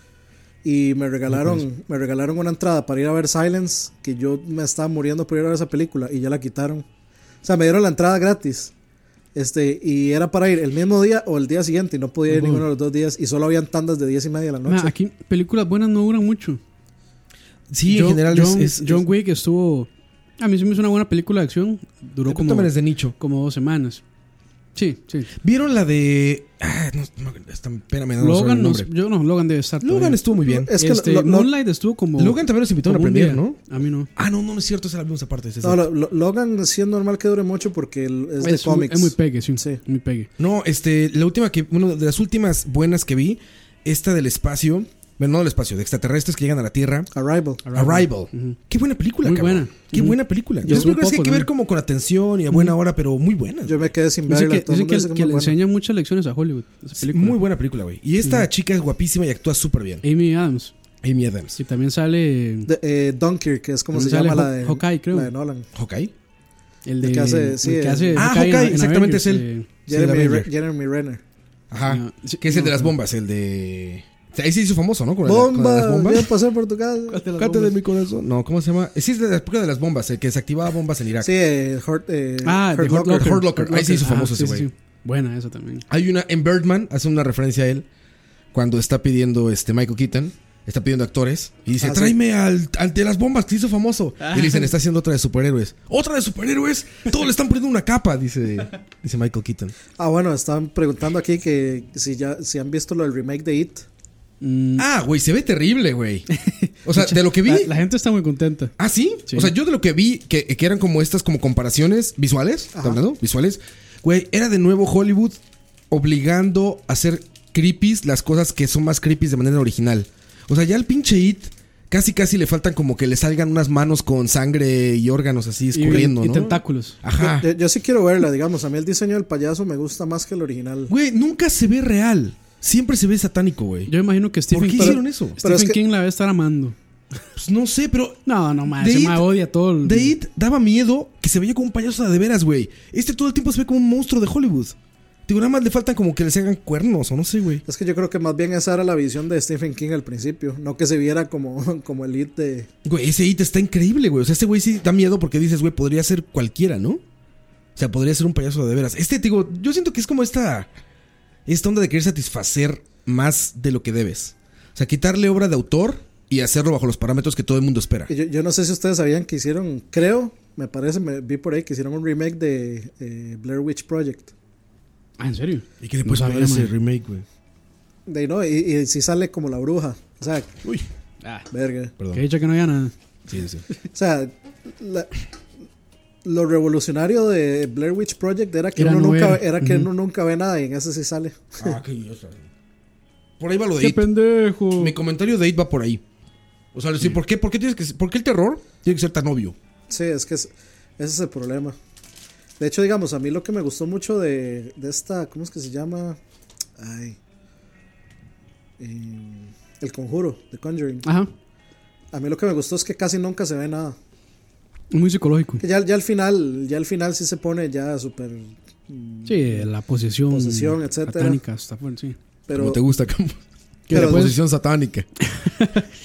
Speaker 4: Y me regalaron, me regalaron una entrada para ir a ver Silence, que yo me estaba muriendo por ir a ver esa película y ya la quitaron. O sea, me dieron la entrada gratis. Este, y era para ir el mismo día o el día siguiente, y no podía ir
Speaker 2: Ujú.
Speaker 4: ninguno de los dos días, y solo habían tandas de 10 y media de la
Speaker 2: Mae,
Speaker 4: noche.
Speaker 2: Aquí películas buenas no duran mucho.
Speaker 3: Sí, en
Speaker 2: John-
Speaker 3: general es-
Speaker 2: John-
Speaker 3: es.
Speaker 2: John
Speaker 3: es-
Speaker 2: Wick estuvo... A mí se me hizo una buena película de acción. Duró como,
Speaker 3: también es de nicho.
Speaker 2: como dos semanas. Sí, sí.
Speaker 3: ¿Vieron la de. Ah, no, no, está- espérame, no, no sé
Speaker 2: Logan,
Speaker 3: el
Speaker 2: no,
Speaker 3: nombre.
Speaker 2: yo no, Logan debe estar
Speaker 3: Logan
Speaker 2: todavía.
Speaker 3: estuvo muy bien.
Speaker 4: es que
Speaker 2: Este,
Speaker 4: lo- lo-
Speaker 2: Moonlight estuvo como...
Speaker 3: Logan también nos invitaron a
Speaker 2: como un
Speaker 3: aprender,
Speaker 2: día.
Speaker 3: ¿no?
Speaker 2: A mí no.
Speaker 3: Ah, no, no, no es cierto, esa la vimos aparte. esa es
Speaker 4: No,
Speaker 3: otra.
Speaker 4: lo- lo- Logan sí es normal que dure mucho porque el- es, de
Speaker 2: muy-
Speaker 4: cómics.
Speaker 2: Es muy pegue, sí.
Speaker 4: Sí.
Speaker 2: Muy pegue.
Speaker 3: No, este, la última que, una de las últimas buenas que vi, esta del espacio, bueno, no del espacio, de extraterrestres que llegan a la Tierra.
Speaker 4: Arrival.
Speaker 3: Arrival. Qué buena película,
Speaker 2: Muy
Speaker 3: cabrón.
Speaker 2: buena.
Speaker 3: Qué
Speaker 2: Ujú.
Speaker 3: buena película.
Speaker 2: Yo
Speaker 3: Las
Speaker 2: vi un
Speaker 3: películas que hay
Speaker 2: poco,
Speaker 3: que
Speaker 2: ¿no?
Speaker 3: ver como con atención y a buena hora, pero muy buena.
Speaker 4: Yo me quedé sin
Speaker 2: Dicen
Speaker 4: verla.
Speaker 2: que,
Speaker 4: todo
Speaker 2: dicen
Speaker 4: el mundo
Speaker 2: que,
Speaker 4: dice
Speaker 2: que
Speaker 4: que es
Speaker 2: le
Speaker 4: muy buena.
Speaker 2: enseña muchas lecciones a Hollywood. Esa película.
Speaker 3: Muy buena película, güey. Y esta chica es guapísima y actúa súper bien.
Speaker 2: Amy Adams.
Speaker 3: Amy Adams.
Speaker 2: Y también sale
Speaker 4: De- eh, Dunkirk, que es como se
Speaker 2: También sale
Speaker 4: llama la
Speaker 2: Haw-
Speaker 4: de,
Speaker 2: Hawkeye, creo.
Speaker 4: la de Nolan.
Speaker 3: Hawkeye.
Speaker 2: el de...
Speaker 4: el que hace- sí,
Speaker 2: el que
Speaker 4: el-
Speaker 2: hace
Speaker 3: Ah,
Speaker 2: Hawkeye en-
Speaker 3: Hawkeye,
Speaker 2: en
Speaker 3: exactamente,
Speaker 2: Avengers,
Speaker 3: es él.
Speaker 2: eh.
Speaker 3: Sí,
Speaker 4: Jeremy,
Speaker 3: la
Speaker 4: Re-
Speaker 3: Avenger.
Speaker 4: Jeremy Renner.
Speaker 3: Ajá.
Speaker 2: No, sí,
Speaker 3: que es el
Speaker 2: no,
Speaker 3: de las
Speaker 2: no.
Speaker 3: bombas, el de... O sea, Ahí se hizo famoso, ¿no? Con la- con
Speaker 4: Bomba,
Speaker 3: las bombas.
Speaker 4: voy a pasar por tu casa.
Speaker 3: Cate de mi corazón. No, ¿cómo se llama? Sí, es de la época de las bombas, el que desactivaba bombas en Irak.
Speaker 4: Sí, eh, Hurt, eh,
Speaker 2: Ah,
Speaker 4: Hurt
Speaker 2: de Hurt
Speaker 4: Locker.
Speaker 2: Locker.
Speaker 3: Hurt Locker. Ahí se hizo
Speaker 2: Ah,
Speaker 3: famoso ese
Speaker 2: sí, sí,
Speaker 3: güey.
Speaker 2: sí. Buena esa también.
Speaker 3: Hay una en Birdman, hace una referencia a él cuando está pidiendo este Michael Keaton, está pidiendo actores y dice,
Speaker 4: Ah, sí. Ah.
Speaker 3: "Tráeme al, al de las bombas que hizo famoso." Y le dicen, "Está haciendo otra de superhéroes." "Otra de superhéroes, todos le están poniendo una capa", dice dice Michael Keaton.
Speaker 4: Ah, bueno, estaban preguntando aquí que si ya si han visto lo del remake de It.
Speaker 3: Ah, güey, se ve terrible, güey. O sea, de lo que vi.
Speaker 2: La, la gente está muy contenta.
Speaker 3: ¿Ah, sí?
Speaker 2: Sí.
Speaker 3: O sea, yo de lo que vi, que, que eran como estas como comparaciones visuales, ¿está hablando? Visuales. Güey, era de nuevo Hollywood obligando a hacer creepies las cosas que son más creepies de manera original. O sea, ya el pinche It casi casi le faltan como que le salgan unas manos con sangre y órganos así
Speaker 2: Y-
Speaker 3: escurriendo,
Speaker 2: y,
Speaker 3: ¿no?
Speaker 2: tentáculos. Eh,
Speaker 3: Ajá.
Speaker 4: Yo, yo sí quiero verla, digamos. A mí el diseño del payaso me gusta más que el original.
Speaker 3: Güey, nunca se ve real. Siempre se ve satánico, güey.
Speaker 2: Yo imagino que Stephen
Speaker 3: ¿Por qué
Speaker 2: King.
Speaker 3: hicieron eso?
Speaker 2: Stephen
Speaker 4: Pero es que-
Speaker 2: King la debe estar amando.
Speaker 3: Pues no sé, pero
Speaker 2: No, no, man.
Speaker 3: The
Speaker 2: Se
Speaker 3: It-
Speaker 2: me odia todo. el-
Speaker 3: The It daba miedo que se veía como un payaso de veras, güey. Este todo el tiempo se ve como un monstruo de Hollywood. Digo, nada más le faltan como que les hagan cuernos o no sé, güey.
Speaker 4: Es que yo creo que más bien esa era la visión de Stephen King al principio. No que se viera como, <laughs> como el hit de.
Speaker 3: Güey, ese It está increíble, güey. O sea, este güey sí da miedo porque dices, güey, podría ser cualquiera, ¿no? O sea, podría ser un payaso de veras. Este, te digo, yo siento que es como esta. Esta onda de querer satisfacer más de lo que debes. O sea, quitarle obra de autor y hacerlo bajo los parámetros que todo el mundo espera.
Speaker 4: que Yo, yo no sé si ustedes sabían que hicieron, creo, me parece, me vi por ahí que hicieron un remake de eh, Blair Witch Project.
Speaker 2: Ah, en serio.
Speaker 3: ¿Y qué
Speaker 2: le puedes poner a ese
Speaker 3: remake, güey?
Speaker 4: De ahí, no, y, y si sale como la bruja. O sea,
Speaker 3: Uy,
Speaker 4: verga.
Speaker 3: perdón.
Speaker 2: Que dicha que no había nada.
Speaker 3: Sí, sí.
Speaker 4: O sea, la- lo revolucionario de Blair Witch Project era que,
Speaker 2: Era
Speaker 4: uno,
Speaker 2: no
Speaker 4: nunca,
Speaker 2: ver.
Speaker 4: era que
Speaker 2: Ujú.
Speaker 4: uno nunca ve nada y en ese sí sale.
Speaker 3: Ah, qué idiota. Por ahí va lo de
Speaker 2: ¡Qué
Speaker 3: It.
Speaker 2: pendejo!
Speaker 3: Mi comentario de It va por ahí. O sea,
Speaker 2: Mm.
Speaker 3: decir, ¿por qué, por qué tienes que, por qué el terror tiene que ser tan obvio?
Speaker 4: Sí, es que es- ese es el problema. De hecho, digamos, a mí lo que me gustó mucho de, de esta, ¿cómo es que se llama? Ay. Em, el conjuro, The Conjuring.
Speaker 2: Ajá.
Speaker 4: A mí lo que me gustó es que casi nunca se ve nada.
Speaker 2: Muy psicológico.
Speaker 4: Que ya, ya al final, ya al final sí se pone ya súper...
Speaker 2: Sí, la posesión.
Speaker 4: Posesión, etcétera.
Speaker 2: satánica, está fuerte, sí.
Speaker 4: Pero,
Speaker 2: <laughs>
Speaker 3: gusta, Campo.
Speaker 4: Que la Pero-
Speaker 3: posición satánica.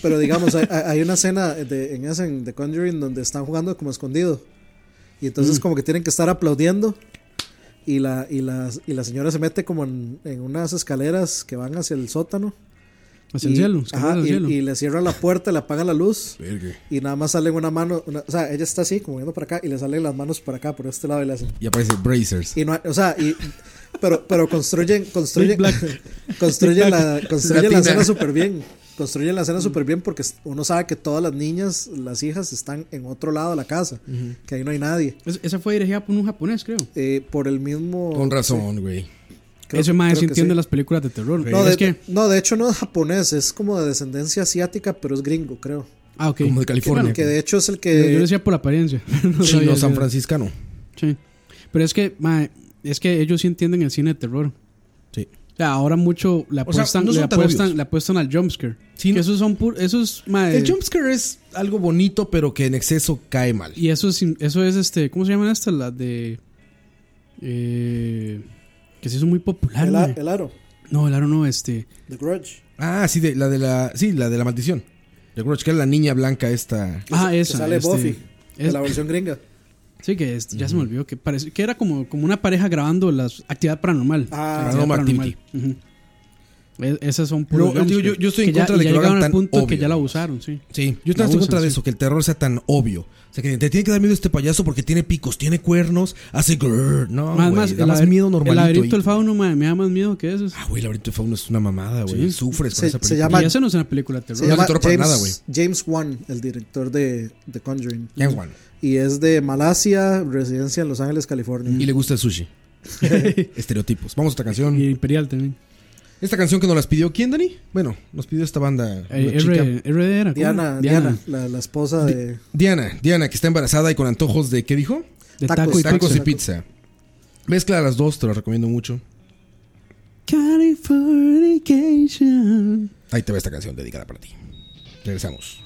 Speaker 4: pero digamos, hay, hay- hay una escena de, en esa, en The Conjuring, donde están jugando como escondido. Y
Speaker 2: Mm.
Speaker 4: entonces como que tienen que estar aplaudiendo. Y la, y la, y la señora se mete como en, en unas escaleras que van hacia el sótano.
Speaker 2: Hacia el
Speaker 4: Y-
Speaker 2: cielo.
Speaker 4: ajá,
Speaker 2: escaleras al
Speaker 4: y,
Speaker 2: cielo.
Speaker 4: y le cierra la puerta, le apaga la luz. Y nada más sale una mano. una- o sea, ella está así, como viendo para acá. Y le salen las manos para acá, por este lado. Y le hacen.
Speaker 3: Y aparece Brazers.
Speaker 4: Y no hay- o sea, y, pero, pero construyen, construyen,
Speaker 2: Big Black.
Speaker 4: <laughs> construyen, la, construyen la
Speaker 3: Latina.
Speaker 4: escena súper bien. Construyen la escena súper bien porque uno sabe que todas las niñas, las hijas, están en otro lado de la casa, que ahí no hay nadie.
Speaker 2: Es- esa fue dirigida por un japonés, creo.
Speaker 4: Eh, por el mismo.
Speaker 3: Con razón, güey.
Speaker 4: creo-
Speaker 2: Ese más
Speaker 4: creo
Speaker 2: sí
Speaker 4: que
Speaker 2: entiende
Speaker 4: sí.
Speaker 2: las películas de terror.
Speaker 4: No de,
Speaker 2: es que.
Speaker 4: no, de hecho no es japonés, es como de descendencia asiática, pero es gringo, creo.
Speaker 2: Ah, ok.
Speaker 3: Como de California.
Speaker 4: Que de hecho es el
Speaker 2: Yo, yo
Speaker 4: que.
Speaker 2: decía por la apariencia. <laughs> no sabía
Speaker 3: Chino
Speaker 2: si
Speaker 3: San
Speaker 2: era-
Speaker 3: Franciscano.
Speaker 2: Sí. Pero es que, mae, es que ellos sí entienden el cine de terror.
Speaker 3: Sí.
Speaker 2: O sea, ahora mucho le
Speaker 3: O sea,
Speaker 2: apuestan,
Speaker 3: no son
Speaker 2: le,
Speaker 3: tan
Speaker 2: apuestan
Speaker 3: obvios.
Speaker 2: le apuestan al jumpscare.
Speaker 3: Sí,
Speaker 2: Sí,
Speaker 3: no-
Speaker 2: Esos son puros. Esos, mae,
Speaker 3: El jumpscare es algo bonito, pero que en exceso cae mal.
Speaker 2: Y eso es, eso es este. ¿Cómo se llaman estas? Las de. eh, que se hizo muy popular.
Speaker 4: El, a-
Speaker 2: mae.
Speaker 4: el aro,
Speaker 2: No, el aro no, este.
Speaker 4: The Grudge.
Speaker 3: Ah, sí, de, la de la, sí, la de la maldición. Yo creo que era la niña blanca esta.
Speaker 2: Ah,
Speaker 4: que
Speaker 2: esa.
Speaker 4: sale
Speaker 2: este,
Speaker 4: Buffy, de
Speaker 2: es-
Speaker 4: la versión gringa.
Speaker 2: sí, que es- ya se me olvidó. Que, parece, que era como, como una pareja grabando las actividad paranormal.
Speaker 4: Ah,
Speaker 2: Actividad
Speaker 3: Paranormal Activity.
Speaker 2: Ujú. Es- esas son
Speaker 3: Pero,
Speaker 2: puros
Speaker 3: digo,
Speaker 2: jumpscares.
Speaker 3: yo- yo estoy en
Speaker 2: ya-
Speaker 3: contra de
Speaker 2: ya
Speaker 3: que lo
Speaker 2: llegaron
Speaker 3: hagan
Speaker 2: al
Speaker 3: tan
Speaker 2: punto que
Speaker 3: obvio.
Speaker 2: ya la usaron, sí.
Speaker 3: Sí, yo
Speaker 2: La
Speaker 3: también estoy en
Speaker 2: usan,
Speaker 3: contra de
Speaker 2: sí.
Speaker 3: eso, que el terror sea tan obvio. O sea, que te tiene que dar miedo este payaso porque tiene picos, tiene cuernos, hace grrr. No,
Speaker 2: Más,
Speaker 3: güey,
Speaker 2: más,
Speaker 3: da
Speaker 2: el
Speaker 3: más
Speaker 2: laber-
Speaker 3: miedo
Speaker 2: El
Speaker 3: normalito.
Speaker 2: laberinto
Speaker 3: y-
Speaker 2: del fauno mae, me da más miedo que esos.
Speaker 3: Ah, güey, el laberinto de fauno es una mamada, güey.
Speaker 2: Sí.
Speaker 3: Sufres con
Speaker 4: Se-
Speaker 3: esa
Speaker 4: se
Speaker 3: película.
Speaker 4: llama-
Speaker 2: y eso no es una película de terror.
Speaker 4: Se
Speaker 3: No es
Speaker 4: llama
Speaker 3: de terror para
Speaker 4: James,
Speaker 3: nada, güey.
Speaker 4: James Wan, el director de The Conjuring.
Speaker 3: James Wan.
Speaker 4: Y es de Malasia, residencia en Los Ángeles, California.
Speaker 3: Mm. Y le gusta el sushi. Estereotipos. Vamos a otra canción.
Speaker 2: <laughs> Y Imperial también.
Speaker 3: Esta canción que nos las pidió, ¿quién, Dani? Bueno, nos pidió esta banda.
Speaker 2: Eh,
Speaker 3: una chica.
Speaker 2: R, RD era. ¿cómo?
Speaker 4: Diana, Diana, la, la esposa de...
Speaker 3: Diana, Diana, que está embarazada y con antojos de, ¿qué dijo?
Speaker 2: De
Speaker 4: Tacos,
Speaker 2: taco y
Speaker 3: Tacos
Speaker 2: pizza.
Speaker 3: y pizza. Mezcla las dos, te lo recomiendo mucho.
Speaker 2: Californication.
Speaker 3: Ahí te va esta canción dedicada para ti. Regresamos.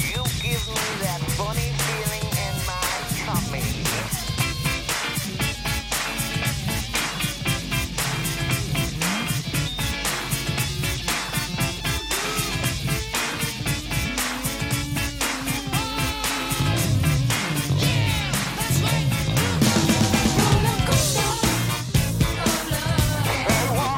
Speaker 8: You give me that funny feeling in my tummy. Hey, woman,
Speaker 6: Oh,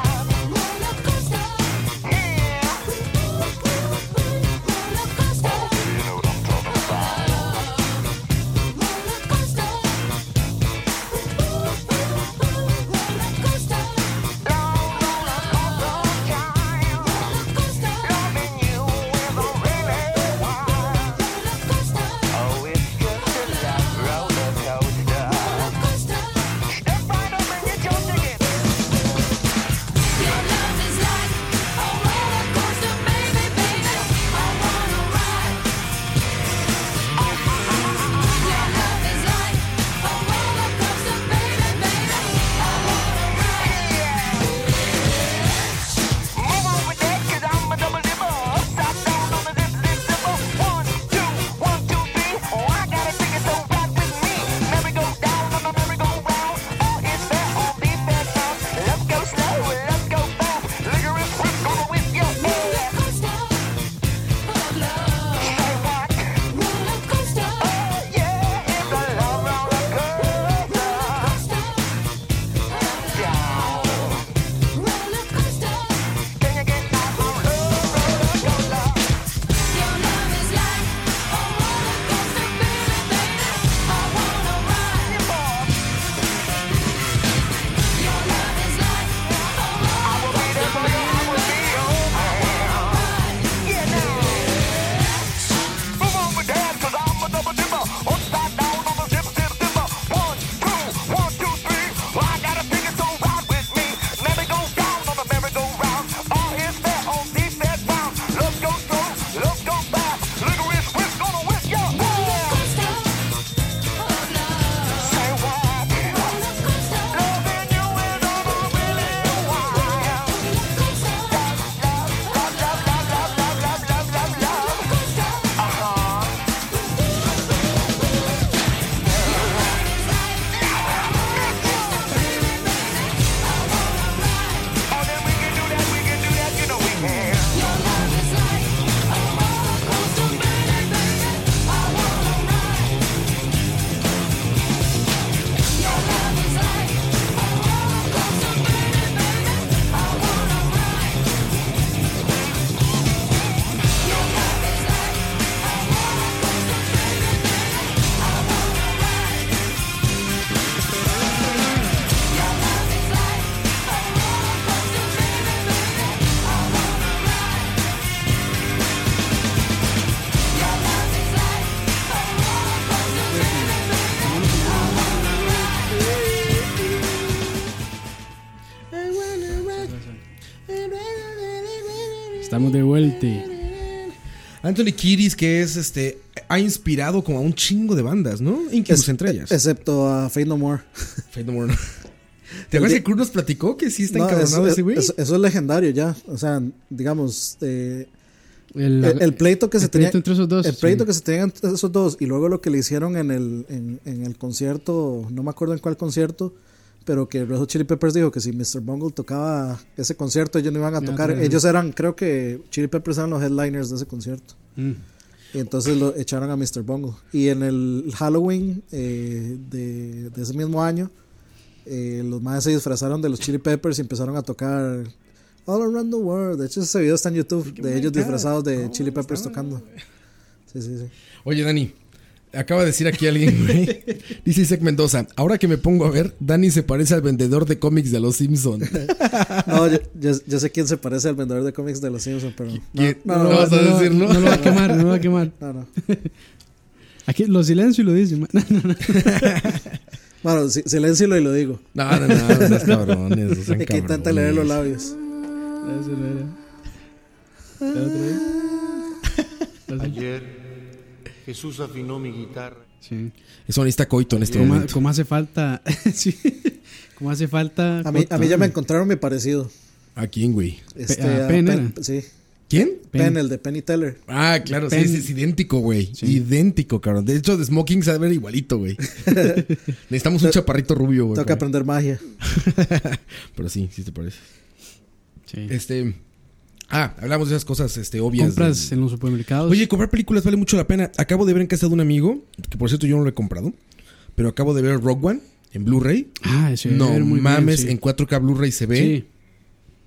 Speaker 2: Estamos de vuelta.
Speaker 3: Anthony Kiris, que es este, ha inspirado como a un chingo de bandas, ¿no? Incluso
Speaker 4: Es-
Speaker 3: entre ellas.
Speaker 4: Excepto a Fade No More.
Speaker 3: Faith No More, <laughs> ¿no? ¿Te acuerdas que Kurt nos platicó que sí está encabronado
Speaker 4: eso,
Speaker 3: ese güey?
Speaker 4: eso- eso es legendario ya. O sea, digamos, eh,
Speaker 2: El,
Speaker 4: el, el pleito que
Speaker 2: el
Speaker 4: se tenía.
Speaker 2: pleito entre esos dos,
Speaker 4: El pleito
Speaker 2: sí.
Speaker 4: que se tenían entre esos dos. Y luego lo que le hicieron en el, en, en el concierto, no me acuerdo en cuál concierto, pero que Red Hot Chili Peppers dijo que si Mr. Bungle tocaba ese concierto, ellos no iban a
Speaker 2: Ya,
Speaker 4: tocar.
Speaker 2: claro.
Speaker 4: Ellos eran, creo que Chili Peppers eran los headliners de ese concierto.
Speaker 2: Mm.
Speaker 4: Y entonces lo echaron a Mr. Bungle. Y en el Halloween eh, de, de ese mismo año, eh, los más se disfrazaron de los Chili Peppers y empezaron a tocar All Around the World. De hecho, ese video está en YouTube de ellos disfrazados de Chili Peppers tocando. Sí, sí, sí.
Speaker 3: Oye, Dani, acaba de decir aquí alguien, güey. Dice Isaac Mendoza, ahora que me pongo a ver, Dani se parece al vendedor de cómics de Los Simpsons.
Speaker 4: No, yo, yo- yo sé quién se parece al vendedor de cómics de los Simpsons, pero.
Speaker 3: ¿Quién?
Speaker 4: No, no,
Speaker 3: No,
Speaker 4: no,
Speaker 3: vas a
Speaker 4: no,
Speaker 3: decir, ¿no?
Speaker 2: No lo va a quemar, no lo va a quemar.
Speaker 4: no, no.
Speaker 2: Aquí lo silencio y lo dice. man. <laughs>
Speaker 4: Bueno, si- silencio y lo digo.
Speaker 3: No, no, no, no seas cabrones, no sean
Speaker 4: Y que intenta leer los
Speaker 3: cabrones.
Speaker 4: labios.
Speaker 2: Eso no era. ¿Era otra vez?
Speaker 5: Ayer Jesús afinó mi guitarra.
Speaker 2: Sí.
Speaker 3: Es sonista coito en este
Speaker 2: ¿Cómo,
Speaker 3: momento.
Speaker 2: cómo hace falta? <laughs> sí. ¿Cómo hace falta?
Speaker 3: Ah,
Speaker 4: A mí, a mí ya me encontraron mi parecido.
Speaker 3: ¿A quién, güey?
Speaker 4: Este,
Speaker 2: a
Speaker 3: ah,
Speaker 4: a
Speaker 2: Penn
Speaker 4: Penn-
Speaker 2: era.
Speaker 4: sí,
Speaker 3: ¿Quién?
Speaker 2: Penn.
Speaker 4: Penn, el de Penny Teller.
Speaker 3: Ah, claro, sí,
Speaker 2: Pen-
Speaker 3: sí, es idéntico, güey. Idéntico, cabrón. De hecho, de Smoking se va a ver igualito, güey. Necesitamos un chaparrito rubio, güey.
Speaker 4: Tengo que aprender magia.
Speaker 3: Pero sí, sí te parece.
Speaker 2: Sí.
Speaker 3: Este. Ah, hablamos de esas cosas este, obvias.
Speaker 2: Compras
Speaker 3: del-
Speaker 2: en los supermercados.
Speaker 3: Oye, comprar películas vale mucho la pena. Acabo de ver en casa de un amigo, que por cierto yo no lo he comprado, pero acabo de ver Rogue One en Blu-ray.
Speaker 2: ah, sí,
Speaker 3: no
Speaker 2: muy bien,
Speaker 3: mames,
Speaker 2: sí.
Speaker 3: en 4K Blu-ray se ve.
Speaker 2: Sí.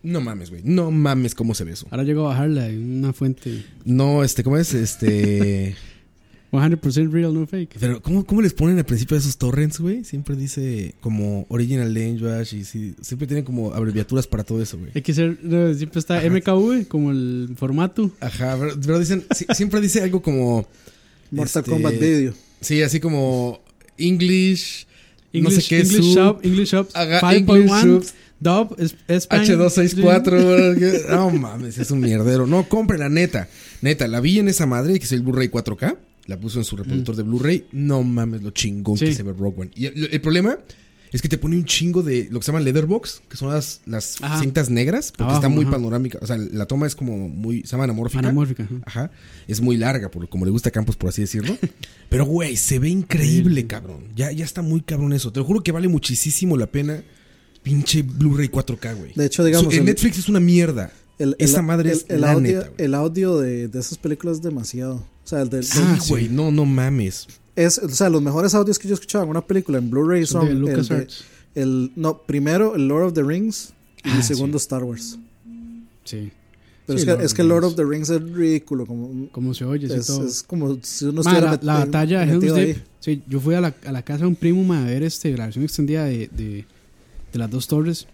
Speaker 3: No mames, güey. No mames cómo se ve eso.
Speaker 2: Ahora llego a bajarla en una fuente.
Speaker 3: No, este, ¿cómo es? Este. <laughs>
Speaker 2: 100% real, no fake.
Speaker 3: Pero, ¿cómo, ¿cómo les ponen al principio de esos torrents, güey? Siempre dice como original language y sí, siempre tienen como abreviaturas para todo eso, güey.
Speaker 2: Hay que ser, no, siempre está MKV como el formato.
Speaker 3: Ajá, pero, pero dicen, sí, siempre dice algo como.
Speaker 4: Mortal
Speaker 3: este,
Speaker 4: Kombat Video.
Speaker 3: Sí, así como English,
Speaker 2: English,
Speaker 3: no sé qué
Speaker 2: English
Speaker 3: sub,
Speaker 2: Shop, English Shop,
Speaker 3: Haga- English
Speaker 2: 5.1,
Speaker 3: Shop.
Speaker 2: Dub, es- España.
Speaker 3: H264. No mames, es un mierdero. No, compre la neta. Neta, la vi en esa madre que es el Blu-ray 4K. La puso en su reproductor de Blu-ray. No mames, lo chingón
Speaker 2: Mm. Sí.
Speaker 3: que se ve Rogue One. Y el, el problema es que te pone un chingo de lo que se llama leatherbox, que son las, las
Speaker 2: Ajá.
Speaker 3: cintas negras, porque
Speaker 2: Abajo,
Speaker 3: está muy
Speaker 2: ajá.
Speaker 3: panorámica. O sea, la toma es como muy. Se llama anamórfica.
Speaker 2: Anamórfica, ajá.
Speaker 3: Ajá. Es muy larga, por, como le gusta a Campos, por
Speaker 2: <laughs>
Speaker 3: así decirlo. Pero, güey, se ve increíble, cabrón. Ya, ya está muy cabrón eso. Te lo juro que vale muchísimo la pena. Pinche Blu-ray 4K, güey.
Speaker 4: De hecho, digamos,
Speaker 3: Su- El,
Speaker 4: el-
Speaker 3: Netflix es una mierda.
Speaker 4: El,
Speaker 3: Esa
Speaker 4: el-
Speaker 3: madre
Speaker 4: el-
Speaker 3: es
Speaker 4: el
Speaker 3: la
Speaker 4: audio,
Speaker 3: neta, güey.
Speaker 4: El audio de, de esas películas es demasiado. O sea, el del-
Speaker 3: Sí,
Speaker 4: del-
Speaker 3: Ah, güey. No, no mames.
Speaker 4: es, o sea, los mejores audios que yo he escuchado en una película en Blu-ray son.
Speaker 2: de
Speaker 4: el
Speaker 2: LucasArts.
Speaker 4: el- no, primero el Lord of the Rings y
Speaker 2: Ah,
Speaker 4: el segundo Star Wars.
Speaker 2: Sí,
Speaker 4: Pero
Speaker 3: Sí,
Speaker 4: es, que,
Speaker 3: Lord of
Speaker 4: es que
Speaker 3: the
Speaker 4: Lord
Speaker 3: Rings.
Speaker 4: of the Rings es ridículo. Como,
Speaker 2: como se oye, sí,
Speaker 4: es,
Speaker 2: todo.
Speaker 4: es como si uno
Speaker 2: Ma,
Speaker 4: estuviera
Speaker 2: la,
Speaker 4: met-
Speaker 2: la batalla de Helm's
Speaker 4: metido ahí.
Speaker 2: Deep. Sí, yo fui a la, a la casa de un primo ma, a ver este, la versión extendida de, de, de las dos torres.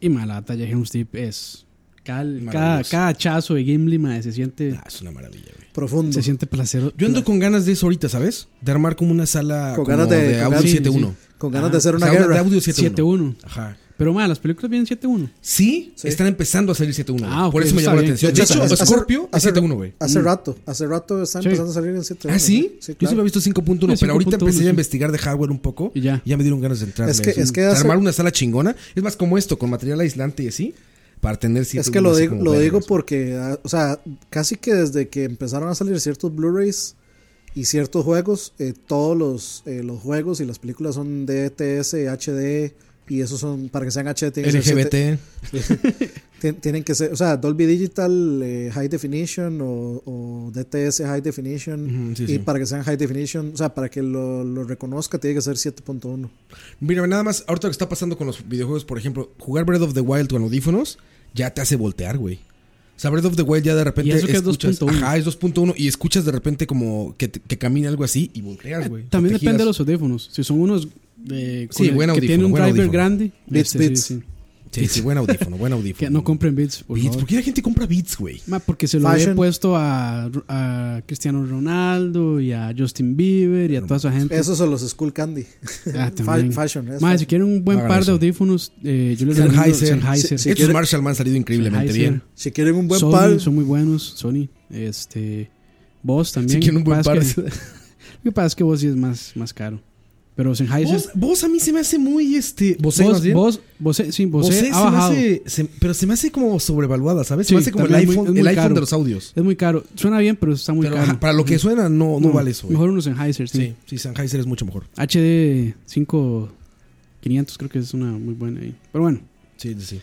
Speaker 2: Y ma, la batalla de Helm's Deep es. Cal, cada,
Speaker 3: Maravilloso.
Speaker 2: cada hachazo de Gimli ma, se siente,
Speaker 3: Ah, es una maravilla, güey.
Speaker 4: Profundo.
Speaker 2: se siente placero.
Speaker 3: Yo ando con ganas de eso ahorita, ¿sabes? De armar como una sala
Speaker 4: Con
Speaker 3: como
Speaker 4: ganas de- con
Speaker 3: audio
Speaker 4: ganas-
Speaker 3: 7.1.
Speaker 4: Con ganas de hacer
Speaker 3: O
Speaker 4: una
Speaker 3: sea,
Speaker 4: guerra.
Speaker 3: Ah, de audio 7.1.
Speaker 2: 7-1.
Speaker 3: Ajá.
Speaker 2: Pero ma, las películas vienen 7-1.
Speaker 3: Sí,
Speaker 4: Sí.
Speaker 3: están empezando a salir 7.1.
Speaker 2: Ah, ok,
Speaker 3: Por eso
Speaker 2: eso
Speaker 3: me
Speaker 2: está
Speaker 3: llamó la
Speaker 2: bien.
Speaker 3: atención.
Speaker 2: De
Speaker 3: De
Speaker 2: hecho,
Speaker 3: hecho,
Speaker 4: hace-
Speaker 3: Scorpio es
Speaker 4: hace-
Speaker 3: 7.1, güey.
Speaker 4: Hace rato, hace rato están
Speaker 2: Sí.
Speaker 4: empezando a salir en 7
Speaker 3: ¿Ah, sí? Yo
Speaker 4: claro.
Speaker 3: solo había visto 5.1,
Speaker 2: Ah,
Speaker 3: pero ahorita
Speaker 2: 5.1,
Speaker 3: empecé
Speaker 2: sí.
Speaker 3: a investigar de hardware un poco
Speaker 2: Y ya.
Speaker 3: me dieron ganas de entrar.
Speaker 4: Es que- es que hace-
Speaker 3: armar una sala chingona. Es más como esto, con material aislante y así, para tener
Speaker 4: Es
Speaker 3: siete
Speaker 4: que
Speaker 3: uno
Speaker 4: lo
Speaker 3: así
Speaker 4: digo,
Speaker 3: como
Speaker 4: lo
Speaker 3: vergas,
Speaker 4: digo
Speaker 3: güey.
Speaker 4: porque, ah, o sea, casi que desde que empezaron a salir ciertos Blu-rays y ciertos juegos, eh, todos los, eh, los juegos y las películas son E DTS, HD, y esos son, para que sean HD, tienen que ser siete-
Speaker 3: LGBT.
Speaker 4: tien- tienen que ser, o sea, Dolby Digital eh, High Definition o, o DTS High Definition,
Speaker 3: Ujú, sí,
Speaker 4: y
Speaker 3: sí.
Speaker 4: para que sean High Definition, o sea, para que lo, lo reconozca, tiene que ser 7.1.
Speaker 3: Mira, nada más, ahorita lo que está pasando con los videojuegos, por ejemplo, jugar Breath of the Wild con audífonos ya te hace voltear, güey. O sea, Breath of the Wild ya de repente
Speaker 2: Y eso que es
Speaker 3: escuchas,
Speaker 2: 2.1.
Speaker 3: ajá, es 2.1 y escuchas de repente como que, te- que camina algo así y volteas, güey.
Speaker 2: Eh, También
Speaker 3: O te
Speaker 2: depende de
Speaker 3: giras.
Speaker 2: los audífonos. Si son unos de,
Speaker 3: Sí,
Speaker 2: con el
Speaker 3: buen
Speaker 2: que
Speaker 3: audífono,
Speaker 2: tienen un
Speaker 3: buen
Speaker 2: driver
Speaker 3: audífono.
Speaker 2: grande, este,
Speaker 4: Beats,
Speaker 2: sí,
Speaker 4: Beats.
Speaker 2: sí.
Speaker 3: Sí, sí, buen audífono, buen
Speaker 2: <laughs>
Speaker 3: audífono.
Speaker 2: Que no compren Beats, por
Speaker 3: Beats.
Speaker 2: favor.
Speaker 3: ¿Por qué la gente compra Beats, güey?
Speaker 2: Ma, porque se lo había
Speaker 4: Fashion.
Speaker 2: puesto a, a Cristiano Ronaldo y a Justin Bieber y a toda esa gente.
Speaker 4: Esos son los School Candy.
Speaker 2: Ah,
Speaker 4: Fa-
Speaker 2: también.
Speaker 4: fashion, eso.
Speaker 2: Ma, si quieren un buen
Speaker 3: Hagan
Speaker 2: par de
Speaker 3: eso.
Speaker 2: audífonos, eh, yo les recomiendo
Speaker 3: Sennheiser.
Speaker 2: Sennheiser.
Speaker 4: Sí, sí.
Speaker 3: Estos
Speaker 4: quiere-
Speaker 3: Marshall me han salido increíblemente
Speaker 2: Sennheiser.
Speaker 3: bien.
Speaker 4: Si quieren un buen
Speaker 2: Sony,
Speaker 4: par,
Speaker 2: son muy buenos, Sony. Este, vos también.
Speaker 3: Si quieren un buen
Speaker 2: Lo que
Speaker 3: par.
Speaker 2: pasa es que- Lo que pasa es que vos sí es más, más caro. Pero Sennheiser...
Speaker 3: Vos, vos a mí se me hace muy <laughs> este. Vos,
Speaker 2: Vos, vos, vos, sí, vos
Speaker 3: Bose
Speaker 2: ha
Speaker 3: se me
Speaker 2: bajado.
Speaker 3: hace, se- pero se me hace como sobrevaluada, ¿sabes? Se
Speaker 2: Sí,
Speaker 3: me hace como el
Speaker 2: también es muy-
Speaker 3: iPhone,
Speaker 2: es muy
Speaker 3: el iPhone
Speaker 2: caro.
Speaker 3: de los audios.
Speaker 2: Es muy caro. Suena bien, pero está muy
Speaker 3: Pero,
Speaker 2: caro.
Speaker 3: ajá, para lo que suena, no, no, vale eso. güey.
Speaker 2: Mejor unos Sennheiser, sí.
Speaker 3: Sí, sí, Sennheiser es mucho mejor.
Speaker 2: HD 5500 creo que es una muy buena ahí. Pero bueno,
Speaker 3: Sí, sí, sí.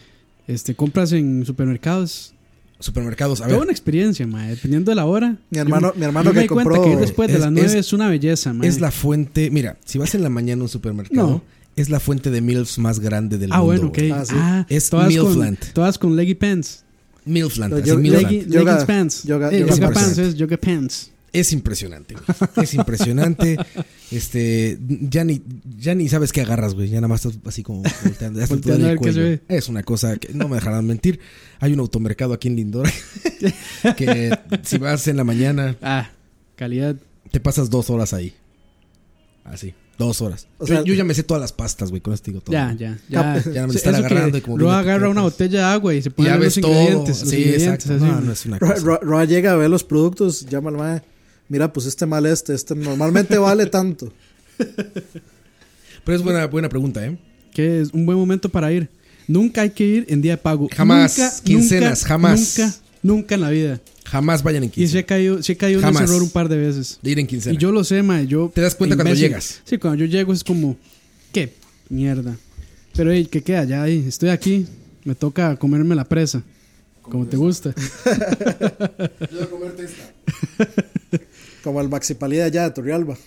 Speaker 2: este compras en supermercados.
Speaker 3: Supermercados, a
Speaker 2: Toda
Speaker 3: ver.
Speaker 2: una experiencia, mae, dependiendo de la hora.
Speaker 4: Mi hermano- mi hermano
Speaker 2: yo me
Speaker 4: que
Speaker 2: di cuenta
Speaker 4: compró-
Speaker 2: que ir después de
Speaker 3: Es-
Speaker 2: las 9 es,
Speaker 3: es-
Speaker 2: una belleza, mae.
Speaker 3: Es la fuente. Mira, si vas en la mañana a un supermercado,
Speaker 2: No.
Speaker 3: es la fuente de MILFs más grande del
Speaker 2: Ah,
Speaker 3: mundo.
Speaker 2: bueno, ok.
Speaker 3: güey.
Speaker 2: Ah,
Speaker 4: sí.
Speaker 3: Es
Speaker 2: todas con,
Speaker 3: Milfland.
Speaker 2: todas con leggy pants.
Speaker 3: MILFland, así,
Speaker 4: yo-
Speaker 3: MILFland.
Speaker 2: Leggy,
Speaker 4: Yoga-
Speaker 2: leggings pants.
Speaker 4: yoga-
Speaker 2: Eh,
Speaker 4: yoga
Speaker 2: yoga
Speaker 3: pants.
Speaker 2: pants es yoga pants.
Speaker 3: Es impresionante, güey.
Speaker 2: <laughs>
Speaker 3: Es impresionante. este, ya ni, ya ni sabes qué agarras, güey. Ya nada más estás así como volteando. ya se te
Speaker 2: Volteando
Speaker 3: duele
Speaker 2: a
Speaker 3: el
Speaker 2: ver qué se
Speaker 3: cuello. Es una cosa que no me dejarán mentir. Hay un automercado aquí
Speaker 2: <laughs>
Speaker 3: en Lindora que si vas en la mañana,
Speaker 2: Ah, calidad.
Speaker 3: te pasas dos horas ahí. Así, dos horas.
Speaker 4: O sea-
Speaker 3: yo, yo ya me sé todas las pastas, güey. Con esto digo todo.
Speaker 2: Ya, ya, ya.
Speaker 3: Ya no me están
Speaker 2: Eso que
Speaker 3: agarrando y como
Speaker 2: luego
Speaker 3: bien
Speaker 2: agarra una
Speaker 3: aprietas.
Speaker 2: botella de agua y se
Speaker 3: Y
Speaker 2: pone
Speaker 3: ya
Speaker 2: los
Speaker 3: ves todo.
Speaker 2: ingredientes. los
Speaker 3: Sí,
Speaker 2: ingredientes,
Speaker 3: exacto.
Speaker 2: así,
Speaker 3: No,
Speaker 2: mae.
Speaker 3: no es una
Speaker 4: Roa,
Speaker 3: cosa.
Speaker 4: Roa- Roa llega a ver los productos, llama al mae. Mira, pues este mal este, este normalmente vale tanto.
Speaker 3: Pero es buena, buena pregunta, ¿eh?
Speaker 2: que es un buen momento para ir. Nunca hay que ir en día de pago.
Speaker 3: Jamás.
Speaker 2: Nunca,
Speaker 3: Quincenas,
Speaker 2: nunca,
Speaker 3: jamás.
Speaker 2: Nunca, nunca en la vida.
Speaker 3: Jamás vayan en
Speaker 2: Y se
Speaker 3: quincena.
Speaker 2: ha caído, se ha caído en ese
Speaker 3: Jamás.
Speaker 2: error un par de veces.
Speaker 3: De ir en quincena.
Speaker 2: Y yo lo sé, mae. Yo,
Speaker 3: Te das cuenta cuando
Speaker 2: imbécil.
Speaker 3: llegas.
Speaker 2: Sí, cuando yo llego es como, ¿qué? Mierda. Pero, hey, ¿qué queda? Ya ahí, estoy aquí. Me toca comerme la presa. Como te gusta.
Speaker 4: Como el Maxipalía allá de Torrealba.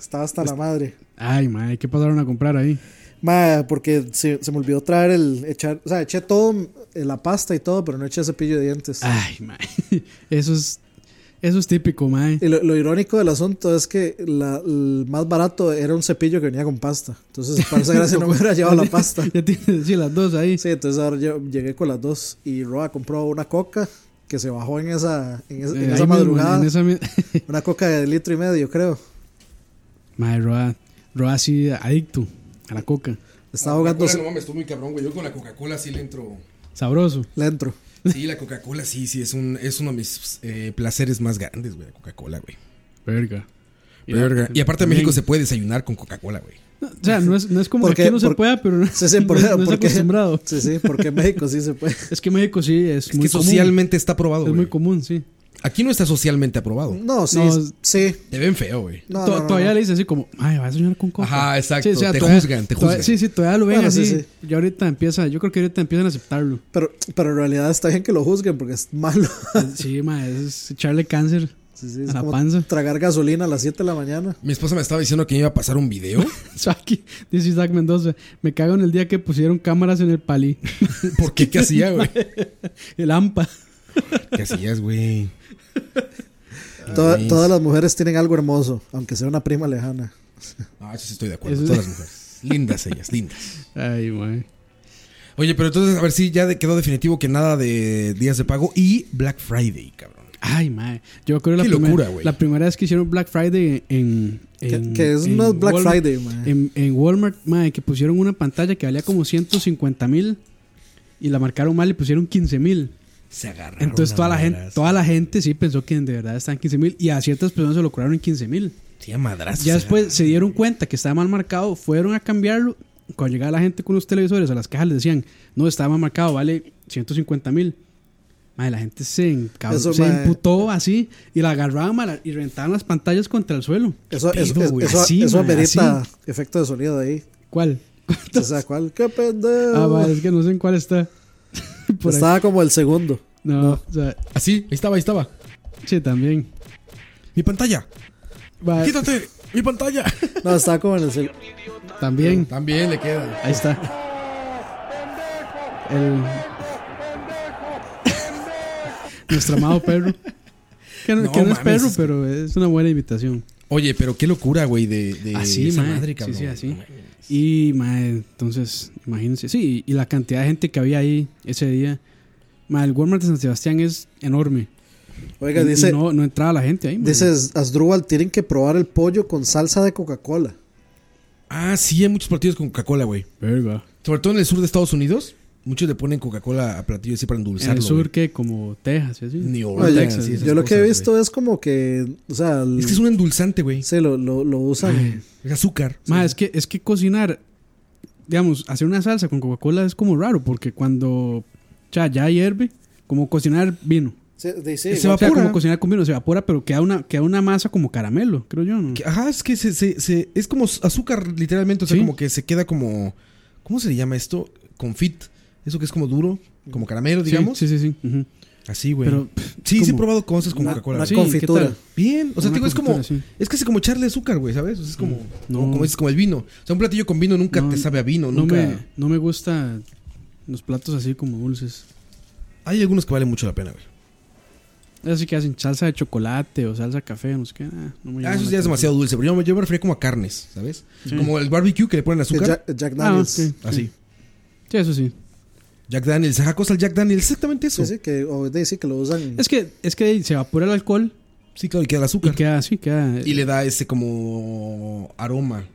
Speaker 4: Estaba hasta la madre.
Speaker 2: Ay, mae, ¿qué pasaron a comprar ahí?
Speaker 4: Mae, porque se, se me olvidó traer el. Echar, o sea, eché todo, eh, la pasta y todo, pero no eché cepillo de dientes.
Speaker 2: Ay, mae. <laughs> Eso es, eso es típico, mae.
Speaker 4: Y lo, lo irónico del asunto es que la- el más barato era un cepillo que venía con pasta. Entonces, para esa gracia no me hubiera llevado la pasta.
Speaker 2: <laughs> Ya tienes, sí, las dos ahí.
Speaker 4: Sí, entonces ahora yo llegué con las dos y Roa compró una coca que se bajó en esa, en esa, en
Speaker 2: Eh,
Speaker 4: esa
Speaker 2: ahí mismo,
Speaker 4: madrugada.
Speaker 2: en esa mi- <laughs>
Speaker 4: Una coca de litro y medio, creo.
Speaker 2: Mae, Roa, Roa sí, adicto a la coca. Ah,
Speaker 4: Estaba ahogando
Speaker 3: No mames, estoy muy cabrón, güey. Yo con la Coca-Cola sí le entro.
Speaker 2: Sabroso. <laughs>
Speaker 4: dentro.
Speaker 3: Sí, la Coca-Cola sí, sí, es, un, es uno de mis eh, placeres más grandes, güey, la Coca-Cola, güey.
Speaker 2: Verga.
Speaker 3: Verga. Y aparte en
Speaker 2: también-
Speaker 3: México se puede desayunar con Coca-Cola, güey.
Speaker 2: No, o sea, no es, no es como
Speaker 4: Porque-
Speaker 2: que no se
Speaker 4: porque-
Speaker 2: pueda, pero no,
Speaker 4: Sí,
Speaker 2: <laughs>
Speaker 4: sí,
Speaker 2: no
Speaker 4: por-
Speaker 2: es- no es
Speaker 4: porque-
Speaker 2: acostumbrado.
Speaker 4: Sí, sí, porque en México sí se puede.
Speaker 2: Es que México sí es,
Speaker 3: Es
Speaker 2: muy
Speaker 3: que
Speaker 2: común.
Speaker 3: socialmente está aprobado,
Speaker 2: Es
Speaker 3: güey.
Speaker 2: muy común, sí.
Speaker 3: Aquí no está socialmente aprobado.
Speaker 4: No, sí,
Speaker 2: No.
Speaker 4: sí.
Speaker 3: Te ven feo, güey.
Speaker 4: No,
Speaker 2: To-
Speaker 4: no, no,
Speaker 2: todavía
Speaker 4: no.
Speaker 2: le dicen así como, ay, vas a soñar con coca.
Speaker 3: Ajá, exacto, te juzgan, te
Speaker 2: todavía-
Speaker 3: juzgan.
Speaker 2: sí, sí, todavía lo ven
Speaker 4: Bueno, sí,
Speaker 2: así.
Speaker 4: sí.
Speaker 2: Y ahorita empieza, yo creo que ahorita empiezan a
Speaker 4: <laughs>
Speaker 2: aceptarlo.
Speaker 4: Pero, pero en realidad está bien que lo juzguen porque es malo.
Speaker 2: Sí, ma, es echarle cáncer
Speaker 4: <laughs>
Speaker 2: <laughs>
Speaker 4: Sí, sí,
Speaker 2: a
Speaker 4: es
Speaker 2: la
Speaker 4: como
Speaker 2: panza.
Speaker 4: tragar gasolina a las 7 de la mañana.
Speaker 3: Mi esposa me estaba diciendo que me iba a pasar
Speaker 2: <laughs>
Speaker 3: un video.
Speaker 2: Saki, dice Isaac Mendoza, me cago en el día que pusieron cámaras en el palí. <laughs>
Speaker 3: ¿Por qué? ¿Qué hacía, güey?
Speaker 2: El AMPA.
Speaker 3: ¿Qué hacías, güey?
Speaker 4: Toda-
Speaker 3: Nice.
Speaker 4: todas las mujeres tienen algo hermoso, aunque sea una prima lejana.
Speaker 3: Ah, eso sí estoy de acuerdo.
Speaker 2: Eso-
Speaker 3: Todas las mujeres. Lindas ellas, lindas.
Speaker 2: Ay, mae.
Speaker 3: Oye, pero entonces, a ver si ya de- quedó definitivo que nada de días de pago y Black Friday, cabrón.
Speaker 2: Ay, mae. Yo creo la,
Speaker 3: Qué
Speaker 2: primer-
Speaker 3: locura, güey.
Speaker 2: la primera vez que hicieron Black Friday en. en
Speaker 4: Que- que es
Speaker 2: en
Speaker 4: no es Black
Speaker 2: Walmart-
Speaker 4: Friday, mae.
Speaker 2: En, en Walmart, mae, que pusieron una pantalla que valía como 150 mil y la marcaron mal y pusieron 15 mil.
Speaker 3: Se agarraron.
Speaker 2: Entonces
Speaker 3: a
Speaker 2: toda la, gente,
Speaker 3: madrazos.
Speaker 2: toda la gente sí pensó que de verdad estaban 15 mil y a ciertas personas se lo cobraron en 15 mil.
Speaker 3: Sí, a
Speaker 4: <laughs>
Speaker 3: madrazos
Speaker 2: Ya
Speaker 3: se
Speaker 2: después se dieron cuenta que estaba mal marcado, fueron a cambiarlo. Cuando llegaba la gente con los televisores a las cajas les decían, no, estaba mal marcado, vale 150 mil. Madre, la gente se, encabró,
Speaker 4: Eso,
Speaker 2: se
Speaker 4: mae.
Speaker 2: emputó así y la agarraban mae, y reventaban las pantallas contra el suelo.
Speaker 4: Eso,
Speaker 2: ¿Qué
Speaker 4: eso,
Speaker 2: pedo,
Speaker 4: eso,
Speaker 2: güey?
Speaker 4: eso,
Speaker 2: Así, mae,
Speaker 4: amerita
Speaker 2: así.
Speaker 4: efecto de
Speaker 2: <laughs>
Speaker 4: sonido ahí.
Speaker 2: ¿Cuál?
Speaker 4: O sea, ¿cuál? ¡Qué pendejo!
Speaker 2: Ah, mae, es que no sé en cuál está. <laughs> Por ahí.
Speaker 4: Estaba como el segundo.
Speaker 2: No, o sea,
Speaker 3: Así, Ah, ahí estaba, ahí estaba.
Speaker 2: sí, también.
Speaker 3: Mi pantalla.
Speaker 2: Mae,
Speaker 3: Quítate, mi pantalla.
Speaker 4: No, estaba como en el segundo.
Speaker 2: <laughs> también.
Speaker 3: También le queda.
Speaker 2: Ahí está. El... Nuestro amado perro. Que no,
Speaker 3: No
Speaker 2: que no es
Speaker 3: mames,
Speaker 2: perro,
Speaker 3: es que-
Speaker 2: pero es una buena invitación.
Speaker 3: Oye, pero qué locura, güey, de, de
Speaker 2: Así,
Speaker 3: esa
Speaker 2: mae.
Speaker 3: madre,
Speaker 2: Ah, Sí,
Speaker 3: cabrón.
Speaker 2: sí, así. Y, mae, entonces, imagínense. Sí, y la cantidad de gente que había ahí ese día. Mae, el Walmart de San Sebastián es enorme.
Speaker 4: Oiga,
Speaker 2: Y- y
Speaker 4: dice,
Speaker 2: <laughs> no, no entraba la gente ahí, mae.
Speaker 4: dice Asdrúbal, tienen que probar el pollo con salsa de Coca-Cola.
Speaker 3: Ah, sí, hay muchos platillos con Coca-Cola, güey.
Speaker 2: Verga.
Speaker 3: Sobre todo en el sur de Estados Unidos, muchos le ponen Coca-Cola a platillos así para
Speaker 2: En
Speaker 3: endulzarlo.
Speaker 2: el sur,
Speaker 3: güey.
Speaker 2: que como Texas, y así.
Speaker 3: Ni
Speaker 4: Oye,
Speaker 3: Orleans,
Speaker 2: Texas,
Speaker 3: y esas
Speaker 4: yo lo que he
Speaker 3: cosas,
Speaker 4: visto es como que, o sea,
Speaker 3: güey.
Speaker 4: el-
Speaker 3: Es que es un endulzante, güey.
Speaker 4: sí, lo, lo, lo usan.
Speaker 3: Es azúcar.
Speaker 2: Mae, es que, es que cocinar, digamos, hacer una salsa con Coca-Cola es como raro, porque cuando ya, ya hierve, como cocinar vino.
Speaker 4: Sí, de-
Speaker 3: Ese
Speaker 4: sí, igual.
Speaker 2: O sea,
Speaker 3: Evapora.
Speaker 2: como cocinar con vino, se evapora, pero queda una, queda una masa como caramelo, creo yo, ¿no?
Speaker 3: Que- Ajá, es que se, se- se- es como azúcar, literalmente. O sea,
Speaker 2: Sí.
Speaker 3: como que se queda como. ¿Cómo se le llama esto? Confit. Eso que es como duro, como caramelo,
Speaker 2: Sí,
Speaker 3: digamos.
Speaker 2: Sí, sí, sí. ujú.
Speaker 3: Así, güey.
Speaker 2: Pero, pff,
Speaker 3: sí, sí he
Speaker 2: como-
Speaker 3: probado cosas con
Speaker 4: Una-
Speaker 3: Coca-Cola.
Speaker 4: una
Speaker 2: ¿qué
Speaker 3: güey.
Speaker 4: confitura.
Speaker 2: tal?
Speaker 3: Bien, o
Speaker 2: Una
Speaker 3: sea, te digo, es como.
Speaker 2: confitura, sí. Mm,
Speaker 3: Es casi como echarle azúcar, güey, ¿sabes? O sea, es como.
Speaker 2: no.
Speaker 3: Como, como es como el vino. O sea, un platillo con vino nunca
Speaker 2: No,
Speaker 3: te sabe a vino,
Speaker 2: No
Speaker 3: nunca.
Speaker 2: me, no me gusta los platos así como dulces.
Speaker 3: Hay algunos que valen mucho la pena, güey.
Speaker 2: Así que hacen salsa de chocolate o salsa de café, no sé qué. ah, no me llama
Speaker 3: Ah, eso
Speaker 2: la
Speaker 3: ya es
Speaker 2: atención.
Speaker 3: demasiado dulce, pero yo, me- yo me refería como a carnes, ¿sabes? Como el barbecue que le ponen
Speaker 4: Que
Speaker 3: azúcar.
Speaker 4: Jack, Jack
Speaker 2: Ah,
Speaker 4: Daniels.
Speaker 2: sí, sí.
Speaker 3: Así.
Speaker 2: Sí, eso sí.
Speaker 3: Jack Daniels, ajá, cosa al Jack Daniels, exactamente eso.
Speaker 4: Sí, sí, que, o de- sí, que lo usan.
Speaker 2: Es que, es que se evapora el alcohol
Speaker 3: Sí, claro, y queda el
Speaker 2: y
Speaker 3: azúcar.
Speaker 2: queda así, queda.
Speaker 3: Y le da ese como aroma.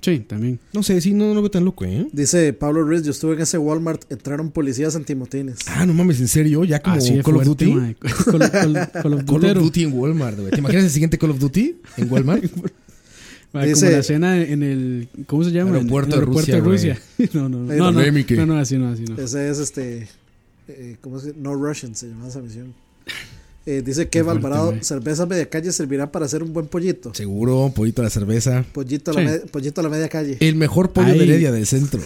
Speaker 2: Sí, también.
Speaker 3: No sé, sí, no, no lo veo tan loco, ¿eh?
Speaker 4: Dice Pablo Ruiz, yo estuve en ese Walmart, entraron policías antimotines.
Speaker 3: Ah, no mames, en serio, ya como
Speaker 2: Así de
Speaker 3: Call of
Speaker 2: fuerte, <laughs>
Speaker 3: Duty.
Speaker 2: mae. Call, Call- Call of
Speaker 3: Call
Speaker 2: Dutero.
Speaker 3: of Duty en Walmart, güey. ¿Te imaginas el siguiente Call of Duty
Speaker 2: <laughs>
Speaker 3: en Walmart?
Speaker 2: Mae,
Speaker 4: Dice-
Speaker 2: como la escena en el. ¿Cómo se llama? En el
Speaker 3: Aeropuerto de Rusia,
Speaker 2: <laughs> no, no, no.
Speaker 4: Ahí
Speaker 2: No, no,
Speaker 3: polémica.
Speaker 2: no, no, así no, así no. <laughs>
Speaker 4: Ese es este. eh, ¿Cómo es que? No Russian se llama esa misión. Eh, dice que Alvarado,
Speaker 2: güey.
Speaker 4: cerveza media calle servirá para hacer un buen pollito.
Speaker 3: Seguro, pollito a la cerveza.
Speaker 4: Pollito, a la
Speaker 2: Sí.
Speaker 4: me- pollito a la media calle.
Speaker 3: El mejor pollo
Speaker 2: Ay.
Speaker 3: de Heredia
Speaker 2: <laughs>
Speaker 3: del centro.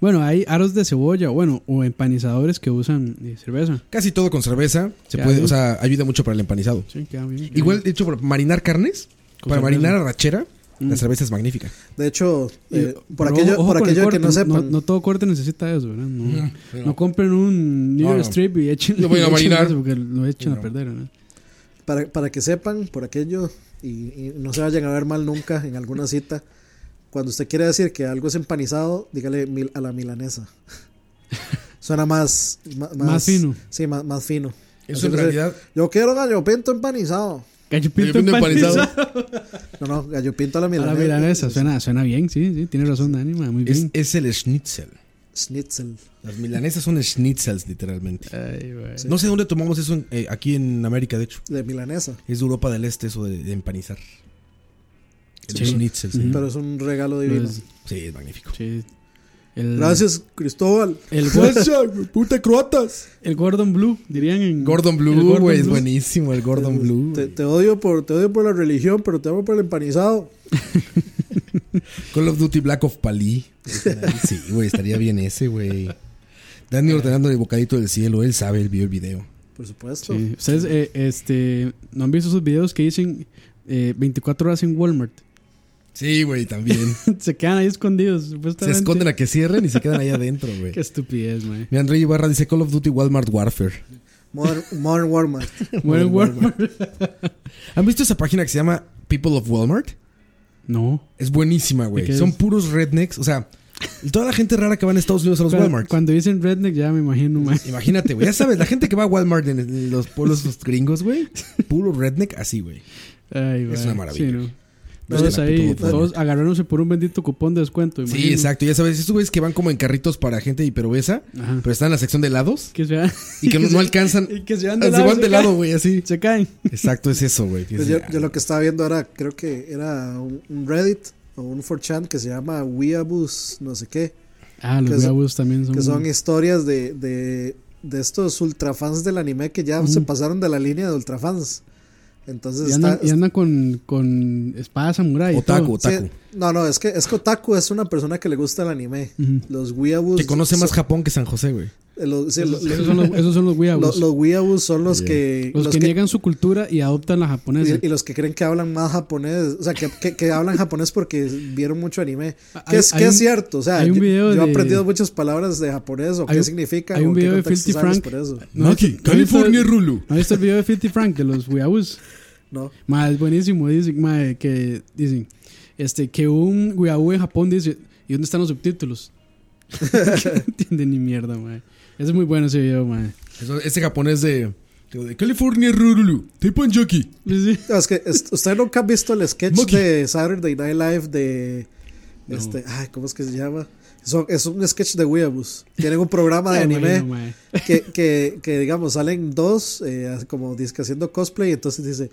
Speaker 2: Bueno, hay aros de cebolla, bueno, o empanizadores que usan eh, cerveza.
Speaker 3: Casi todo con cerveza. Se
Speaker 2: Ya
Speaker 3: puede,
Speaker 2: ves.
Speaker 3: o sea, ayuda mucho para el empanizado.
Speaker 2: Sí, queda bien. queda
Speaker 3: Igual,
Speaker 2: bien.
Speaker 3: de hecho, para marinar carnes,
Speaker 2: Con cerveza.
Speaker 3: para
Speaker 2: Mm.
Speaker 3: marinar arrachera, la cerveza es magnífica.
Speaker 4: De hecho, eh,
Speaker 2: Y-
Speaker 4: por
Speaker 2: pero
Speaker 4: aquello,
Speaker 2: ojo
Speaker 4: por
Speaker 2: con el
Speaker 4: aquello que
Speaker 2: corte,
Speaker 4: no sepan,
Speaker 2: No, todo corte necesita eso, ¿verdad? No,
Speaker 3: sí,
Speaker 2: no
Speaker 3: no.
Speaker 2: compren un New
Speaker 3: No,
Speaker 2: York
Speaker 3: no.
Speaker 2: Strip y <laughs> echen.
Speaker 3: Lo voy a
Speaker 2: y echen
Speaker 3: marinar.
Speaker 2: eso Porque lo echan a perder, ¿verdad?
Speaker 4: para, para que sepan, por aquello, y, y no se vayan a ver mal nunca en alguna cita, cuando usted quiere decir que algo es empanizado, dígale mil- a la milanesa. Suena más, ma- más,
Speaker 2: Más fino.
Speaker 4: Sí, más, más fino.
Speaker 3: Eso en
Speaker 4: Entonces,
Speaker 3: realidad.
Speaker 4: Yo quiero gallo pinto empanizado.
Speaker 2: Gallo
Speaker 3: pinto
Speaker 2: pinto
Speaker 3: empanizado.
Speaker 2: empanizado.
Speaker 4: No, no, gallo pinto a
Speaker 2: <laughs>
Speaker 4: la
Speaker 2: A
Speaker 4: milanesa.
Speaker 2: la milanesa, suena, suena bien, sí, sí, tienes razón, Dani, ma, muy
Speaker 3: Es,
Speaker 2: bien.
Speaker 3: es el schnitzel.
Speaker 4: Schnitzel.
Speaker 3: Las milanesas son schnitzels, literalmente.
Speaker 2: Ay, güey.
Speaker 3: No sé dónde tomamos eso en- eh, aquí en América, de hecho.
Speaker 4: De milanesa.
Speaker 3: Es de Europa del Este eso de, de empanizar. El
Speaker 2: Sí.
Speaker 3: schnitzel, sí.
Speaker 4: Pero es un regalo divino.
Speaker 2: Pues,
Speaker 3: Sí, es magnífico.
Speaker 2: sí. El,
Speaker 4: Gracias, Cristóbal.
Speaker 2: El, gor-
Speaker 4: <laughs>
Speaker 3: puta croatas.
Speaker 2: el Gordon Blue, dirían en.
Speaker 3: Gordon
Speaker 2: el
Speaker 3: Blue,
Speaker 2: Gordon
Speaker 3: güey, es
Speaker 2: Blue.
Speaker 3: buenísimo el Gordon Blue.
Speaker 4: Te,
Speaker 3: güey.
Speaker 4: te odio por, te odio por la religión, pero te amo por el empanizado.
Speaker 3: Call of Duty Black of Pali. Sí, güey, estaría bien ese, güey. Dani ordenando el bocadito del cielo, él sabe, él vio el video.
Speaker 4: Por supuesto.
Speaker 2: Sí. Ustedes, eh, este, ¿no han visto esos videos que dicen eh, 24 horas en Walmart? <laughs>
Speaker 3: Sí, güey, también.
Speaker 2: se quedan ahí escondidos,
Speaker 3: Se
Speaker 2: supuestamente.
Speaker 3: esconden a que cierren y se quedan
Speaker 2: <laughs>
Speaker 3: ahí adentro, güey.
Speaker 2: Qué estupidez, man.
Speaker 3: Mi André Ibarra dice Call of Duty Walmart Warfare.
Speaker 4: Modern,
Speaker 2: <laughs>
Speaker 4: Modern Warmart.
Speaker 2: Bueno, Walmart. <laughs>
Speaker 3: ¿Han visto esa página que se llama People of Walmart?
Speaker 2: No.
Speaker 3: Es buenísima,
Speaker 2: ¿Y
Speaker 3: güey.
Speaker 2: qué es?
Speaker 3: Son puros rednecks. O sea, toda la gente rara que va a Estados Unidos a los
Speaker 2: Cuando,
Speaker 3: Walmart.
Speaker 2: cuando dicen redneck ya me imagino, man.
Speaker 3: Imagínate, güey. Ya sabes, la gente que va a Walmart en- en los pueblos los gringos, güey. Puro redneck, así, güey.
Speaker 2: Ay,
Speaker 3: Es
Speaker 2: güey.
Speaker 3: una maravilla.
Speaker 2: Sí, ¿no?
Speaker 3: No es de
Speaker 2: Todos
Speaker 3: la
Speaker 2: ahí,
Speaker 3: people of
Speaker 2: todos agarrándose por un bendito cupón de descuento.
Speaker 3: Sí,
Speaker 2: imagino.
Speaker 3: exacto. Ya sabes, estos güeyes que van como en carritos para gente hiperobesa,
Speaker 2: Ajá.
Speaker 3: pero están en la sección de helados
Speaker 2: Que se van-
Speaker 3: y que no,
Speaker 2: se-
Speaker 3: no alcanzan.
Speaker 2: <laughs> y que se van de
Speaker 3: Ah,
Speaker 2: lado,
Speaker 3: van
Speaker 2: se
Speaker 3: de lado,
Speaker 2: caen. <laughs>
Speaker 3: güey, así.
Speaker 2: Se caen.
Speaker 3: Exacto, es ah, eso, güey.
Speaker 4: Pues yo, yo lo que estaba viendo ahora, creo que era un, un Reddit o un 4chan que se llama Weeaboos, no sé qué,
Speaker 2: Ah,
Speaker 4: Que
Speaker 2: los
Speaker 4: son-
Speaker 2: huevos también son.
Speaker 4: que son historias de, de, de estos ultrafans del anime que ya
Speaker 2: Mm.
Speaker 4: se pasaron de la línea de ultrafans. Entonces
Speaker 2: y
Speaker 4: está-
Speaker 2: andan, y andan con, con espada samurai. y
Speaker 3: Otaku,
Speaker 2: todo.
Speaker 4: sí,
Speaker 3: otaku.
Speaker 4: no, no, es que, es que Otaku es una persona que le gusta el anime. Los Weeaboos.
Speaker 3: Que conoce más
Speaker 4: son-
Speaker 3: Japón que San José, güey.
Speaker 4: eh, los- sí, lo-
Speaker 2: Esos son los, esos son los
Speaker 4: <laughs> lo-
Speaker 2: weeaboos.
Speaker 4: los Weeaboos son los que.
Speaker 2: los, que, niegan su cultura y adoptan la japonesa.
Speaker 4: Y, y los que creen que hablan más japonés, o sea, que, que- que
Speaker 2: <laughs>
Speaker 4: hablan japonés porque vieron mucho anime.
Speaker 2: Hay-
Speaker 4: Que es,
Speaker 2: hay
Speaker 4: que es
Speaker 2: un-
Speaker 4: cierto, o sea,
Speaker 2: hay un
Speaker 4: yo,
Speaker 2: video
Speaker 4: yo he
Speaker 2: de-
Speaker 4: aprendido muchas palabras de japonés o
Speaker 2: Hay
Speaker 4: qué
Speaker 2: un-
Speaker 4: significa.
Speaker 2: hay un
Speaker 4: o qué
Speaker 2: video de
Speaker 4: contexto
Speaker 2: 50
Speaker 4: usarlos
Speaker 2: Frank.
Speaker 4: por eso.
Speaker 2: No,
Speaker 3: Naki,
Speaker 2: no he visto-
Speaker 3: California Rulo.
Speaker 2: ¿No viste el video de 50 Frank de los weeaboos?
Speaker 4: No.
Speaker 2: Ma, es buenísimo, dicen, ma, que dicen, este, que un weabú en Japón dice, ¿y dónde están los subtítulos? <laughs> no entiende ni mierda, ma. Ese Es muy bueno ese video, ma.
Speaker 3: Eso- Este japonés de, de California Rurulu, Teppanyaki.
Speaker 2: Sí, sí.
Speaker 4: Es que es- ustedes nunca han visto el sketch
Speaker 3: Monkey.
Speaker 4: de Saturday Night Live de. Este, ay, ¿cómo es que se llama? Son- es un sketch de Weeabus. Tienen un
Speaker 3: <laughs>
Speaker 4: programa de
Speaker 2: Ya me
Speaker 4: anime
Speaker 2: imagino, ma.
Speaker 4: que, que, que, digamos, salen dos, eh, como disque haciendo cosplay. Y entonces dice,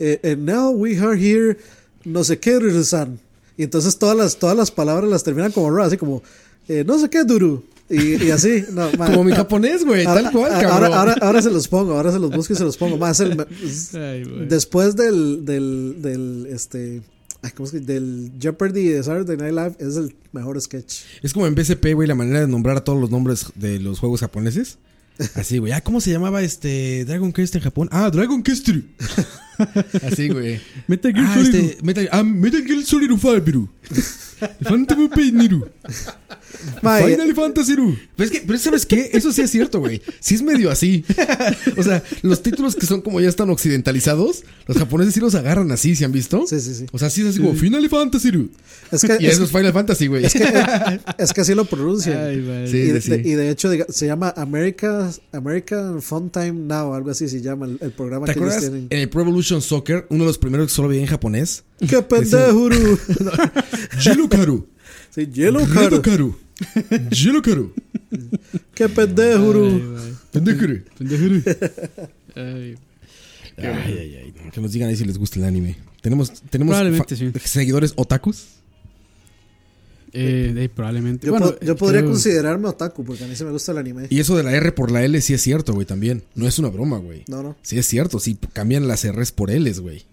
Speaker 4: eh, and now we are here, no sé qué, Ruru-san. Y entonces todas las, todas las palabras las terminan como raro, así como, eh, no sé qué, Duru. Y, y así,
Speaker 3: <laughs>
Speaker 4: no,
Speaker 2: Ah.
Speaker 4: ma.
Speaker 3: Como mi japonés, güey,
Speaker 4: Ahora-
Speaker 3: tal cual,
Speaker 4: ahora-
Speaker 3: cabrón.
Speaker 4: Ahora, ahora, ahora se los pongo, ahora se los busco y se los pongo. Más el,
Speaker 2: Ay,
Speaker 3: Pues.
Speaker 2: güey.
Speaker 4: después del, del, del, este, ay, ¿cómo es que? Del Jeopardy de Saturday Night Live es el mejor sketch.
Speaker 3: <laughs> Es como en BCP, güey, la manera de nombrar a todos los nombres de los juegos japoneses. Así, güey. Ah, ¿cómo se llamaba este Dragon Quest en Japón? Ah, Dragon Quest. <laughs> Así, güey.
Speaker 2: Metal Gear
Speaker 3: Ah,
Speaker 2: Solid.
Speaker 3: este, Metal, ah, Metal Gear Solid Firebiru. Phantom <laughs> Pain Niru.
Speaker 4: Ma, y-
Speaker 3: Final Fantasy Ru. Pero, es que, pero ¿sabes qué? Eso sí es cierto, güey. Sí es medio así. O sea, los títulos que son como ya están occidentalizados, los japoneses sí los agarran así, ¿se han visto?
Speaker 4: Sí, sí, sí.
Speaker 3: O sea, sí es así como Final Fantasy Ru.
Speaker 4: es que,
Speaker 3: <laughs> Y
Speaker 4: es,
Speaker 3: eso es Final Fantasy, güey.
Speaker 4: que, es que así lo pronuncian.
Speaker 2: Ay, ma.
Speaker 3: Sí.
Speaker 4: y, de,
Speaker 3: sí.
Speaker 4: y de hecho diga- se llama America, American Fun Time Now, algo así se llama el, el programa
Speaker 3: ¿Te
Speaker 4: que ellos
Speaker 3: acuerdas
Speaker 4: tienen.
Speaker 3: en el Pro Evolution Soccer, uno de los primeros que solo veía en japonés? <laughs>
Speaker 4: ¡Qué pendejo! <laughs> Ru!
Speaker 3: Jelo Karu.
Speaker 4: sí, Yellow
Speaker 3: Redo
Speaker 4: Card.
Speaker 3: Karu. Jelo Karu.
Speaker 4: ¡Qué pendejo!
Speaker 2: Ay,
Speaker 4: Ru!
Speaker 2: ma.
Speaker 3: Pendejere.
Speaker 2: Pendejero. Ay,
Speaker 3: Ay, ay, ay. Que nos digan ahí si les gusta el anime. Tenemos, tenemos
Speaker 2: Probablemente
Speaker 3: fa-
Speaker 2: sí.
Speaker 3: seguidores otakus.
Speaker 2: eh, eh, probablemente.
Speaker 4: Yo,
Speaker 2: Bueno,
Speaker 4: po- yo podría
Speaker 2: creo-
Speaker 4: considerarme otaku porque a mí se me gusta el anime.
Speaker 3: Y eso de la R por la L sí es cierto, güey, también. No es una broma, güey.
Speaker 4: No, no.
Speaker 3: Sí es cierto, sí cambian las R's por L's, güey.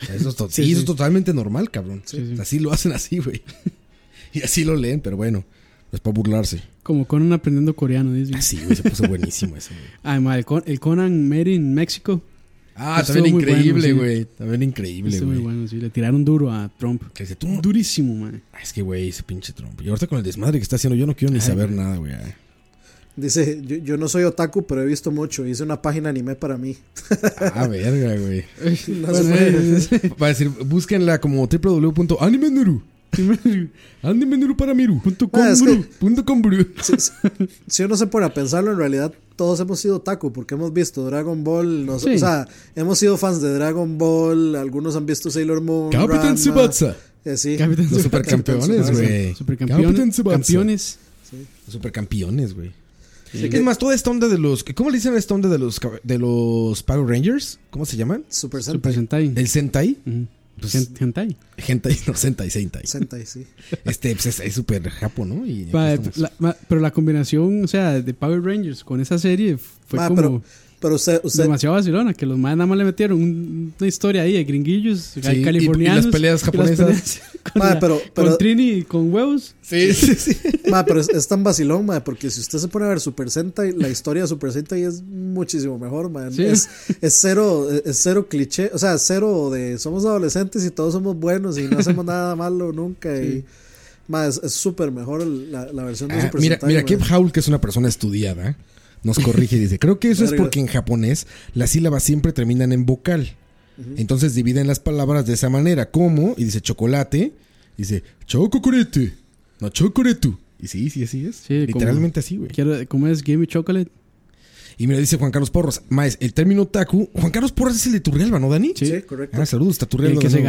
Speaker 3: O sea, Eso es to- sí, eso es totalmente normal, cabrón.
Speaker 2: Sí, sí.
Speaker 3: O sea, Así lo hacen así, güey. Y así lo leen, pero bueno, es para burlarse.
Speaker 2: Como Conan aprendiendo coreano, dice.
Speaker 3: Así, güey, se puso buenísimo eso, güey.
Speaker 2: Ay, ma, el, Con- el Conan Made in México.
Speaker 3: Ah,
Speaker 2: Estuvo
Speaker 3: también
Speaker 2: muy
Speaker 3: increíble,
Speaker 2: bueno, sí.
Speaker 3: güey. También increíble,
Speaker 2: Estuvo muy
Speaker 3: güey.
Speaker 2: bueno, sí. Le tiraron duro a Trump.
Speaker 3: Que dice, tú-
Speaker 2: Durísimo, man.
Speaker 3: <laughs> Ah, Es que, güey, ese pinche Trump. Y ahorita con el desmadre que está haciendo, yo no quiero ni saber nada, güey.
Speaker 4: Dice, yo, yo no soy otaku, pero he visto mucho. Hice una página anime para mí.
Speaker 3: Ah, verga,
Speaker 2: <laughs>
Speaker 3: güey.
Speaker 2: Bueno, eh,
Speaker 3: <laughs> Va a decir, búsquenla como www.animenuru. Animenuru para miru. Punto com,
Speaker 4: Ah, es
Speaker 3: bru.
Speaker 4: que-
Speaker 3: Punto com, bru.
Speaker 4: Si,
Speaker 3: <laughs>
Speaker 4: si- si uno se pone a pensarlo, en realidad todos hemos sido otaku porque hemos visto Dragon Ball. nos-
Speaker 2: Sí.
Speaker 4: O sea, hemos sido fans de Dragon Ball. Algunos han visto Sailor Moon.
Speaker 3: Capitán
Speaker 4: Ranma,
Speaker 3: Tsubasa.
Speaker 4: eh, sí.
Speaker 2: Capitán
Speaker 3: Los
Speaker 2: Tsubasa.
Speaker 3: supercampeones, güey. Capitán
Speaker 2: Supercampeones.
Speaker 3: Tsubasa.
Speaker 2: Campeones.
Speaker 3: Los supercampeones, güey. Es más, toda esta onda de los. ¿Cómo le dicen a esta onda de los, cab- de los Power Rangers? ¿Cómo se llaman?
Speaker 4: Super
Speaker 2: Super
Speaker 4: Sentai.
Speaker 2: Sentai.
Speaker 3: El Sentai.
Speaker 2: Ujú.
Speaker 3: Pues-
Speaker 2: Gen- Hentai.
Speaker 3: Hentai, <laughs> no, Sentai, Sentai.
Speaker 4: Sentai, sí.
Speaker 3: Este, pues es- es súper japo, ¿no? Y
Speaker 2: Ma,
Speaker 3: pues, estamos-
Speaker 2: la- ma, pero la combinación, o sea, de Power Rangers con esa serie fue
Speaker 4: Ma,
Speaker 2: como
Speaker 4: pero, pero usted, usted,
Speaker 2: demasiado vacilona. Que los más nada más le metieron un- una historia ahí de gringuillos
Speaker 3: y- y
Speaker 2: californianos.
Speaker 3: las
Speaker 2: <laughs>
Speaker 3: peleas
Speaker 2: y las
Speaker 3: japonesas.
Speaker 2: con,
Speaker 4: Ma,
Speaker 2: la-
Speaker 4: pero-
Speaker 2: con
Speaker 4: pero-
Speaker 2: Trini y con huevos.
Speaker 3: Sí, sí, sí.
Speaker 4: ma, pero es, es tan vacilón, ma, porque si usted se pone a ver Super Sentai, la historia de Super Sentai es muchísimo mejor, ma.
Speaker 2: Sí.
Speaker 4: Es, es cero, es cero cliché, o sea, cero de somos adolescentes y todos somos buenos y no hacemos nada malo nunca. Y, ma, es es súper mejor el- la, la versión de
Speaker 3: Ah,
Speaker 4: Super
Speaker 3: mira,
Speaker 4: Sentai.
Speaker 3: mira
Speaker 4: ma.
Speaker 3: Kev Howl, que es una persona estudiada, nos corrige y dice, creo que eso es
Speaker 4: Verga.
Speaker 3: porque en japonés las sílabas siempre terminan en vocal. Entonces dividen las palabras de esa manera, como, y dice chocolate, dice chococorete, no chocoretu. Y sí, sí, así es.
Speaker 2: Sí, como-
Speaker 3: Literalmente así, güey.
Speaker 2: Quiero, ¿Cómo es? Give me chocolate.
Speaker 3: Y mira, dice Juan Carlos Porras, más el término taku, Juan Carlos Porras es el de Turrialba, ¿no, Dani?
Speaker 4: Sí, correcto.
Speaker 3: Ah, saludos, está
Speaker 2: El
Speaker 3: Turrialba.
Speaker 2: que
Speaker 3: de
Speaker 2: se
Speaker 3: nuevo.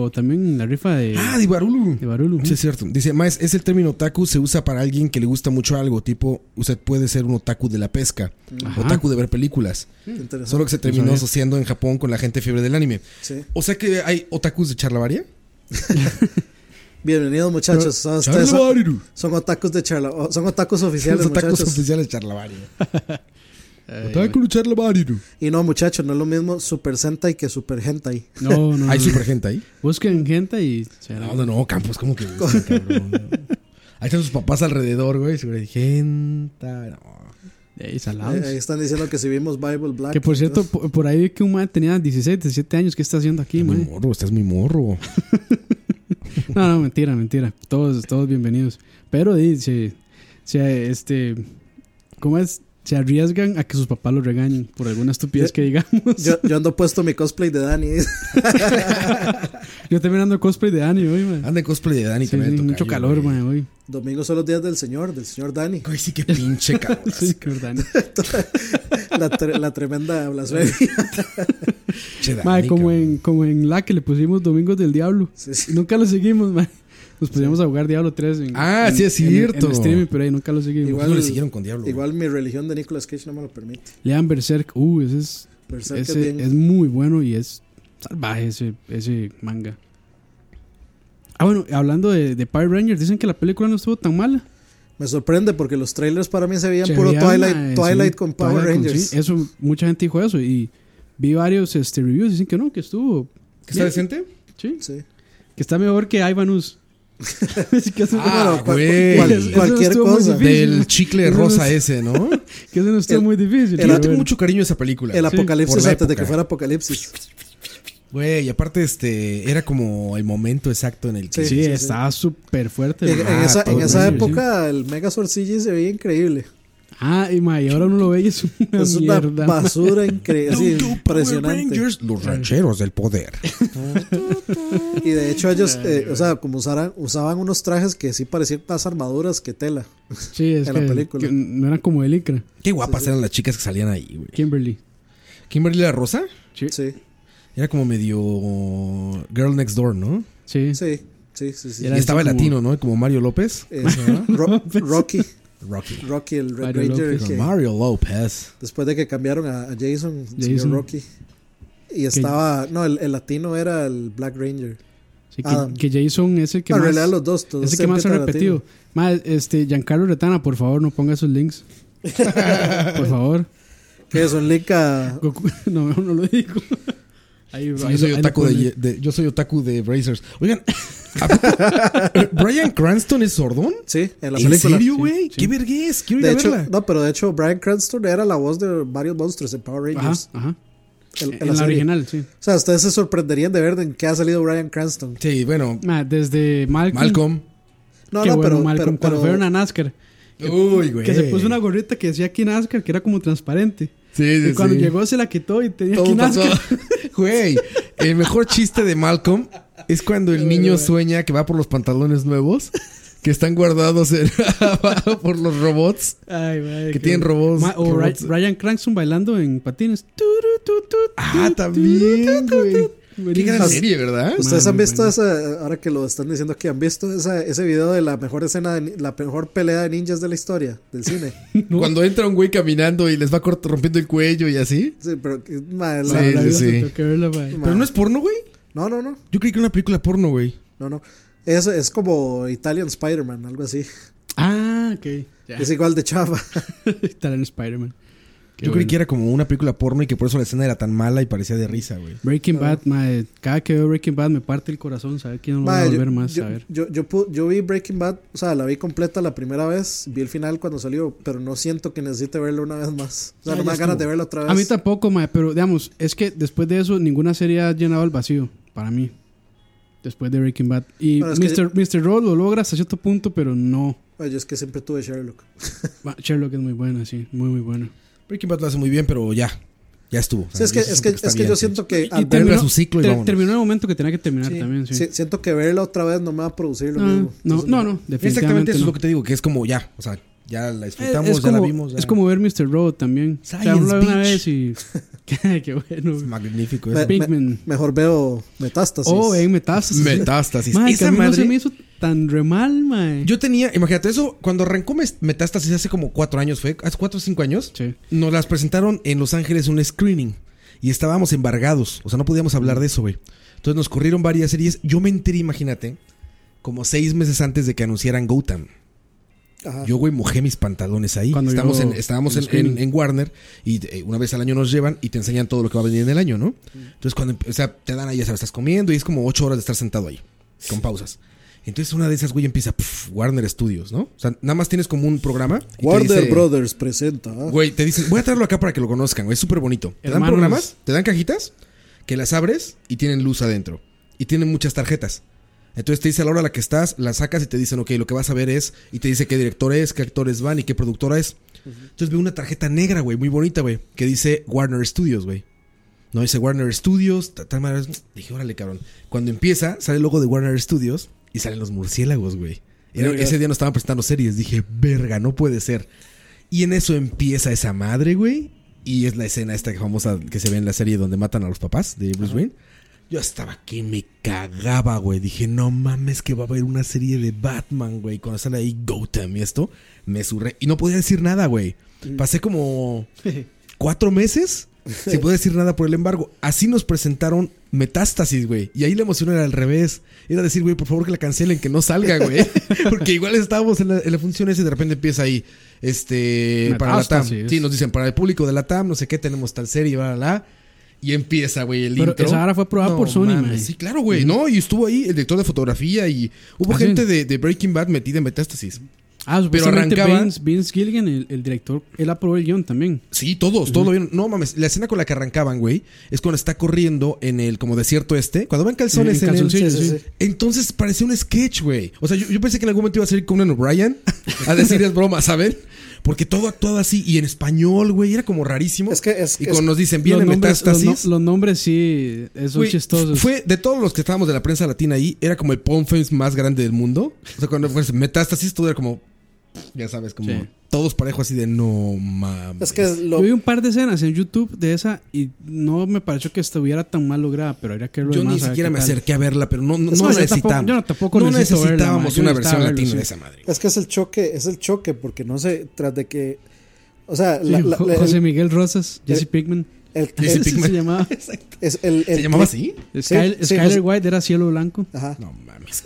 Speaker 2: ganó también la rifa de,
Speaker 3: Ah, de Barulu.
Speaker 2: Eh, de Barulu.
Speaker 3: Sí, es cierto. Dice, Maes, es el término otaku, se usa para alguien que le gusta mucho algo. Tipo, usted puede ser un otaku de la pesca,
Speaker 2: Ajá.
Speaker 3: otaku de ver películas.
Speaker 4: Interesante.
Speaker 3: Solo que se terminó
Speaker 2: sabía.
Speaker 3: asociando en Japón con la gente fiebre del anime.
Speaker 4: Sí.
Speaker 3: O sea que hay otakus de charlavaria.
Speaker 4: Bienvenidos muchachos, son, ustedes, son,
Speaker 3: Charlavariru.
Speaker 4: son otakus de charla, o- son otakus
Speaker 3: Los
Speaker 4: oficiales
Speaker 3: otakus
Speaker 4: muchachos.
Speaker 3: oficiales de charlavaria. otaku de charlavaria.
Speaker 4: y no muchachos, no es lo mismo Super Sentai que Super Hentai.
Speaker 2: No, no.
Speaker 3: Hay
Speaker 2: no.
Speaker 3: super gente ahí.
Speaker 2: Busquen gente y. se
Speaker 3: No,
Speaker 2: la-
Speaker 3: no, no, Campos, ¿cómo que buscan, cabrón? Ahí están sus papás alrededor, güey. Seguro hay gente. no.
Speaker 2: Ey,
Speaker 4: Ahí,
Speaker 2: salados.
Speaker 4: Eh, ahí están diciendo que si vimos Bible Black.
Speaker 2: Que por cierto, po- por ahí vi que un man tenía 16, 17 años. ¿Qué está haciendo aquí,
Speaker 3: Estás muy
Speaker 2: man?
Speaker 3: morro, estás muy morro.
Speaker 2: No, no, mentira, mentira. Todos, todos bienvenidos. Pero dice, o sea, este, ¿cómo es? se arriesgan a que sus papás los regañen por alguna estupidez que digamos. Yo,
Speaker 4: Yo, yo ando puesto mi cosplay de Dani. <laughs>
Speaker 2: también ando cosplay de Dani hoy, man.
Speaker 3: Anda en cosplay de Dani
Speaker 2: Sí,
Speaker 3: también.
Speaker 2: sí,
Speaker 3: de
Speaker 2: mucho
Speaker 3: tocayo,
Speaker 2: calor,
Speaker 3: güey.
Speaker 2: man, hoy.
Speaker 4: Domingo son los días del señor, del señor Dani.
Speaker 3: Ay, sí, qué pinche cabrón.
Speaker 2: <laughs> Sí, qué verdad.
Speaker 4: La, tre- la tremenda blasfemia.
Speaker 3: Che, Dani,
Speaker 2: Madre, como
Speaker 3: cabrón.
Speaker 2: en, como en la que le pusimos Domingos del Diablo.
Speaker 4: Sí, sí.
Speaker 2: Nunca lo seguimos, man. Nos pusimos a jugar Diablo 3 en,
Speaker 3: Ah,
Speaker 2: en-
Speaker 3: sí, es
Speaker 2: en-
Speaker 3: cierto.
Speaker 2: En, streaming, pero ahí nunca lo seguimos.
Speaker 3: <laughs> Igual- no le siguieron con Diablo, güey.
Speaker 4: Igual mi religión de Nicolas Cage no me lo permite.
Speaker 2: Lean Berserk. Uh, ese es,
Speaker 4: Berserk
Speaker 2: ese
Speaker 4: es bien-
Speaker 2: es muy bueno y es salvaje ese, ese manga. Ah, bueno, hablando de, de Power Rangers, dicen que la película no estuvo tan mala.
Speaker 4: Me sorprende porque los trailers para mí se veían
Speaker 2: Se
Speaker 4: puro
Speaker 2: veía,
Speaker 4: Twilight,
Speaker 2: mae,
Speaker 4: Twilight
Speaker 2: sí,
Speaker 4: con Power
Speaker 2: Twilight con-
Speaker 4: Rangers.
Speaker 2: sí, eso, mucha gente dijo eso y vi varios este, reviews. Dicen que no, que estuvo.
Speaker 3: ¿Qué está decente?
Speaker 2: Sí,
Speaker 4: Sí.
Speaker 2: que está mejor que Ivanus. <laughs> Así que eso,
Speaker 3: Ah,
Speaker 4: Bueno, cual-
Speaker 3: güey.
Speaker 4: cual-
Speaker 2: Eso
Speaker 4: cualquier
Speaker 2: estuvo muy
Speaker 4: cosa.
Speaker 2: difícil.
Speaker 3: Del chicle
Speaker 2: Eso
Speaker 3: rosa
Speaker 2: es-
Speaker 3: ese, ¿no?
Speaker 2: que eso no estuvo
Speaker 4: el-
Speaker 2: muy difícil.
Speaker 3: Yo
Speaker 2: pero
Speaker 3: le tengo
Speaker 2: bueno.
Speaker 3: mucho cariño a esa película.
Speaker 4: El
Speaker 3: Sí. Por
Speaker 4: apocalipsis
Speaker 3: la
Speaker 4: antes de
Speaker 3: época. Este
Speaker 4: que fuera apocalipsis.
Speaker 3: Güey, y aparte, este, era como el momento exacto en el que.
Speaker 2: Sí,
Speaker 4: sí, sí.
Speaker 2: estaba súper fuerte.
Speaker 4: En, en
Speaker 2: ¿no?
Speaker 3: Ah,
Speaker 4: esa, en
Speaker 3: Power
Speaker 4: esa
Speaker 2: Rangers,
Speaker 4: época el Mega CG se veía increíble.
Speaker 2: Ah, y, ma, y ahora uno lo ve y es una
Speaker 4: <laughs> es una
Speaker 2: mierda. ma.
Speaker 4: basura incre- así,
Speaker 3: Don't do Power
Speaker 4: impresionante.
Speaker 3: Rangers, los rancheros del poder.
Speaker 4: Y de hecho ellos, eh, o sea, como usaran, usaban unos trajes que sí parecían más armaduras que tela.
Speaker 2: <laughs>
Speaker 4: <laughs>
Speaker 2: Sí, es
Speaker 4: en la
Speaker 2: que-
Speaker 4: película.
Speaker 2: que no era como de Licra.
Speaker 3: Qué guapas eran las chicas que salían ahí, güey.
Speaker 2: Kimberly.
Speaker 3: Kimberly la Rosa
Speaker 4: Sí,
Speaker 3: era como medio Girl Next Door, ¿no?
Speaker 2: Sí.
Speaker 4: sí, sí, sí. sí.
Speaker 2: Era
Speaker 3: y estaba el
Speaker 2: así como-
Speaker 3: latino, ¿no? Como Mario López.
Speaker 4: Eh, Ro- Rocky, <laughs>
Speaker 3: Rocky.
Speaker 4: Rocky el Red
Speaker 2: Mario
Speaker 4: Ranger.
Speaker 2: López.
Speaker 4: que-
Speaker 3: Mario López.
Speaker 4: después de que cambiaron a, a Jason, siguió
Speaker 2: Jason.
Speaker 4: Rocky. Y estaba, no, el, el latino era el Black Ranger.
Speaker 2: Sí, que,
Speaker 4: Adam.
Speaker 2: que Jason es el que
Speaker 4: No, Ah. en
Speaker 2: más,
Speaker 4: realidad los dos, todos
Speaker 2: es el que
Speaker 4: siempre
Speaker 2: más se ha
Speaker 4: están
Speaker 2: repetido. Ma, este, Giancarlo Retana, por favor, no ponga esos
Speaker 4: <laughs>
Speaker 2: links. por favor.
Speaker 4: Que es un link a-
Speaker 2: Goku- <laughs> no, no lo digo. Ahí-
Speaker 3: Sí,
Speaker 2: ahí
Speaker 3: yo, soy
Speaker 2: lo- ahí lo
Speaker 3: otaku de,
Speaker 2: ponen.
Speaker 3: de- yo soy otaku de Brazers. Oigan, <laughs> ¿a poco- ¿Brian Cranston es sordón?
Speaker 4: Sí, en la
Speaker 3: ¿En
Speaker 4: película.
Speaker 3: serio, güey?
Speaker 2: sí.
Speaker 3: ¿Qué vergüenza? Quiero ir
Speaker 4: De
Speaker 3: a
Speaker 4: hecho,
Speaker 3: verla.
Speaker 4: no, pero de hecho, Brian Cranston era la voz de varios monstruos en Power
Speaker 2: Ajá,
Speaker 4: Rangers.
Speaker 2: ajá.
Speaker 4: en- en
Speaker 2: En, la
Speaker 4: serie.
Speaker 2: original, sí.
Speaker 4: O sea, ustedes se sorprenderían de ver en qué ha salido Brian Cranston.
Speaker 3: Sí, bueno,
Speaker 2: Ma, desde Malcolm.
Speaker 3: Malcolm.
Speaker 4: No,
Speaker 2: que
Speaker 4: no,
Speaker 2: bueno,
Speaker 4: pero,
Speaker 2: Malcolm,
Speaker 4: pero,
Speaker 2: cuando
Speaker 4: pero-
Speaker 2: fueron a NASCAR.
Speaker 3: Uy, güey.
Speaker 2: Que se puso una gorrita que decía aquí NASCAR, que era como transparente.
Speaker 3: Sí, sí,
Speaker 2: y cuando
Speaker 3: sí.
Speaker 2: llegó se la quitó y tenía aquí
Speaker 3: Todo pasó.
Speaker 2: NASCAR.
Speaker 3: <laughs> Güey, el mejor chiste de Malcolm es cuando el niño sueña que va por los pantalones nuevos que están guardados en- <laughs> abajo por los robots.
Speaker 2: Ay, madre,
Speaker 3: Que tienen robots-
Speaker 2: Ma- o
Speaker 3: robots.
Speaker 2: Ry- Ryan Cranston bailando en patines. Turu, tu, tu,
Speaker 3: Ah,
Speaker 2: tu, tu,
Speaker 3: también,
Speaker 2: tu,
Speaker 3: güey.
Speaker 2: tu.
Speaker 3: Qué gran
Speaker 2: Buenísimo.
Speaker 3: serie, ¿verdad?
Speaker 4: Ustedes
Speaker 2: Madre,
Speaker 4: han visto
Speaker 2: bueno.
Speaker 4: esa, ahora que lo están diciendo aquí, han visto esa- ese video de la mejor escena, de ni- la mejor pelea de ninjas de la historia,
Speaker 2: <laughs>
Speaker 4: del cine.
Speaker 3: Cuando entra un güey caminando y les va cort- rompiendo el cuello y así.
Speaker 4: Sí, pero que-
Speaker 2: La
Speaker 3: Sí,
Speaker 4: ma, la- la-
Speaker 2: verdad,
Speaker 3: sí.
Speaker 2: tengo que verla, madre.
Speaker 4: ma.
Speaker 3: Pero no es porno, güey.
Speaker 4: No, no, no,
Speaker 3: Yo creí que era una película porno, güey.
Speaker 4: no, no. Es, es como Italian Spider-Man, algo así.
Speaker 2: Ah, ok. Ya. <laughs>
Speaker 4: Es igual de chava.
Speaker 2: Estará en Spider-Man. Qué
Speaker 3: Yo creí
Speaker 2: bueno.
Speaker 3: que era como una película porno y que por eso la escena era tan mala y parecía de risa, güey.
Speaker 2: Breaking Bad, madre. Cada que veo Breaking Bad me parte el corazón. Saber que no lo voy
Speaker 4: Ma,
Speaker 2: a
Speaker 4: yo-
Speaker 2: volver más
Speaker 4: yo,
Speaker 2: a ver.
Speaker 4: yo- yo pu- yo vi Breaking Bad, o sea, la vi completa la primera vez, vi el final cuando salió, pero no siento que necesite verlo una vez más. O sea,
Speaker 3: Ah, ya
Speaker 4: no me dan ganas
Speaker 3: estuvo.
Speaker 4: de verlo otra vez.
Speaker 2: A mí tampoco, madre. Pero digamos, es que después de eso ninguna serie ha llenado el vacío. Para mí. Después de Breaking Bad. Y
Speaker 4: Pero es que-
Speaker 2: Mr. Mr. Roll lo logra hasta cierto punto, pero no.
Speaker 4: Ay, yo es que siempre tuve Sherlock.
Speaker 2: Ma, Sherlock es muy buena, sí. Muy, muy buena.
Speaker 3: Breaking Bad lo hace muy bien, pero ya. Ya estuvo. O
Speaker 4: Sí,
Speaker 3: sea,
Speaker 4: es que,
Speaker 3: yo sí
Speaker 4: es
Speaker 3: siento
Speaker 4: que,
Speaker 3: está
Speaker 4: es que
Speaker 3: bien,
Speaker 4: yo
Speaker 3: sí.
Speaker 4: siento que
Speaker 2: Y
Speaker 4: al
Speaker 3: termina-
Speaker 4: verlo-
Speaker 3: su ciclo y vámonos.
Speaker 2: terminó en el momento que tenía que terminar
Speaker 4: Sí,
Speaker 2: también, sí.
Speaker 4: si- Siento que verla otra vez no me va a producir lo
Speaker 2: no,
Speaker 4: mismo.
Speaker 2: no,
Speaker 4: Entonces,
Speaker 2: no, no,
Speaker 3: Exactamente
Speaker 2: definitivamente
Speaker 3: eso es
Speaker 2: no.
Speaker 3: lo que te digo, que es como ya. O sea, ya la
Speaker 2: Eh,
Speaker 3: disfrutamos,
Speaker 2: es,
Speaker 3: ya
Speaker 2: como,
Speaker 3: la vimos. ya.
Speaker 2: es como ver Mr. Robot también. O sea,
Speaker 3: Science
Speaker 2: uno la ve una
Speaker 3: Beach.
Speaker 2: vez
Speaker 3: <laughs>
Speaker 2: y... <laughs> qué, qué bueno. güey.
Speaker 3: Magnífico.
Speaker 4: me-
Speaker 3: eso.
Speaker 4: me-
Speaker 2: Pinkman.
Speaker 4: mejor veo Metástasis.
Speaker 2: Oh, en Metástasis.
Speaker 3: Metástasis.
Speaker 2: Madre, que
Speaker 3: Esa
Speaker 2: a mí no se
Speaker 3: madre-
Speaker 2: me hizo tan re mal, mae.
Speaker 3: Yo tenía, imagínate eso, cuando arrancó Mes- Metástasis hace como cuatro años, fue, hace cuatro o cinco años,
Speaker 2: Sí.
Speaker 3: nos las presentaron en Los Ángeles un screening y estábamos embargados, o sea, no podíamos hablar de eso, güey. Entonces nos corrieron varias series. Yo me enteré, imagínate, como seis meses antes de que anunciaran Gotham.
Speaker 4: Ajá.
Speaker 3: Yo, güey, mojé mis pantalones ahí.
Speaker 2: Cuando
Speaker 3: Estábamos,
Speaker 2: llegó
Speaker 3: en, estábamos
Speaker 2: el
Speaker 3: en,
Speaker 2: screening.
Speaker 3: en- en Warner y eh, una vez al año nos llevan y te enseñan todo lo que va a venir en el año, ¿no?
Speaker 2: Mm.
Speaker 3: Entonces, cuando, emp- o sea, te dan ahí, ya sabes, estás comiendo y es como ocho horas de estar sentado ahí, con pausas. Entonces, una de esas, güey, empieza pf, Warner Studios, ¿no? O sea, nada más tienes como un programa. y te
Speaker 4: Warner
Speaker 3: dice-
Speaker 4: Brothers presenta. ah.
Speaker 3: Güey, te dicen, voy a traerlo acá para que lo conozcan, güey, es súper bonito. Te dan
Speaker 2: Hermanos.
Speaker 3: programas, te dan cajitas que las abres y tienen luz adentro. Y tienen muchas tarjetas. Entonces te dice a la hora a la que estás, la sacas y te dicen, ok, lo que vas a ver es, y te dice qué director es, qué actores van y qué productora es. Entonces veo una tarjeta negra, güey, muy bonita, güey, que dice Warner Studios, güey. No dice Warner Studios, ta- tal madre. Dije, órale, cabrón. Cuando empieza, sale el logo de Warner Studios y salen los murciélagos, güey. Era-
Speaker 4: Verga.
Speaker 3: ese día no estaban prestando series. Dije, verga, no puede ser. Y en eso empieza esa madre, güey. Y es la escena esta famosa que se ve en la serie donde matan a los papás de Bruce Wayne. Yo estaba que me cagaba, güey. Dije, no mames, que va a haber una serie de Batman, güey. Cuando sale ahí Gotham y esto, me surré. Y no podía decir nada, güey. Pasé como cuatro meses sin poder decir nada por el embargo. Así nos presentaron Metástasis, güey. Y ahí la emoción era al revés. Era decir, güey, por favor que la cancelen, que no salga, güey. Porque igual estábamos en la, en la función esa y de repente empieza ahí. Este. Para la TAM.
Speaker 2: Metástasis.
Speaker 3: Sí, nos dicen, para el público de la TAM, no sé qué, tenemos tal serie, bla, bla, bla. Y empieza, güey, el
Speaker 2: Pero
Speaker 3: intro.
Speaker 2: esa vara fue aprobada por Sony,
Speaker 3: mames.
Speaker 2: mae.
Speaker 3: Sí, claro, güey. No, y estuvo ahí el director de fotografía y hubo
Speaker 2: Ah,
Speaker 3: gente
Speaker 2: sí.
Speaker 3: de, de Breaking Bad metida en Metástasis.
Speaker 2: Ah, supuestamente
Speaker 3: arrancaba-
Speaker 2: Vince, Vince Gilligan, el, el director, él aprobó el guión también.
Speaker 3: Sí, todos, todos lo vieron. No mames, la escena con la que arrancaban, güey, es cuando está corriendo en el como desierto este. Cuando van calzones
Speaker 2: En
Speaker 3: en, el-
Speaker 2: calzoncillos,
Speaker 4: sí, sí,
Speaker 3: Entonces parecía un sketch, güey. O sea, yo, yo pensé que en algún momento iba a salir Conan O'Brien a decir es broma, ¿saben? Porque todo actuado así y en español, güey, era como rarísimo.
Speaker 4: Es que es-
Speaker 3: y
Speaker 4: es-
Speaker 3: cuando nos dicen, viene
Speaker 2: los, nombres, los,
Speaker 3: metástasis.
Speaker 2: no- los nombres sí eh, son
Speaker 3: Güey,
Speaker 2: chistosos.
Speaker 3: Fue de todos los que estábamos de la prensa latina ahí, era como el pump face más grande del mundo. O sea, cuando fue ese metástasis, todo era como, ya sabes, como
Speaker 2: Sí.
Speaker 3: todos parejos así de no mames.
Speaker 4: Es que lo,
Speaker 2: Yo vi un par de escenas en YouTube de esa y no me pareció que estuviera tan mal lograda, pero habría que verlo
Speaker 3: yo
Speaker 2: más,
Speaker 3: ni
Speaker 2: a ver
Speaker 3: siquiera
Speaker 2: qué
Speaker 3: me
Speaker 2: tal.
Speaker 3: acerqué a verla, pero no, no,
Speaker 2: Es
Speaker 3: no
Speaker 2: más, yo
Speaker 3: necesitábamos.
Speaker 2: tampoco- yo no tampoco
Speaker 3: no
Speaker 2: necesito verla,
Speaker 3: necesitábamos
Speaker 2: ma, yo
Speaker 3: una
Speaker 2: necesitaba
Speaker 3: versión
Speaker 2: verlo,
Speaker 3: latina
Speaker 2: sí.
Speaker 3: de esa madre.
Speaker 4: <laughs> es que es el choque, es el choque, porque no sé, tras de que. O sea,
Speaker 2: Sí,
Speaker 4: la- la-
Speaker 2: Jo-
Speaker 4: la-
Speaker 2: José Miguel Rosas, Jesse Pinkman.
Speaker 4: el, el-
Speaker 3: Jesse
Speaker 2: Ese
Speaker 3: Pinkman.
Speaker 2: se
Speaker 3: <laughs>
Speaker 2: llamaba.
Speaker 4: es el- el-
Speaker 3: ¿Se llamaba así?
Speaker 2: Skyler,
Speaker 4: sí,
Speaker 2: Skyler
Speaker 4: José-
Speaker 2: White era cielo blanco.
Speaker 4: Ajá.
Speaker 3: No mames.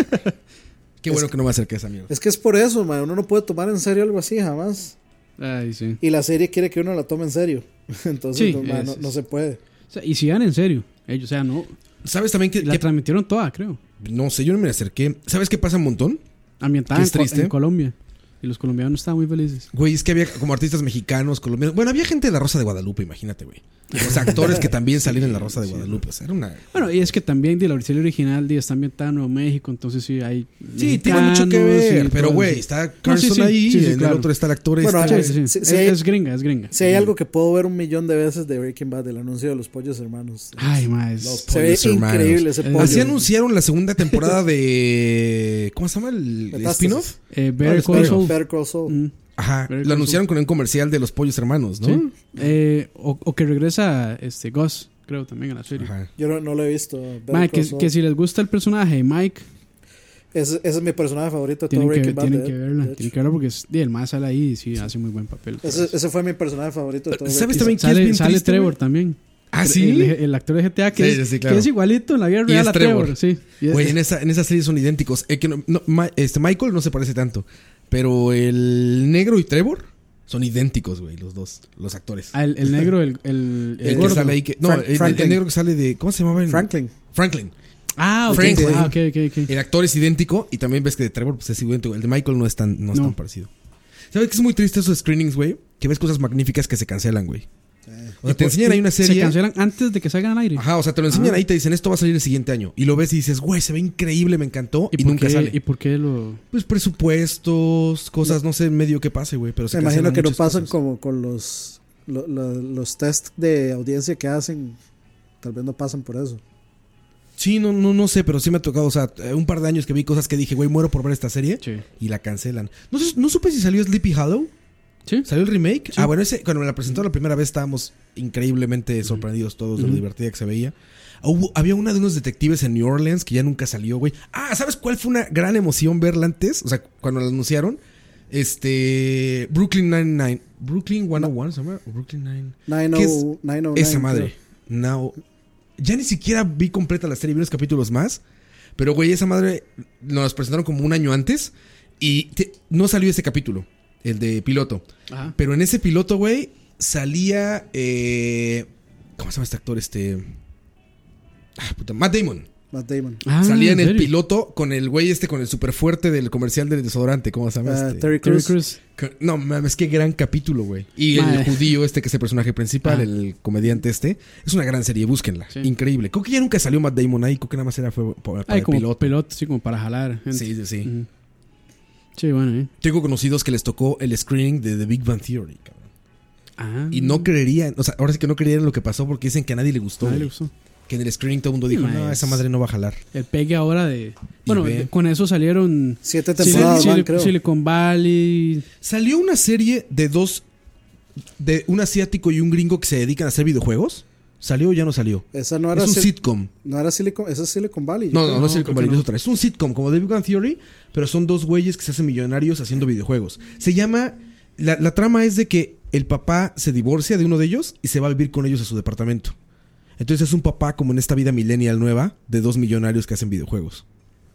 Speaker 3: Qué bueno que no me acerqué a esa mierda.
Speaker 4: Es que es por eso, ma, uno no puede tomar en serio algo así jamás.
Speaker 3: Ah.
Speaker 2: Ay, sí.
Speaker 4: Y la serie quiere que uno la tome en serio. <laughs> Entonces,
Speaker 2: Sí,
Speaker 4: no, ma,
Speaker 2: es-
Speaker 4: no-
Speaker 2: es-
Speaker 4: no se puede.
Speaker 2: O sea, y si dan en serio. Ellos, o sea, no.
Speaker 3: ¿Sabes también que,
Speaker 2: La
Speaker 3: que-
Speaker 2: transmitieron toda, creo.
Speaker 3: No sé, yo no me acerqué. ¿Sabes qué pasa un montón?
Speaker 2: Ambientada
Speaker 3: Qué
Speaker 2: en, Co-
Speaker 3: triste.
Speaker 2: en Colombia. Y los colombianos estaban muy felices.
Speaker 3: Güey, es que había como artistas mexicanos, colombianos. Bueno, había gente de La Rosa de Guadalupe, imagínate, güey. Los actores que también salían en La Rosa de Guadalupe. O sea, era una...
Speaker 2: Bueno, y es que también de la serie original de, está ambientada en Nuevo México, entonces sí hay.
Speaker 3: Sí, tiene mucho que
Speaker 2: mexicanos y
Speaker 3: ver. Pero,
Speaker 2: todo,
Speaker 3: güey,
Speaker 2: sí.
Speaker 3: está
Speaker 2: No, sí,
Speaker 3: Carson
Speaker 2: sí,
Speaker 3: ahí.
Speaker 2: sí, sí,
Speaker 3: en
Speaker 2: claro.
Speaker 3: el otro está el actor
Speaker 4: Bueno,
Speaker 3: este.
Speaker 2: Sí, sí, sí.
Speaker 4: Si-
Speaker 2: es,
Speaker 4: si hay-
Speaker 2: es gringa, es gringa.
Speaker 4: Si hay algo que puedo ver un millón de veces de Breaking Bad, el anuncio de los pollos hermanos.
Speaker 3: ¿Ah,
Speaker 2: Ay, más.
Speaker 4: se ve
Speaker 3: Pollos Hermanos.
Speaker 4: increíble ese pollo.
Speaker 3: Así anunciaron la segunda temporada de... ¿Cómo se llama? ¿El
Speaker 4: Metástasis.
Speaker 3: spin-off?
Speaker 2: Eh, Better
Speaker 3: No,
Speaker 2: Call
Speaker 3: espero.
Speaker 2: Saul.
Speaker 4: Better Call Saul.
Speaker 2: Mm,
Speaker 3: Ajá,
Speaker 2: Better
Speaker 3: lo
Speaker 2: Call
Speaker 3: anunciaron con un comercial de los pollos hermanos, ¿no?
Speaker 2: sí. Eh, o, o que regresa este, Gus, creo también a la serie.
Speaker 3: Ajá.
Speaker 4: Yo no, no lo he visto. Better
Speaker 2: Mae,
Speaker 4: Call
Speaker 2: que,
Speaker 4: Saul.
Speaker 2: que si les gusta el personaje de Mike,
Speaker 4: Ese, ese es mi personaje favorito de todo
Speaker 2: tienen, que,
Speaker 4: Breaking Bad.
Speaker 2: tienen
Speaker 4: de-
Speaker 2: que
Speaker 4: de
Speaker 2: verla.
Speaker 4: hecho.
Speaker 2: Tienen que verla porque es, y el más sale ahí y sí, hace muy buen papel.
Speaker 4: Ese, ese fue mi personaje favorito de todo
Speaker 3: ¿Sabes
Speaker 4: Breaking
Speaker 3: también
Speaker 2: Y
Speaker 3: quién es
Speaker 2: sale,
Speaker 3: bien
Speaker 2: sale
Speaker 3: triste,
Speaker 2: Trevor
Speaker 3: güey?
Speaker 2: también.
Speaker 3: ¿Ah,
Speaker 2: Tre-
Speaker 3: sí?
Speaker 2: El, el actor de GTA que,
Speaker 3: Sí,
Speaker 2: es,
Speaker 3: sí, sí,
Speaker 2: que
Speaker 3: claro.
Speaker 2: es igualito en la vida
Speaker 3: Y
Speaker 2: real
Speaker 3: es
Speaker 2: a Trevor.
Speaker 3: Trevor.
Speaker 2: sí. Y-
Speaker 3: Güey, en esa, en esa serie son idénticos. Eh, que no- no, Ma- este, Michael no se parece tanto. Pero el negro y Trevor son idénticos, güey, los dos, los actores.
Speaker 2: ah, el, el negro, el, el, el
Speaker 3: <laughs> el que
Speaker 2: gordo.
Speaker 3: sale ahí que. No,
Speaker 4: Frank-
Speaker 3: el- el,
Speaker 4: Franklin.
Speaker 3: negro que sale de. ¿Cómo se llamaba? el-
Speaker 4: Franklin.
Speaker 3: Franklin.
Speaker 2: Ah, ok.
Speaker 3: Franklin.
Speaker 2: Ah, ok, ok, ok.
Speaker 3: El actor es idéntico y también ves que de Trevor pues, es idéntico. El de Michael no es tan, no es
Speaker 2: No.
Speaker 3: tan parecido. ¿Sabes que es muy triste esos screenings, güey? Que ves cosas magníficas que se cancelan, güey. O sea, te enseñan ahí una serie.
Speaker 2: Se Ah. cancelan antes de que salgan al aire.
Speaker 3: Ajá, o sea, te lo enseñan ahí y te dicen, esto va a salir el siguiente año. Y lo ves y dices, güey, se ve increíble, me encantó.
Speaker 2: ¿Y,
Speaker 3: Y,
Speaker 2: por
Speaker 3: nunca
Speaker 2: qué,
Speaker 3: sale.
Speaker 2: ¿Y por qué lo.?
Speaker 3: Pues presupuestos, cosas, no sé, medio que pase, güey. Pero se
Speaker 4: Me imagino
Speaker 3: cancelan
Speaker 4: que no
Speaker 3: muchas
Speaker 4: pasan
Speaker 3: cosas.
Speaker 4: como con los, lo- lo- los test de audiencia que hacen. Tal vez no pasan por eso.
Speaker 3: Sí, no, no, no sé, pero sí me ha tocado. O sea, eh, un par de años que vi cosas que dije, güey, muero por ver esta serie.
Speaker 2: Sí.
Speaker 3: Y la cancelan. No, sé- no supe si salió Sleepy Hollow.
Speaker 2: Sí.
Speaker 3: ¿Salió el remake? Ah, bueno, ese, cuando me la presentó la primera vez estábamos increíblemente sorprendidos todos de lo divertida que se veía. Ah, hubo- había una de unos detectives en New Orleans que ya nunca salió, güey. Ah, ¿sabes cuál fue una gran emoción verla antes? O sea, cuando la anunciaron. Este. Brooklyn 99. Brooklyn 101, ¿se llama? ¿O Brooklyn 9. ¿Qué es
Speaker 4: 90- 909.
Speaker 3: Esa madre.
Speaker 4: creo.
Speaker 3: Now. Ya ni siquiera vi completa la serie, vi unos capítulos más. Pero, güey, esa madre nos las presentaron como un año antes. Y te- no salió ese capítulo, el de piloto.
Speaker 2: Ajá.
Speaker 3: Pero en ese piloto, güey, salía. eh, ¿Cómo se llama este actor? Este. Ah, puta, Matt Damon.
Speaker 4: Matt Damon.
Speaker 2: Ah,
Speaker 3: Salía en el
Speaker 2: serio?
Speaker 3: piloto con el güey este, con el super fuerte del comercial del desodorante. ¿Cómo se llama
Speaker 4: Ah,
Speaker 3: este?
Speaker 4: Terry
Speaker 2: Terry
Speaker 4: Crews.
Speaker 2: Crews.
Speaker 3: Que- No mames, qué gran capítulo, güey. Y el
Speaker 2: Madre.
Speaker 3: judío, este que es el personaje principal,
Speaker 2: Ah.
Speaker 3: el comediante este, es una gran serie, búsquenla.
Speaker 2: Sí.
Speaker 3: Increíble. Creo que ya nunca salió Matt Damon ahí, creo que nada más era fue para
Speaker 2: Ay,
Speaker 3: el
Speaker 2: como
Speaker 3: piloto.
Speaker 2: piloto. sí, como para jalar. gente.
Speaker 3: Sí, sí, sí.
Speaker 2: Ujú. Sí, bueno, ¿eh?
Speaker 3: Tengo conocidos que les tocó el screening de The Big Bang Theory, cabrón.
Speaker 2: Ah,
Speaker 3: Y no creerían, o sea, ahora sí que no creerían lo que pasó porque dicen que a nadie le gustó.
Speaker 2: nadie le
Speaker 3: güey.
Speaker 2: gustó.
Speaker 3: Que en el screening todo el mundo dijo,
Speaker 2: Nice.
Speaker 3: no, esa madre no va a jalar.
Speaker 2: El pegue ahora de. Bueno,
Speaker 3: ve.
Speaker 2: de- con eso salieron.
Speaker 4: Siete
Speaker 2: Sil-
Speaker 4: temporadas,
Speaker 2: Sil-
Speaker 4: man, creo.
Speaker 2: Silicon Valley.
Speaker 3: Salió una serie de dos, de un asiático y un gringo que se dedican a hacer videojuegos. ¿Salió o ya no salió?
Speaker 4: Esa no era,
Speaker 3: Es un
Speaker 4: Sil-
Speaker 3: sitcom.
Speaker 4: no era Silicon, esa es Silicon Valley. yo
Speaker 3: No,
Speaker 4: creo.
Speaker 3: no, no
Speaker 2: creo
Speaker 3: es Silicon
Speaker 2: que
Speaker 3: Valley,
Speaker 2: no.
Speaker 3: es otra. Es un sitcom, como The Big Bang Theory, pero son dos güeyes que se hacen millonarios haciendo videojuegos. Se llama. La, la trama es de que el papá se divorcia de uno de ellos y se va a vivir con ellos a su departamento. Entonces es un papá como en esta vida millennial nueva de dos millonarios que hacen videojuegos.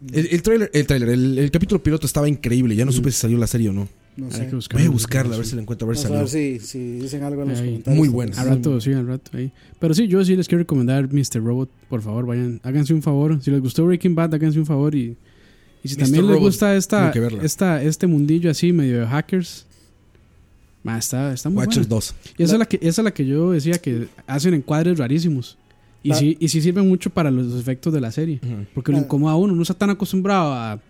Speaker 4: Mm.
Speaker 3: El, el tráiler, el, tráiler, el, el capítulo piloto estaba increíble. Ya no supe si salió la serie o no.
Speaker 4: No
Speaker 2: Hay
Speaker 4: Mm. sé.
Speaker 2: que buscarlo.
Speaker 3: Voy a buscarla a ver si la encuentro, a ver si
Speaker 4: Vamos a
Speaker 3: salió.
Speaker 4: ver si, si dicen algo en los
Speaker 2: Ahí.
Speaker 4: comentarios.
Speaker 3: Muy buena.
Speaker 2: Al rato, sí, al rato. Ahí. Pero sí, yo sí les quiero recomendar Mr. Robot. Por favor, vayan. Háganse un favor. Si les gustó Breaking Bad, háganse un favor. Y, y si
Speaker 3: Mr.
Speaker 2: también les
Speaker 3: Robot,
Speaker 2: gusta esta,
Speaker 3: tengo que verla.
Speaker 2: esta, este mundillo así, medio de hackers. ma, está, está muy
Speaker 3: Watchers
Speaker 2: buena.
Speaker 3: 2.
Speaker 2: Y esa es, la que, esa es la que yo decía que hacen encuadres rarísimos. Y,
Speaker 4: La-
Speaker 2: sí, y sí sirven mucho para los efectos de la serie. Porque lo
Speaker 4: La-
Speaker 2: incomoda a uno. No está tan acostumbrado a.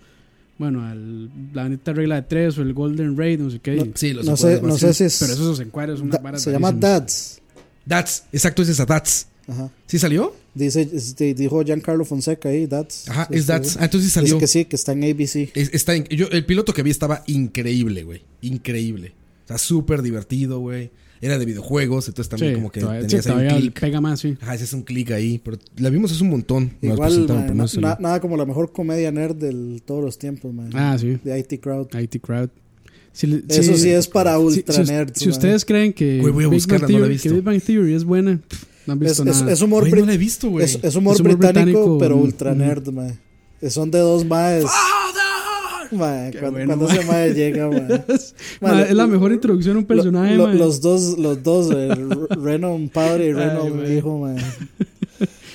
Speaker 2: Bueno, al, la neta regla de tres o el Golden Raid, no sé qué.
Speaker 4: No,
Speaker 3: Sí, los
Speaker 4: no sé,
Speaker 3: encuadros
Speaker 4: no sé si es.
Speaker 2: Pero esos encuadres son unas
Speaker 4: Da-
Speaker 2: varas
Speaker 4: se llama
Speaker 2: rarísimas.
Speaker 4: Dads.
Speaker 3: Dats, exacto, es esa Dats.
Speaker 4: Ajá.
Speaker 3: ¿Sí salió?
Speaker 4: Dice, este, dijo Giancarlo Fonseca ahí, Dads.
Speaker 3: Ajá,
Speaker 4: Sí,
Speaker 3: es
Speaker 4: sí.
Speaker 3: Dats. Ah, entonces sí
Speaker 4: Dice
Speaker 3: salió.
Speaker 4: que sí, que está en ABC.
Speaker 3: Es- está in- yo, el piloto que vi estaba increíble, güey. Increíble. O sea, súper divertido, güey. Era de videojuegos, entonces también
Speaker 2: Sí,
Speaker 3: como que
Speaker 2: todavía,
Speaker 3: tenías
Speaker 2: sí,
Speaker 3: ahí un
Speaker 2: todavía
Speaker 3: clic.
Speaker 2: pega más, sí.
Speaker 3: Ajá, ese es un clic ahí. Pero la vimos hace un montón. Nos la
Speaker 4: Igual,
Speaker 3: presentaron,
Speaker 4: mae,
Speaker 3: pero no
Speaker 4: na-
Speaker 3: salió.
Speaker 4: na- nada como la mejor comedia nerd de todos los tiempos, man.
Speaker 2: Ah, sí.
Speaker 4: De IT Crowd.
Speaker 2: IT Crowd. Si le-
Speaker 4: Eso sí es para
Speaker 2: si-
Speaker 4: ultra
Speaker 2: si, us-
Speaker 4: nerds.
Speaker 2: si
Speaker 4: mae.
Speaker 2: ustedes creen que,
Speaker 3: Güey, voy a
Speaker 2: Big
Speaker 3: buscarla,
Speaker 2: Bang
Speaker 3: no la he
Speaker 2: Theory-
Speaker 3: visto.
Speaker 2: que Big Bang Theory es buena, pff, no han
Speaker 4: Es,
Speaker 2: visto
Speaker 4: es-
Speaker 2: nada.
Speaker 4: es humor,
Speaker 3: Güey,
Speaker 4: bri-
Speaker 3: no la he visto, güey.
Speaker 4: es, es humor
Speaker 2: Es humor
Speaker 4: británico,
Speaker 2: británico,
Speaker 4: pero
Speaker 2: mm,
Speaker 4: ultra
Speaker 2: mm.
Speaker 4: nerd, mae. Son de dos maes. Mae, cuando,
Speaker 2: bueno,
Speaker 4: cuando ese mae
Speaker 2: <laughs>
Speaker 4: llega, mae.
Speaker 2: Ma,
Speaker 4: Mae,
Speaker 2: <laughs> es la mejor introducción a un personaje,
Speaker 4: lo-
Speaker 2: ma.
Speaker 4: Los dos, los
Speaker 2: <laughs>
Speaker 4: dos, el Renom padre y Renom
Speaker 2: mae.
Speaker 4: hijo, mae.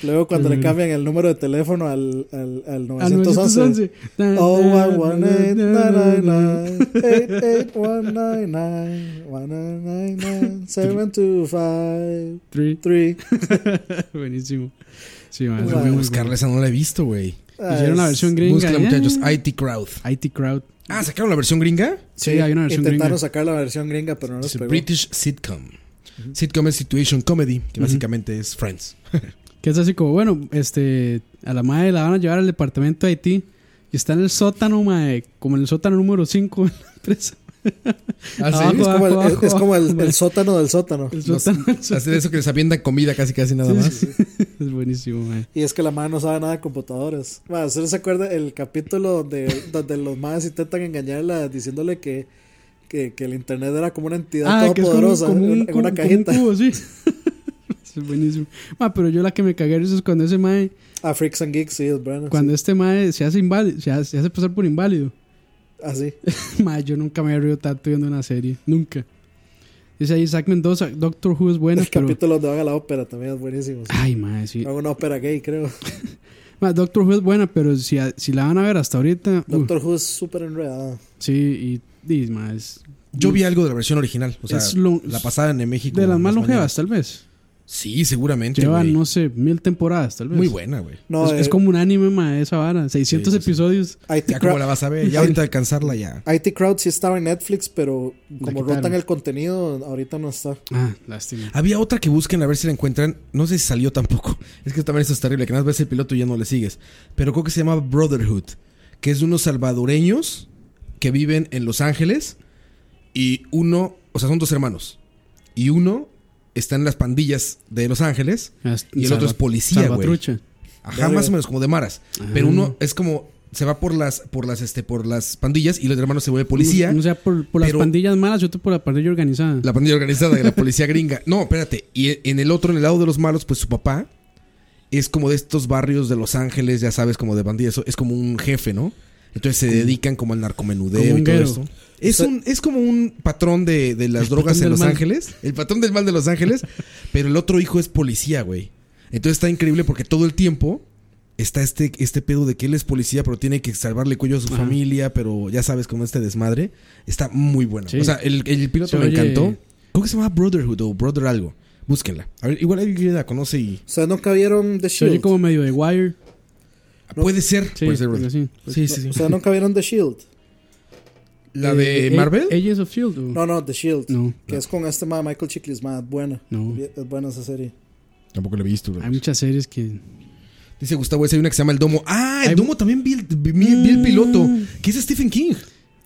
Speaker 4: Luego cuando le cambian el número de teléfono al, al, al
Speaker 2: Al
Speaker 4: 911.
Speaker 2: 911.
Speaker 4: Oh, one, one, eight, nine, nine, <laughs> nine, eight, eight, one, nine, nine, one, nine, nine, nine, seven, two, five,
Speaker 2: Three. <laughs>
Speaker 4: three.
Speaker 2: Buenísimo. Sí, ma,
Speaker 3: Güey,
Speaker 2: es
Speaker 3: voy a
Speaker 2: muy
Speaker 3: buscarla, esa no la he visto, güey.
Speaker 2: bueno. Hicieron la versión gringa.
Speaker 3: Búscala,
Speaker 2: ya.
Speaker 3: muchachos. IT Crowd.
Speaker 2: IT Crowd.
Speaker 3: Ah, ¿sacaron la versión gringa?
Speaker 2: Sí, hay una versión
Speaker 4: Intentaron
Speaker 2: gringa.
Speaker 4: sacar la versión gringa, pero no les
Speaker 3: Es
Speaker 4: pegó.
Speaker 3: British Sitcom. Sitcom es Situation Comedy, que básicamente es Friends.
Speaker 2: Que es así como, bueno, este, a la madre la van a llevar al departamento de Haití y está en el sótano, mae, como en el sótano número 5 de la empresa.
Speaker 3: Ah,
Speaker 4: Es
Speaker 3: ¿sí?
Speaker 4: como el, es- es
Speaker 2: <laughs>
Speaker 4: como el- el
Speaker 2: Mae,
Speaker 4: sótano del sótano.
Speaker 2: el
Speaker 4: <laughs>
Speaker 2: sótano. del sótano.
Speaker 3: Hacer eso que les avientan comida casi casi nada más.
Speaker 2: Es buenísimo, mae.
Speaker 4: Y es que la madre no sabe nada de computadoras. Bueno, ¿ustedes se acuerda el capítulo donde, donde los madres intentan engañarla diciéndole que, que, que el internet era como una entidad
Speaker 2: Ah, que es como, un-
Speaker 4: todopoderosa
Speaker 2: como un,
Speaker 4: en, en una
Speaker 2: cubo- como un
Speaker 4: cajita?
Speaker 2: cubo, sí. <laughs> es buenísimo. Ma, pero yo la que me cagué eso es cuando ese mae,
Speaker 4: A Ah, Freaks and Geeks, sí, es bueno.
Speaker 2: cuando
Speaker 4: sí.
Speaker 2: este mae se hace inválido, se hace, se hace pasar por inválido. <laughs>
Speaker 4: Así.
Speaker 2: Mae, yo nunca me había reído tanto viendo una serie, nunca. Dice ahí Isaac Mendoza, Doctor Who es buena,
Speaker 4: El
Speaker 2: pero...
Speaker 4: capítulo donde van a la ópera también es buenísimo. sí.
Speaker 2: Ay, mae, sí.
Speaker 4: Van a una ópera gay, creo.
Speaker 2: Ma, Doctor Who es buena, pero si, a- si la van a ver hasta ahorita. uh,
Speaker 4: Doctor Who es súper enredado.
Speaker 2: sí, y, y más.
Speaker 3: Yo vi algo de la versión original. O sea,
Speaker 2: Es lo-
Speaker 3: la pasada en México.
Speaker 2: De las más
Speaker 3: mañanas.
Speaker 2: longevas, tal vez.
Speaker 3: Sí, seguramente.
Speaker 2: Llevan,
Speaker 3: güey.
Speaker 2: no sé, mil temporadas, tal vez.
Speaker 3: Muy buena, güey.
Speaker 4: No,
Speaker 2: es,
Speaker 4: eh,
Speaker 2: es como un anime, ma, esa vara. 600
Speaker 3: Sí, sí, sí.
Speaker 2: episodios.
Speaker 4: IT,
Speaker 3: Ya
Speaker 4: Crowd,
Speaker 3: como la vas a
Speaker 2: <laughs>
Speaker 3: ver, ya ahorita alcanzarla ya.
Speaker 4: IT Crowd sí estaba en Netflix, pero como
Speaker 2: quitaron.
Speaker 4: rotan el contenido, ahorita no está.
Speaker 2: Ah, lástima.
Speaker 3: Había otra que busquen a ver si la encuentran. No sé si salió tampoco. <laughs> Es que también eso es terrible, que nada más ves el piloto y ya no le sigues. Pero creo que se llama Brotherhood, que es de unos salvadoreños que viven en Los Ángeles. Y uno, o sea, son dos hermanos. Y uno está en las pandillas de Los Ángeles.
Speaker 2: As-
Speaker 3: Y el otro es
Speaker 2: salva-
Speaker 3: policía, güey.
Speaker 2: salvatrucha.
Speaker 3: Ajá, más o menos como de maras. Pero uno es como se va por las por las este por las pandillas y el otro hermano se vuelve policía.
Speaker 2: Uno sea por, por las
Speaker 3: pero-
Speaker 2: pandillas malas y otro por la pandilla organizada.
Speaker 3: La pandilla organizada de la policía gringa. No, espérate. Y e- en el otro, en el lado de los malos, pues su papá es como de estos barrios de Los Ángeles, ya sabes, como de pandillas. Es como un jefe, ¿no? Entonces se dedican como al
Speaker 2: Como
Speaker 3: narcomenudeo
Speaker 2: un
Speaker 3: y todo
Speaker 2: guero.
Speaker 3: esto. Es, un, es como un patrón de, de las drogas
Speaker 2: patrón
Speaker 3: en
Speaker 2: del
Speaker 3: Los
Speaker 2: mal.
Speaker 3: Ángeles. El patrón del mal de
Speaker 2: <laughs>
Speaker 3: Los Ángeles. pero el otro hijo es policía, güey. Entonces está increíble porque todo el tiempo está este, este pedo de que él es policía, pero tiene que salvarle cuello a su familia, pero ya sabes cómo este desmadre. Está muy bueno.
Speaker 2: Sí.
Speaker 3: O sea, el, el piloto
Speaker 2: Se
Speaker 3: me
Speaker 2: oye-
Speaker 3: encantó. Creo que se llama Brotherhood o Brother algo. Búsquenla. A ver, igual alguien la conoce y...
Speaker 4: ¿Ustedes nunca vieron The
Speaker 2: Se oye
Speaker 4: Shield?
Speaker 2: como medio de Wire.
Speaker 3: Puede ser.
Speaker 2: Sí,
Speaker 3: puede ser,
Speaker 2: algo
Speaker 3: brother.
Speaker 2: así.
Speaker 3: Sí, sí, sí.
Speaker 4: ¿Ustedes nunca vieron The Shield?
Speaker 3: ¿La de
Speaker 2: Eh,
Speaker 3: Marvel?
Speaker 2: eh, Agents of Shield. o-
Speaker 4: No, no, The Shield.
Speaker 2: No.
Speaker 4: Que es con este ma, Michael Chiklis, ma, buena.
Speaker 2: No.
Speaker 4: Es buena esa serie.
Speaker 3: Tampoco la he visto. brother.
Speaker 2: Hay muchas series que.
Speaker 3: Dice Gustavo, esa hay una que se llama El Domo. Ah, El
Speaker 2: Hay-
Speaker 3: Domo también vi el, vi- vi
Speaker 2: Mm.
Speaker 3: el piloto. Que es Stephen King.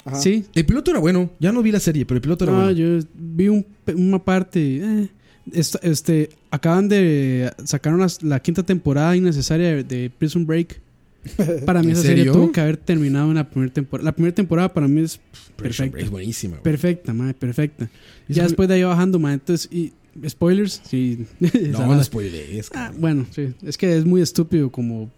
Speaker 4: Ajá.
Speaker 2: Sí.
Speaker 3: El piloto era bueno. Ya no vi la serie, pero el piloto era
Speaker 2: No,
Speaker 3: bueno.
Speaker 2: Ah, yo vi un pe- una parte. eh. Esta- este, acaban de. Sacaron las- la quinta temporada innecesaria de, de Prison Break.
Speaker 3: <laughs>
Speaker 2: Para mí,
Speaker 3: ¿En
Speaker 2: esa
Speaker 3: serio?
Speaker 2: serie tuvo que haber terminado en la primera temporada. La primera temporada para mí es pff,
Speaker 3: Prison Break
Speaker 2: perfecta.
Speaker 3: Es buenísima. güey.
Speaker 2: Perfecta, madre, perfecta.
Speaker 3: Y
Speaker 2: Ya
Speaker 3: sabe-
Speaker 2: después de ahí va bajando, madre. Entonces, y, ¿spoilers? Sí. <laughs>
Speaker 3: No, no spoilees.
Speaker 2: Ah,
Speaker 3: cabrón.
Speaker 2: bueno, sí. Es que es muy estúpido como... O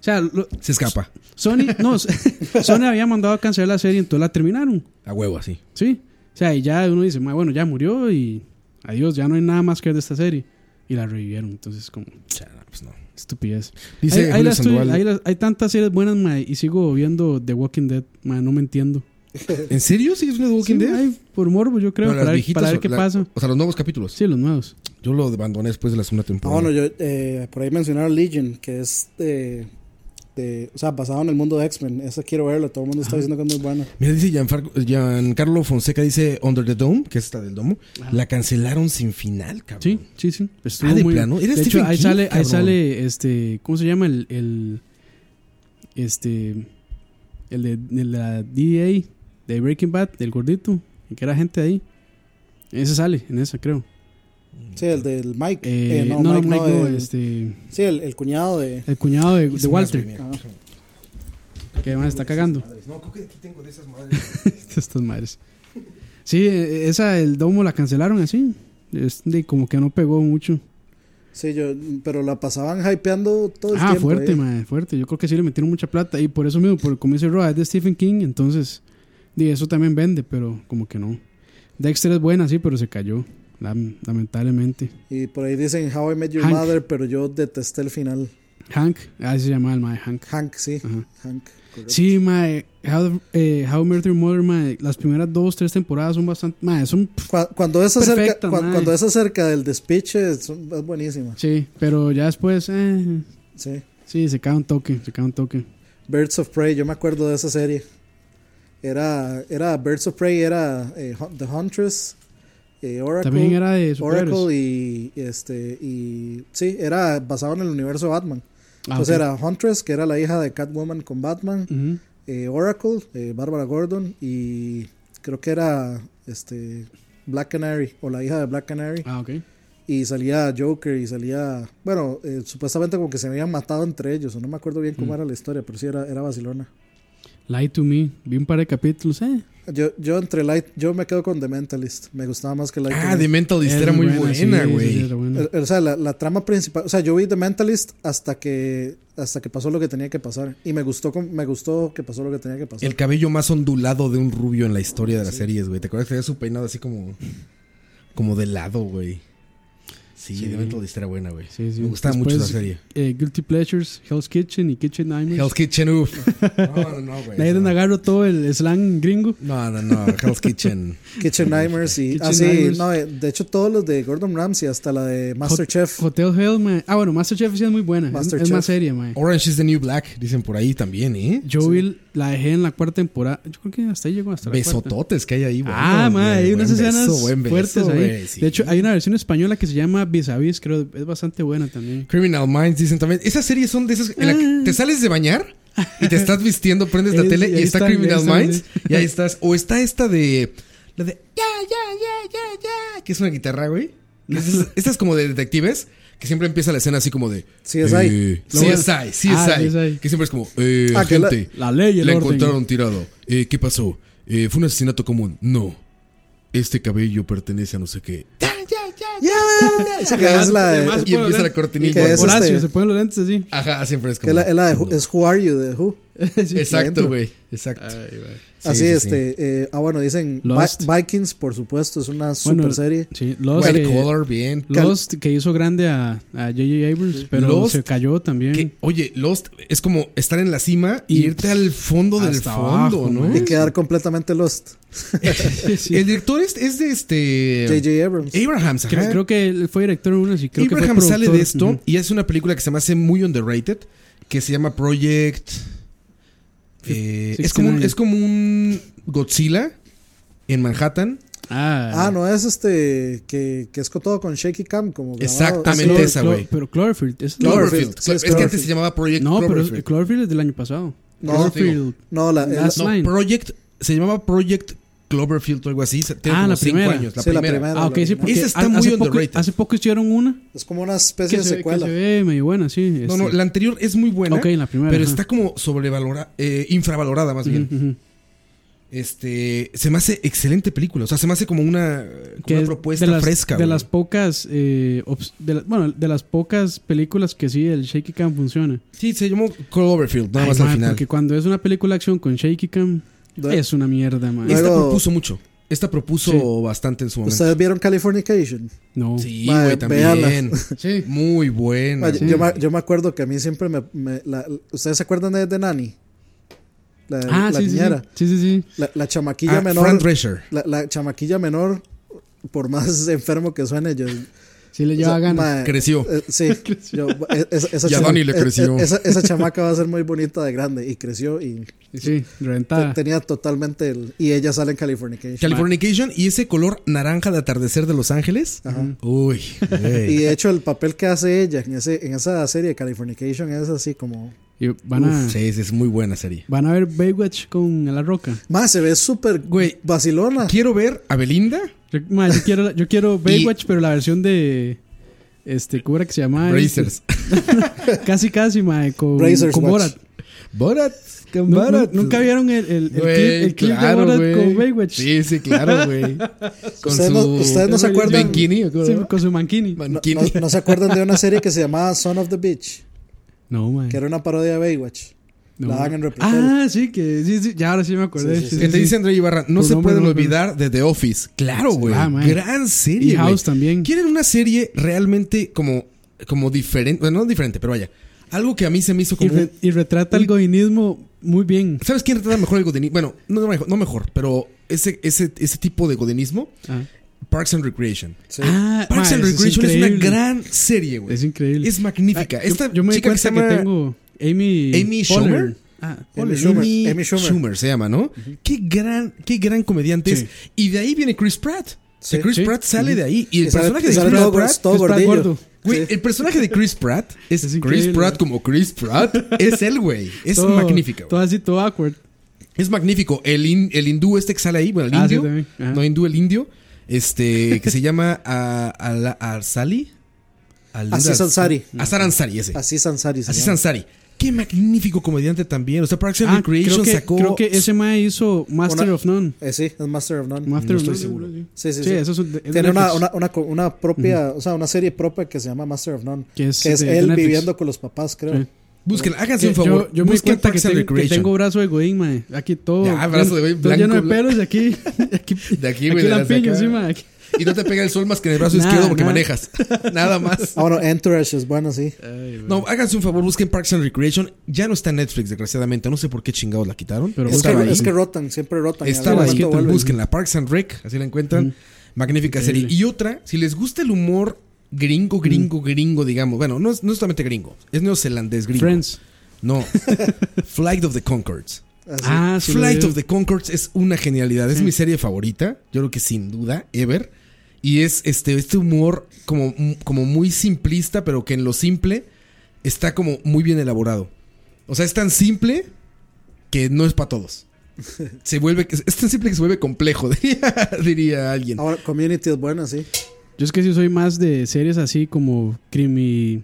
Speaker 2: sea, lo-
Speaker 3: Se escapa.
Speaker 2: Sony, no, <laughs> Sony había mandado a cancelar la serie, entonces la terminaron,
Speaker 3: A huevo, así.
Speaker 2: ¿sí? O sea, y ya uno dice, "Ma, bueno, ya murió y adiós, ya no hay nada más que ver de esta serie. Y la revivieron, entonces como
Speaker 3: Chá, no, pues no.
Speaker 2: estupidez.
Speaker 3: Dice
Speaker 2: hay, hay
Speaker 3: Julio
Speaker 2: las tu-
Speaker 3: Sandoval.
Speaker 2: hay las- hay tantas series buenas, ma, y sigo viendo The Walking Dead, ma, no me entiendo.
Speaker 3: ¿En serio sigues viendo Walking
Speaker 2: Sí,
Speaker 3: Dead?
Speaker 2: ay, por morbo, yo creo,
Speaker 3: Pero las
Speaker 2: para, ver-
Speaker 3: viejitas
Speaker 2: para ver
Speaker 3: o
Speaker 2: qué
Speaker 3: la-
Speaker 2: pasa.
Speaker 3: O sea, los nuevos capítulos.
Speaker 2: Sí, los nuevos.
Speaker 3: Yo lo abandoné después de la segunda
Speaker 4: Ah,
Speaker 3: temporada.
Speaker 4: bueno, yo, eh, por ahí mencionaron Legion, que es de, de- o sea, basado en el mundo de X-Men. Esa quiero verla, todo el mundo está diciendo que es muy buena.
Speaker 3: Mira, dice Gianfar- Giancarlo Fonseca, dice Under the Dome, que es esta del domo. La cancelaron sin final, cabrón.
Speaker 2: Sí, sí, sí. Estuvo
Speaker 3: Ah, de
Speaker 2: muy-
Speaker 3: plano. Era
Speaker 2: de hecho,
Speaker 3: Stephen
Speaker 2: ahí
Speaker 3: King,
Speaker 2: sale, ahí
Speaker 3: cabrón.
Speaker 2: sale, este, ¿cómo se llama el, el este, el de, el de la DEA de Breaking Bad, del gordito, el que era gente ahí? Ese sale, en esa creo.
Speaker 4: Sí, el del Mike.
Speaker 2: Eh,
Speaker 4: Eh,
Speaker 2: no, no,
Speaker 4: Mike, no, el-
Speaker 2: este,
Speaker 4: Sí, el, el cuñado de.
Speaker 2: el cuñado de, de
Speaker 3: Sin
Speaker 2: Walter,
Speaker 3: más, güey, mira.
Speaker 2: que además está cagando. <laughs>
Speaker 3: No, creo que aquí tengo de esas madres.
Speaker 2: Estas madres. Sí, eh, esa, el domo la cancelaron así. Es de, como que no pegó mucho.
Speaker 4: Sí, yo, pero la pasaban hypeando todo el
Speaker 2: Ah,
Speaker 4: tiempo.
Speaker 2: fuerte,
Speaker 4: eh.
Speaker 2: madre, fuerte. Yo creo que sí le metieron mucha plata. Y por eso mismo, por, como dice Roa, es de Stephen King. Entonces, di, eso también vende, pero como que no. Dexter es buena, sí, pero se cayó. lam- lamentablemente.
Speaker 4: Y por ahí dicen How I Met Your
Speaker 2: Hank.
Speaker 4: Mother, pero yo detesté el final.
Speaker 2: Hank, ah, se llamaba el madre, Hank.
Speaker 4: Hank, sí.
Speaker 2: Ajá.
Speaker 4: Hank. correcto.
Speaker 2: Sí, madre. How, eh, How I Met Your Mother, madre. Las primeras dos, tres temporadas son bastante. Madre, son. pff,
Speaker 4: Cu- Cuando es acerca,
Speaker 2: Perfecta,
Speaker 4: cu-
Speaker 2: mae.
Speaker 4: cuando, es acerca del despiche, es, es buenísima.
Speaker 2: Sí, pero ya después. eh,
Speaker 4: Sí.
Speaker 2: sí, se cae un toque, se cae un toque.
Speaker 4: Birds of Prey, yo me acuerdo de esa serie. Era, era Birds of Prey, era eh, Hun- The Huntress, eh, Oracle,
Speaker 2: También era de superhéroes.
Speaker 4: Oracle y, y este y sí, era basado en el universo de Batman.
Speaker 2: Ah,
Speaker 4: Entonces
Speaker 2: ok.
Speaker 4: era Huntress, que era la hija de Catwoman con Batman,
Speaker 2: Ujú.
Speaker 4: eh, Oracle, eh, Barbara Gordon y creo que era este Black Canary o la hija de Black Canary
Speaker 2: Ah, ok.
Speaker 4: y salía Joker y salía, bueno, eh, supuestamente como que se habían matado entre ellos, o no me acuerdo bien
Speaker 3: Mm.
Speaker 4: cómo era la historia, pero sí era era Barcelona.
Speaker 2: Lie to Me. Vi un par de capítulos, eh.
Speaker 4: Yo, yo entre Light, yo me quedo con The Mentalist. Me gustaba más que Light.
Speaker 3: <laughs>
Speaker 4: to
Speaker 3: Ah,
Speaker 4: Me.
Speaker 3: The Mentalist era
Speaker 2: Era
Speaker 3: muy
Speaker 2: sí,
Speaker 3: buena,
Speaker 2: sí,
Speaker 3: güey.
Speaker 2: sí, era buena.
Speaker 4: El- el- o sea, la, la trama principal. O sea, yo vi The Mentalist hasta que hasta que pasó lo que tenía que pasar. Y me gustó con- me gustó que pasó lo que tenía que pasar.
Speaker 3: El cabello más ondulado de un rubio en la historia de las series, güey. ¿Te acuerdas que tenía su peinado así como. como de lado, güey? Sí, de Mentalist era buena, güey.
Speaker 2: Sí, sí.
Speaker 3: Me gustaba mucho
Speaker 2: Después,
Speaker 3: esa serie.
Speaker 2: eh, Guilty Pleasures, Hell's Kitchen y Kitchen Nightmares.
Speaker 3: Hell's Kitchen, uff. No,
Speaker 2: <laughs>
Speaker 3: no, no, güey.
Speaker 2: De ahí donde agarro todo el slang gringo.
Speaker 3: No, no, no. Hell's Kitchen.
Speaker 4: Kitchen Nightmares y.
Speaker 2: Kitchen
Speaker 4: ah, sí,
Speaker 2: Nightmares.
Speaker 4: no, eh, de hecho, todos los de Gordon Ramsay, hasta la de Masterchef.
Speaker 2: Hot- Hotel Hell, mae. Ah, bueno, Masterchef sí es muy buena. Es,
Speaker 4: Masterchef.
Speaker 2: es más seria, mae.
Speaker 3: Orange is the New Black, dicen por ahí también, ¿eh?
Speaker 2: Yo vi- la dejé en la cuarta temporada. Yo creo que hasta ahí llegó hasta la cuarta.
Speaker 3: Besototes que hay ahí, güey.
Speaker 2: Ah, mae, hay unas escenas fuertes ahí. De hecho,
Speaker 3: hay
Speaker 2: hay una versión española que se llama Vis a Vis, creo. Es bastante buena también.
Speaker 3: Criminal Minds dicen también. Esas series son de esas en la que te sales de bañar y te estás vistiendo, prendes la
Speaker 2: Es-
Speaker 3: tele
Speaker 2: y
Speaker 3: y
Speaker 2: Ah. ahí
Speaker 3: está
Speaker 2: están,
Speaker 3: Criminal
Speaker 2: ahí están,
Speaker 3: Minds
Speaker 2: sí.
Speaker 3: y ahí estás. O está esta de. La de. Ya, ya, ya, ya, ya. Que es una guitarra, güey.
Speaker 2: <laughs>
Speaker 3: Estas es como de detectives que siempre empieza la escena así como de.
Speaker 4: CSI.
Speaker 3: Eh,
Speaker 2: Lo
Speaker 3: CSI,
Speaker 2: bueno.
Speaker 3: CSI,
Speaker 2: Ah, CSI.
Speaker 3: Que siempre es como. Eh,
Speaker 4: Ah, que la-
Speaker 3: gente.
Speaker 2: La ley y el
Speaker 3: la
Speaker 2: orden.
Speaker 3: encontraron tirado. Eh, ¿Qué pasó? Eh, ¿Fue un asesinato común? No. Este cabello pertenece a no sé qué. Ya, ya, ya, ya.
Speaker 4: Sí, que es la de.
Speaker 2: Además,
Speaker 3: Y empieza la
Speaker 2: Horacio,
Speaker 3: cortinilla.
Speaker 4: que es
Speaker 2: Horacio,
Speaker 4: este-
Speaker 2: se ponen los lentes así.
Speaker 3: Ajá, siempre es como.
Speaker 4: que <laughs> es la- es la de Who- es Who Are You de Who.
Speaker 2: Sí.
Speaker 3: Exacto,
Speaker 4: adentro.
Speaker 3: güey. Exacto.
Speaker 2: Ay, mae.
Speaker 3: Sí,
Speaker 4: Así,
Speaker 3: sí, sí.
Speaker 4: este. eh, ah, bueno, dicen Vi-
Speaker 2: Lost.
Speaker 4: Vikings, por supuesto, es una super
Speaker 2: Bueno,
Speaker 4: serie.
Speaker 2: Sí, Lost,
Speaker 3: White
Speaker 2: que-
Speaker 3: Collar, bien.
Speaker 2: Lost que hizo grande a a J.J. Abrams, pero
Speaker 3: Lost,
Speaker 2: se cayó también.
Speaker 3: Que, oye, Lost es como estar en la cima y,
Speaker 2: Y-
Speaker 3: irte al fondo del
Speaker 2: Hasta
Speaker 3: fondo,
Speaker 2: abajo,
Speaker 3: ¿no?
Speaker 2: mae.
Speaker 4: Y quedar completamente Lost.
Speaker 2: <laughs> Sí.
Speaker 3: <laughs> El director es, es de este.
Speaker 4: J.J. Abrams.
Speaker 3: Abrams, ajá.
Speaker 2: Creo, creo que él fue director de unas y creo que
Speaker 3: Abraham
Speaker 2: fue
Speaker 3: sale de
Speaker 2: productor.
Speaker 3: esto
Speaker 2: Ujú.
Speaker 3: y hace una película que se me hace muy underrated, que se llama Project... eh, es, como un,
Speaker 2: 69.
Speaker 3: es como un Godzilla en Manhattan.
Speaker 2: Ah,
Speaker 4: Ah, no es este que, que es con todo con shaky cam como grabado.
Speaker 3: Exactamente
Speaker 4: Así,
Speaker 3: esa, güey.
Speaker 2: Pero Cloverfield. esa es la-
Speaker 4: Cloverfield,
Speaker 3: Cloverfield.
Speaker 4: sí, es
Speaker 3: es que antes
Speaker 4: Cloverfield.
Speaker 3: se llamaba Project
Speaker 2: No, pero es-
Speaker 3: Cloverfield.
Speaker 2: Cloverfield es del año pasado.
Speaker 4: No,
Speaker 2: Cloverfield.
Speaker 4: No, la, la-
Speaker 2: Last
Speaker 3: No,
Speaker 2: Nine.
Speaker 3: Project... Se llamaba Project Cloverfield o algo así. se- Tiene
Speaker 2: Ah,
Speaker 3: como
Speaker 2: la
Speaker 3: cinco
Speaker 2: primera.
Speaker 3: años. La
Speaker 4: sí, la
Speaker 3: primera.
Speaker 4: primera,
Speaker 2: Ah, ok,
Speaker 4: la
Speaker 2: sí,
Speaker 4: original.
Speaker 2: porque
Speaker 3: Esa está
Speaker 2: ha-
Speaker 3: muy
Speaker 2: hace, poco,
Speaker 3: underrated.
Speaker 2: hace poco hicieron una
Speaker 4: Es como una especie
Speaker 2: que
Speaker 4: de
Speaker 2: se, ve- que
Speaker 4: secuela.
Speaker 2: se ve medio buena, sí.
Speaker 3: No,
Speaker 2: este.
Speaker 3: no, la anterior es muy buena.
Speaker 2: Ok, la primera,
Speaker 3: Pero
Speaker 2: ajá.
Speaker 3: está como sobrevalorada, infravalorada más bien.
Speaker 2: Ujú.
Speaker 3: Este, se me hace excelente película, o sea, se me hace como una, como
Speaker 2: Que
Speaker 3: una
Speaker 2: es
Speaker 3: propuesta
Speaker 2: de las,
Speaker 3: fresca.
Speaker 2: De
Speaker 3: güey.
Speaker 2: las pocas, eh, obs- de la- bueno, de las pocas películas que sí el shaky cam funciona.
Speaker 3: Sí, se llamó Cloverfield, nada
Speaker 2: Ay,
Speaker 3: más
Speaker 2: ma,
Speaker 3: al final.
Speaker 2: Porque cuando es una película de acción con shaky cam,
Speaker 4: Do-
Speaker 2: es una mierda, man.
Speaker 4: Es-
Speaker 3: Esta
Speaker 4: Luego-
Speaker 3: propuso mucho. Esta propuso
Speaker 2: Sí.
Speaker 3: bastante en su momento.
Speaker 4: ¿Ustedes vieron Californication?
Speaker 2: No.
Speaker 3: Sí,
Speaker 4: Ma,
Speaker 3: güey, también.
Speaker 4: véala.
Speaker 2: Sí.
Speaker 3: <laughs> Muy buena.
Speaker 4: Ma, yo- yo, me, yo me acuerdo que a mí siempre me... me- la- ¿Ustedes se acuerdan de, de Nani? La,
Speaker 2: Ah,
Speaker 4: la
Speaker 2: sí, sí, sí.
Speaker 4: niñera.
Speaker 2: Sí, sí, sí.
Speaker 4: La, la chamaquilla
Speaker 3: Ah, Fran
Speaker 4: menor...
Speaker 3: Drescher.
Speaker 4: La, la chamaquilla menor, por más <laughs> enfermo que suene, yo...
Speaker 2: Sí le lleva
Speaker 4: esa-
Speaker 2: ganas.
Speaker 4: ma,
Speaker 3: Creció.
Speaker 4: eh, sí. yo- e- esa, esa
Speaker 3: Y a
Speaker 4: chama-
Speaker 3: Donnie le
Speaker 4: e- e-
Speaker 3: creció.
Speaker 4: Esa, esa chamaca va a ser muy bonita de grande. Y creció y...
Speaker 2: Sí,
Speaker 4: Te-
Speaker 2: reventada.
Speaker 4: Tenía totalmente el. Y ella sale en Californication.
Speaker 3: Californication y ese color naranja de atardecer de Los Ángeles. Uy, güey.
Speaker 4: <laughs> Y de hecho, el papel que hace ella en, ese, en esa serie de Californication es así como.
Speaker 2: Y van a,
Speaker 3: Uf, sí, sí, es muy buena serie.
Speaker 2: van a ver Baywatch con La Roca.
Speaker 4: Más se ve súper
Speaker 3: Güey,
Speaker 4: vacilona.
Speaker 3: Quiero ver a Belinda,
Speaker 2: Yo, ma, yo quiero, yo quiero Baywatch, pero la versión de. Este, ¿cómo era que se llama?
Speaker 3: Brazers.
Speaker 2: Casi, casi, ma, con,
Speaker 4: Brazers
Speaker 2: con
Speaker 4: Watch.
Speaker 2: Borat.
Speaker 3: <laughs> Borat. con
Speaker 2: Nu- nu-
Speaker 3: Borat.
Speaker 2: ¿Nunca vieron el, el, el clip,
Speaker 3: Güey,
Speaker 2: el clip
Speaker 3: claro,
Speaker 2: de Borat
Speaker 3: güey.
Speaker 2: con Baywatch?
Speaker 3: Sí, sí, claro,
Speaker 4: <laughs>
Speaker 3: güey. Con
Speaker 4: Ustedes no- ustedes no se acuerdan-
Speaker 3: Mankini, ¿o cómo
Speaker 2: Sí,
Speaker 3: se llama?
Speaker 2: con su manquini.
Speaker 4: No,
Speaker 3: Mankini.
Speaker 4: no- no se acuerdan
Speaker 2: <laughs>
Speaker 4: de una serie que se llamaba Son of the Beach,
Speaker 2: No, man.
Speaker 4: que era una parodia de Baywatch.
Speaker 2: No.
Speaker 4: La dan en repetido.
Speaker 2: Ah, sí, que sí, sí, ya ahora sí me acordé.
Speaker 4: Sí, sí,
Speaker 2: Sí,
Speaker 3: Que
Speaker 2: sí,
Speaker 3: te
Speaker 2: sí.
Speaker 3: dice André Ibarra, no
Speaker 2: Tu
Speaker 3: se
Speaker 2: nombre
Speaker 3: pueden
Speaker 2: no-
Speaker 3: olvidar de The Office. Claro, güey.
Speaker 2: Ah, man.
Speaker 3: Gran serie.
Speaker 2: Y House
Speaker 3: güey.
Speaker 2: también.
Speaker 3: Quieren una serie realmente como, como diferente. Bueno, no diferente, pero vaya. Algo que a mí se me hizo
Speaker 2: Y,
Speaker 3: como.
Speaker 2: re- y retrata el godínismo muy bien.
Speaker 3: ¿Sabes quién trata mejor el godinismo? Bueno, no, no mejor, no mejor, pero ese, ese, ese tipo de godinismo,
Speaker 2: Ah,
Speaker 3: Parks and Recreation.
Speaker 2: Ah,
Speaker 3: Parks
Speaker 2: ma,
Speaker 3: and
Speaker 2: eso
Speaker 3: Recreation es, una
Speaker 2: increíble.
Speaker 3: gran serie, güey.
Speaker 2: Es increíble.
Speaker 3: Es magnífica.
Speaker 2: Ah, yo-
Speaker 3: Esta
Speaker 2: yo, me di
Speaker 3: chica que
Speaker 2: cuenta
Speaker 3: se
Speaker 2: que,
Speaker 3: llama
Speaker 2: tengo Amy,
Speaker 3: Amy Schumer.
Speaker 2: Ah,
Speaker 4: Amy
Speaker 2: Poehler.
Speaker 4: Schumer.
Speaker 3: Amy,
Speaker 4: Amy
Speaker 3: Schumer.
Speaker 4: Schumer.
Speaker 3: se llama, ¿no? Qué gran, qué gran comediante
Speaker 2: Sí.
Speaker 3: es. Y de ahí viene Chris Pratt.
Speaker 4: Sí.
Speaker 3: Que Chris
Speaker 2: Sí.
Speaker 3: Pratt sale de ahí. Y el
Speaker 4: Y sale-
Speaker 3: personaje
Speaker 4: y
Speaker 3: de
Speaker 4: sale
Speaker 3: Chris
Speaker 4: todo
Speaker 3: Pratt.
Speaker 4: gor- todo
Speaker 2: Chris Pratt
Speaker 4: gordillo.
Speaker 2: gordo.
Speaker 3: güey, el personaje de Chris Pratt es,
Speaker 2: <laughs> Es
Speaker 3: Chris
Speaker 2: increíble.
Speaker 3: Pratt como Chris Pratt. Es él, güey. Es
Speaker 2: Todo-
Speaker 3: magnífica. güey.
Speaker 2: Todo así, todo awkward.
Speaker 3: Es magnífico. El, hin- el hindú este que sale ahí, bueno, el
Speaker 2: Ah, sí,
Speaker 3: indio.
Speaker 2: también. Ajá.
Speaker 3: no, hindú, el indio. Este, que se llama a, a, Arsali. Al-
Speaker 4: Aziz Ansari.
Speaker 3: Azar Ansari, ese.
Speaker 4: Así Sansari. se
Speaker 3: Así
Speaker 4: llama.
Speaker 3: Sansari. Qué magnífico comediante también. O sea, Parks and
Speaker 2: Ah,
Speaker 3: Este Recreation
Speaker 2: creo, que,
Speaker 3: sacó.
Speaker 2: creo que ese mae hizo Master
Speaker 4: Una-
Speaker 2: of None.
Speaker 4: Eh, sí, es Master of None.
Speaker 2: Master of
Speaker 3: estoy
Speaker 2: None.
Speaker 3: seguro.
Speaker 4: Sí, sí,
Speaker 2: Sí,
Speaker 4: sí.
Speaker 2: eso es un- es de
Speaker 4: Tiene una,
Speaker 2: Netflix.
Speaker 4: una, una, co- una propia, o sea, una serie propia que se llama Master of None.
Speaker 2: Que
Speaker 4: Que
Speaker 2: es
Speaker 4: es,
Speaker 2: de- de
Speaker 4: él
Speaker 2: Netflix.
Speaker 4: viviendo con los papás, creo.
Speaker 2: Sí.
Speaker 3: Búsquenla,
Speaker 2: Que
Speaker 3: háganse un favor.
Speaker 2: Yo, yo me di
Speaker 3: Busquen
Speaker 2: cuenta que,
Speaker 3: Parks and
Speaker 2: tengo- que
Speaker 3: Recreation.
Speaker 2: tengo brazo de Godín, mae. Aquí todo.
Speaker 3: Ya, brazo de Godín,
Speaker 2: todo lleno de
Speaker 3: blanco,
Speaker 2: pelos y
Speaker 3: <laughs>
Speaker 2: aquí. aquí
Speaker 3: De aquí, güey, de las de
Speaker 2: lampiño,
Speaker 3: acá.
Speaker 2: sí, mae. Aquí-
Speaker 3: Y no te pega el sol más que en el
Speaker 2: <laughs>
Speaker 3: brazo
Speaker 2: Nada,
Speaker 3: izquierdo porque
Speaker 2: nada.
Speaker 3: manejas. <laughs> Nada más.
Speaker 2: <laughs>
Speaker 4: Ah, bueno, Entourage es buena, sí.
Speaker 3: No, háganse un favor, busquen Parks and Recreation. Ya no está en Netflix, desgraciadamente. No sé por qué chingados la quitaron.
Speaker 2: Pero
Speaker 4: Es que,
Speaker 3: estaba ahí.
Speaker 4: es que rotan, siempre rotan. en
Speaker 3: Estaba
Speaker 4: algún
Speaker 3: ahí.
Speaker 4: momento vuelven.
Speaker 3: Búsquenla. Parks and Rec, así la encuentran. Magnífica
Speaker 2: Increíble.
Speaker 3: serie. Y otra, si les gusta el humor gringo, gringo, gringo, digamos. Bueno, no es, no es solamente gringo, es neozelandés gringo.
Speaker 2: Friends. <laughs>
Speaker 3: No. Flight of the Concords.
Speaker 2: Ah, sí. lo
Speaker 3: Flight
Speaker 2: veo.
Speaker 3: of the Concords es una genialidad. Es mi serie favorita. Yo creo que sin duda, ever. Y es este, este humor como, como muy simplista, pero que en lo simple está como muy bien elaborado. O sea, es tan simple que no es
Speaker 2: <laughs>
Speaker 3: para todos. Se vuelve, es tan simple que se vuelve complejo, <laughs> diría, diría alguien.
Speaker 2: Oh,
Speaker 4: Ahora, Community es buena, sí.
Speaker 2: Yo es que sí soy más de series así como crimi.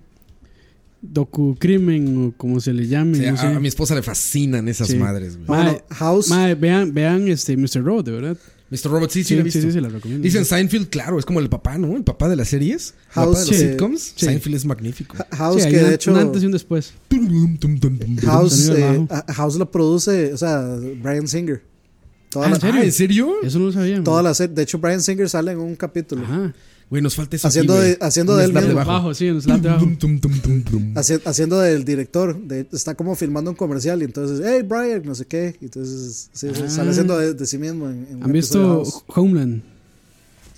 Speaker 2: Docu-crimen o como se le llame.
Speaker 3: O sea,
Speaker 2: no sé.
Speaker 3: ah, a, a mi esposa le fascinan esas
Speaker 2: Sí.
Speaker 3: madres, güey.
Speaker 4: Bueno, House.
Speaker 2: Mae, vean, vean este Mr. Robot, de verdad.
Speaker 3: Mr. Robot, sí, sí,
Speaker 2: Sí,
Speaker 3: lo he
Speaker 2: sí,
Speaker 3: visto.
Speaker 2: sí, sí, la recomiendo.
Speaker 3: Dicen Seinfeld, claro, es como el papá, ¿no? El papá de las series. El papá de
Speaker 4: House,
Speaker 3: los
Speaker 4: sí.
Speaker 3: sitcoms.
Speaker 2: Sí.
Speaker 3: Seinfeld es magnífico.
Speaker 4: House,
Speaker 2: Sí, hay
Speaker 4: que
Speaker 2: un-
Speaker 4: de hecho.
Speaker 2: Un antes y un después.
Speaker 4: House,
Speaker 2: sonido
Speaker 4: eh,
Speaker 2: bajo.
Speaker 4: a- House la produce, o sea, Brian Singer. Toda
Speaker 2: Ah,
Speaker 4: la,
Speaker 2: ¿en serio?
Speaker 3: Ah, ¿en serio?
Speaker 2: Eso no lo sabía.
Speaker 4: toda
Speaker 2: man.
Speaker 4: la se- de hecho, Brian Singer sale en un capítulo.
Speaker 2: Ajá.
Speaker 3: Güey, nos falta eso.
Speaker 4: Haciendo
Speaker 3: aquí,
Speaker 4: de-
Speaker 3: güey.
Speaker 4: haciendo
Speaker 3: Un
Speaker 4: de él
Speaker 3: slap
Speaker 4: mismo.
Speaker 3: bajo.
Speaker 2: Bajo, sí, en el slap de
Speaker 4: <laughs>
Speaker 2: bajo.
Speaker 3: Tum, tum, tum, tum, tum.
Speaker 4: Haci- haciendo del director. de- está como filmando un comercial y entonces, hey, Brian, no sé qué. y entonces sí, sí, sale haciendo de, de sí mismo. En, en un
Speaker 2: Ah. ¿Han
Speaker 4: episodio de
Speaker 2: visto
Speaker 4: House.
Speaker 2: Homeland?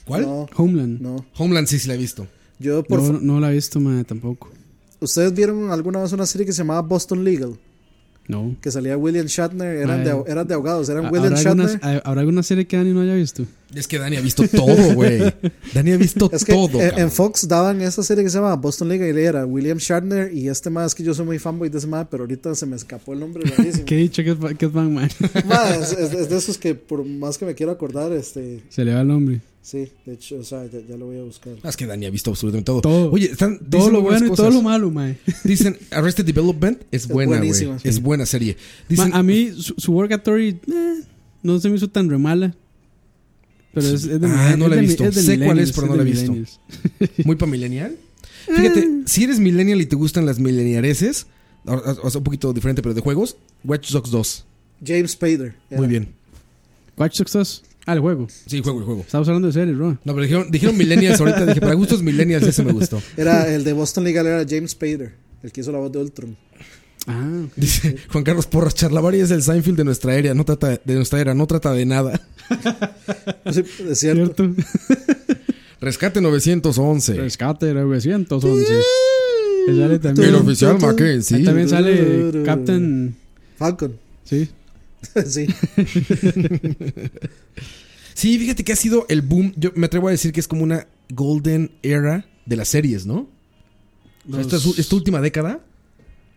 Speaker 3: ¿Cuál?
Speaker 4: No,
Speaker 2: Homeland. No,
Speaker 4: no.
Speaker 3: Homeland sí, sí la he visto.
Speaker 4: Yo, por fa-
Speaker 2: no, la he visto, man, tampoco.
Speaker 4: ¿Ustedes vieron alguna vez una serie que se llamaba Boston Legal?
Speaker 2: No.
Speaker 4: Que salía William Shatner. Eran,
Speaker 2: Ah,
Speaker 4: de,
Speaker 2: eh.
Speaker 4: eran de abogados. Eran William
Speaker 2: ¿Habrá alguna,
Speaker 4: Shatner.
Speaker 2: habrá alguna serie que Dani no haya visto? <laughs>
Speaker 3: Es que Dani ha visto todo, güey. Dani ha visto
Speaker 4: Es que
Speaker 3: todo.
Speaker 4: en,
Speaker 3: cabrón.
Speaker 4: en Fox daban esa serie que se llamaba Boston Legal y era William Shatner y este más es que yo soy muy fanboy de ese más, pero ahorita se me escapó el nombre
Speaker 2: <laughs>
Speaker 4: rarísimo.
Speaker 2: Qué dicho que es, que es Batman.
Speaker 4: Ma, es, es- es de esos que por más que me quiero acordar, este,
Speaker 2: <laughs> Se le va el nombre.
Speaker 4: sí, de hecho, o sea, ya, ya lo voy a buscar.
Speaker 3: Es que Dani ha visto absolutamente todo.
Speaker 2: Todo.
Speaker 3: Oye, están
Speaker 2: Todo
Speaker 3: dicen
Speaker 2: lo
Speaker 3: buenas
Speaker 2: bueno y todo
Speaker 3: cosas.
Speaker 2: lo malo, mae.
Speaker 3: Dicen Arrested Development es buena, güey.
Speaker 4: buenísima, sí.
Speaker 3: Es buena serie.
Speaker 2: Ma,
Speaker 3: Dicen
Speaker 2: a mí, su, su Workatory eh, no se me hizo tan remala. Pero es, es de
Speaker 3: Ah,
Speaker 2: millen-
Speaker 3: no la
Speaker 2: es de
Speaker 3: he
Speaker 2: mi-
Speaker 3: visto.
Speaker 2: es de
Speaker 3: Sé cuál
Speaker 2: millennials,
Speaker 3: es, pero no
Speaker 2: de
Speaker 3: la he visto.
Speaker 2: millennials.
Speaker 3: muy para millennial. Fíjate, si eres millennial y te gustan las mileniareses, o- o- o sea, un poquito diferente, pero de juegos, Watch Dogs 2.
Speaker 4: James Spader. era.
Speaker 3: Muy bien.
Speaker 2: Watch Dogs 2. Ah, el juego.
Speaker 3: Sí, juego, el juego.
Speaker 2: Estamos hablando de series, bro.
Speaker 3: No, pero dijeron, dijeron millennials ahorita. Dije, para gustos millennials, ese me
Speaker 2: <laughs>
Speaker 3: gustó.
Speaker 4: Era el de Boston Legal, era James Spader, el que hizo la voz de Ultron.
Speaker 2: Ah, ok.
Speaker 3: Dice Juan Carlos Porras, Charlavari es el Seinfeld de nuestra era, no trata de nuestra era, no trata de nada.
Speaker 4: Sí, es cierto.
Speaker 2: cierto.
Speaker 3: Rescate
Speaker 2: <laughs>
Speaker 3: 911.
Speaker 2: Rescate 911. Que sale también.
Speaker 3: El oficial Mackenzie.
Speaker 2: Ahí también
Speaker 3: <laughs>
Speaker 2: sale Captain.
Speaker 4: Falcon. <laughs>
Speaker 2: Sí.
Speaker 4: sí.
Speaker 3: Sí, fíjate que ha sido el boom. Yo me atrevo a decir que es como una golden era de las series, ¿no? O sea, esta, su- esta última década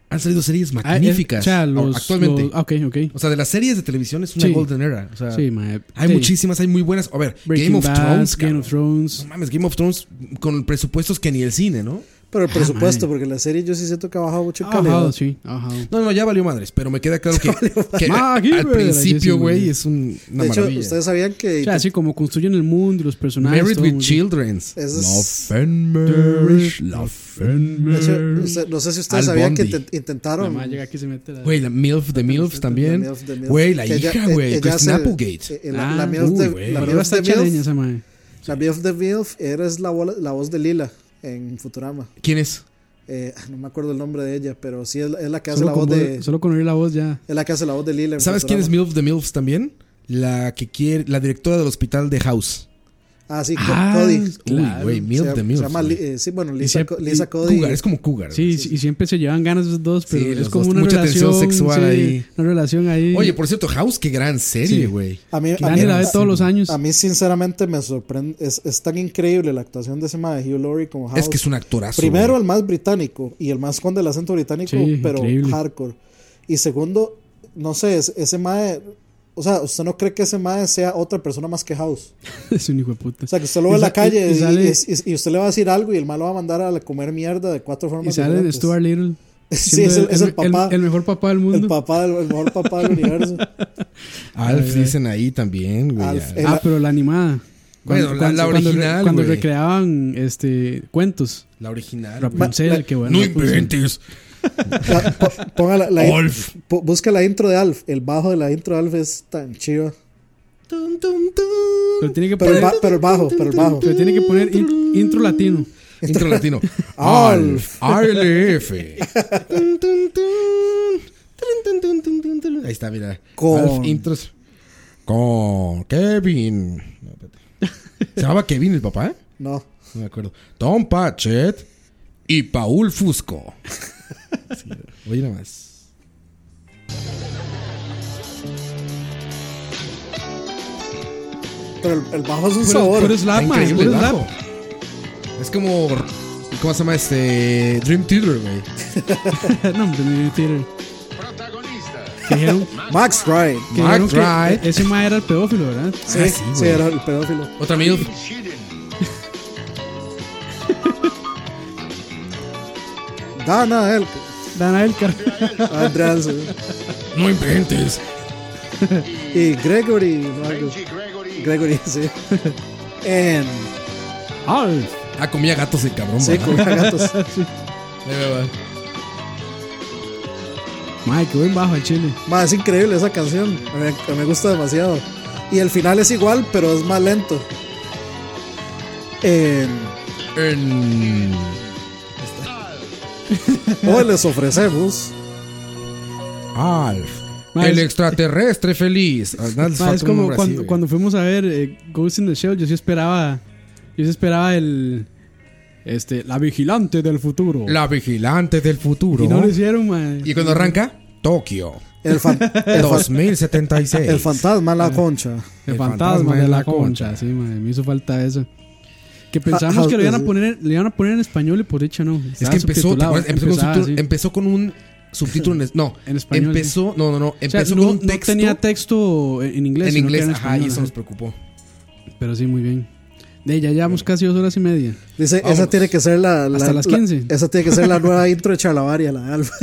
Speaker 3: han salido series
Speaker 2: Ah, eh,
Speaker 3: magníficas.
Speaker 2: o sea, los-
Speaker 3: actualmente.
Speaker 2: los- ah, ok, ok.
Speaker 3: O sea, de las series de televisión es una
Speaker 2: Sí.
Speaker 3: golden era. O sea,
Speaker 2: Sí, mae.
Speaker 3: hay
Speaker 2: Sí.
Speaker 3: muchísimas, hay muy buenas. A ver,
Speaker 2: Breaking
Speaker 3: Game of
Speaker 2: Bad,
Speaker 3: Thrones.
Speaker 2: Game
Speaker 3: cabrón.
Speaker 2: of Thrones.
Speaker 3: No mames, Game of Thrones con presupuestos que ni el cine, ¿no?
Speaker 4: Pero el presupuesto,
Speaker 2: madre.
Speaker 4: porque la serie yo sí siento que ha bajado mucho en
Speaker 2: Ha
Speaker 4: calidad.
Speaker 2: bajado, sí. ha bajado.
Speaker 3: No, no, ya valió madres, pero me queda claro que, que
Speaker 2: madres.
Speaker 3: al
Speaker 2: Magnífico,
Speaker 3: principio, güey,
Speaker 2: güey.
Speaker 3: es un- una
Speaker 4: de hecho,
Speaker 3: maravilla.
Speaker 4: ustedes sabían que
Speaker 2: O sea, así como construyen el mundo y los personajes.
Speaker 3: Married
Speaker 2: todo
Speaker 3: with
Speaker 2: muy bien.
Speaker 3: Children.
Speaker 4: Eso es-
Speaker 3: Love and marriage, love and
Speaker 4: de hecho,
Speaker 3: marriage.
Speaker 4: usted- no sé si ustedes
Speaker 3: Mm. Al
Speaker 4: sabían que
Speaker 3: Bundy.
Speaker 4: intent-
Speaker 2: La
Speaker 4: intentaron
Speaker 2: madre llega aquí y se mete la.
Speaker 3: Güey, la MILF de MILFs también.
Speaker 4: MILF de MILF.
Speaker 3: Güey, la
Speaker 4: Que ella-
Speaker 3: hija,
Speaker 4: eh,
Speaker 3: güey.
Speaker 4: ella
Speaker 3: Christina
Speaker 4: hace-
Speaker 3: Applegate.
Speaker 4: eh, la,
Speaker 2: Ah,
Speaker 4: la MILF
Speaker 3: uy,
Speaker 4: de,
Speaker 3: güey.
Speaker 4: la
Speaker 2: Pero
Speaker 3: Pero
Speaker 4: MILF de
Speaker 2: está
Speaker 4: MILF,
Speaker 2: chaleña esa madre.
Speaker 4: la MILF de MILF era es la, bola- la voz de Lila en Futurama.
Speaker 3: ¿Quién es?
Speaker 4: Eh, ah, no me acuerdo el nombre de ella, pero sí es, la- es la que hace
Speaker 2: Solo,
Speaker 4: la voz
Speaker 2: con
Speaker 4: de.
Speaker 2: oír- solo con oír la voz ya.
Speaker 4: Es la que hace la voz de Lila. en
Speaker 3: ¿Sabes quién es
Speaker 4: Futurama.
Speaker 3: MILF de MILFs también? La que quiere, la directora del hospital de House.
Speaker 4: Ah, sí, Co-
Speaker 2: Ah,
Speaker 4: Cody.
Speaker 3: Uy,
Speaker 2: Claro.
Speaker 3: güey,
Speaker 4: Se
Speaker 3: MILF
Speaker 4: llama-
Speaker 3: de
Speaker 4: Se
Speaker 3: MILFs.
Speaker 4: llama, Li-
Speaker 3: güey.
Speaker 4: eh, sí, bueno,
Speaker 3: Y
Speaker 4: Lisa,
Speaker 3: siempre-
Speaker 4: Co- Lisa
Speaker 3: y-
Speaker 4: Cody.
Speaker 3: Cougar, es como Cougar. güey.
Speaker 2: Sí, sí, y siempre se llevan ganas esos dos, pero
Speaker 3: Sí,
Speaker 2: es
Speaker 3: los
Speaker 2: como
Speaker 3: dos.
Speaker 2: una
Speaker 3: Mucha tensión
Speaker 2: relación
Speaker 3: sexual
Speaker 2: sí,
Speaker 3: ahí.
Speaker 2: Una relación ahí.
Speaker 3: Oye, por cierto, House, qué gran serie,
Speaker 2: Sí.
Speaker 3: güey.
Speaker 4: A mí,
Speaker 2: que
Speaker 4: a, mí,
Speaker 2: Dani la ve todos los años.
Speaker 4: a mí, sinceramente, me sorprende. Es, es tan increíble la actuación de ese ma de Hugh Laurie como House.
Speaker 3: Es que es un actorazo.
Speaker 4: Primero,
Speaker 3: güey.
Speaker 4: el más británico y el más con el acento británico,
Speaker 2: Sí,
Speaker 4: pero
Speaker 2: increíble.
Speaker 4: hardcore. Y segundo, no sé, es- ese mae. O sea, ¿usted no cree que ese mae sea otra persona más que House?
Speaker 2: es un hijo de puta.
Speaker 4: O sea, que usted lo ve en la calle y,
Speaker 2: Y sale,
Speaker 4: y- y usted le va a decir algo y el mae lo va a mandar a comer mierda de cuatro
Speaker 2: y
Speaker 4: formas
Speaker 2: sale
Speaker 4: diferentes.
Speaker 2: Stuart Little.
Speaker 4: Pues, <laughs> Sí,
Speaker 2: siendo
Speaker 4: es el, es el papá.
Speaker 2: El, mejor papá del mundo.
Speaker 4: El papá, del- el, mejor papá del universo.
Speaker 3: Alf dicen ahí también, güey.
Speaker 4: Alf,
Speaker 3: Alf.
Speaker 4: eh,
Speaker 2: ah, pero la animada.
Speaker 3: Bueno, la- la
Speaker 2: cuando re-
Speaker 3: original,
Speaker 2: Cuando,
Speaker 3: güey.
Speaker 2: recreaban este, cuentos.
Speaker 3: La original. güey.
Speaker 2: Rapunzel,
Speaker 4: la-
Speaker 2: qué bueno.
Speaker 3: No
Speaker 2: Rapunzel.
Speaker 3: inventes.
Speaker 4: La- po- ponga la, la-
Speaker 3: Alf.
Speaker 4: po- busca la intro de Alf. El bajo de la intro de Alf es tan chido.
Speaker 3: Tum, tum, tum.
Speaker 2: Pero tiene que
Speaker 4: Pero el,
Speaker 2: poner.
Speaker 4: ba- pero el bajo, pero el bajo.
Speaker 2: pero tiene que poner in- intro latino. <laughs>
Speaker 3: Intro latino.
Speaker 4: Alf.
Speaker 3: Alf. ALF. Tum, tum, tum. Tum, tum, tum, tum, tum, tum. Ahí está, mira.
Speaker 4: Con-
Speaker 3: Alf intros. Con Kevin. No, espérate. ¿Se llamaba Kevin el papá? ¿eh?
Speaker 4: No.
Speaker 3: No me acuerdo. Tom Patchett y Paul Fusco. Sí, oye, nada más.
Speaker 4: Pero el, el bajo es un
Speaker 2: Puro-
Speaker 4: sabor.
Speaker 2: puro
Speaker 3: Está
Speaker 2: slap, man.
Speaker 3: increíble
Speaker 2: Puro
Speaker 3: el
Speaker 2: slap.
Speaker 3: bajo. Es como. ¿Cómo se llama este? Dream Theater, güey.
Speaker 2: no, hombre, ni Theater. Que dijeron,
Speaker 4: Max Ryan.
Speaker 2: que
Speaker 3: Mark
Speaker 2: dijeron que
Speaker 3: Wright.
Speaker 2: ese ma era el pedófilo, ¿verdad?
Speaker 4: Sí,
Speaker 3: Ah, sí,
Speaker 4: sí,
Speaker 3: güey.
Speaker 4: era el pedófilo.
Speaker 3: Otra MILF.
Speaker 4: Dana, él.
Speaker 2: Dana El Car-
Speaker 4: Andreas.
Speaker 3: No inventes.
Speaker 4: Y Gregory. no, algo.
Speaker 5: Gregory
Speaker 4: Gregory, sí. En,
Speaker 2: Alf.
Speaker 3: Ah, comía gatos el cabrón,
Speaker 4: sí,
Speaker 3: ¿verdad?
Speaker 4: con gatos.
Speaker 3: Ahí me va.
Speaker 2: Mae, qué buen bajo el chile.
Speaker 4: Ma, es increíble esa canción. Me, me gusta demasiado. Y el final es igual, pero es más lento. Eh,
Speaker 3: En-
Speaker 4: hoy les ofrecemos.
Speaker 3: Alf.
Speaker 2: Mae,
Speaker 3: el
Speaker 2: es-
Speaker 3: extraterrestre feliz. Ah, nada, les
Speaker 2: Ma,
Speaker 3: falta
Speaker 2: es
Speaker 3: un
Speaker 2: como
Speaker 3: nombre así,
Speaker 2: cuando,
Speaker 3: güey.
Speaker 2: cuando fuimos a ver eh, Ghost in the Shell, yo sí esperaba. Yo sí esperaba el. Este, la vigilante del futuro.
Speaker 3: La vigilante del futuro.
Speaker 2: y no lo hicieron, man.
Speaker 3: Y cuando arranca, Tokio.
Speaker 4: El, fan- el, fan-
Speaker 3: 2076.
Speaker 4: el fantasma en la concha.
Speaker 2: El, fantasma, de la concha. Sí, man, me hizo falta eso. Que pensamos
Speaker 4: ja,
Speaker 2: que lo iban a
Speaker 4: sí.
Speaker 2: poner, le iban a poner en español y por hecho no.
Speaker 3: Ah, Es
Speaker 2: Estaba
Speaker 3: que empezó, ¿te
Speaker 2: subtitulado,
Speaker 3: acuerdas? empezó,
Speaker 2: empezaba
Speaker 3: con, em-
Speaker 2: así.
Speaker 3: un subtítulo- empezó con un subtítulo en es- no,
Speaker 2: En español,
Speaker 3: Empezó, no, no, no,
Speaker 2: O sea,
Speaker 3: empezó
Speaker 2: no,
Speaker 3: con un
Speaker 2: no
Speaker 3: texto
Speaker 2: tenía texto eh, en inglés.
Speaker 3: en
Speaker 2: sino que
Speaker 3: inglés,
Speaker 2: era
Speaker 3: ajá, y
Speaker 2: español,
Speaker 3: eso nos
Speaker 2: ajá.
Speaker 3: preocupó.
Speaker 2: Pero sí, muy bien. De ya llevamos casi dos horas y media.
Speaker 4: Dice,
Speaker 3: Vámonos.
Speaker 4: esa tiene que ser la, la-
Speaker 2: Hasta las
Speaker 4: la-
Speaker 2: 15.
Speaker 4: esa tiene que ser la nueva intro de Chalabaria, la de Alfa.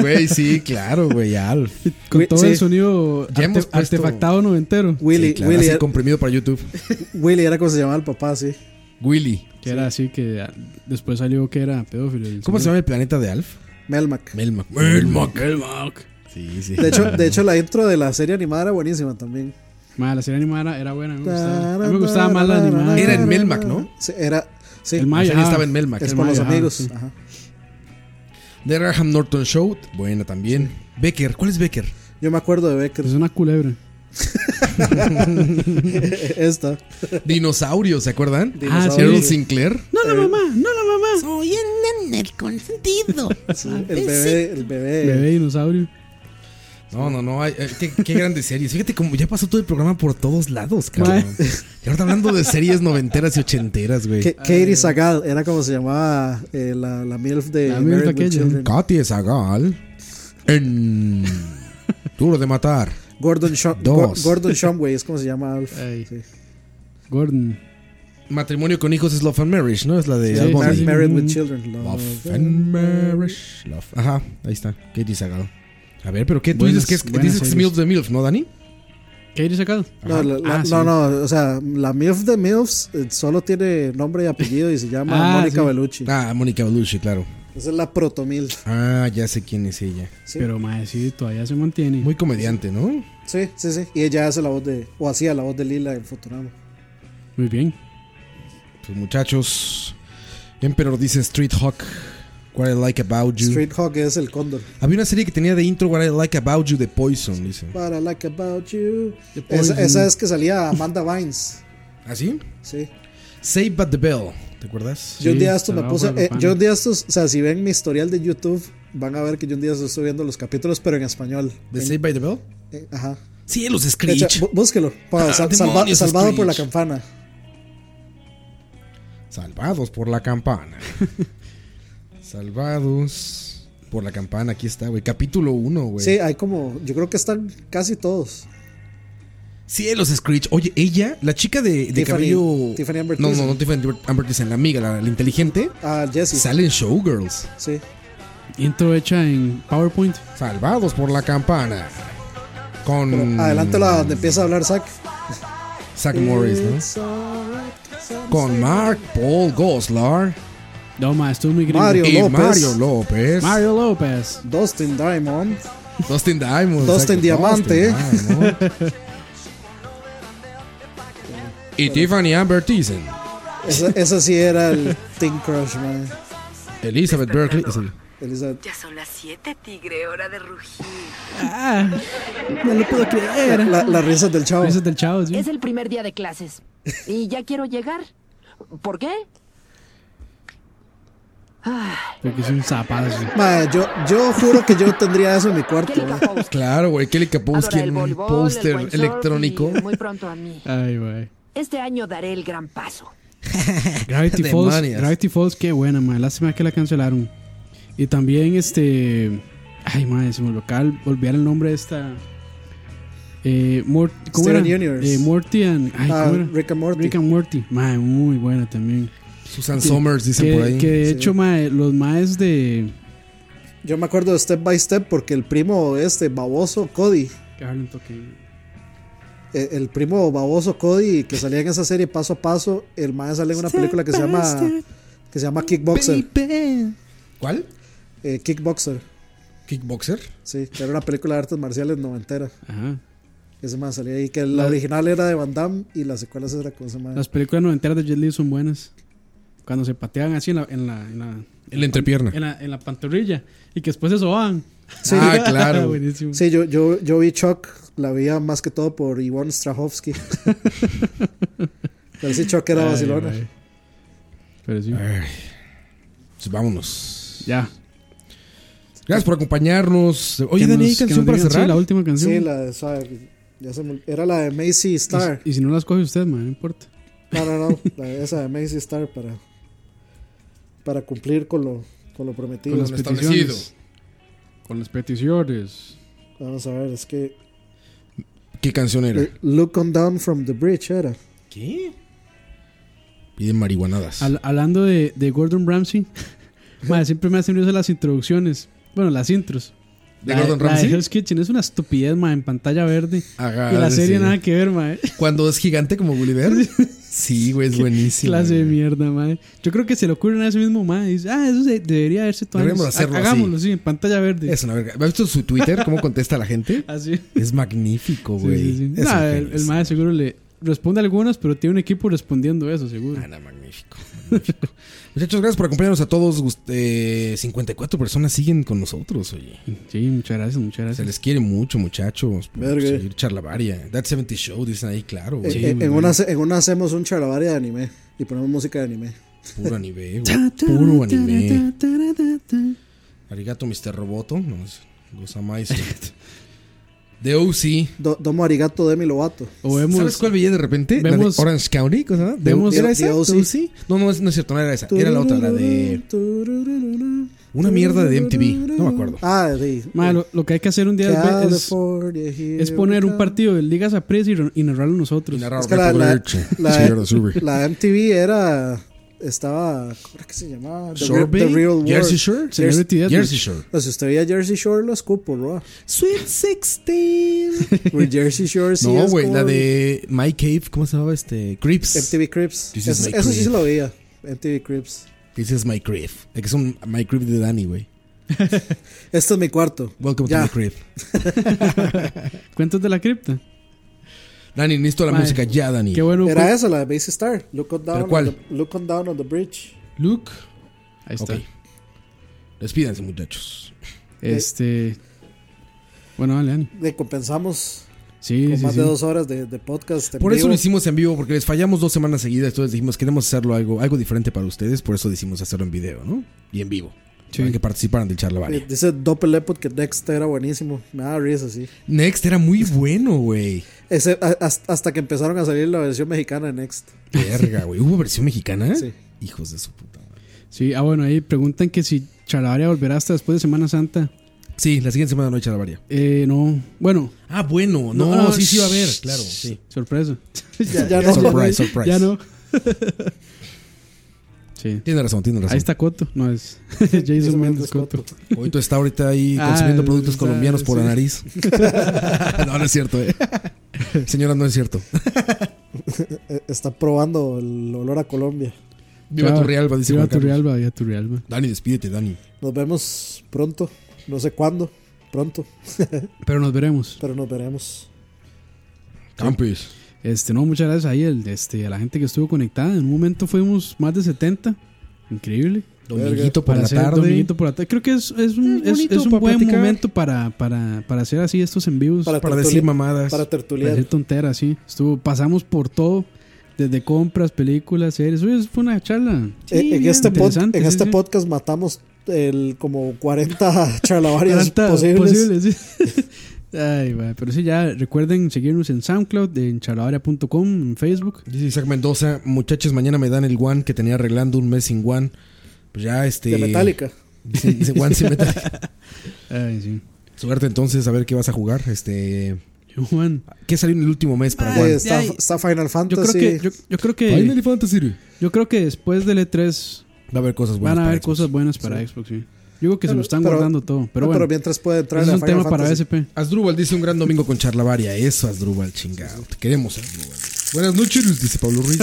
Speaker 3: Güey, sí, claro, güey, Alf. <laughs>
Speaker 2: Con
Speaker 4: Güey,
Speaker 2: todo
Speaker 4: sí.
Speaker 2: el sonido
Speaker 3: Ya hemos
Speaker 2: arte-
Speaker 3: puesto-
Speaker 2: artefactado noventero.
Speaker 4: Willy,
Speaker 3: Sí, claro,
Speaker 4: Willy,
Speaker 3: así
Speaker 4: era,
Speaker 3: comprimido para YouTube.
Speaker 4: Willy era como se llamaba el papá, sí.
Speaker 3: Willy.
Speaker 2: Que era así que ah, después salió que era pedófilo. el
Speaker 3: ¿Cómo se
Speaker 2: señor.
Speaker 3: llama el planeta de Alf?
Speaker 4: Melmac.
Speaker 3: Melmac. Melmac.
Speaker 2: Melmac.
Speaker 3: Sí, sí.
Speaker 4: De hecho,
Speaker 3: <laughs>
Speaker 4: de hecho, la intro de la serie animada era buenísima también.
Speaker 2: Ma, la serie animada era, era buena. Me gustaba, A mí me gustaba más la animada.
Speaker 3: Era en Melmac, ¿no?
Speaker 4: Sí, era. Sí,
Speaker 2: El
Speaker 3: La
Speaker 2: Maya. ah,
Speaker 3: serie estaba en Melmac. ah,
Speaker 4: es
Speaker 2: el
Speaker 4: por los
Speaker 2: Maya,
Speaker 4: amigos.
Speaker 2: sí.
Speaker 4: ajá.
Speaker 3: The Graham Norton Show, buena también. Becker, ¿cuál es <laughs> Becker?
Speaker 4: Yo me acuerdo de
Speaker 2: <laughs>
Speaker 4: Becker. <laughs>
Speaker 2: Es una culebra.
Speaker 4: Esta.
Speaker 3: Dinosaurio, ¿se acuerdan?
Speaker 2: Ah, sí.
Speaker 3: Errol Sinclair.
Speaker 2: No la mamá, no la mamá.
Speaker 9: Soy el nene consentido.
Speaker 4: Sí, el bebé, el bebé.
Speaker 2: Bebé dinosaurio.
Speaker 3: No, no, no. ay, eh, qué, qué grandes series. Fíjate como ya pasó todo el programa por todos lados, cabrón. Y ahora hablando de series noventeras y ochenteras,
Speaker 4: Ke-
Speaker 3: güey.
Speaker 2: Ah,
Speaker 4: Katie Sagal era como se llamaba eh, la, la MILF de
Speaker 2: La MILF
Speaker 4: Married with
Speaker 2: aquella.
Speaker 4: Children.
Speaker 3: Katy Sagal en Duro de Matar.
Speaker 4: Gordon, Sha-
Speaker 3: Dos.
Speaker 4: Gor- Gordon Shumway es como se llama Alf.
Speaker 2: Ey.
Speaker 4: Sí.
Speaker 2: Gordon.
Speaker 3: Matrimonio con hijos es Love and Marriage, ¿no? Es la de
Speaker 2: Sí,
Speaker 3: Al
Speaker 4: Mar-
Speaker 3: Bundy.
Speaker 2: sí. Mm.
Speaker 4: Married with Children. Love
Speaker 3: Love
Speaker 4: and-
Speaker 3: and Marriage. Love. Ajá, ahí está. Katie Sagal. A ver, pero ¿qué? Tú
Speaker 2: Buenas-
Speaker 3: dices que es,
Speaker 2: buenas
Speaker 3: dices que es
Speaker 2: series.
Speaker 3: MILF de MILF, ¿no, Dani?
Speaker 2: Katie sacado.
Speaker 4: No, la- la-
Speaker 2: Ah, sí.
Speaker 4: no, no, o sea, la MILF de MILFs eh, solo tiene nombre y apellido y se llama
Speaker 2: <laughs> Ah,
Speaker 4: Mónica
Speaker 2: sí.
Speaker 4: Bellucci.
Speaker 3: Ah, Mónica Bellucci, claro.
Speaker 4: Esa es la proto MILF.
Speaker 3: Ah, ya sé quién es ella.
Speaker 4: Sí.
Speaker 2: Pero ma, sí, todavía se mantiene.
Speaker 3: Muy comediante, ¿no?
Speaker 4: Sí, sí, sí. Y ella hace la voz de, o hacía la voz de Lila en Futurama.
Speaker 2: Muy bien.
Speaker 3: Pues muchachos, Emperor dice Street Hawk, What I Like About You.
Speaker 4: Street Hawk es el cóndor.
Speaker 3: Había una serie que tenía de intro What I Like About You de Poison, dice.
Speaker 4: What I like about you.
Speaker 2: The Poison.
Speaker 4: Esa, esa es que salía Amanda Vines.
Speaker 3: ¿Ah, sí?
Speaker 4: Sí.
Speaker 3: Save but the Bell, ¿te acuerdas?
Speaker 4: Yo un
Speaker 2: Sí,
Speaker 4: día esto me
Speaker 2: trabajo
Speaker 4: puse.
Speaker 2: de
Speaker 4: eh,
Speaker 2: pana.
Speaker 4: yo un día estos, o sea, si ven mi historial de YouTube, van a ver que yo un día estoy subiendo los capítulos, pero en español.
Speaker 3: ¿De
Speaker 4: En-
Speaker 3: Save by the Bell?
Speaker 4: eh, ajá.
Speaker 3: Sí, los
Speaker 4: De hecho,
Speaker 3: Screech.
Speaker 4: bú- búsquelo. Ponga,
Speaker 3: Ah,
Speaker 4: sal-
Speaker 3: demonios,
Speaker 4: salva- salvado por la
Speaker 3: Screech.
Speaker 4: campana.
Speaker 3: Salvados por la <laughs> campana. Salvados por la campana, aquí está, güey. Capítulo 1, güey.
Speaker 4: Sí, hay como. Yo creo que están casi todos.
Speaker 3: Cielos Screech. Oye, ella, la chica de, de
Speaker 4: Tiffany-
Speaker 3: cabello.
Speaker 4: Tiffany Amber
Speaker 3: no, no,
Speaker 4: Thiessen.
Speaker 3: no, Tiffany Amber Thiessen, la amiga, la, la inteligente.
Speaker 4: Ah, Jesse.
Speaker 3: Sale en Showgirls.
Speaker 4: Sí.
Speaker 2: Intro hecha en PowerPoint.
Speaker 3: Salvados por la campana. Con
Speaker 4: Pero adelántala donde empieza a hablar Zack.
Speaker 3: Zack Morris, Pues, ¿no?
Speaker 4: It's alright, Sam.
Speaker 3: Con Mark Paul Goslar
Speaker 2: No, ma, esto es muy gringo.
Speaker 4: Mario.
Speaker 3: y
Speaker 4: López.
Speaker 3: Mario López.
Speaker 2: Mario López.
Speaker 4: Dustin Diamond.
Speaker 3: Dustin Diamond.
Speaker 4: Dustin Diamante.
Speaker 3: Diamond.
Speaker 9: <laughs>
Speaker 3: y Tiffany Amber Thiessen.
Speaker 4: Ese, ese sí
Speaker 3: <laughs>
Speaker 4: era el Teen Crush, man.
Speaker 3: Elizabeth
Speaker 9: Este
Speaker 3: Berkeley. es el-
Speaker 4: Elizabeth.
Speaker 9: Ya son las 7, tigre, hora de rugir.
Speaker 2: Ah, no lo puedo creer.
Speaker 4: La, la risa del chavo.
Speaker 2: Ese es del chavo, sí.
Speaker 9: Es el primer día de clases. Y ya quiero llegar. ¿Por qué?
Speaker 2: Porque es un zapazo.
Speaker 4: Mae, yo, yo juro que yo tendría eso en mi cuarto.
Speaker 9: Kelly
Speaker 4: mae.
Speaker 9: Kapowski
Speaker 3: Claro, güey. Kelly Kapowski
Speaker 9: adora
Speaker 3: en
Speaker 9: el
Speaker 3: un
Speaker 9: voleibol, el
Speaker 3: póster
Speaker 9: windsurf
Speaker 3: electrónico.
Speaker 9: y Muy pronto a mí.
Speaker 2: Ay, güey.
Speaker 9: Este año daré el gran paso.
Speaker 4: <laughs>
Speaker 2: Gravity
Speaker 3: De
Speaker 2: Falls,
Speaker 3: manias.
Speaker 2: Gravity Falls, qué buena, madre. Lástima que la cancelaron. Y también, este. Ay, madre, se me local. Olvidar el nombre de esta. Eh, Mort, ¿Cómo
Speaker 4: Steven
Speaker 2: era?
Speaker 4: Universe.
Speaker 2: Eh, Morty and. Ay,
Speaker 4: Ah,
Speaker 2: ¿cómo era?
Speaker 4: Rick and Morty.
Speaker 2: Rick and Morty. Madre, muy buena también.
Speaker 3: Susan Somers, dicen
Speaker 2: que,
Speaker 3: por ahí.
Speaker 2: que de hecho, madre, los maes de.
Speaker 4: Yo me acuerdo de Step by Step porque el primo este baboso, Cody,
Speaker 2: Que Harlan toque.
Speaker 4: eh, el primo baboso Cody que salía en esa serie Paso a Paso, el mae sale en una película que se llama que se llama Kickboxer,
Speaker 3: ¿Cuál?
Speaker 4: eh, Kickboxer,
Speaker 3: ¿Kickboxer?
Speaker 4: sí, que era una película de artes marciales noventera.
Speaker 2: Ajá.
Speaker 4: Ese mae salía ahí que la original era de Van Damme y las secuelas era con ese mae.
Speaker 2: Las películas noventeras de Jet Li son buenas. Cuando se patean así en la, en la, en la,
Speaker 3: El entrepierna.
Speaker 2: en la, en la pantorrilla y que después se soban.
Speaker 4: Sí.
Speaker 3: Ah,
Speaker 2: <laughs>
Speaker 3: claro.
Speaker 2: Buenísimo.
Speaker 4: Sí, yo, yo, yo vi Chuck, la veía más que todo por
Speaker 2: <laughs>
Speaker 4: Ivonne Strahovski. Pero sí, Chuck era
Speaker 2: Ay,
Speaker 4: vacilona.
Speaker 2: mae. Pero sí.
Speaker 3: Ay. Pues vámonos.
Speaker 2: Ya.
Speaker 3: Gracias por acompañarnos. Oye,
Speaker 2: Que
Speaker 3: Dani,
Speaker 2: nos-
Speaker 3: ¿hay
Speaker 2: que nos
Speaker 3: canción para
Speaker 2: digan, sí,
Speaker 3: cerrar?
Speaker 2: la última canción.
Speaker 4: Sí, la de- sabe, ya se me- era la de Macy Star.
Speaker 2: Y si no las coge usted, man, no importa.
Speaker 4: No, no, no, la de- esa de Macy Star para, para cumplir con lo, con lo prometido.
Speaker 2: Con las
Speaker 3: lo
Speaker 2: peticiones.
Speaker 3: establecido.
Speaker 2: Con las peticiones.
Speaker 4: Vamos a ver, es que
Speaker 3: ¿Qué canción era?
Speaker 2: Eh.
Speaker 4: Look on Down from the Bridge era.
Speaker 3: ¿Qué? Piden marihuanadas.
Speaker 2: Al- hablando de, de Gordon Ramsay, <laughs> madre, siempre me hacen risa las introducciones. Bueno, las intros.
Speaker 3: ¿De
Speaker 2: La
Speaker 3: Gordon
Speaker 2: la
Speaker 3: Ramsay?
Speaker 2: Hell's Kitchen es una estupidez, madre, en pantalla verde.
Speaker 3: Ajá,
Speaker 2: y la
Speaker 3: sí.
Speaker 2: serie nada que ver, madre.
Speaker 3: Cuando es gigante
Speaker 2: <laughs>
Speaker 3: como Gulliver. sí, güey, es buenísimo.
Speaker 2: Clase de
Speaker 3: güey.
Speaker 2: mierda, madre. Yo creo que se le ocurren a ese mismo, madre. y Dice, ah, eso se- debería haberse tomado.
Speaker 3: Deberíamos hacerlo así.
Speaker 2: Hagámoslo, sí, en pantalla verde.
Speaker 3: Es una verga. ¿Has visto su Twitter? ¿Cómo contesta la gente?
Speaker 2: Así. Sí,
Speaker 3: Es magnífico, güey.
Speaker 2: sí, sí.
Speaker 3: Es
Speaker 2: Nah,
Speaker 3: un
Speaker 2: el,
Speaker 3: genio,
Speaker 2: el
Speaker 3: es-
Speaker 2: madre seguro le responde algunas, pero tiene un equipo respondiendo eso, seguro.
Speaker 3: Ah, no, magnífico. magnífico. Muchachos, gracias por acompañarnos a todos. Gust- eh, 54 personas siguen con nosotros, oye.
Speaker 2: Sí, muchas gracias, muchas
Speaker 3: Se
Speaker 2: gracias.
Speaker 3: les quiere mucho, muchachos. Por
Speaker 4: Verga.
Speaker 3: seguir charlavaria. That 70 Show, dicen ahí, claro.
Speaker 4: Eh,
Speaker 3: güey.
Speaker 4: eh, en, una, en una hacemos un charlavaria de anime y ponemos música de anime.
Speaker 3: Puro anime, güey. Puro anime. Arigato, Mr. Roboto. No, es <laughs> Gosamais. De OC.
Speaker 4: Do- Domo Arigato Demi Lovato.
Speaker 2: O vemos,
Speaker 3: ¿Sabes cuál veía de repente? la
Speaker 2: vemos-
Speaker 3: de Orange County, cosa. ¿De,
Speaker 2: vemos-
Speaker 3: ¿Era
Speaker 4: de
Speaker 3: esa?
Speaker 4: OC.
Speaker 3: ¿De OC? No, no, es- no es cierto, no era esa. Era la otra, la de una mierda de MTV. No me acuerdo. pues,
Speaker 4: Ah, sí.
Speaker 2: Madre, lo, lo que hay que hacer un día es- es,
Speaker 4: California, here
Speaker 2: es
Speaker 4: we
Speaker 2: poner un
Speaker 4: come.
Speaker 2: partido de Ligas a y, re- y narrarlo nosotros.
Speaker 3: Y narrar
Speaker 4: Es que la,
Speaker 3: Roberto
Speaker 4: la-
Speaker 3: Birch,
Speaker 4: la-
Speaker 3: señor de Surrey.
Speaker 4: la MTV era. Estaba. ¿Cómo era que se llamaba? The, Re-
Speaker 3: Sorbet,
Speaker 4: The Real World.
Speaker 3: Jersey Shore.
Speaker 2: Celebrity Deathmatch.
Speaker 3: Jersey Shore.
Speaker 4: O sea, si usted veía Jersey Shore, lo escupo, bro.
Speaker 3: Sweet <laughs> 16.
Speaker 4: Porque Jersey Shore sí.
Speaker 3: no,
Speaker 4: es
Speaker 3: güey,
Speaker 4: como
Speaker 3: la de My Cave, ¿cómo se llamaba este? Creeps.
Speaker 4: MTV Crips.
Speaker 3: This is
Speaker 4: Eso,
Speaker 3: my
Speaker 4: eso sí
Speaker 3: crib.
Speaker 4: se lo veía. MTV Crips.
Speaker 3: This is my crib. Es que es un My Crib de Danny, güey.
Speaker 4: Este es mi cuarto.
Speaker 3: Welcome to
Speaker 4: Ya.
Speaker 3: my crib.
Speaker 2: Cuentos de la cripta.
Speaker 3: Danny, necesito la
Speaker 2: Madre.
Speaker 3: música ya, Danny.
Speaker 2: Qué bueno.
Speaker 4: Era
Speaker 2: pues.
Speaker 4: esa, la de Bass Star. Look on down.
Speaker 3: ¿Pero cuál?
Speaker 4: On the, look on down on the bridge.
Speaker 2: Luke. Ahí
Speaker 3: Ok.
Speaker 2: está.
Speaker 3: Despídanse, muchachos.
Speaker 2: Este. Bueno, dale, Ani.
Speaker 4: Le compensamos
Speaker 2: Sí,
Speaker 4: con
Speaker 2: sí,
Speaker 4: más
Speaker 2: sí.
Speaker 4: de dos horas de, de podcast. en
Speaker 3: Por eso
Speaker 4: vivo.
Speaker 3: lo hicimos en vivo, porque les fallamos dos semanas seguidas. Entonces dijimos, queremos hacerlo algo, algo diferente para ustedes. Por eso decidimos hacerlo en video, ¿no? Y en vivo.
Speaker 2: Sí.
Speaker 3: Para que participaran del
Speaker 4: Eh,
Speaker 3: charlavaria.
Speaker 4: Dice Doppel Leopard que Next era buenísimo. Me da risa, sí.
Speaker 3: Next era muy
Speaker 2: <laughs>
Speaker 3: bueno, güey.
Speaker 4: Ese- a- hasta, hasta que empezaron a salir la versión mexicana de Next.
Speaker 3: Verga, güey. ¿Hubo versión mexicana?
Speaker 4: Sí.
Speaker 3: Hijos de su puta madre.
Speaker 2: Sí, ah, bueno, ahí preguntan que si Chalabaria volverá hasta después de Semana Santa.
Speaker 3: Sí, la siguiente semana no hay charlavaria.
Speaker 2: Eh, no. Bueno.
Speaker 3: Ah, bueno. No, sí, sí va a haber. Claro, sí.
Speaker 2: Sorpresa.
Speaker 4: Ya, ya no.
Speaker 3: Surprise, surprise.
Speaker 2: Ya no. <laughs> sí.
Speaker 3: Tiene razón, tiene razón.
Speaker 2: Ahí está Coto. No es. <laughs> Jason Mendes
Speaker 4: Mendes
Speaker 2: Coto.
Speaker 3: Coito está ahorita ahí
Speaker 2: Ah,
Speaker 3: consumiendo productos
Speaker 2: está,
Speaker 3: colombianos por
Speaker 2: sí. <laughs>
Speaker 3: la nariz. no, no es cierto, eh. Señora, no es cierto.
Speaker 4: Eh, Está probando el olor a Colombia.
Speaker 3: Viva
Speaker 2: Chao.
Speaker 3: Turrialba, dice
Speaker 2: Viva
Speaker 3: Juan Carlos.
Speaker 2: Turrialba, viva Turrialba.
Speaker 3: Dani, despídete, Dani.
Speaker 4: Nos vemos pronto. No sé cuándo. Pronto.
Speaker 2: Pero nos veremos.
Speaker 4: Pero nos veremos.
Speaker 3: Campes.
Speaker 2: Este, no, muchas gracias ahí el, este, a la gente que estuvo conectada. En un momento fuimos más de 70. Increíble.
Speaker 3: Dominguito por
Speaker 2: para
Speaker 3: la
Speaker 2: hacer
Speaker 3: tarde.
Speaker 2: dominguito por la tarde. Creo que es, es un,
Speaker 3: Es
Speaker 2: es,
Speaker 3: bonito
Speaker 2: es un
Speaker 3: para
Speaker 2: buen
Speaker 3: platicar.
Speaker 2: momento para, para, para hacer así estos envíos. Para,
Speaker 3: Para
Speaker 4: tertuli-
Speaker 3: decir mamadas.
Speaker 4: Para
Speaker 2: hacer
Speaker 4: tertuliar. Eh,
Speaker 2: tonteras, sí. Estuvo, pasamos por todo. Desde compras, películas, series. Oye, fue una charla.
Speaker 4: Eh, en este, pod- en
Speaker 2: interesante, sí,
Speaker 4: este
Speaker 2: sí.
Speaker 4: podcast matamos el, como <laughs> 40 charlavarias
Speaker 2: Tanta-
Speaker 4: posibles.
Speaker 2: posible, sí. <laughs> Ay, va, pero sí, ya recuerden seguirnos en SoundCloud, en charlavaria.com, en Facebook.
Speaker 3: Dice Isaac Mendoza, muchachos, mañana me dan el one que tenía arreglando un mes sin one. Pues ya este.
Speaker 4: De Metallica.
Speaker 3: Dice, dice one sin Metallica.
Speaker 2: Ay, sí.
Speaker 3: Suerte entonces, a ver qué vas a jugar. Este.
Speaker 2: Juan.
Speaker 3: ¿Qué salió en el último mes para
Speaker 4: Eh,
Speaker 3: Juan?
Speaker 4: está,
Speaker 2: ay.
Speaker 4: está Final
Speaker 2: Yo
Speaker 4: Fantasy.
Speaker 2: creo que, yo, yo creo que,
Speaker 3: Final Fantasy.
Speaker 2: yo creo que después del E3
Speaker 3: Va a haber cosas buenas.
Speaker 2: van a
Speaker 3: para
Speaker 2: haber
Speaker 3: Xbox.
Speaker 2: cosas buenas para Xbox, sí. Yo creo que se lo están guardando todo. Pero
Speaker 4: no,
Speaker 2: bueno,
Speaker 4: pero mientras puede entrar
Speaker 2: ese
Speaker 4: a
Speaker 2: es un
Speaker 4: Final
Speaker 2: tema para
Speaker 4: Fantasy.
Speaker 2: SP.
Speaker 3: Asdrúbal dice un gran domingo con charla varia. Eso, Asdrúbal, chingado. Te queremos, Asdrúbal. Buenas noches, dice Pablo Ruiz.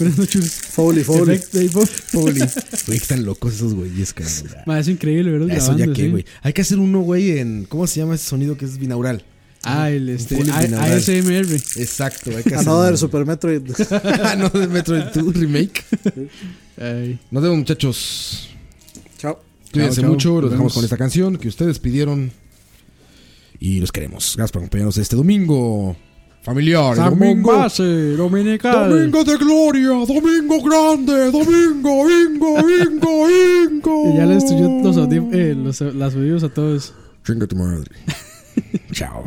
Speaker 2: Buenas noches.
Speaker 4: Foley, Foley.
Speaker 2: Efecto ahí, po-
Speaker 3: Poli. Güey, están locos esos güeyes, cabrón.
Speaker 2: Ma, es increíble, ¿verdad?
Speaker 3: Eso ya
Speaker 2: Grabando,
Speaker 3: que,
Speaker 2: sí.
Speaker 3: güey. Hay que hacer uno, güey, en. ¿Cómo se llama ese sonido que es binaural?
Speaker 2: Ah, el este,
Speaker 3: Foley
Speaker 2: A-
Speaker 3: binaural.
Speaker 2: ASMR.
Speaker 3: Exacto,
Speaker 2: <laughs>
Speaker 3: hay que hacer. <laughs>
Speaker 4: Another Super Metroid.
Speaker 3: no del Metroid 2 remake.
Speaker 2: Ay,
Speaker 3: Nos vemos, muchachos.
Speaker 4: Chao.
Speaker 3: Cuídense
Speaker 2: Chao, chao.
Speaker 3: mucho, los
Speaker 2: Nos
Speaker 3: dejamos
Speaker 2: vemos.
Speaker 3: con esta canción que ustedes pidieron. Y los queremos. Gracias por acompañarnos este domingo. Familiar,
Speaker 2: San
Speaker 3: domingo.
Speaker 2: Base, Dominical.
Speaker 3: Domingo de gloria, domingo grande, domingo, ingo, ingo,
Speaker 2: <laughs>
Speaker 3: ingo.
Speaker 2: Y ya les estudió los, audif- eh, los- las oídos a todos.
Speaker 3: Chinga
Speaker 2: <laughs>
Speaker 3: tu madre. Chao.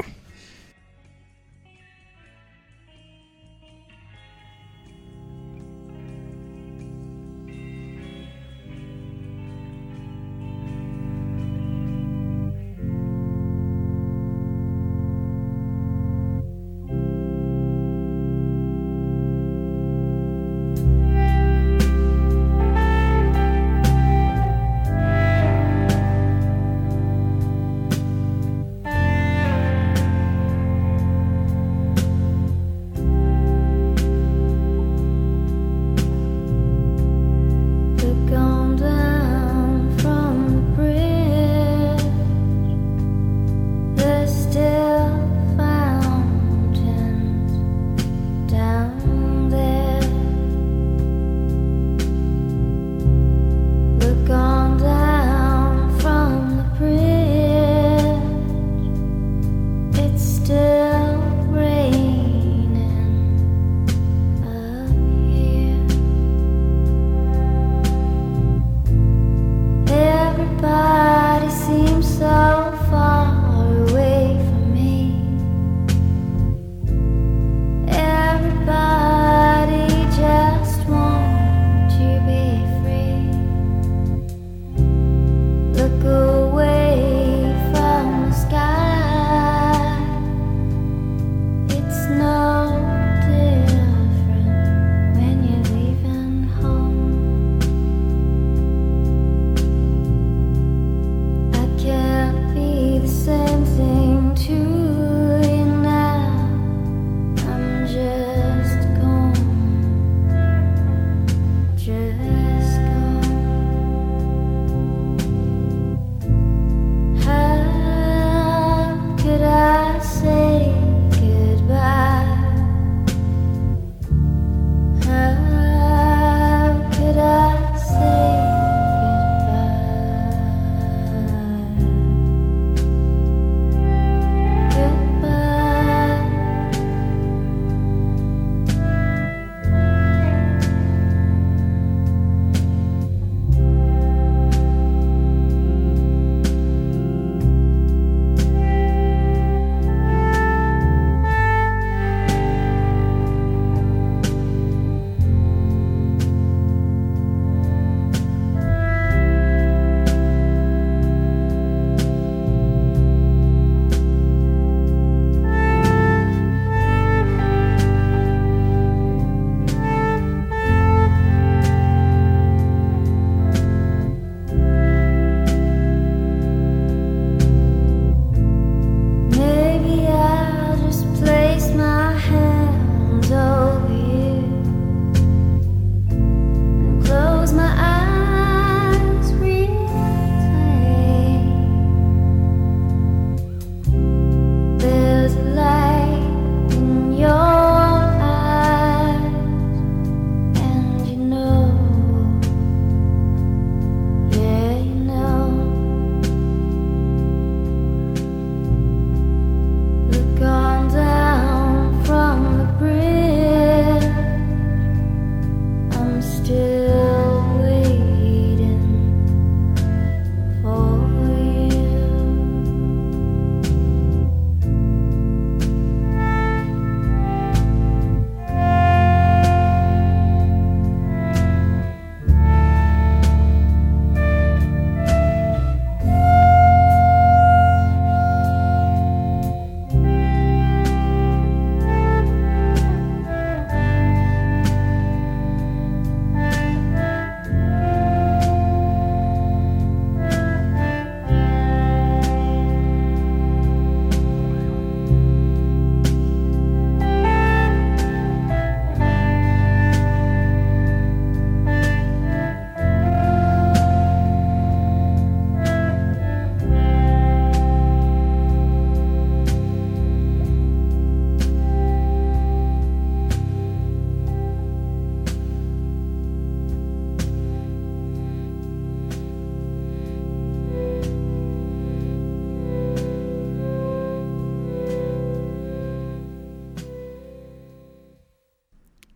Speaker 6: Thank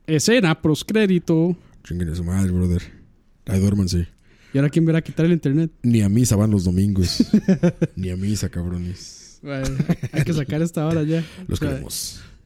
Speaker 2: Escena proscrédito.
Speaker 3: Chinguen a su madre, brother. Ahí duérmanse.
Speaker 2: ¿Y ahora quién verá quitar el internet?
Speaker 3: Ni a misa van
Speaker 2: <laughs>
Speaker 3: los domingos. Ni a misa, cabrones.
Speaker 2: Bueno, hay que sacar esta hora ya.
Speaker 3: Los
Speaker 2: O sea,
Speaker 3: queremos.